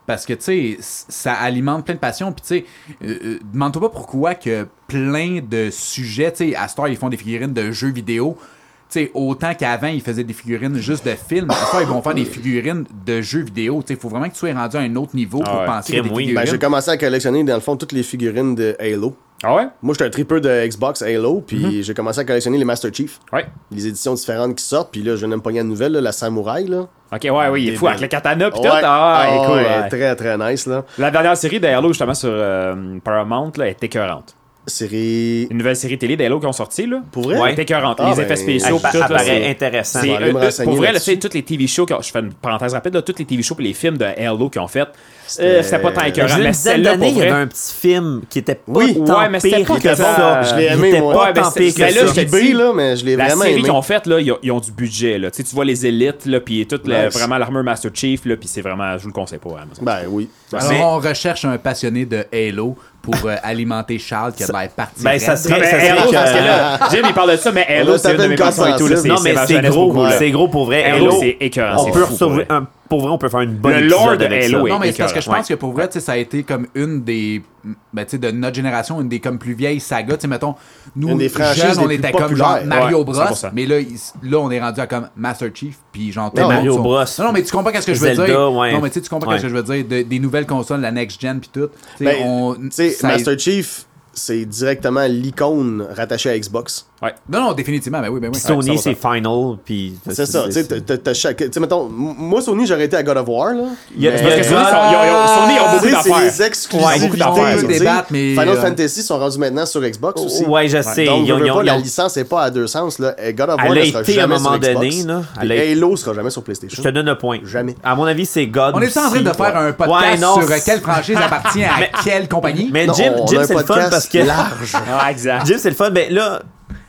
Speaker 2: Parce que, tu sais, c- ça alimente plein de passion. Puis, tu sais, euh, euh, demande-toi pas pourquoi que plein de sujets, tu sais, à Star, ils font des figurines de jeux vidéo. Tu sais, autant qu'avant, ils faisaient des figurines juste de films. À Star, ils vont faire des figurines de jeux vidéo. Tu sais, faut vraiment que tu sois rendu à un autre niveau pour
Speaker 3: Ah ouais,
Speaker 2: penser à des
Speaker 4: crime, oui.
Speaker 2: figurines.
Speaker 5: Ben, j'ai commencé à collectionner, dans le fond, toutes les figurines de Halo.
Speaker 3: Ah ouais?
Speaker 5: Moi, j'étais un tripeur de Xbox Halo, puis
Speaker 2: Mm-hmm.
Speaker 5: j'ai commencé à collectionner les Master Chief,
Speaker 3: Ouais.
Speaker 5: les éditions différentes qui sortent, puis là, je n'aime pas une nouvelle, là, la Samouraï, là.
Speaker 2: Ah,
Speaker 3: Ok, ouais, oui, il est fou
Speaker 5: Des-
Speaker 3: avec le katana pis
Speaker 5: Ouais.
Speaker 3: tout. Ah,
Speaker 5: Ah,
Speaker 3: ouais, cool.
Speaker 5: ouais,
Speaker 3: ouais.
Speaker 5: Très, très nice, là.
Speaker 3: La dernière série d'Halo, justement, sur euh, Paramount, là, est écœurante.
Speaker 5: Série.
Speaker 3: Une nouvelle série télé d'Halo qui ont sorti, là.
Speaker 5: Pour vrai?
Speaker 3: Ouais, est écœurante.
Speaker 5: Ah,
Speaker 3: les
Speaker 5: ben,
Speaker 3: effets spéciaux,
Speaker 5: ça
Speaker 3: pis tout,
Speaker 4: Ça
Speaker 3: là,
Speaker 4: paraît
Speaker 3: c'est-
Speaker 4: intéressant.
Speaker 3: c'est,
Speaker 5: va aller me
Speaker 3: euh, de-
Speaker 5: renseigner
Speaker 3: pour vrai, là,
Speaker 5: là-dessus.
Speaker 3: tu sais, toutes les TV shows, qui ont- je fais une parenthèse rapide, là, toutes les TV shows et les films de Halo qui ont fait, euh, c'était pas tant
Speaker 4: Il y
Speaker 3: écœurant.
Speaker 4: a une
Speaker 3: Mais
Speaker 4: dizaine
Speaker 3: celle-là,
Speaker 4: d'années,
Speaker 3: pour
Speaker 4: il y avait
Speaker 3: vrai,
Speaker 4: un petit film qui était pas
Speaker 5: Oui.
Speaker 4: tant
Speaker 3: Ouais, mais c'était
Speaker 4: pire
Speaker 3: pas
Speaker 4: que
Speaker 3: tant-
Speaker 4: ça.
Speaker 5: Je l'ai
Speaker 4: Il
Speaker 5: aimé,
Speaker 4: était
Speaker 5: moi.
Speaker 4: pas
Speaker 3: Ouais, ben,
Speaker 4: tant
Speaker 3: c'est-
Speaker 4: pire que
Speaker 3: mais là,
Speaker 4: ça.
Speaker 3: je te
Speaker 5: J'ai B, là, mais je l'ai
Speaker 3: la
Speaker 5: vraiment
Speaker 3: série
Speaker 5: aimé.
Speaker 3: qu'ils ont faite, là, ils ont, ils ont du budget. Là. Tu sais, tu vois les élites, là, puis toute la-
Speaker 5: Nice.
Speaker 3: vraiment l'armure Master Chief, là, puis c'est vraiment, je vous le conseille pas. à Amazon.
Speaker 5: Ben oui.
Speaker 2: Alors,
Speaker 4: Mais-
Speaker 2: on recherche un passionné de Halo pour euh, alimenter Charles qui a de l'air parti.
Speaker 4: Ben, ça
Speaker 2: raide.
Speaker 4: serait.
Speaker 3: Ben,
Speaker 4: ça serait
Speaker 3: Halo,
Speaker 4: que-
Speaker 3: parce que là, Jim, il parle de ça, mais
Speaker 5: On
Speaker 3: Halo,
Speaker 5: a
Speaker 3: c'est une
Speaker 5: tapé
Speaker 3: de
Speaker 5: une
Speaker 3: mes passions et tout. là,
Speaker 5: corde
Speaker 3: c'est-
Speaker 4: Non,
Speaker 3: c'est
Speaker 4: mais
Speaker 3: ma
Speaker 4: c'est
Speaker 3: jeunesse
Speaker 4: gros.
Speaker 3: beaucoup, là.
Speaker 4: C'est gros pour vrai.
Speaker 3: Halo,
Speaker 4: Halo,
Speaker 3: c'est écœurant.
Speaker 4: on
Speaker 3: c'est
Speaker 4: peut
Speaker 3: fou,
Speaker 4: sauver-
Speaker 3: ouais.
Speaker 4: un- Pour vrai, on peut faire une bonne
Speaker 3: Le
Speaker 4: épisode
Speaker 3: lore de
Speaker 4: avec ça.
Speaker 3: Halo est-
Speaker 2: Non, mais c'est parce que je
Speaker 3: écœurant,
Speaker 2: pense que pour vrai, tu sais, ça a été comme une des. Ben, tu sais, de notre génération, une des comme plus vieilles sagas. Tu sais, mettons, nous,
Speaker 5: Une des franchises
Speaker 2: jeunes, on
Speaker 5: les plus
Speaker 2: était comme
Speaker 5: populaires.
Speaker 2: genre Mario
Speaker 3: Ouais,
Speaker 2: Bros.
Speaker 3: 100%.
Speaker 2: Mais là, il- là, on est rendu à comme Master Chief, puis genre tout le
Speaker 5: Non,
Speaker 2: monde
Speaker 4: Mario
Speaker 2: sont-
Speaker 4: Bros.
Speaker 2: Non, non, mais tu comprends qu'est-ce que je veux
Speaker 4: Zelda,
Speaker 2: dire.
Speaker 4: ouais.
Speaker 2: Non, mais tu sais, tu comprends
Speaker 4: Ouais.
Speaker 2: qu'est-ce que je veux dire. de- des nouvelles consoles, la next gen, puis tout. Tu sais, on-
Speaker 5: Ben, tu sais,
Speaker 2: ça-
Speaker 5: Master Chief, c'est directement l'icône rattachée à Xbox.
Speaker 2: Non, non, définitivement, ben oui, ben oui.
Speaker 4: Sony,
Speaker 5: Ouais,
Speaker 4: c'est Final, puis...
Speaker 5: C'est ça, tu sais, t'as- t'as- t'as chaque. Tu sais, mettons, m- moi, Sony, j'aurais été à God of War, là.
Speaker 4: Il y a-
Speaker 5: mais-
Speaker 4: il y a
Speaker 3: Parce que Sony,
Speaker 4: Ah,
Speaker 3: sont- ils ont- ils ont- Sony, ils ont
Speaker 5: Tu
Speaker 3: beaucoup
Speaker 5: sais, c'est les
Speaker 3: d'affaires.
Speaker 5: exclusivités.
Speaker 4: beaucoup
Speaker 2: d'affaires.
Speaker 5: tu sais.
Speaker 2: On peut débattre, mais,
Speaker 5: Final
Speaker 2: euh,
Speaker 5: Fantasy sont rendus maintenant sur Xbox aussi.
Speaker 4: Oh, Ouais, je sais.
Speaker 5: Donc,
Speaker 4: ils ont-
Speaker 5: veux, veux
Speaker 4: ils ont-
Speaker 5: pas,
Speaker 4: ils
Speaker 5: la
Speaker 4: ont-
Speaker 5: licence n'est pas à deux sens. Là. Et God of War
Speaker 4: Elle a
Speaker 5: ne sera
Speaker 4: été à un
Speaker 5: jamais
Speaker 4: moment
Speaker 5: sur Xbox.
Speaker 4: donné, là. Elle a-
Speaker 5: Et Halo sera jamais sur PlayStation.
Speaker 4: Je te donne un point.
Speaker 5: Jamais.
Speaker 4: À mon avis, c'est God.
Speaker 2: On est en train
Speaker 4: aussi.
Speaker 2: de faire un
Speaker 4: Ouais,
Speaker 2: podcast
Speaker 4: non,
Speaker 2: sur euh,
Speaker 4: c'est-
Speaker 2: quelle franchise appartient
Speaker 4: *laughs*
Speaker 2: à quelle compagnie.
Speaker 4: Mais
Speaker 5: Non,
Speaker 4: Jim,
Speaker 5: on
Speaker 4: Jim
Speaker 5: a un
Speaker 4: c'est le fun
Speaker 5: podcast
Speaker 4: parce que.
Speaker 5: large.
Speaker 3: Ah, exact.
Speaker 4: *laughs* Jim, c'est le fun. Mais là,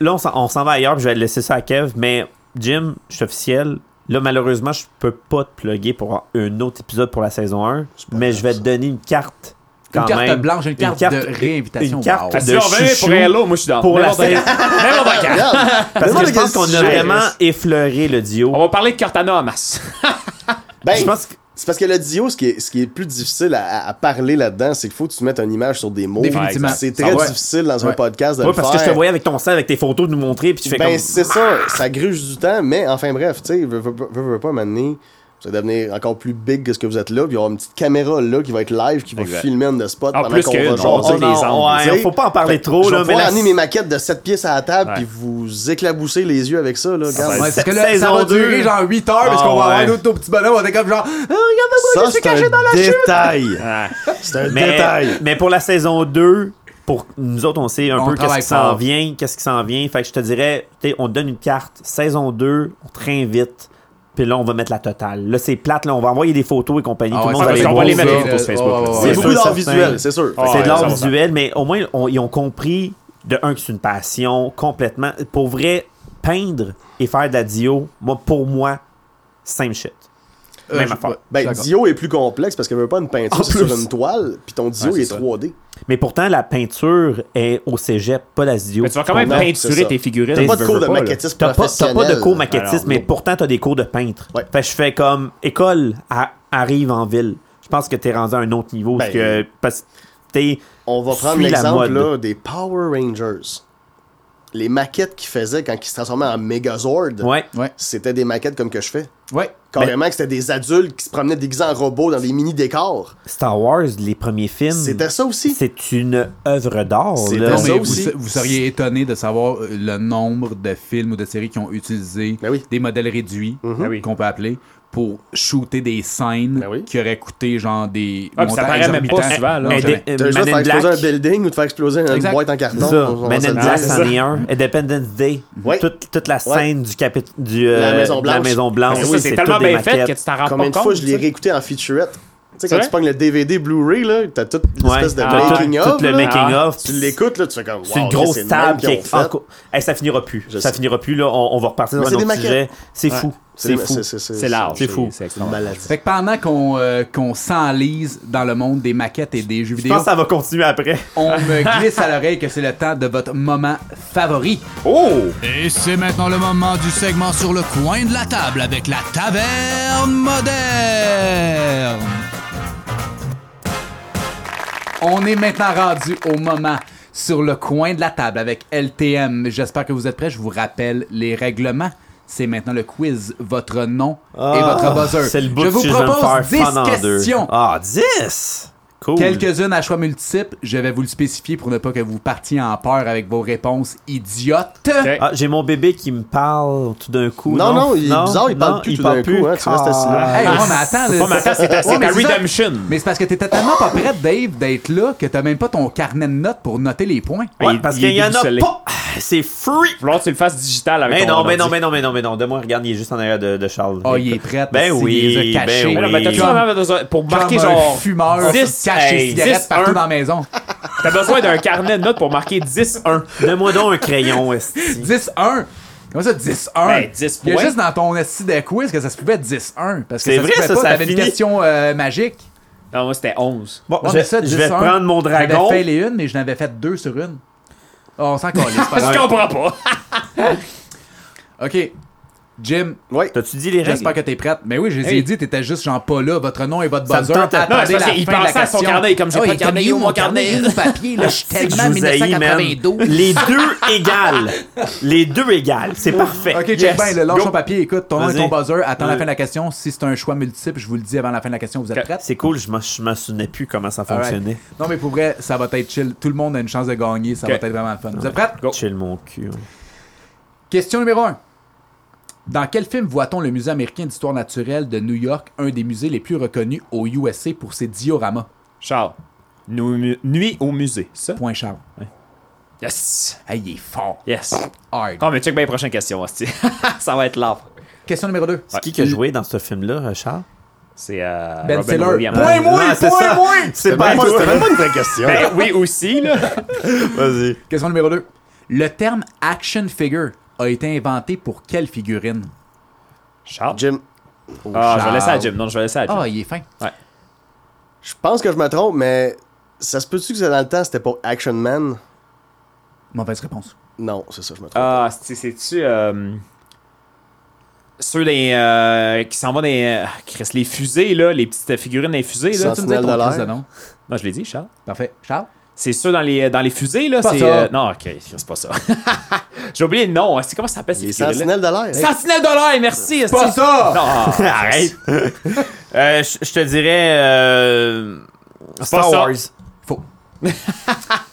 Speaker 4: là on s'en- on s'en va ailleurs, puis je vais laisser ça à Kev. Mais Jim, je suis officiel. Là, malheureusement, je peux pas te plugger pour un autre épisode pour la saison 1. Mais je vais te donner une carte.
Speaker 2: Une
Speaker 4: quand
Speaker 2: carte
Speaker 4: même.
Speaker 2: blanche, une carte de réinvitation.
Speaker 4: Une carte
Speaker 2: Wow.
Speaker 4: de
Speaker 3: Si on revient
Speaker 4: chouchou
Speaker 3: pour Halo, moi, je suis dans.
Speaker 4: pour la
Speaker 3: N'importe-
Speaker 4: saison.
Speaker 3: n'importe quand.
Speaker 5: Regarde.
Speaker 4: Parce que je pense qu'on a
Speaker 5: Demande-le qu'est-ce
Speaker 4: vraiment
Speaker 5: que
Speaker 4: effleuré le duo.
Speaker 3: On va parler de Cortana en masse.
Speaker 5: Ben,
Speaker 4: Je pense que.
Speaker 5: C'est parce que le Dio, ce qui est, ce qui est plus difficile à, à parler là-dedans, c'est qu'il faut que tu mettes une image sur des mots.
Speaker 2: Définitivement.
Speaker 5: C'est
Speaker 2: Ah
Speaker 5: très
Speaker 2: ouais.
Speaker 5: difficile dans un
Speaker 2: Ouais.
Speaker 5: podcast de
Speaker 4: Ouais,
Speaker 5: le
Speaker 4: parce
Speaker 5: faire.
Speaker 4: que je te voyais avec ton sang, avec tes photos, nous montrer, puis tu fais
Speaker 5: Ben,
Speaker 4: comme.
Speaker 5: c'est ça, ça gruge du temps, mais enfin bref, tu sais, veux, veux- veux- veux pas m'amener. Vous allez devenir encore plus big que ce que vous êtes là, puis il y aura une petite caméra là qui va être live, qui va
Speaker 3: Exact.
Speaker 5: filmer on the spot
Speaker 3: En
Speaker 5: pendant
Speaker 3: plus
Speaker 5: qu'on
Speaker 3: qu'une,
Speaker 5: va
Speaker 3: on
Speaker 5: jaser.
Speaker 3: sait les angles,
Speaker 5: tu
Speaker 4: Oh, ouais,
Speaker 5: sais.
Speaker 4: faut pas en parler trop,
Speaker 5: Je vais
Speaker 4: là, mais
Speaker 5: pouvoir
Speaker 4: la-
Speaker 5: amener mes maquettes de 7 pièces à la table,
Speaker 3: Ouais.
Speaker 5: puis vous éclabousser les yeux avec ça, là, regarde.
Speaker 2: Ouais, parce que
Speaker 4: Cette
Speaker 2: là, ça
Speaker 4: saison
Speaker 2: va durer
Speaker 4: deux.
Speaker 2: genre 8 heures parce
Speaker 4: Ah,
Speaker 2: qu'on va avoir
Speaker 4: ouais.
Speaker 2: un autre petit bonhomme, on est comme genre, Ah,
Speaker 5: ça,
Speaker 2: regarde-moi, je suis
Speaker 5: c'est
Speaker 2: caché dans
Speaker 5: un
Speaker 2: la chute.
Speaker 5: détail.
Speaker 3: Ah.
Speaker 5: C'est un
Speaker 4: Mais,
Speaker 5: détail.
Speaker 4: mais pour la saison 2, pour nous autres, on sait un
Speaker 2: On
Speaker 4: peu qu'est-ce qui
Speaker 2: travaille
Speaker 4: s'en
Speaker 2: fort.
Speaker 4: vient, qu'est-ce qui s'en vient. Fait que je te dirais, tu sais, on te donne une carte, saison 2, on te réinvite, puis là, on va mettre la totale. Là, c'est plate, là, on va envoyer des photos et
Speaker 2: Ah
Speaker 4: compagnie. Tout le monde
Speaker 3: Ah ça,
Speaker 4: va
Speaker 3: parce
Speaker 4: les
Speaker 3: qu'on va
Speaker 4: voir,
Speaker 3: les mettre
Speaker 4: ça.
Speaker 3: les photos sur Facebook, là.
Speaker 5: C'est
Speaker 4: c'est
Speaker 5: beaucoup
Speaker 4: sûr,
Speaker 5: d'art
Speaker 4: certain.
Speaker 5: visuel, c'est sûr.
Speaker 3: Ah,
Speaker 4: C'est de l'art
Speaker 3: ouais,
Speaker 4: visuel, mais au moins, on- ils ont compris, de un, que c'est une passion complètement. Pour vrai, peindre et faire de la dio, moi, pour moi, same shit. *laughs*
Speaker 5: Euh,
Speaker 4: Même
Speaker 5: je-
Speaker 4: affaire.
Speaker 5: Ben,
Speaker 2: D'accord.
Speaker 5: Dio est plus complexe parce qu'il veut pas une peinture,
Speaker 4: En
Speaker 5: c'est sur
Speaker 4: plus.
Speaker 5: une toile, puis ton Dio
Speaker 3: Ouais,
Speaker 5: il est
Speaker 3: c'est ça.
Speaker 5: 3D.
Speaker 4: Mais pourtant, la peinture est au cégep, pas la studio.
Speaker 3: Mais tu vas quand même
Speaker 5: Non, c'est
Speaker 3: peinturer
Speaker 5: ça.
Speaker 3: tes figurines.
Speaker 5: T'as pas de
Speaker 4: veux
Speaker 5: cours de
Speaker 4: pas, là.
Speaker 5: maquettisme
Speaker 4: T'as pas, t'as
Speaker 5: professionnel.
Speaker 4: pas de cours maquettiste,
Speaker 3: Alors,
Speaker 4: mais
Speaker 3: non.
Speaker 4: pourtant, t'as des cours de peintre.
Speaker 5: Ouais.
Speaker 4: Fait que je fais comme école à- arrive en ville. Je pense que t'es rendu à un autre niveau. parce
Speaker 5: Ben,
Speaker 4: que, parce que t'es.
Speaker 5: On va prendre
Speaker 4: Suis la
Speaker 5: l'exemple
Speaker 4: mode.
Speaker 5: là, des Power Rangers. Les maquettes qu'ils faisaient quand ils se transformaient en Megazord,
Speaker 4: Ouais. Ben,
Speaker 2: Ouais.
Speaker 5: c'était des maquettes comme que je fais.
Speaker 2: Ouais.
Speaker 5: Carrément que c'était des adultes qui se promenaient déguisés en robots dans des mini-décors.
Speaker 4: Star Wars, les premiers films.
Speaker 5: C'était ça aussi.
Speaker 4: C'est une œuvre d'art.
Speaker 5: C'était
Speaker 4: là.
Speaker 2: Non,
Speaker 5: Ça
Speaker 2: mais vous,
Speaker 5: aussi.
Speaker 2: vous seriez étonné de savoir euh, le nombre de films ou de séries qui ont utilisé
Speaker 5: Ben oui.
Speaker 2: des modèles réduits,
Speaker 3: Ben oui.
Speaker 2: qu'on peut appeler, pour shooter des scènes
Speaker 5: Ben oui.
Speaker 2: qui auraient coûté genre des.
Speaker 3: Ah, puis ça
Speaker 2: montants
Speaker 3: paraît même pas
Speaker 2: exorbitants.
Speaker 3: souvent, là.
Speaker 2: Non,
Speaker 4: Mais
Speaker 2: jamais.
Speaker 4: des-
Speaker 5: T'as
Speaker 4: euh,
Speaker 5: juste à
Speaker 4: Men
Speaker 5: faire
Speaker 4: in
Speaker 5: exploser
Speaker 4: Black.
Speaker 5: un building ou de faire exploser une
Speaker 2: Exact.
Speaker 5: boîte en carton.
Speaker 4: Ça,
Speaker 5: On- on
Speaker 4: Men
Speaker 5: s'en
Speaker 4: in
Speaker 5: dit.
Speaker 4: Black,
Speaker 5: C'est
Speaker 4: c'en
Speaker 5: ça.
Speaker 4: est un. Independence Day.
Speaker 5: Ouais.
Speaker 4: Toute, toute la
Speaker 5: Ouais.
Speaker 4: scène du capit... du, euh,
Speaker 5: La Maison
Speaker 4: de la
Speaker 5: Blanche.
Speaker 4: Maison Blanche.
Speaker 3: Ça,
Speaker 4: Ah Oui,
Speaker 3: c'est
Speaker 4: c'est
Speaker 3: tellement
Speaker 4: toutes des
Speaker 3: bien fait
Speaker 4: maquettes.
Speaker 3: que tu t'en rends
Speaker 5: Combien
Speaker 3: pas
Speaker 5: de fois
Speaker 3: compte.
Speaker 5: je l'ai réécouté en featurette? Tu
Speaker 3: C'est
Speaker 5: sais, quand
Speaker 3: vrai?
Speaker 5: tu pognes le DVD Blu-ray, là, t'as toute l'espèce
Speaker 4: Ouais.
Speaker 5: de
Speaker 4: T'as tout-
Speaker 5: making of.
Speaker 4: tout le
Speaker 5: là.
Speaker 4: making
Speaker 3: Ah.
Speaker 4: of.
Speaker 5: Tu l'écoutes, là, tu fais comme.
Speaker 4: C'est
Speaker 5: wow,
Speaker 4: une
Speaker 5: ok,
Speaker 4: grosse
Speaker 5: c'est le même
Speaker 4: table
Speaker 5: qu'ils ont
Speaker 4: qui
Speaker 5: fait.
Speaker 4: encore- Hey, Eh, ça finira plus.
Speaker 5: Je
Speaker 4: ça
Speaker 5: sais.
Speaker 4: finira plus là, on, on va repartir
Speaker 5: Mais
Speaker 4: dans un
Speaker 5: c'est des
Speaker 4: autre
Speaker 5: maquettes.
Speaker 4: sujet. C'est
Speaker 3: Ouais.
Speaker 4: fou. C'est
Speaker 5: des-
Speaker 4: fou.
Speaker 3: C'est large.
Speaker 4: C'est fou.
Speaker 3: C'est
Speaker 5: une
Speaker 3: excellent.
Speaker 5: maladie.
Speaker 2: Fait que pendant qu'on euh, qu'on s'enlise dans le monde des maquettes et des jeux
Speaker 4: Je
Speaker 2: vidéo,
Speaker 4: pense que ça va continuer après.
Speaker 2: on me glisse à l'oreille que c'est le temps de votre moment favori.
Speaker 5: Ah,
Speaker 3: Oh!
Speaker 6: Et c'est maintenant le moment du segment sur le coin de la table avec la taverne moderne.
Speaker 2: On est maintenant rendu au moment sur le coin de la table avec LTM. J'espère que vous êtes prêts. Je vous rappelle les règlements. C'est maintenant le quiz, votre nom et
Speaker 5: Ah.
Speaker 2: votre buzzer.
Speaker 4: Ah, C'est le bout
Speaker 2: Je
Speaker 4: que
Speaker 2: vous
Speaker 4: je vais me
Speaker 2: propose
Speaker 4: faire fendre
Speaker 2: 10
Speaker 4: en deux.
Speaker 2: questions.
Speaker 4: Ah, 10! Cool.
Speaker 2: Quelques-unes à choix multiples. Je vais vous le spécifier pour ne pas que vous partiez en peur avec vos réponses idiotes.
Speaker 4: Ah, j'ai mon bébé qui me parle tout d'un coup.
Speaker 5: Non,
Speaker 4: Non,
Speaker 5: non, il est bizarre, il parle plus tout d'un coup, hein, tu restes assis là.
Speaker 2: Hey, ouais, mais attends, là,
Speaker 3: Ouais, Ah, mais attends, c'est ta-
Speaker 2: Ouais,
Speaker 3: c'est
Speaker 2: mais
Speaker 3: ta
Speaker 2: c'est ça.
Speaker 3: redemption.
Speaker 2: Mais c'est parce que t'étais tellement pas prête, Dave, d'être là, que t'as même pas ton carnet de notes pour noter les points.
Speaker 4: Ouais,
Speaker 3: Il-
Speaker 4: parce
Speaker 3: il
Speaker 4: qu'il
Speaker 3: est
Speaker 4: y en a
Speaker 3: déboussolé.
Speaker 4: pas. C'est free.
Speaker 3: Faut que tu le fasses digital avec
Speaker 4: Mais
Speaker 3: ton
Speaker 4: non, mais
Speaker 3: ordi.
Speaker 4: non, mais non, mais non, mais non. De moi, regarde, il est juste en arrière de, de Charles.
Speaker 2: Ah, il est prêt.
Speaker 4: Ben
Speaker 2: parce qu'il
Speaker 4: oui,
Speaker 2: les a
Speaker 4: ben
Speaker 2: cachés.
Speaker 4: oui.
Speaker 3: Mais non, mais t'as toujours
Speaker 2: Comme-
Speaker 3: vraiment besoin- pour
Speaker 2: Comme
Speaker 3: marquer
Speaker 2: un
Speaker 3: genre
Speaker 2: fumeur
Speaker 3: 10,
Speaker 2: qui cache ses
Speaker 3: hey,
Speaker 2: cigarettes
Speaker 3: 10,
Speaker 2: partout
Speaker 3: un.
Speaker 2: dans la
Speaker 4: *laughs*
Speaker 2: maison.
Speaker 3: T'as besoin d'un carnet de notes pour marquer 10-1.
Speaker 4: Donne-moi donc un crayon, esti.
Speaker 2: 10-1. Comment ça, 10-1?
Speaker 3: Ben, 10
Speaker 2: Il y a
Speaker 3: points.
Speaker 2: juste dans ton esti de quiz que ça se pouvait être 10-1. Parce que
Speaker 4: C'est
Speaker 2: ça se
Speaker 4: vrai,
Speaker 2: pouvait
Speaker 4: ça,
Speaker 2: pas.
Speaker 4: ça a
Speaker 2: T'avais une
Speaker 4: fini.
Speaker 2: question euh, magique.
Speaker 3: Non, moi, c'était 11.
Speaker 4: Bon,
Speaker 2: Ouais,
Speaker 4: je,
Speaker 2: mais ça,
Speaker 4: je vais
Speaker 2: 10-1,
Speaker 4: prendre mon dragon.
Speaker 2: J'avais fait les une, mais je n'avais fait deux sur une. Oh, on s'en calisse,
Speaker 4: *laughs*
Speaker 2: c'est pas grave.
Speaker 3: Je comprends pas.
Speaker 2: OK. Jim,
Speaker 5: Ouais.
Speaker 4: T'as-tu dit les règles?
Speaker 2: j'espère que t'es prête. Mais oui, je les ai
Speaker 3: Hey.
Speaker 2: dit, t'étais juste genre pas là. Votre nom et votre
Speaker 4: Ça me
Speaker 2: buzzer.
Speaker 4: tentait. Non,
Speaker 3: Non, c'est
Speaker 2: Attendez
Speaker 3: parce
Speaker 2: la
Speaker 3: qu'il
Speaker 2: fin de la
Speaker 3: pensait à son
Speaker 2: question.
Speaker 3: carnet, comme j'ai
Speaker 2: Ah,
Speaker 3: pas
Speaker 2: il
Speaker 3: de
Speaker 2: est comme,
Speaker 3: carnet,
Speaker 2: il est où
Speaker 3: où
Speaker 2: mon
Speaker 3: mon
Speaker 2: carnet,
Speaker 3: carnet?
Speaker 2: Il est où le
Speaker 3: *laughs*
Speaker 2: papier, là, je suis
Speaker 4: Je
Speaker 2: tellement
Speaker 4: vous haïs, man.
Speaker 2: 1992.
Speaker 4: Les deux égales. Les deux égales. C'est parfait.
Speaker 2: Ok, check
Speaker 4: Yes.
Speaker 2: bien, là, lâche
Speaker 4: Go.
Speaker 2: ton papier, écoute, ton nom et
Speaker 4: Vas-y.
Speaker 2: ton buzzer, attends la
Speaker 4: Euh.
Speaker 2: fin de la question. Si c'est un choix multiple, je vous le dis avant la fin de la question, vous êtes
Speaker 3: Ok.
Speaker 2: prêts?
Speaker 4: C'est cool, je m'en- je m'en souvenais plus comment ça
Speaker 2: Alright.
Speaker 4: fonctionnait.
Speaker 2: Non, mais pour vrai, ça va être chill. Tout le monde a une chance de gagner, ça
Speaker 3: Ok.
Speaker 2: va être vraiment le fun. Vous êtes prêts?
Speaker 4: Chill mon cul. hein.
Speaker 2: Question numéro 1. Dans quel film voit-on le musée américain d'histoire naturelle de New York, un des musées les plus reconnus au USA pour ses dioramas?
Speaker 3: *laughs* Charles, nous- mu- nuit au musée, ça?
Speaker 2: Point Charles.
Speaker 3: Yes.
Speaker 2: Hey, il est fort.
Speaker 3: Yes.
Speaker 2: Hard.
Speaker 3: Oh, mais check bien les prochaines questions, hostie. *laughs* ça va être l'art.
Speaker 2: Question numéro 2.
Speaker 4: C'est qui qui a joué dans ce film-là, euh, Charles?
Speaker 3: C'est euh,
Speaker 2: Ben
Speaker 3: Robin
Speaker 2: Stiller.
Speaker 3: Williams.
Speaker 2: Point moi,
Speaker 4: Non, c'est
Speaker 2: point
Speaker 4: ça.
Speaker 2: moi!
Speaker 4: C'est
Speaker 5: C'était
Speaker 4: pas
Speaker 5: même pas
Speaker 4: toi.
Speaker 5: c'était même pas une vraie question.
Speaker 3: Ben oui, aussi, là.
Speaker 4: Vas-y.
Speaker 2: *laughs* Question numéro 2. Le terme action figure a été inventé pour quelle figurine?
Speaker 3: Charles.
Speaker 5: Jim,
Speaker 3: Ah, je
Speaker 2: Charles.
Speaker 3: vais laisser à Jim. Non, je vais laisser à Jim.
Speaker 2: Ah, il est fin.
Speaker 5: je pense que je me trompe, mais ça se peut-tu que dans le temps, c'était pas Action Man?
Speaker 2: Mauvaise réponse.
Speaker 5: Non, c'est ça, je me trompe.
Speaker 3: Ah, c'est- c'est-tu. euh, Ceux des, euh, qui s'en vont des. Chris, les fusées, là, les petites figurines des fusées, là.
Speaker 5: Ça,
Speaker 2: Tu me dis
Speaker 5: Sentinelle
Speaker 2: ton
Speaker 5: de
Speaker 2: crise de
Speaker 5: l'air.
Speaker 2: nom.
Speaker 3: Non, je l'ai dit, Charles.
Speaker 2: Parfait. Charles?
Speaker 3: C'est ceux dans les, euh, dans les fusées, là.
Speaker 2: Pas
Speaker 3: C'est,
Speaker 2: ça.
Speaker 3: euh, non, ok, c'est pas ça. *laughs* J'ai oublié le nom. hein, C'est comment ça s'appelle ces
Speaker 5: Les
Speaker 3: figurines-là?
Speaker 5: sentinelles de l'air.
Speaker 3: Sentinelle de l'air, merci. C'est
Speaker 2: pas ça!
Speaker 3: Non, ah,
Speaker 4: Arrête. Euh, Je je te dirais. euh, Star
Speaker 3: ça.
Speaker 4: Wars.
Speaker 2: Faux. *laughs*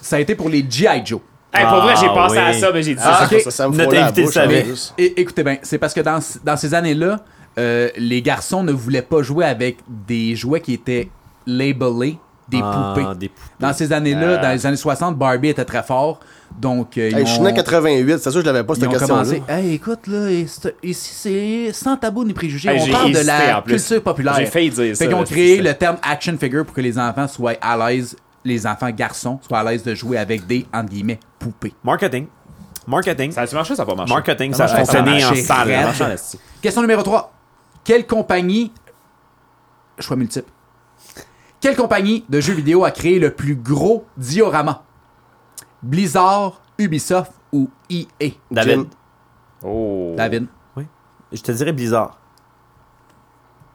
Speaker 2: ça a été pour les G.I. Joe.
Speaker 3: hey, pour vrai, j'ai
Speaker 4: Ah,
Speaker 3: pensé à
Speaker 4: oui.
Speaker 3: ça, mais j'ai dit
Speaker 5: Ah,
Speaker 3: ça.
Speaker 2: ok.
Speaker 5: ça, ça me
Speaker 4: Notre
Speaker 5: frôlait la
Speaker 4: invité le
Speaker 5: bouche, en
Speaker 4: savait.
Speaker 5: plus.
Speaker 2: Et, écoutez bien, c'est parce que dans, dans ces années-là, euh, les garçons ne voulaient pas jouer avec des jouets qui étaient labelés des
Speaker 4: Ah,
Speaker 2: poupées.
Speaker 4: des poupées.
Speaker 2: Dans ces années-là, dans les années 60, Barbie était très fort. Donc, euh, ils
Speaker 5: Ah. Hey, je suis né en
Speaker 2: ont-
Speaker 5: 88, c'est sûr que je l'avais pas
Speaker 2: Ils
Speaker 5: cette
Speaker 2: ont
Speaker 5: question-là.
Speaker 2: commencé. Hey, écoute, là, et c'est- ici, c'est sans tabou ni préjugé.
Speaker 3: Hey,
Speaker 2: on
Speaker 3: j'ai
Speaker 2: parle de
Speaker 3: hésité,
Speaker 2: la
Speaker 3: en plus.
Speaker 2: culture populaire.
Speaker 3: J'ai failli dire ça,
Speaker 2: Fait qu'ils ont
Speaker 3: là,
Speaker 2: créé
Speaker 3: c'est-
Speaker 2: le terme action figure pour que les enfants soient à l'aise, les enfants garçons soient à l'aise de jouer avec des, entre guillemets, poupées.
Speaker 4: Marketing. Marketing.
Speaker 3: Ça a-tu marché ou ça a pas marché?
Speaker 4: Marketing, ça a
Speaker 2: marché, ça a
Speaker 4: fonctionné en
Speaker 2: marché.
Speaker 4: salle.
Speaker 3: Ça a
Speaker 2: Raide.
Speaker 3: marché en esti.
Speaker 2: Question numéro 3. Quelle compagnie Choix multiple. Quelle compagnie de jeux vidéo a créé le plus gros diorama Blizzard, Ubisoft ou EA
Speaker 5: David.
Speaker 3: Oh.
Speaker 2: David.
Speaker 4: Je te dirais Blizzard.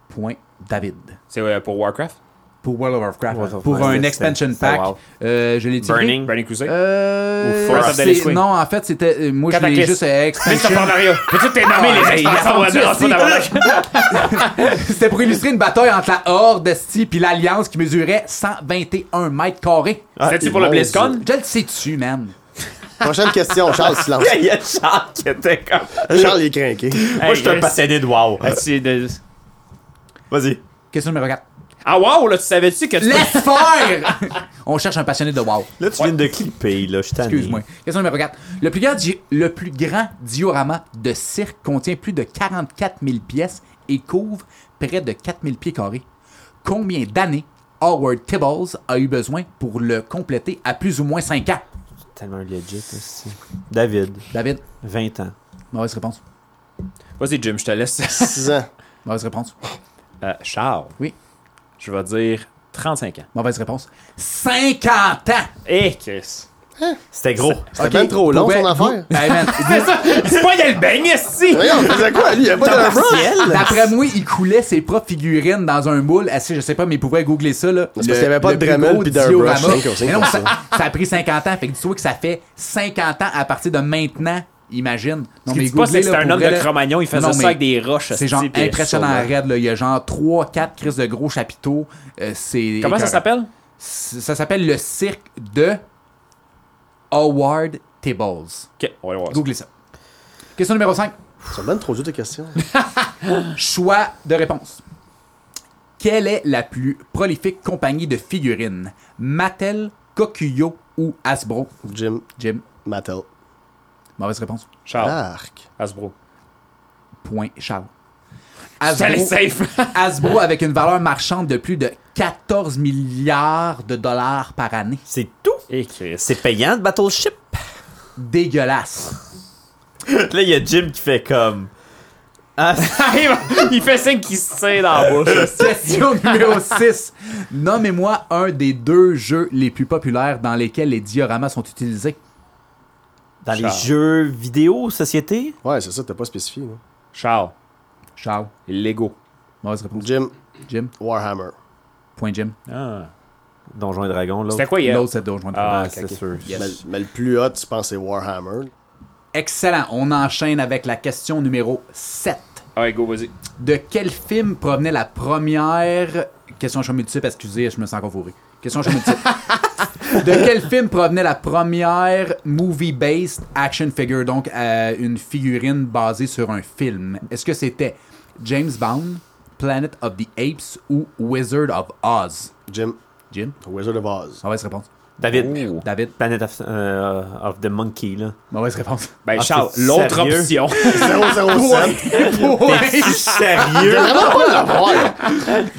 Speaker 2: Point David.
Speaker 3: C'est euh, pour Warcraft?
Speaker 2: Pour World of Warcraft.
Speaker 4: World of
Speaker 2: pour
Speaker 4: Warcraft,
Speaker 2: un
Speaker 4: c'est-
Speaker 2: expansion
Speaker 4: c'est-
Speaker 2: pack.
Speaker 4: c'est wow.
Speaker 2: Euh, je l'ai tiré.
Speaker 4: Burning.
Speaker 3: Burning Crusade?
Speaker 2: Euh,
Speaker 3: Ou Forest of the
Speaker 2: c'est-
Speaker 3: Lich Queen.
Speaker 2: non, en fait, c'était. euh, Moi, je l'ai
Speaker 3: Cataclysm.
Speaker 2: juste euh,
Speaker 3: Christopher
Speaker 2: expansion.
Speaker 3: Mario! Peux-tu t'énommer
Speaker 2: Ah,
Speaker 3: les
Speaker 2: hey,
Speaker 3: extensions? On va
Speaker 2: attends-tu,
Speaker 3: dire en dessous
Speaker 2: si. *laughs*
Speaker 3: davantage.
Speaker 2: C'était pour illustrer une bataille entre la Horde Esti puis l'Alliance qui mesurait 121 mètres carrés.
Speaker 4: Ah,
Speaker 3: C'était-tu pour le
Speaker 5: mon
Speaker 3: BlizzCon?
Speaker 2: Je le sais-tu, man?
Speaker 5: Prochaine question, Charles, silence.
Speaker 4: Il y a Charles qui était comme.
Speaker 5: Euh, Charles est craqué.
Speaker 3: *laughs*
Speaker 4: Moi, je suis un
Speaker 3: yes.
Speaker 4: passionné de WoW.
Speaker 3: Ah, c'est de-
Speaker 4: Vas-y.
Speaker 2: Question numéro 4.
Speaker 3: Ah wow, là, tu savais-tu que tu...
Speaker 2: Laisse
Speaker 3: *laughs*
Speaker 2: faire! On cherche un passionné de WoW.
Speaker 4: Là, tu viens de clipper, là. Je t'en
Speaker 2: Excuse-moi. Question numéro 4. Le plus, grand di- le plus grand diorama de cirque contient plus de 44 000 pièces et couvre près de 4 000 pieds carrés. Combien d'années Howard Tibbles a eu besoin pour le compléter à plus ou moins 5 ans?
Speaker 4: Tellement legit aussi. David,
Speaker 2: David,
Speaker 4: 20 ans.
Speaker 2: mauvaise réponse.
Speaker 3: Vas-y, Jim, je te
Speaker 4: *laughs*
Speaker 3: laisse.
Speaker 5: 6 ans.
Speaker 2: Mauvaise réponse.
Speaker 3: Euh, Charles.
Speaker 2: Oui.
Speaker 3: Je vais dire 35 ans.
Speaker 2: Mauvaise réponse. 50 ans!
Speaker 3: Eh, Chris.
Speaker 4: C'était gros.
Speaker 5: C'était bien trop long, son affaire.
Speaker 2: Hey, Eh, man,
Speaker 5: *laughs*
Speaker 3: C'est pas le bang, ici!
Speaker 5: Voyons, on faisait quoi, lui? Il n'y a pas de bras.
Speaker 2: D'après moi, il coulait ses propres figurines dans un moule. Ah, si, je sais pas, mais il pouvait googler ça. là.
Speaker 5: parce
Speaker 2: Le-
Speaker 5: qu'il y avait pas
Speaker 2: le
Speaker 5: de
Speaker 2: plus
Speaker 5: Dremel
Speaker 2: gros
Speaker 5: puis d'Airbrush,
Speaker 2: diorama.
Speaker 5: hein, comme ça,
Speaker 2: Mais non,
Speaker 5: comme
Speaker 2: ça, ça a pris 50 ans. Fait que dis-toi que ça fait 50 ans à partir de maintenant, imagine. Non,
Speaker 3: Tu dis pas
Speaker 2: googlez,
Speaker 3: c'est que c'est
Speaker 2: là,
Speaker 3: un
Speaker 2: pour
Speaker 3: homme
Speaker 2: vrai,
Speaker 3: de
Speaker 2: là.
Speaker 3: Cro-Magnon, il faisait
Speaker 2: Non,
Speaker 3: ça
Speaker 2: mais
Speaker 3: avec des roches.
Speaker 2: C'est genre
Speaker 3: hostie, puis
Speaker 2: impressionnant
Speaker 3: ça,
Speaker 2: à
Speaker 3: ouais.
Speaker 2: raide, là. Il y a genre 3-4 crises de gros chapiteaux. Euh, c'est
Speaker 3: Comment ça
Speaker 2: écœurant.
Speaker 3: s'appelle?
Speaker 2: S- Ça s'appelle le cirque de Howard Tibbles.
Speaker 3: Ok, on va voir.
Speaker 2: Googlez ça. Question numéro 5.
Speaker 5: Ça me donne trop dur de questions.
Speaker 2: Choix de réponse. Quelle est la plus prolifique compagnie de figurines Mattel, Kokuyo ou Hasbro
Speaker 5: Jim
Speaker 2: Jim,
Speaker 5: Mattel.
Speaker 2: mauvaise réponse.
Speaker 3: Charles.
Speaker 5: Arc.
Speaker 3: Hasbro.
Speaker 2: Point Charles.
Speaker 3: J'allais
Speaker 2: Hasbro,
Speaker 3: safe.
Speaker 2: *laughs* Hasbro avec une valeur marchande de plus de 14 milliards de dollars par année.
Speaker 4: C'est tout.
Speaker 3: Eh, Chris.
Speaker 4: C'est payant de Battleship.
Speaker 2: *laughs* Dégueulasse.
Speaker 4: Là, il y a Jim qui fait comme. Ah,
Speaker 3: *laughs* il fait signe qu'il se tient dans
Speaker 2: *laughs*
Speaker 3: la bouche. hostie.
Speaker 2: Question numéro 6. Nommez-moi un des deux jeux les plus populaires dans lesquels les dioramas sont utilisés.
Speaker 4: dans les
Speaker 3: Charles.
Speaker 4: jeux vidéo, société.
Speaker 5: Ouais, c'est ça, t'as pas spécifié. là.
Speaker 3: Charles.
Speaker 2: Charles,
Speaker 3: Lego.
Speaker 2: mauvaise réponse.
Speaker 5: Jim
Speaker 2: Jim,
Speaker 5: Warhammer.
Speaker 2: point Jim.
Speaker 3: Ah.
Speaker 4: Donjon et Dragon, là.
Speaker 3: C'était quoi hier?
Speaker 2: L'autre, c'est de rejoindre.
Speaker 3: Ah,
Speaker 4: Ah,
Speaker 3: ok,
Speaker 4: c'est
Speaker 3: ok.
Speaker 4: sûr.
Speaker 5: Mais, mais le plus hot, tu penses, c'est Warhammer.
Speaker 2: Excellent. On enchaîne avec la question numéro 7.
Speaker 3: Alright, go, Ah, vas-y.
Speaker 2: De quel film provenait la première. Question à choix multiple, excusez, je me sens confouré. Question à choix *laughs* multiple. De quel film provenait la première movie-based action figure, donc euh, une figurine basée sur un film Est-ce que c'était James Bond, Planet of the Apes ou Wizard of Oz
Speaker 5: Jim
Speaker 2: Jim,
Speaker 5: Wizard of Oz.
Speaker 2: mauvaise réponse.
Speaker 4: David.
Speaker 2: David,
Speaker 4: Planet of, euh, of the Monkey,
Speaker 2: *laughs*
Speaker 4: là.
Speaker 2: mauvaise réponse.
Speaker 3: Ben,
Speaker 4: Ah,
Speaker 3: Charles,
Speaker 4: c'est
Speaker 3: l'autre
Speaker 4: sérieux?
Speaker 3: option.
Speaker 5: *laughs* 007.
Speaker 4: Sérieux?
Speaker 5: Vraiment pas l'avoir.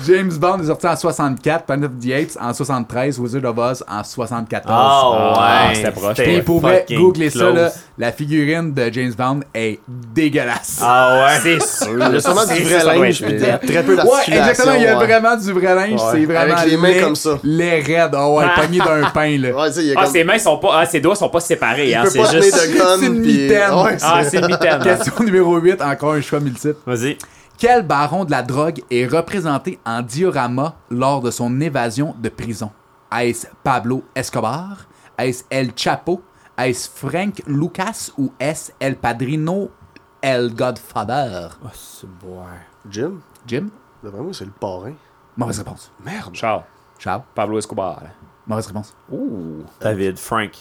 Speaker 2: James Bond est sorti en 64, Planet of the Apes en 73, Wizard of Oz en 74.
Speaker 3: Ah,
Speaker 4: ouais. Ah,
Speaker 3: c'était proche.
Speaker 2: Puis
Speaker 4: C'était
Speaker 2: pour vrai,
Speaker 4: fucking
Speaker 2: googler ça,
Speaker 4: close.
Speaker 2: là, la figurine de James Bond est dégueulasse.
Speaker 4: Ah ouais.
Speaker 3: *laughs* C'est sûr.
Speaker 5: Il y a sûrement du vrai linge, puis de- très peu
Speaker 2: Ouais,
Speaker 5: d'articulation.
Speaker 2: exactement, il y a
Speaker 5: ouais.
Speaker 2: vraiment du vrai linge,
Speaker 5: Ouais.
Speaker 2: c'est vraiment
Speaker 5: Avec les mains
Speaker 2: laid,
Speaker 5: comme ça.
Speaker 2: Les raides,
Speaker 4: *laughs*
Speaker 2: oh ouais, pogné d'un pain là.
Speaker 5: Ouais, tu sais, il y a
Speaker 3: Ah,
Speaker 5: comme...
Speaker 3: ses mains sont pas. Ah, ses doigts sont pas séparés,
Speaker 5: Il
Speaker 3: hein.
Speaker 5: peut
Speaker 3: C'est
Speaker 5: pas
Speaker 3: juste.
Speaker 5: se mettre de
Speaker 2: C'est une
Speaker 5: gun, puis...
Speaker 2: mitaine.
Speaker 5: Ouais, c'est-
Speaker 3: Ah, c'est mitaine. hein.
Speaker 2: Question numéro 8, encore un choix multiple.
Speaker 4: Vas-y.
Speaker 2: Quel baron de la drogue est représenté en diorama lors de son évasion de prison? Est-ce Pablo Escobar? Est-ce El Chapo? Est-ce Frank Lucas ou est-ce El Padrino El Godfather?
Speaker 4: Oh, c'est bon.
Speaker 5: Jim,
Speaker 2: Jim?
Speaker 5: d'après moi, c'est le parrain.
Speaker 2: Mauvaise réponse.
Speaker 5: Merde.
Speaker 3: Charles.
Speaker 2: Charles?
Speaker 3: Pablo Escobar. *laughs*
Speaker 2: Mauvaise réponse.
Speaker 3: Ouh.
Speaker 4: David, Frank.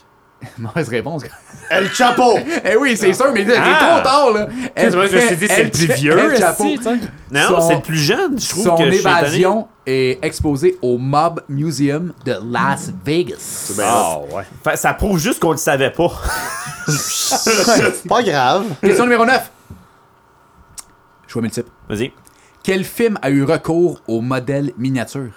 Speaker 2: Mauvaise réponse.
Speaker 5: El
Speaker 3: *laughs*
Speaker 5: Chapo!
Speaker 2: *laughs* eh oui, c'est sûr, mais t'es
Speaker 3: Ah!
Speaker 2: trop tard, là.
Speaker 3: Tu vois, je me suis dit, c'est le plus vieux.
Speaker 2: El Chapo.
Speaker 3: esti, tu sais.
Speaker 4: Non,
Speaker 2: Son-
Speaker 4: c'est le plus jeune, je trouve
Speaker 2: Son
Speaker 4: que je suis
Speaker 2: évasion est exposée au Mob Museum de Las Vegas.
Speaker 5: Ben
Speaker 3: Ah, ouais.
Speaker 4: étonné. Fait- Ça prouve juste qu'on le savait pas. *laughs*
Speaker 5: Pas grave.
Speaker 2: Question numéro 9. Choix multiple.
Speaker 4: Vas-y.
Speaker 2: Quel film a eu recours au modèle miniature?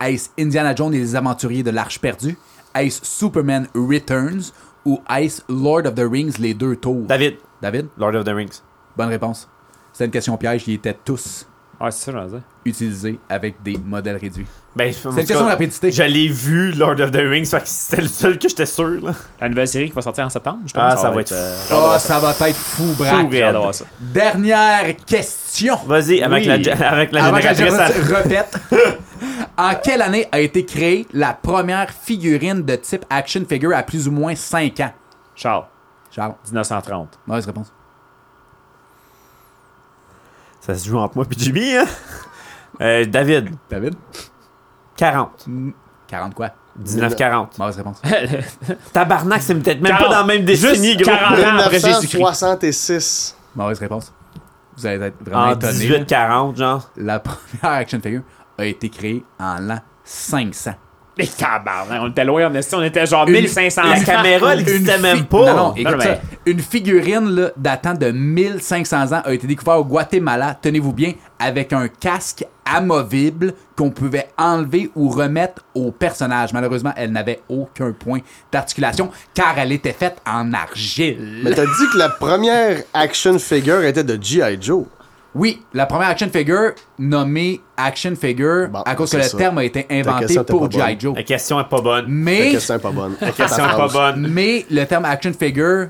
Speaker 2: Est-ce Indiana Jones et les aventuriers de l'Arche perdue? Est-ce Superman Returns? Ou est-ce Lord of the Rings, les deux tours?
Speaker 4: David,
Speaker 2: David,
Speaker 4: Lord of the Rings.
Speaker 2: bonne réponse. C'était une question piège, ils étaient tous
Speaker 3: Ah, c'est ça, j'en disais.
Speaker 2: utilisés avec des modèles réduits.
Speaker 4: Ben,
Speaker 2: C'est une question de rapidité.
Speaker 4: Je l'ai vu Lord of the Rings, fait que c'était le seul que j'étais sûr. Là.
Speaker 3: La nouvelle série qui va sortir en septembre, je pense.
Speaker 4: Ah, ça va être.
Speaker 2: Ah, ça va être fou, braque.
Speaker 3: Fou, raide, ouais, ça.
Speaker 2: Dernière question.
Speaker 4: Vas-y,
Speaker 3: Oui.
Speaker 4: avec, la, avec la
Speaker 2: Avant que Ah, je *laughs*
Speaker 4: génératrice. à-
Speaker 2: répète. en quelle année a été créée la première figurine de type action figure à plus ou moins 5 ans?
Speaker 3: Charles,
Speaker 2: Charles,
Speaker 3: 1930.
Speaker 2: mauvaise réponse.
Speaker 4: Ça se joue entre moi et Jimmy, hein? Euh, David,
Speaker 2: David?
Speaker 4: 40.
Speaker 2: 40 quoi?
Speaker 4: 1940.
Speaker 2: Mauvaise réponse.
Speaker 4: Tabarnak, c'est peut-être même pas
Speaker 3: 40.
Speaker 4: dans la même décennie,
Speaker 3: Juste
Speaker 4: gros.
Speaker 3: 40 ans Ah, après Jésus-Christ.
Speaker 5: 1966.
Speaker 2: Mauvaise réponse. Vous allez être vraiment
Speaker 4: En
Speaker 2: étonnés.
Speaker 4: 1840, genre.
Speaker 2: La *laughs* première action figure a été créée en l'an 500.
Speaker 3: Mais tabarnak, on était loin, on était, on était genre
Speaker 2: Une-
Speaker 3: 1500.
Speaker 4: La caméra, elle
Speaker 2: Une
Speaker 4: existait
Speaker 2: fi-
Speaker 4: même pas.
Speaker 2: Non, non, écoute
Speaker 3: Non, mais-
Speaker 2: ça. Une figurine là, datant de 1500 ans a été découverte au Guatemala, tenez-vous bien, avec un casque amovible qu'on pouvait enlever ou remettre au personnage. Malheureusement, elle n'avait aucun point d'articulation car elle était faite en
Speaker 5: Mais
Speaker 2: argile.
Speaker 5: t'as dit que la première action figure était de G.I. Joe.
Speaker 2: Oui, la première action figure nommée action figure
Speaker 5: Bon,
Speaker 2: à cause que
Speaker 5: c'est
Speaker 2: le
Speaker 5: ça.
Speaker 2: terme a été inventé
Speaker 5: question était
Speaker 2: pour
Speaker 5: pas bonne.
Speaker 2: G.I. Joe.
Speaker 4: La question est pas bonne.
Speaker 5: La
Speaker 2: Mais
Speaker 5: question est pas bonne. La
Speaker 4: La question est pas bonne.
Speaker 2: Mais le terme action figure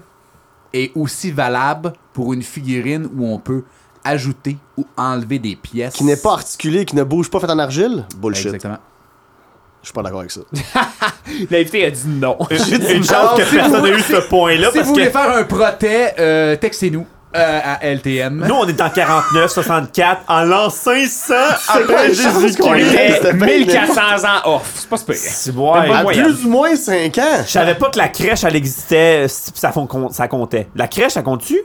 Speaker 2: est aussi valable pour une figurine où on peut ajouter ou enlever des pièces.
Speaker 5: Qui n'est pas articulée, qui ne bouge pas, faite en argile. Bullshit.
Speaker 2: Exactement.
Speaker 5: Je suis pas d'accord avec ça.
Speaker 3: L'invité a dit
Speaker 5: *laughs*
Speaker 3: non.
Speaker 4: Une chance
Speaker 2: Alors,
Speaker 4: que
Speaker 2: si
Speaker 4: personne
Speaker 2: vous-
Speaker 4: n'a eu ce point-là
Speaker 2: Si
Speaker 4: parce
Speaker 2: vous voulez
Speaker 4: que.
Speaker 2: faire un protet, euh, textez-nous euh, à LTM.
Speaker 4: Nous, on est en 49, 64, en l'an 500
Speaker 5: *laughs*
Speaker 4: après
Speaker 5: qu'on
Speaker 4: Jésus-Christ.
Speaker 5: c'était
Speaker 3: C'était
Speaker 5: bien
Speaker 3: 1400 ans off. C'est pas super.
Speaker 4: C'est ouais.
Speaker 5: À
Speaker 3: moyen.
Speaker 5: plus ou moins 5 ans.
Speaker 4: Je savais pas que la crèche, elle existait, euh, si- pis ça, fon- con- ça comptait. La crèche, ça compte-tu?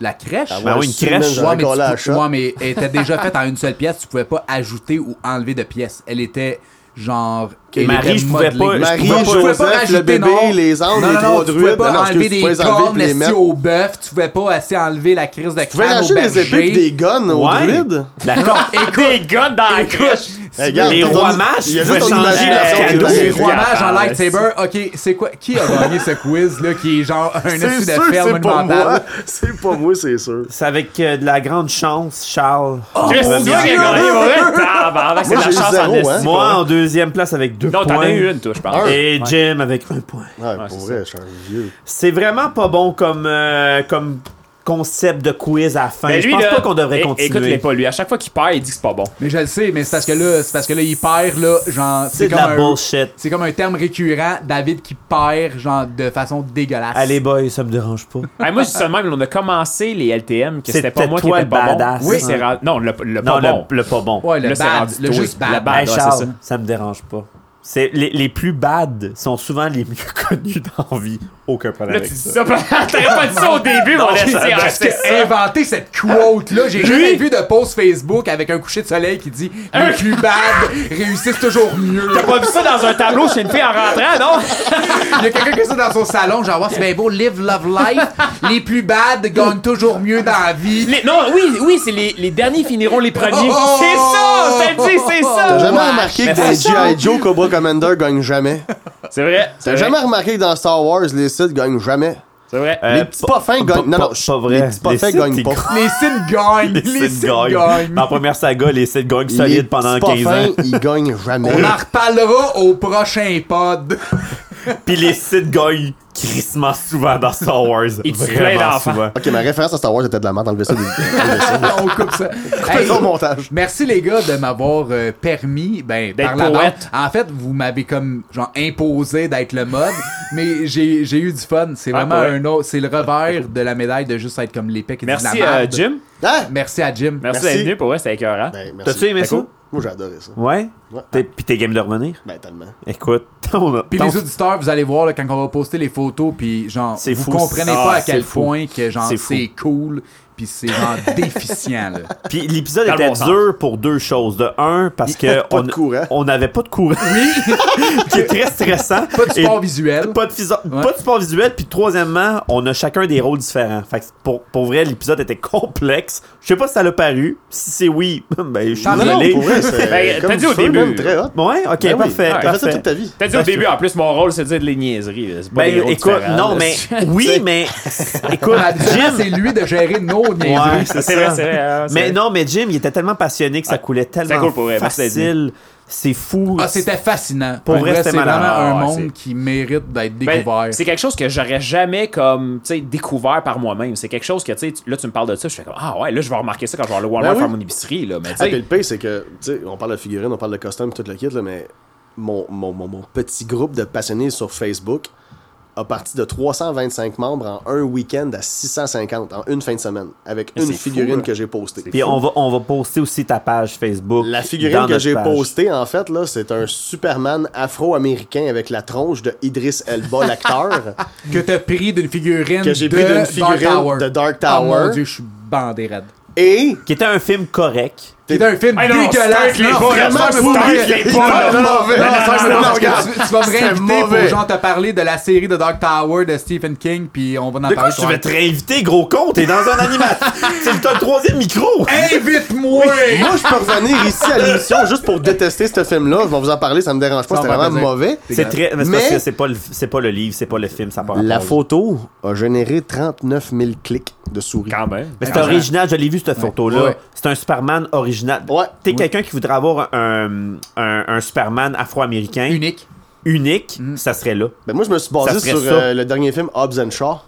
Speaker 2: La crèche.
Speaker 4: Ben oui, une
Speaker 5: sûrement,
Speaker 4: crèche.
Speaker 5: Ah j'aurais
Speaker 2: Ouais, mais, tu
Speaker 5: collé à la
Speaker 2: pou-
Speaker 5: chatte.
Speaker 2: ouais, mais elle était déjà faite en une seule pièce. Tu pouvais pas ajouter ou enlever de pièces. Elle était genre. elle
Speaker 4: Marie,
Speaker 2: était
Speaker 4: je pouvais
Speaker 2: modelée.
Speaker 4: pas- je
Speaker 5: Marie,
Speaker 4: pouvais pas-
Speaker 2: Tu pouvais pas
Speaker 5: Joseph, le
Speaker 2: rajouter,
Speaker 5: bébé,
Speaker 2: non.
Speaker 5: les anges,
Speaker 2: Non,
Speaker 5: les
Speaker 2: non,
Speaker 5: trois
Speaker 2: non, tu pouvais
Speaker 5: druides.
Speaker 2: pas
Speaker 5: Non, non,
Speaker 2: enlever
Speaker 5: excuse, tu pouvais
Speaker 2: des
Speaker 5: les enlever
Speaker 2: cornes
Speaker 5: puis les
Speaker 2: esti,
Speaker 5: mettre.
Speaker 2: au bœuf, tu pouvais pas assez enlever la crise de
Speaker 5: Tu pouvais
Speaker 2: crâne au
Speaker 5: lâcher des épées
Speaker 2: berger.
Speaker 5: pis des guns aux
Speaker 4: Ouais.
Speaker 5: druides.
Speaker 4: La cor-
Speaker 3: Ah, Des gars dans la couche.
Speaker 5: Hey, regarde,
Speaker 4: les
Speaker 5: t'as
Speaker 4: rois
Speaker 5: ton-
Speaker 4: mages,
Speaker 5: il y a
Speaker 4: tu
Speaker 5: juste
Speaker 4: peux
Speaker 5: ton
Speaker 4: changer
Speaker 5: imagination
Speaker 4: la
Speaker 5: qui
Speaker 4: cadeau.
Speaker 5: est
Speaker 2: Les
Speaker 5: dingue.
Speaker 2: rois mages en
Speaker 3: Capable.
Speaker 2: lightsaber, ok, c'est quoi? Qui a gagné ce quiz là qui est genre un
Speaker 5: C'est
Speaker 2: essai de
Speaker 5: sûr que
Speaker 2: ferme
Speaker 5: c'est pas moi.
Speaker 2: monumentale?
Speaker 5: C'est pas moi, c'est sûr.
Speaker 4: C'est avec euh, de la grande chance, Charles.
Speaker 2: Oh,
Speaker 3: Chris,
Speaker 4: Premier.
Speaker 3: c'est toi qui as gagné, ouais. Tabarnak, c'est de
Speaker 5: Moi,
Speaker 3: la
Speaker 5: j'ai
Speaker 3: chance en
Speaker 5: zéro, hein.
Speaker 3: esti.
Speaker 4: Moi, en deuxième place avec deux
Speaker 3: Non,
Speaker 4: points.
Speaker 3: t'en as eu une, toi, je pense.
Speaker 4: Et Jim avec un point.
Speaker 5: Ouais, pour
Speaker 3: c'est
Speaker 5: vrai, je suis un vieux.
Speaker 4: C'est vraiment pas bon comme, euh, comme concept de quiz à la fin.
Speaker 3: Mais
Speaker 4: je
Speaker 3: Ben, lui,
Speaker 4: pense
Speaker 3: là,
Speaker 4: pas qu'on devrait
Speaker 3: é- Écoute-les
Speaker 4: continuer.
Speaker 3: pas, lui. À chaque fois qu'il perd, il dit que c'est pas bon.
Speaker 2: Mais je le sais, mais c'est parce que là, c'est parce que là, il perd là, genre.
Speaker 4: C'est de
Speaker 2: comme
Speaker 4: la
Speaker 2: un-
Speaker 4: bullshit.
Speaker 2: C'est comme un terme récurrent, David qui perd genre de façon dégueulasse.
Speaker 4: Allez, boy, ça me dérange pas.
Speaker 3: Hey, moi, je dis ça de même, on a commencé les LTM, que
Speaker 4: C'est
Speaker 3: c'était pas moi qui
Speaker 4: peut-être
Speaker 3: était
Speaker 4: toi le
Speaker 3: pas bon.
Speaker 4: badass.
Speaker 3: Oui,
Speaker 4: Ouais.
Speaker 3: c'est ra- Non, le, le pas
Speaker 4: non,
Speaker 3: bon.
Speaker 4: le, le pas bon.
Speaker 2: Ouais, le
Speaker 3: Là, c'est
Speaker 2: bad,
Speaker 3: rendu
Speaker 2: le
Speaker 3: toi,
Speaker 2: juste
Speaker 3: la
Speaker 2: bad.
Speaker 5: Ben,
Speaker 3: bad.
Speaker 4: Hey,
Speaker 3: ouais, c'est
Speaker 4: Charles,
Speaker 3: ça.
Speaker 4: Ben, ça. me dérange pas. C'est les, les plus bad sont souvent les *laughs* mieux connus dans la vie. Aucun
Speaker 3: Là,
Speaker 4: problème
Speaker 3: tu
Speaker 4: avec
Speaker 3: dis
Speaker 4: ça.
Speaker 3: ça, t'aurais pas dit ça au début, mon esti.
Speaker 4: ça-
Speaker 3: ah,
Speaker 4: parce
Speaker 3: c'est ça.
Speaker 2: Inventer cette quote là, j'ai jamais vu de post Facebook avec un coucher de soleil qui dit les plus bad réussissent toujours mieux.
Speaker 3: T'as pas vu ça dans un tableau chez une fille en rentrant, non?
Speaker 2: Il y a quelqu'un qui a ça dans son salon, genre, Ouais, c'est bien beau, live, love, life. Les plus bad gagnent toujours mieux dans la vie.
Speaker 3: Les- non, oui, oui, c'est les, les derniers finiront les premiers.
Speaker 2: Oh!
Speaker 3: c'est ça, je te le dis, c'est
Speaker 5: T'as
Speaker 3: ça.
Speaker 5: jamais remarqué que dans G.I. Joe, Cobra Commander gagne jamais.
Speaker 3: C'est vrai.
Speaker 5: T'as
Speaker 3: C'est
Speaker 5: jamais
Speaker 3: vrai.
Speaker 5: remarqué que dans Star Wars, les Sith gagnent jamais.
Speaker 3: C'est vrai.
Speaker 4: Euh,
Speaker 5: Les petits pas fins
Speaker 4: pas-
Speaker 5: gagnent. Non,
Speaker 4: pas-
Speaker 5: non,
Speaker 4: pas
Speaker 5: chut,
Speaker 4: vrai.
Speaker 5: Les petits pas
Speaker 4: Les
Speaker 5: fins
Speaker 4: Sith,
Speaker 5: gagnent
Speaker 4: ils
Speaker 5: pas.
Speaker 2: Les Sims gagnent. Les, Sims
Speaker 4: Les Sith
Speaker 2: gagnent.
Speaker 4: gagnent. Ah, Dans la première saga, les Sith gagnent
Speaker 5: Les
Speaker 4: solides pendant
Speaker 5: petits pas
Speaker 4: 15
Speaker 5: fins,
Speaker 4: ans.
Speaker 5: ils gagnent jamais.
Speaker 2: On en reparlera au prochain pod. *laughs*
Speaker 4: Puis les Sith gagnent crissement souvent dans Star Wars.
Speaker 3: Ils tuent plein
Speaker 4: Vraiment
Speaker 3: d'enfants.
Speaker 4: souvent.
Speaker 5: Ok, ma référence à Star Wars était de la merde. Enlevez ça du
Speaker 2: On coupe ça. Hey,
Speaker 5: Fais-le au montage.
Speaker 2: Merci les gars de m'avoir euh, permis ben
Speaker 3: D'être
Speaker 2: par la bande.
Speaker 3: poète.
Speaker 2: En fait, vous m'avez comme genre imposé d'être le mode, mais j'ai j'ai eu du fun. C'est
Speaker 3: Ah,
Speaker 2: vraiment
Speaker 3: ouais.
Speaker 2: un autre, c'est le revers de la médaille de juste être comme l'épée qui dit de la
Speaker 3: Merci, euh,
Speaker 2: merde.
Speaker 3: Jim.
Speaker 5: Hein?
Speaker 2: Merci à Jim.
Speaker 3: Merci,
Speaker 5: Merci.
Speaker 3: d'être venu. Pour vrai, c'était écœurant.
Speaker 5: Ben, merci.
Speaker 4: T'as-tu aimé ça?
Speaker 5: C'était cool. Moi, j'ai adoré ça.
Speaker 4: Ouais.
Speaker 5: Ouais.
Speaker 4: T'es- Puis t'es game de revenir?
Speaker 5: Ben, tellement.
Speaker 4: Écoute, *laughs* on a-
Speaker 2: Puis
Speaker 4: ton-
Speaker 2: les auditeurs, vous allez voir là, quand on va poster les photos, puis genre,
Speaker 4: C'est
Speaker 2: vous
Speaker 4: fou,
Speaker 2: comprenez
Speaker 4: c'est-
Speaker 2: pas
Speaker 4: ah,
Speaker 2: à quel
Speaker 4: c'est fou.
Speaker 2: point que genre
Speaker 4: C'est fou.
Speaker 2: c'est cool, puis c'est genre déficient là.
Speaker 4: Puis l'épisode
Speaker 3: Dans le
Speaker 4: était
Speaker 3: bon sens.
Speaker 4: dur pour deux choses. De un, parce que
Speaker 5: Pas
Speaker 4: on
Speaker 5: de courant.
Speaker 4: on n'avait pas de courant. Oui. *laughs* qui est très stressant.
Speaker 2: Pas de
Speaker 4: Et-
Speaker 2: sport visuel.
Speaker 4: Pas de, fisa-
Speaker 2: Ouais.
Speaker 4: pas de sport visuel, puis troisièmement, on a chacun des rôles différents. Fait que pour, pour vrai, l'épisode était complexe. Je sais pas si ça l'a paru. Si c'est oui, *laughs* ben je suis
Speaker 2: Ah, non,
Speaker 4: désolé.
Speaker 5: Pour vrai, c'est-
Speaker 3: Ben,
Speaker 5: comme
Speaker 3: t'as dit
Speaker 5: du
Speaker 3: au
Speaker 5: feu,
Speaker 3: début,
Speaker 5: man, très hot.
Speaker 4: Ouais, ok,
Speaker 5: Ben oui,
Speaker 4: parfait.
Speaker 5: T'as fait ça
Speaker 4: parfait.
Speaker 5: toute ta vie.
Speaker 3: T'as dit au début, en plus, mon rôle, c'est de dire des niaiseries. là. C'est pas
Speaker 4: Ben,
Speaker 3: des rôles
Speaker 4: écoute,
Speaker 3: différents,
Speaker 4: non,
Speaker 3: là. *laughs*
Speaker 4: mais oui, mais écoute,
Speaker 2: Jim,
Speaker 4: Jim.
Speaker 2: Ah, c'est lui de gérer nos niaiseries.
Speaker 4: Ouais, c'est
Speaker 3: C'est vrai,
Speaker 4: ça.
Speaker 3: c'est vrai, hein, c'est
Speaker 4: Mais
Speaker 3: vrai.
Speaker 4: non, mais Jim, il était tellement passionné que ça coulait tellement
Speaker 3: cool pour vrai, merci d'être
Speaker 4: facile. C'est fou.
Speaker 2: Ah, c'était fascinant.
Speaker 4: Pour vrai,
Speaker 2: c'est
Speaker 4: c'était
Speaker 2: vraiment
Speaker 4: malade.
Speaker 2: un
Speaker 3: Ah, ouais,
Speaker 2: monde qui mérite d'être
Speaker 3: Ben,
Speaker 2: découvert.
Speaker 3: c'est quelque chose que j'aurais jamais comme tu sais découvert par moi-même. C'est quelque chose que tu sais tu- là tu me parles de ça, je fais comme ah ouais, là je vais remarquer ça quand je vais aller au Walmart
Speaker 5: Ben oui.
Speaker 3: faire mon épicerie là, mais tu
Speaker 5: Ah, puis le
Speaker 3: sais
Speaker 5: pire, c'est que, tu sais, on parle de figurines, on parle de costumes, tout le kit, là, mais mon, mon, mon, mon petit groupe de passionnés sur Facebook a parti de 325 membres en un week-end à 650, en une fin de semaine, avec une
Speaker 3: c'est fou,
Speaker 5: figurine
Speaker 3: là.
Speaker 5: que j'ai postée.
Speaker 4: Puis on va, on va poster aussi ta page Facebook.
Speaker 5: La
Speaker 4: dans
Speaker 5: figurine que
Speaker 4: notre
Speaker 5: j'ai
Speaker 4: page.
Speaker 5: postée, en fait, là, c'est un Superman afro-américain avec la tronche de Idris Elba, *laughs* l'acteur,
Speaker 2: que t'as pris d'une figurine
Speaker 5: que j'ai
Speaker 2: de
Speaker 5: pris d'une
Speaker 2: Dark
Speaker 5: figurine
Speaker 2: Tower.
Speaker 5: de Dark
Speaker 2: Ah, mon
Speaker 5: Tower.
Speaker 2: dieu, je suis bandé raide.
Speaker 5: et
Speaker 4: Qui était un film correct.
Speaker 2: C'est un film
Speaker 3: Hey, non,
Speaker 2: dégueulasse.
Speaker 3: Stark, les
Speaker 2: non,
Speaker 3: bons,
Speaker 2: vraiment,
Speaker 3: Stark,
Speaker 2: mais pour
Speaker 3: Stark,
Speaker 2: vrai.
Speaker 3: les bons,
Speaker 2: Non,
Speaker 3: là.
Speaker 2: non, non,
Speaker 5: Mauvais.
Speaker 2: non, non, Stark,
Speaker 5: C'était
Speaker 2: mais non, parce que
Speaker 5: mauvais.
Speaker 2: tu- Tu vas me
Speaker 5: C'était
Speaker 2: réinviter pour
Speaker 5: mauvais.
Speaker 2: genre te parler de la série de Dark Tower de Stephen King, puis on va en
Speaker 4: De quoi
Speaker 2: parler.
Speaker 4: je vais te réinviter, gros con? T'es dans un
Speaker 5: *laughs*
Speaker 4: animateur. C'est le troisième micro.
Speaker 2: Invite-moi!
Speaker 5: Moi, je peux revenir ici à l'émission juste pour détester ce film-là. Je vais vous en parler, ça me dérange pas,
Speaker 2: Ça,
Speaker 5: c'était
Speaker 2: on va
Speaker 5: vraiment
Speaker 2: te dire.
Speaker 5: mauvais.
Speaker 4: C'est très. Mais c'est
Speaker 5: Mais-
Speaker 4: parce que c'est pas, le- c'est pas le livre, c'est pas le film, ça a pas
Speaker 5: La
Speaker 4: rapport.
Speaker 5: photo a généré 39 000 clics de souris.
Speaker 3: quand même.
Speaker 4: Mais c'est original, je l'ai vu cette photo-là.
Speaker 2: Ouais.
Speaker 4: C'est un Superman original.
Speaker 5: Ouais.
Speaker 4: T'es quelqu'un qui voudrait avoir un, un, un Superman afro-américain
Speaker 2: Unique.
Speaker 4: unique, ça serait là.
Speaker 5: Ben, moi, je me suis
Speaker 4: Ça
Speaker 5: basé
Speaker 4: serait
Speaker 5: sur
Speaker 4: ça.
Speaker 5: euh, le dernier film Hobbs and Shaw.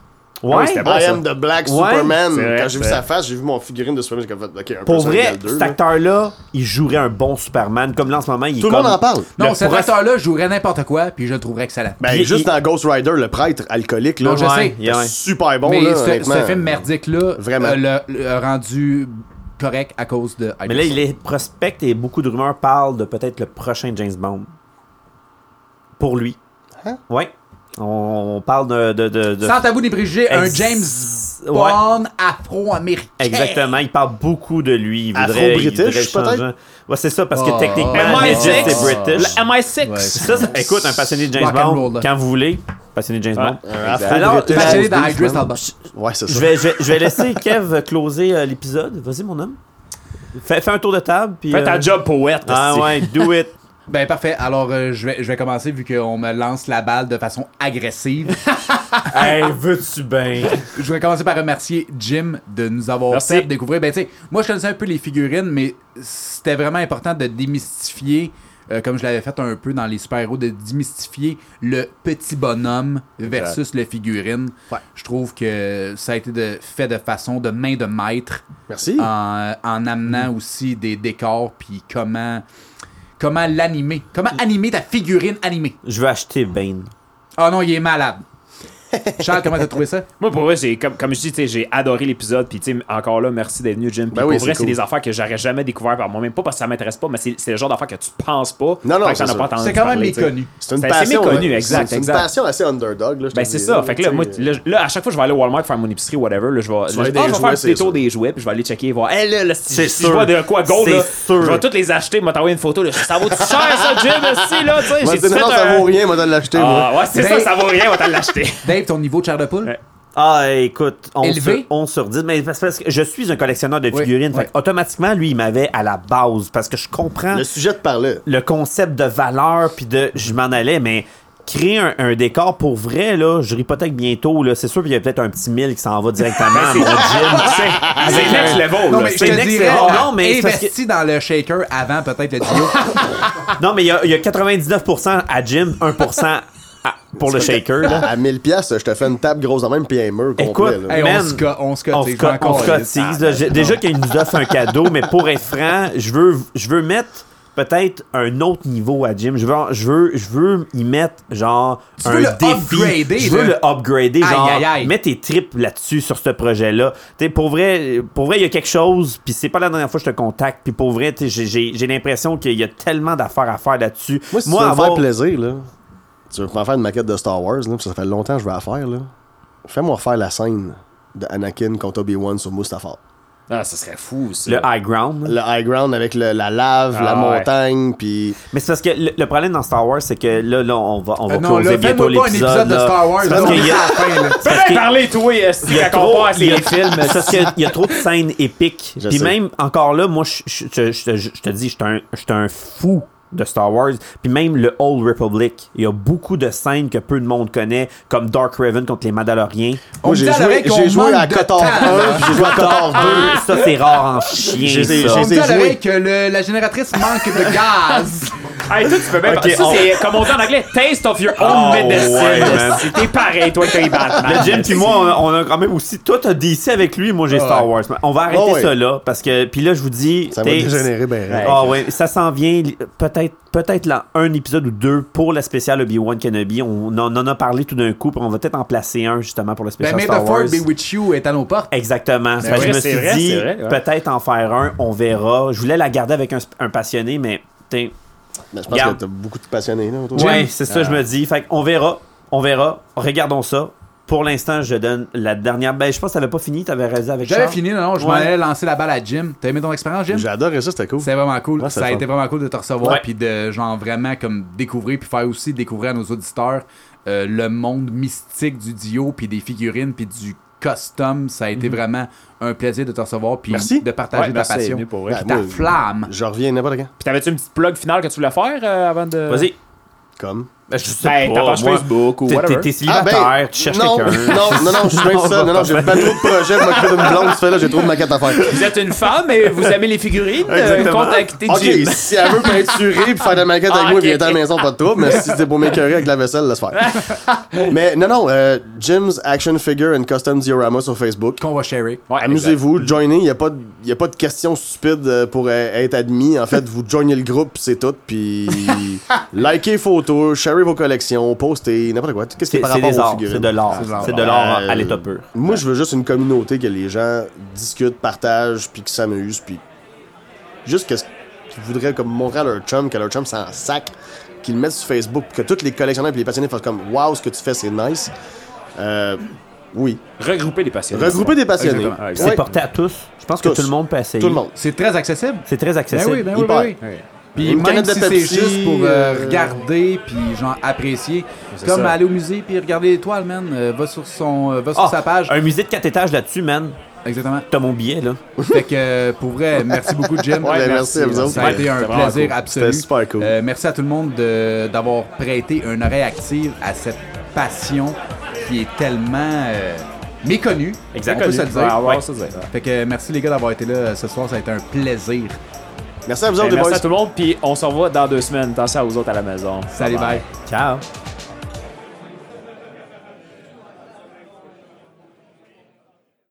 Speaker 4: Ouais,
Speaker 3: c'était bon,
Speaker 5: I
Speaker 3: ça.
Speaker 5: am the Black
Speaker 4: Ouais,
Speaker 5: Superman.
Speaker 3: c'est vrai,
Speaker 5: Quand j'ai vu
Speaker 3: c'est-
Speaker 5: sa face, j'ai vu mon figurine de Superman. J'ai comme fait, ok, un peu
Speaker 4: Pour
Speaker 5: ça
Speaker 4: vrai,
Speaker 5: égale deux,
Speaker 4: cet
Speaker 5: là.
Speaker 4: acteur-là, il jouerait un bon Superman. Comme là, en ce moment, il est
Speaker 5: Tout le
Speaker 4: comme-
Speaker 5: monde en parle.
Speaker 2: Non,
Speaker 4: Le
Speaker 2: cet
Speaker 4: prof-
Speaker 2: acteur-là jouerait n'importe quoi, puis je le trouverais excellent.
Speaker 5: Ben,
Speaker 4: il-
Speaker 5: juste
Speaker 4: il-
Speaker 5: dans Ghost Rider, le prêtre alcoolique, là,
Speaker 2: Non, je
Speaker 5: ouais,
Speaker 2: sais.
Speaker 4: il y a un-
Speaker 5: c'était super bon.
Speaker 2: Mais
Speaker 5: là,
Speaker 2: ce,
Speaker 5: honnêtement.
Speaker 2: ce film merdique-là
Speaker 5: Vraiment.
Speaker 2: euh, l'a l'a rendu correct à cause de.
Speaker 4: Mais là, il est prospect et beaucoup de rumeurs parlent de peut-être le prochain James Bond. Pour lui.
Speaker 5: Hein?
Speaker 4: Ouais. On, on parle de. de, de, de-
Speaker 2: Sans tabou des préjugés, un
Speaker 4: Ex-
Speaker 2: James
Speaker 4: Ouais.
Speaker 2: Bond afro-américain.
Speaker 4: Exactement, il parle beaucoup de lui. Il voudrait, il voudrait
Speaker 5: Afro-british,
Speaker 4: changer.
Speaker 5: peut-être?
Speaker 4: Ouais, c'est ça, parce que
Speaker 2: Oh.
Speaker 4: techniquement,
Speaker 2: Mais
Speaker 3: moi,
Speaker 4: Midget,
Speaker 3: c'est-
Speaker 4: c'est british.
Speaker 3: MI6.
Speaker 4: Ça, ça- écoute, un passionné de James
Speaker 2: Rock and
Speaker 4: Bond,
Speaker 2: roll, là.
Speaker 4: quand vous voulez, passionné de James
Speaker 3: Ouais.
Speaker 4: Bond.
Speaker 5: Un afro-
Speaker 4: Alors,
Speaker 5: British.
Speaker 2: Passionné
Speaker 5: Lance
Speaker 2: dans
Speaker 5: Bass,
Speaker 2: Idris
Speaker 5: man.
Speaker 2: Elba.
Speaker 5: Ouais, c'est ça.
Speaker 4: Je vais, je, vais- je vais laisser *laughs* Kev closer euh, l'épisode. Vas-y, mon homme. Fais, fais un tour de table. Puis,
Speaker 3: Fais ta
Speaker 4: euh,
Speaker 3: job poète.
Speaker 4: Ah
Speaker 3: esti.
Speaker 4: ouais,
Speaker 3: *laughs*
Speaker 4: do it.
Speaker 2: Ben parfait, alors euh, je, vais, je vais commencer vu qu'on me lance la balle de façon agressive.
Speaker 4: hey, veux-tu bien?
Speaker 2: je vais commencer par remercier Jim de nous avoir
Speaker 3: Merci.
Speaker 2: fait découvrir. Ben tu sais, moi je connaissais un peu les figurines, mais c'était vraiment important de démystifier, euh, comme je l'avais fait un peu dans les super-héros, de démystifier le petit bonhomme versus le figurine. Je trouve que ça a été de, fait de façon de main de maître.
Speaker 5: Merci.
Speaker 3: Ah.
Speaker 2: en, en amenant aussi des décors puis comment comment l'animer comment animer ta figurine animée
Speaker 4: Je veux acheter Bane.
Speaker 2: oh non il est malade Charles comment t'as trouvé ça
Speaker 3: Moi, pour vrai, j'ai, comme, comme je dis, tu sais, j'ai adoré l'épisode. Puis, tu sais, encore là, merci d'être venu, Jim. Puis,
Speaker 5: Ben
Speaker 3: pour
Speaker 5: oui, c'est
Speaker 3: vrai, c'est
Speaker 5: cool.
Speaker 3: des affaires que j'aurais jamais découvert par moi-même. Pas parce que ça m'intéresse pas, mais c'est, c'est le genre d'affaires que tu penses pas.
Speaker 5: Non, non,
Speaker 3: Fait que t'en
Speaker 5: c'est
Speaker 3: as pas
Speaker 5: ça.
Speaker 3: entendu
Speaker 2: c'est quand même
Speaker 3: parler, tu sais. Ben,
Speaker 2: méconnu
Speaker 5: C'est une
Speaker 3: c'est
Speaker 5: passion.
Speaker 3: assez méconnu,
Speaker 5: hein.
Speaker 3: exact,
Speaker 5: C'est une
Speaker 3: exact.
Speaker 5: passion assez underdog. Là, je te
Speaker 3: Ben c'est
Speaker 5: dirais,
Speaker 3: ça. Fait que là,
Speaker 5: tu
Speaker 3: moi,
Speaker 5: sais,
Speaker 4: euh,
Speaker 3: là, là, à chaque fois que je vais aller au Walmart faire mon épicerie, whatever, là, je vais, là, je
Speaker 5: vas aller
Speaker 3: ah,
Speaker 5: des
Speaker 3: je vais
Speaker 5: jouets,
Speaker 3: faire un
Speaker 5: c'est
Speaker 3: petit tour
Speaker 5: sûr.
Speaker 3: des jouets, puis je vais aller checker et voir. Hey, là, là, si,
Speaker 4: C'est
Speaker 3: si
Speaker 4: sûr.
Speaker 3: je vois de quoi gold, là,
Speaker 4: C'est sûr.
Speaker 3: je vais toutes les acheter, m'a t'envoyer une photo. Là, ça vaut du cher, ça, Jim, aussi, là, tu sais.
Speaker 5: Moi, je
Speaker 3: j'ai-tu
Speaker 5: dis, non,
Speaker 3: fait
Speaker 5: non, ça
Speaker 3: un-
Speaker 5: vaut rien, moi, de l'acheter. moi.
Speaker 3: Ah, ouais, c'est ça,
Speaker 2: Ben-
Speaker 3: ça vaut rien, on va t'en
Speaker 4: *laughs*
Speaker 3: l'acheter.
Speaker 2: Dave ton niveau de chair de poule
Speaker 3: Ouais.
Speaker 4: Ah, écoute, on
Speaker 2: Élevé.
Speaker 4: sur, on sur 10. Mais parce, parce que je suis un collectionneur de
Speaker 2: Oui,
Speaker 4: figurines.
Speaker 2: oui.
Speaker 4: Fait, que automatiquement, lui, il m'avait à la base parce que je comprends
Speaker 5: Le
Speaker 4: le,
Speaker 5: sujet te parlait.
Speaker 4: concept de valeur puis de je m'en allais, mais créer un, un décor pour vrai, là, je l'hypothèque bientôt. là. C'est sûr qu'il y a peut-être un petit mille qui s'en va directement à Ah, mon
Speaker 3: *laughs*
Speaker 4: Ah, gym.
Speaker 3: C'est c'est next level, Oh,
Speaker 2: non
Speaker 3: là.
Speaker 2: mais je
Speaker 3: C'est
Speaker 2: te
Speaker 4: next
Speaker 2: dirais
Speaker 4: level. Non,
Speaker 5: Eh,
Speaker 4: mais c'est parce que-
Speaker 2: investi dans le shaker avant peut-être le duo
Speaker 5: *laughs*
Speaker 4: Non, mais il y a, il y a 99% à Jim, 1% à- pour le shaker.
Speaker 5: *laughs*
Speaker 4: Là.
Speaker 5: À 1000$, piastres, je te fais une table grosse en même, puis un mur complet.
Speaker 4: Écoute,
Speaker 5: là.
Speaker 2: Hey, on
Speaker 4: Man,
Speaker 2: se co- on se cotise,
Speaker 4: on se co-
Speaker 2: je vais encore
Speaker 4: on se
Speaker 2: aller.
Speaker 4: cotise, là. J'ai- Déjà qu'il nous offre un cadeau, mais pour être franc, je veux, je veux mettre peut-être un autre niveau à Jim. Je veux, je veux, je veux y mettre genre un
Speaker 2: veux le
Speaker 4: défi.
Speaker 2: upgrader,
Speaker 4: je veux
Speaker 2: là.
Speaker 4: le upgrader.
Speaker 2: Aïe,
Speaker 4: Genre,
Speaker 2: aïe, aïe.
Speaker 4: mets tes tripes là-dessus sur ce projet-là. Tu sais, pour vrai, pour vrai, il y a quelque chose. Puis c'est pas la dernière fois que je te contacte. Puis pour vrai, tu sais, j'ai- j'ai j'ai l'impression qu'il y a tellement d'affaires à faire là-dessus.
Speaker 5: Moi, si tu veux me
Speaker 4: avoir-
Speaker 5: faire plaisir, là, tu veux m'en faire une maquette de Star Wars, là, pis ça fait longtemps que je veux la faire, là. Fais-moi faire la scène de Anakin contre Obi-Wan sur Mustafar.
Speaker 3: Ah, ça serait fou, ça.
Speaker 4: le high ground. là.
Speaker 5: Le high ground avec le- la lave,
Speaker 3: Ah
Speaker 5: la
Speaker 3: ouais.
Speaker 5: montagne, puis...
Speaker 4: Mais c'est parce que le, le problème dans Star Wars, c'est que là, là, on va, on va
Speaker 2: Euh, non
Speaker 4: closer
Speaker 2: là
Speaker 4: bientôt
Speaker 2: fais-moi pas un
Speaker 4: l'épisode.
Speaker 2: épisode de
Speaker 4: là.
Speaker 2: Star Wars
Speaker 4: C'est
Speaker 2: là,
Speaker 4: parce
Speaker 2: on
Speaker 4: qu'il
Speaker 2: est *laughs*
Speaker 4: y
Speaker 2: à
Speaker 4: a,
Speaker 2: la fin, là.
Speaker 3: Fais bien parler, toi, Esti,
Speaker 4: il y a
Speaker 3: quand on
Speaker 4: trop,
Speaker 3: passe
Speaker 4: il y
Speaker 2: *laughs*
Speaker 4: a-
Speaker 3: les films.
Speaker 4: c'est parce qu'il y a trop de scènes épiques.
Speaker 5: Je
Speaker 4: Puis
Speaker 5: sais.
Speaker 4: même encore là, moi, je, je- je- je- je te dis, je suis un, je suis un fou de Star Wars, puis même le Old Republic. Il y a beaucoup de scènes que peu de monde connaît, comme Dark Raven contre les Mandaloriens.
Speaker 5: Moi,
Speaker 2: me
Speaker 5: j'ai
Speaker 2: dit à
Speaker 5: joué,
Speaker 2: l'oreille qu'on
Speaker 5: j'ai joué
Speaker 2: manque
Speaker 5: à
Speaker 2: de
Speaker 5: Cotard
Speaker 2: temps.
Speaker 5: 1, puis j'ai joué à Cotard 2.
Speaker 2: Ah!
Speaker 4: ça, c'est
Speaker 2: *laughs*
Speaker 4: rare en chien.
Speaker 5: J'ai- j'ai-
Speaker 4: ça.
Speaker 2: On me dit à
Speaker 5: joué.
Speaker 2: l'oreille que le- la génératrice manque de
Speaker 5: *laughs*
Speaker 2: gaz.
Speaker 3: Hey, toi, tu peux même.
Speaker 4: Ok,
Speaker 3: ça,
Speaker 4: on-
Speaker 3: c'est comme on dit en anglais, taste of your own
Speaker 4: Oh,
Speaker 3: medicine.
Speaker 4: ouais, man.
Speaker 3: C'est- T'es pareil, toi, que t'es Batman.
Speaker 4: Le Jim puis moi, on a- on a quand même aussi. Toi, t'as DC avec lui, moi, j'ai Star Wars. On va arrêter
Speaker 5: Oh, ouais.
Speaker 4: ça là, parce que. Puis là, je vous dis.
Speaker 5: Ça va
Speaker 4: t'es-
Speaker 5: dégénérer, ben. raide.
Speaker 4: Ah ouais, ça s'en vient li- peut-être peut-être là, un épisode ou deux pour la spéciale Obi-Wan Kenobi. On, on en a parlé tout d'un coup, puis on va peut-être en placer un justement pour la
Speaker 2: Ben,
Speaker 4: spéciale
Speaker 2: May the
Speaker 4: Star Wars.
Speaker 2: Force be with you est à nos portes.
Speaker 4: Exactement. Fait que
Speaker 3: oui,
Speaker 4: je me
Speaker 3: c'est
Speaker 4: suis
Speaker 3: vrai,
Speaker 4: dit
Speaker 3: c'est vrai, ouais.
Speaker 4: peut-être en faire un, on verra. Je voulais la garder avec un, sp- un passionné, mais putain,
Speaker 5: Ben, je pense
Speaker 4: Regarde.
Speaker 5: que t'as beaucoup de passionnés, là, autour.
Speaker 4: Ouais, c'est ça, je me dis. Fait on verra. On verra. Regardons ça. Pour l'instant, je donne la dernière. Ben, je pense que t'avais pas fini, t'avais réalisé avec
Speaker 2: J'avais
Speaker 4: Charles.
Speaker 2: fini, non, non, je m'en
Speaker 4: Ouais.
Speaker 2: allais lancer la balle à Jim. T'as aimé ton expérience, Jim?
Speaker 5: J'ai adoré ça, c'était cool.
Speaker 2: C'était vraiment cool.
Speaker 5: Ouais, c'est
Speaker 2: ça a
Speaker 5: le fun.
Speaker 2: été vraiment cool de te recevoir
Speaker 4: Ouais.
Speaker 2: puis de genre vraiment comme découvrir puis faire aussi découvrir à nos auditeurs euh, le monde mystique du Dio puis des figurines puis du custom. Ça a été vraiment un plaisir de te recevoir puis
Speaker 5: Merci.
Speaker 2: de partager
Speaker 3: Ouais,
Speaker 2: ta
Speaker 3: merci,
Speaker 2: passion
Speaker 3: bienvenue pour vrai.
Speaker 2: puis
Speaker 5: Ben,
Speaker 2: ta
Speaker 5: moi,
Speaker 2: flamme.
Speaker 5: Je reviens n'importe quand.
Speaker 3: Puis t'avais-tu une petite plug finale que tu voulais faire euh, avant de.
Speaker 4: Vas-y.
Speaker 5: Comme.
Speaker 4: Ben, je sais
Speaker 3: Ben, ta
Speaker 4: pas,
Speaker 3: page
Speaker 4: moi.
Speaker 3: Facebook ou
Speaker 4: T'es- T'es
Speaker 3: whatever.
Speaker 4: t'es
Speaker 5: Ah, ben,
Speaker 4: célibataire, tu cherches
Speaker 5: non,
Speaker 4: quelqu'un.
Speaker 5: *laughs* non, non, non, je suis bien ça. Non, non, j'ai pas trop de projets pour m'occuper d'une blonde. Tu fais là, j'ai trop de maquettes à faire.
Speaker 3: Vous êtes une femme et vous aimez les figurines, euh,
Speaker 4: Exactement.
Speaker 3: contactez
Speaker 5: Ok,
Speaker 3: Jim.
Speaker 5: si elle veut peinturer puis faire de la maquette avec
Speaker 3: Ah,
Speaker 5: moi,
Speaker 3: ok,
Speaker 5: viens à la
Speaker 3: ok.
Speaker 5: maison, pas de trouble. Mais si c'est pour m'écœurer avec la vaisselle, laisse faire.
Speaker 4: *laughs*
Speaker 5: mais non, non, euh, Jim's Action Figure and Custom Diorama sur Facebook.
Speaker 2: Qu'on va sharer.
Speaker 3: Ouais,
Speaker 5: Amusez-vous, joinez, il n'y a, pas de- y a pas de questions stupides euh, pour euh, être admis. En fait, vous joignez le groupe, c'est tout.
Speaker 4: *laughs*
Speaker 5: Puis likez photos, sharez vos collections, postez, n'importe quoi. Qu'est-ce qui
Speaker 4: C'est
Speaker 5: est par
Speaker 4: c'est
Speaker 5: rapport
Speaker 4: des
Speaker 5: aux
Speaker 4: arts,
Speaker 5: figurines.
Speaker 4: c'est de l'art.
Speaker 2: C'est de l'art.
Speaker 4: C'est de l'art
Speaker 5: Euh,
Speaker 4: à l'état pur.
Speaker 5: Moi, je veux juste une communauté que les gens discutent, partagent, puis qu'ils s'amusent, puis juste que- qu'ils voudraient comme montrer à leur chum que leur chum s'en sac, qu'ils le mettent sur Facebook, que tous les collectionneurs et les passionnés fassent comme Wow, ce que tu fais, c'est nice. Euh, oui.
Speaker 3: Regroupez les patients.
Speaker 5: Regrouper des passionnés.
Speaker 2: Exactement.
Speaker 5: Ouais.
Speaker 4: C'est porté à tous. Je pense que
Speaker 5: Tous.
Speaker 4: tout le monde peut essayer.
Speaker 5: Tout le monde.
Speaker 2: C'est très accessible.
Speaker 4: C'est très
Speaker 2: Ben
Speaker 4: accessible.
Speaker 2: oui, ben oui,
Speaker 5: Hyper.
Speaker 2: ben oui. Puis
Speaker 5: Une
Speaker 2: même
Speaker 5: canette de
Speaker 2: si
Speaker 5: Pepsi,
Speaker 2: c'est juste pour euh,
Speaker 5: euh,
Speaker 2: regarder puis genre apprécier, comme
Speaker 3: ça.
Speaker 2: aller au musée puis regarder l'étoile, man. Euh, va sur son, euh, va sur
Speaker 4: Ah,
Speaker 2: sa page.
Speaker 4: Un musée de 4 étages là-dessus, man.
Speaker 2: Exactement.
Speaker 4: T'as mon billet, là.
Speaker 2: Fait que euh, pour vrai, merci beaucoup, Jim.
Speaker 5: Ouais, merci à vous autres.
Speaker 2: Ça a été un
Speaker 3: C'était vraiment
Speaker 2: plaisir
Speaker 3: cool.
Speaker 2: absolu.
Speaker 5: C'était super cool.
Speaker 2: Euh, merci à tout le monde de- d'avoir prêté une oreille active à cette passion qui est tellement euh, méconnue.
Speaker 4: Exactement.
Speaker 2: On peut se le dire.
Speaker 3: Ah, Ouais,
Speaker 4: Ouais.
Speaker 3: ça, c'est-
Speaker 2: Fait que euh, merci les gars d'avoir été là ce soir, ça a été un plaisir.
Speaker 5: Merci à vous autres,
Speaker 3: Ben,
Speaker 5: les
Speaker 3: merci
Speaker 5: boys.
Speaker 3: à tout le monde, puis on se revoit dans deux semaines. Attention à vous autres à la maison.
Speaker 2: Salut, bye.
Speaker 4: Ciao.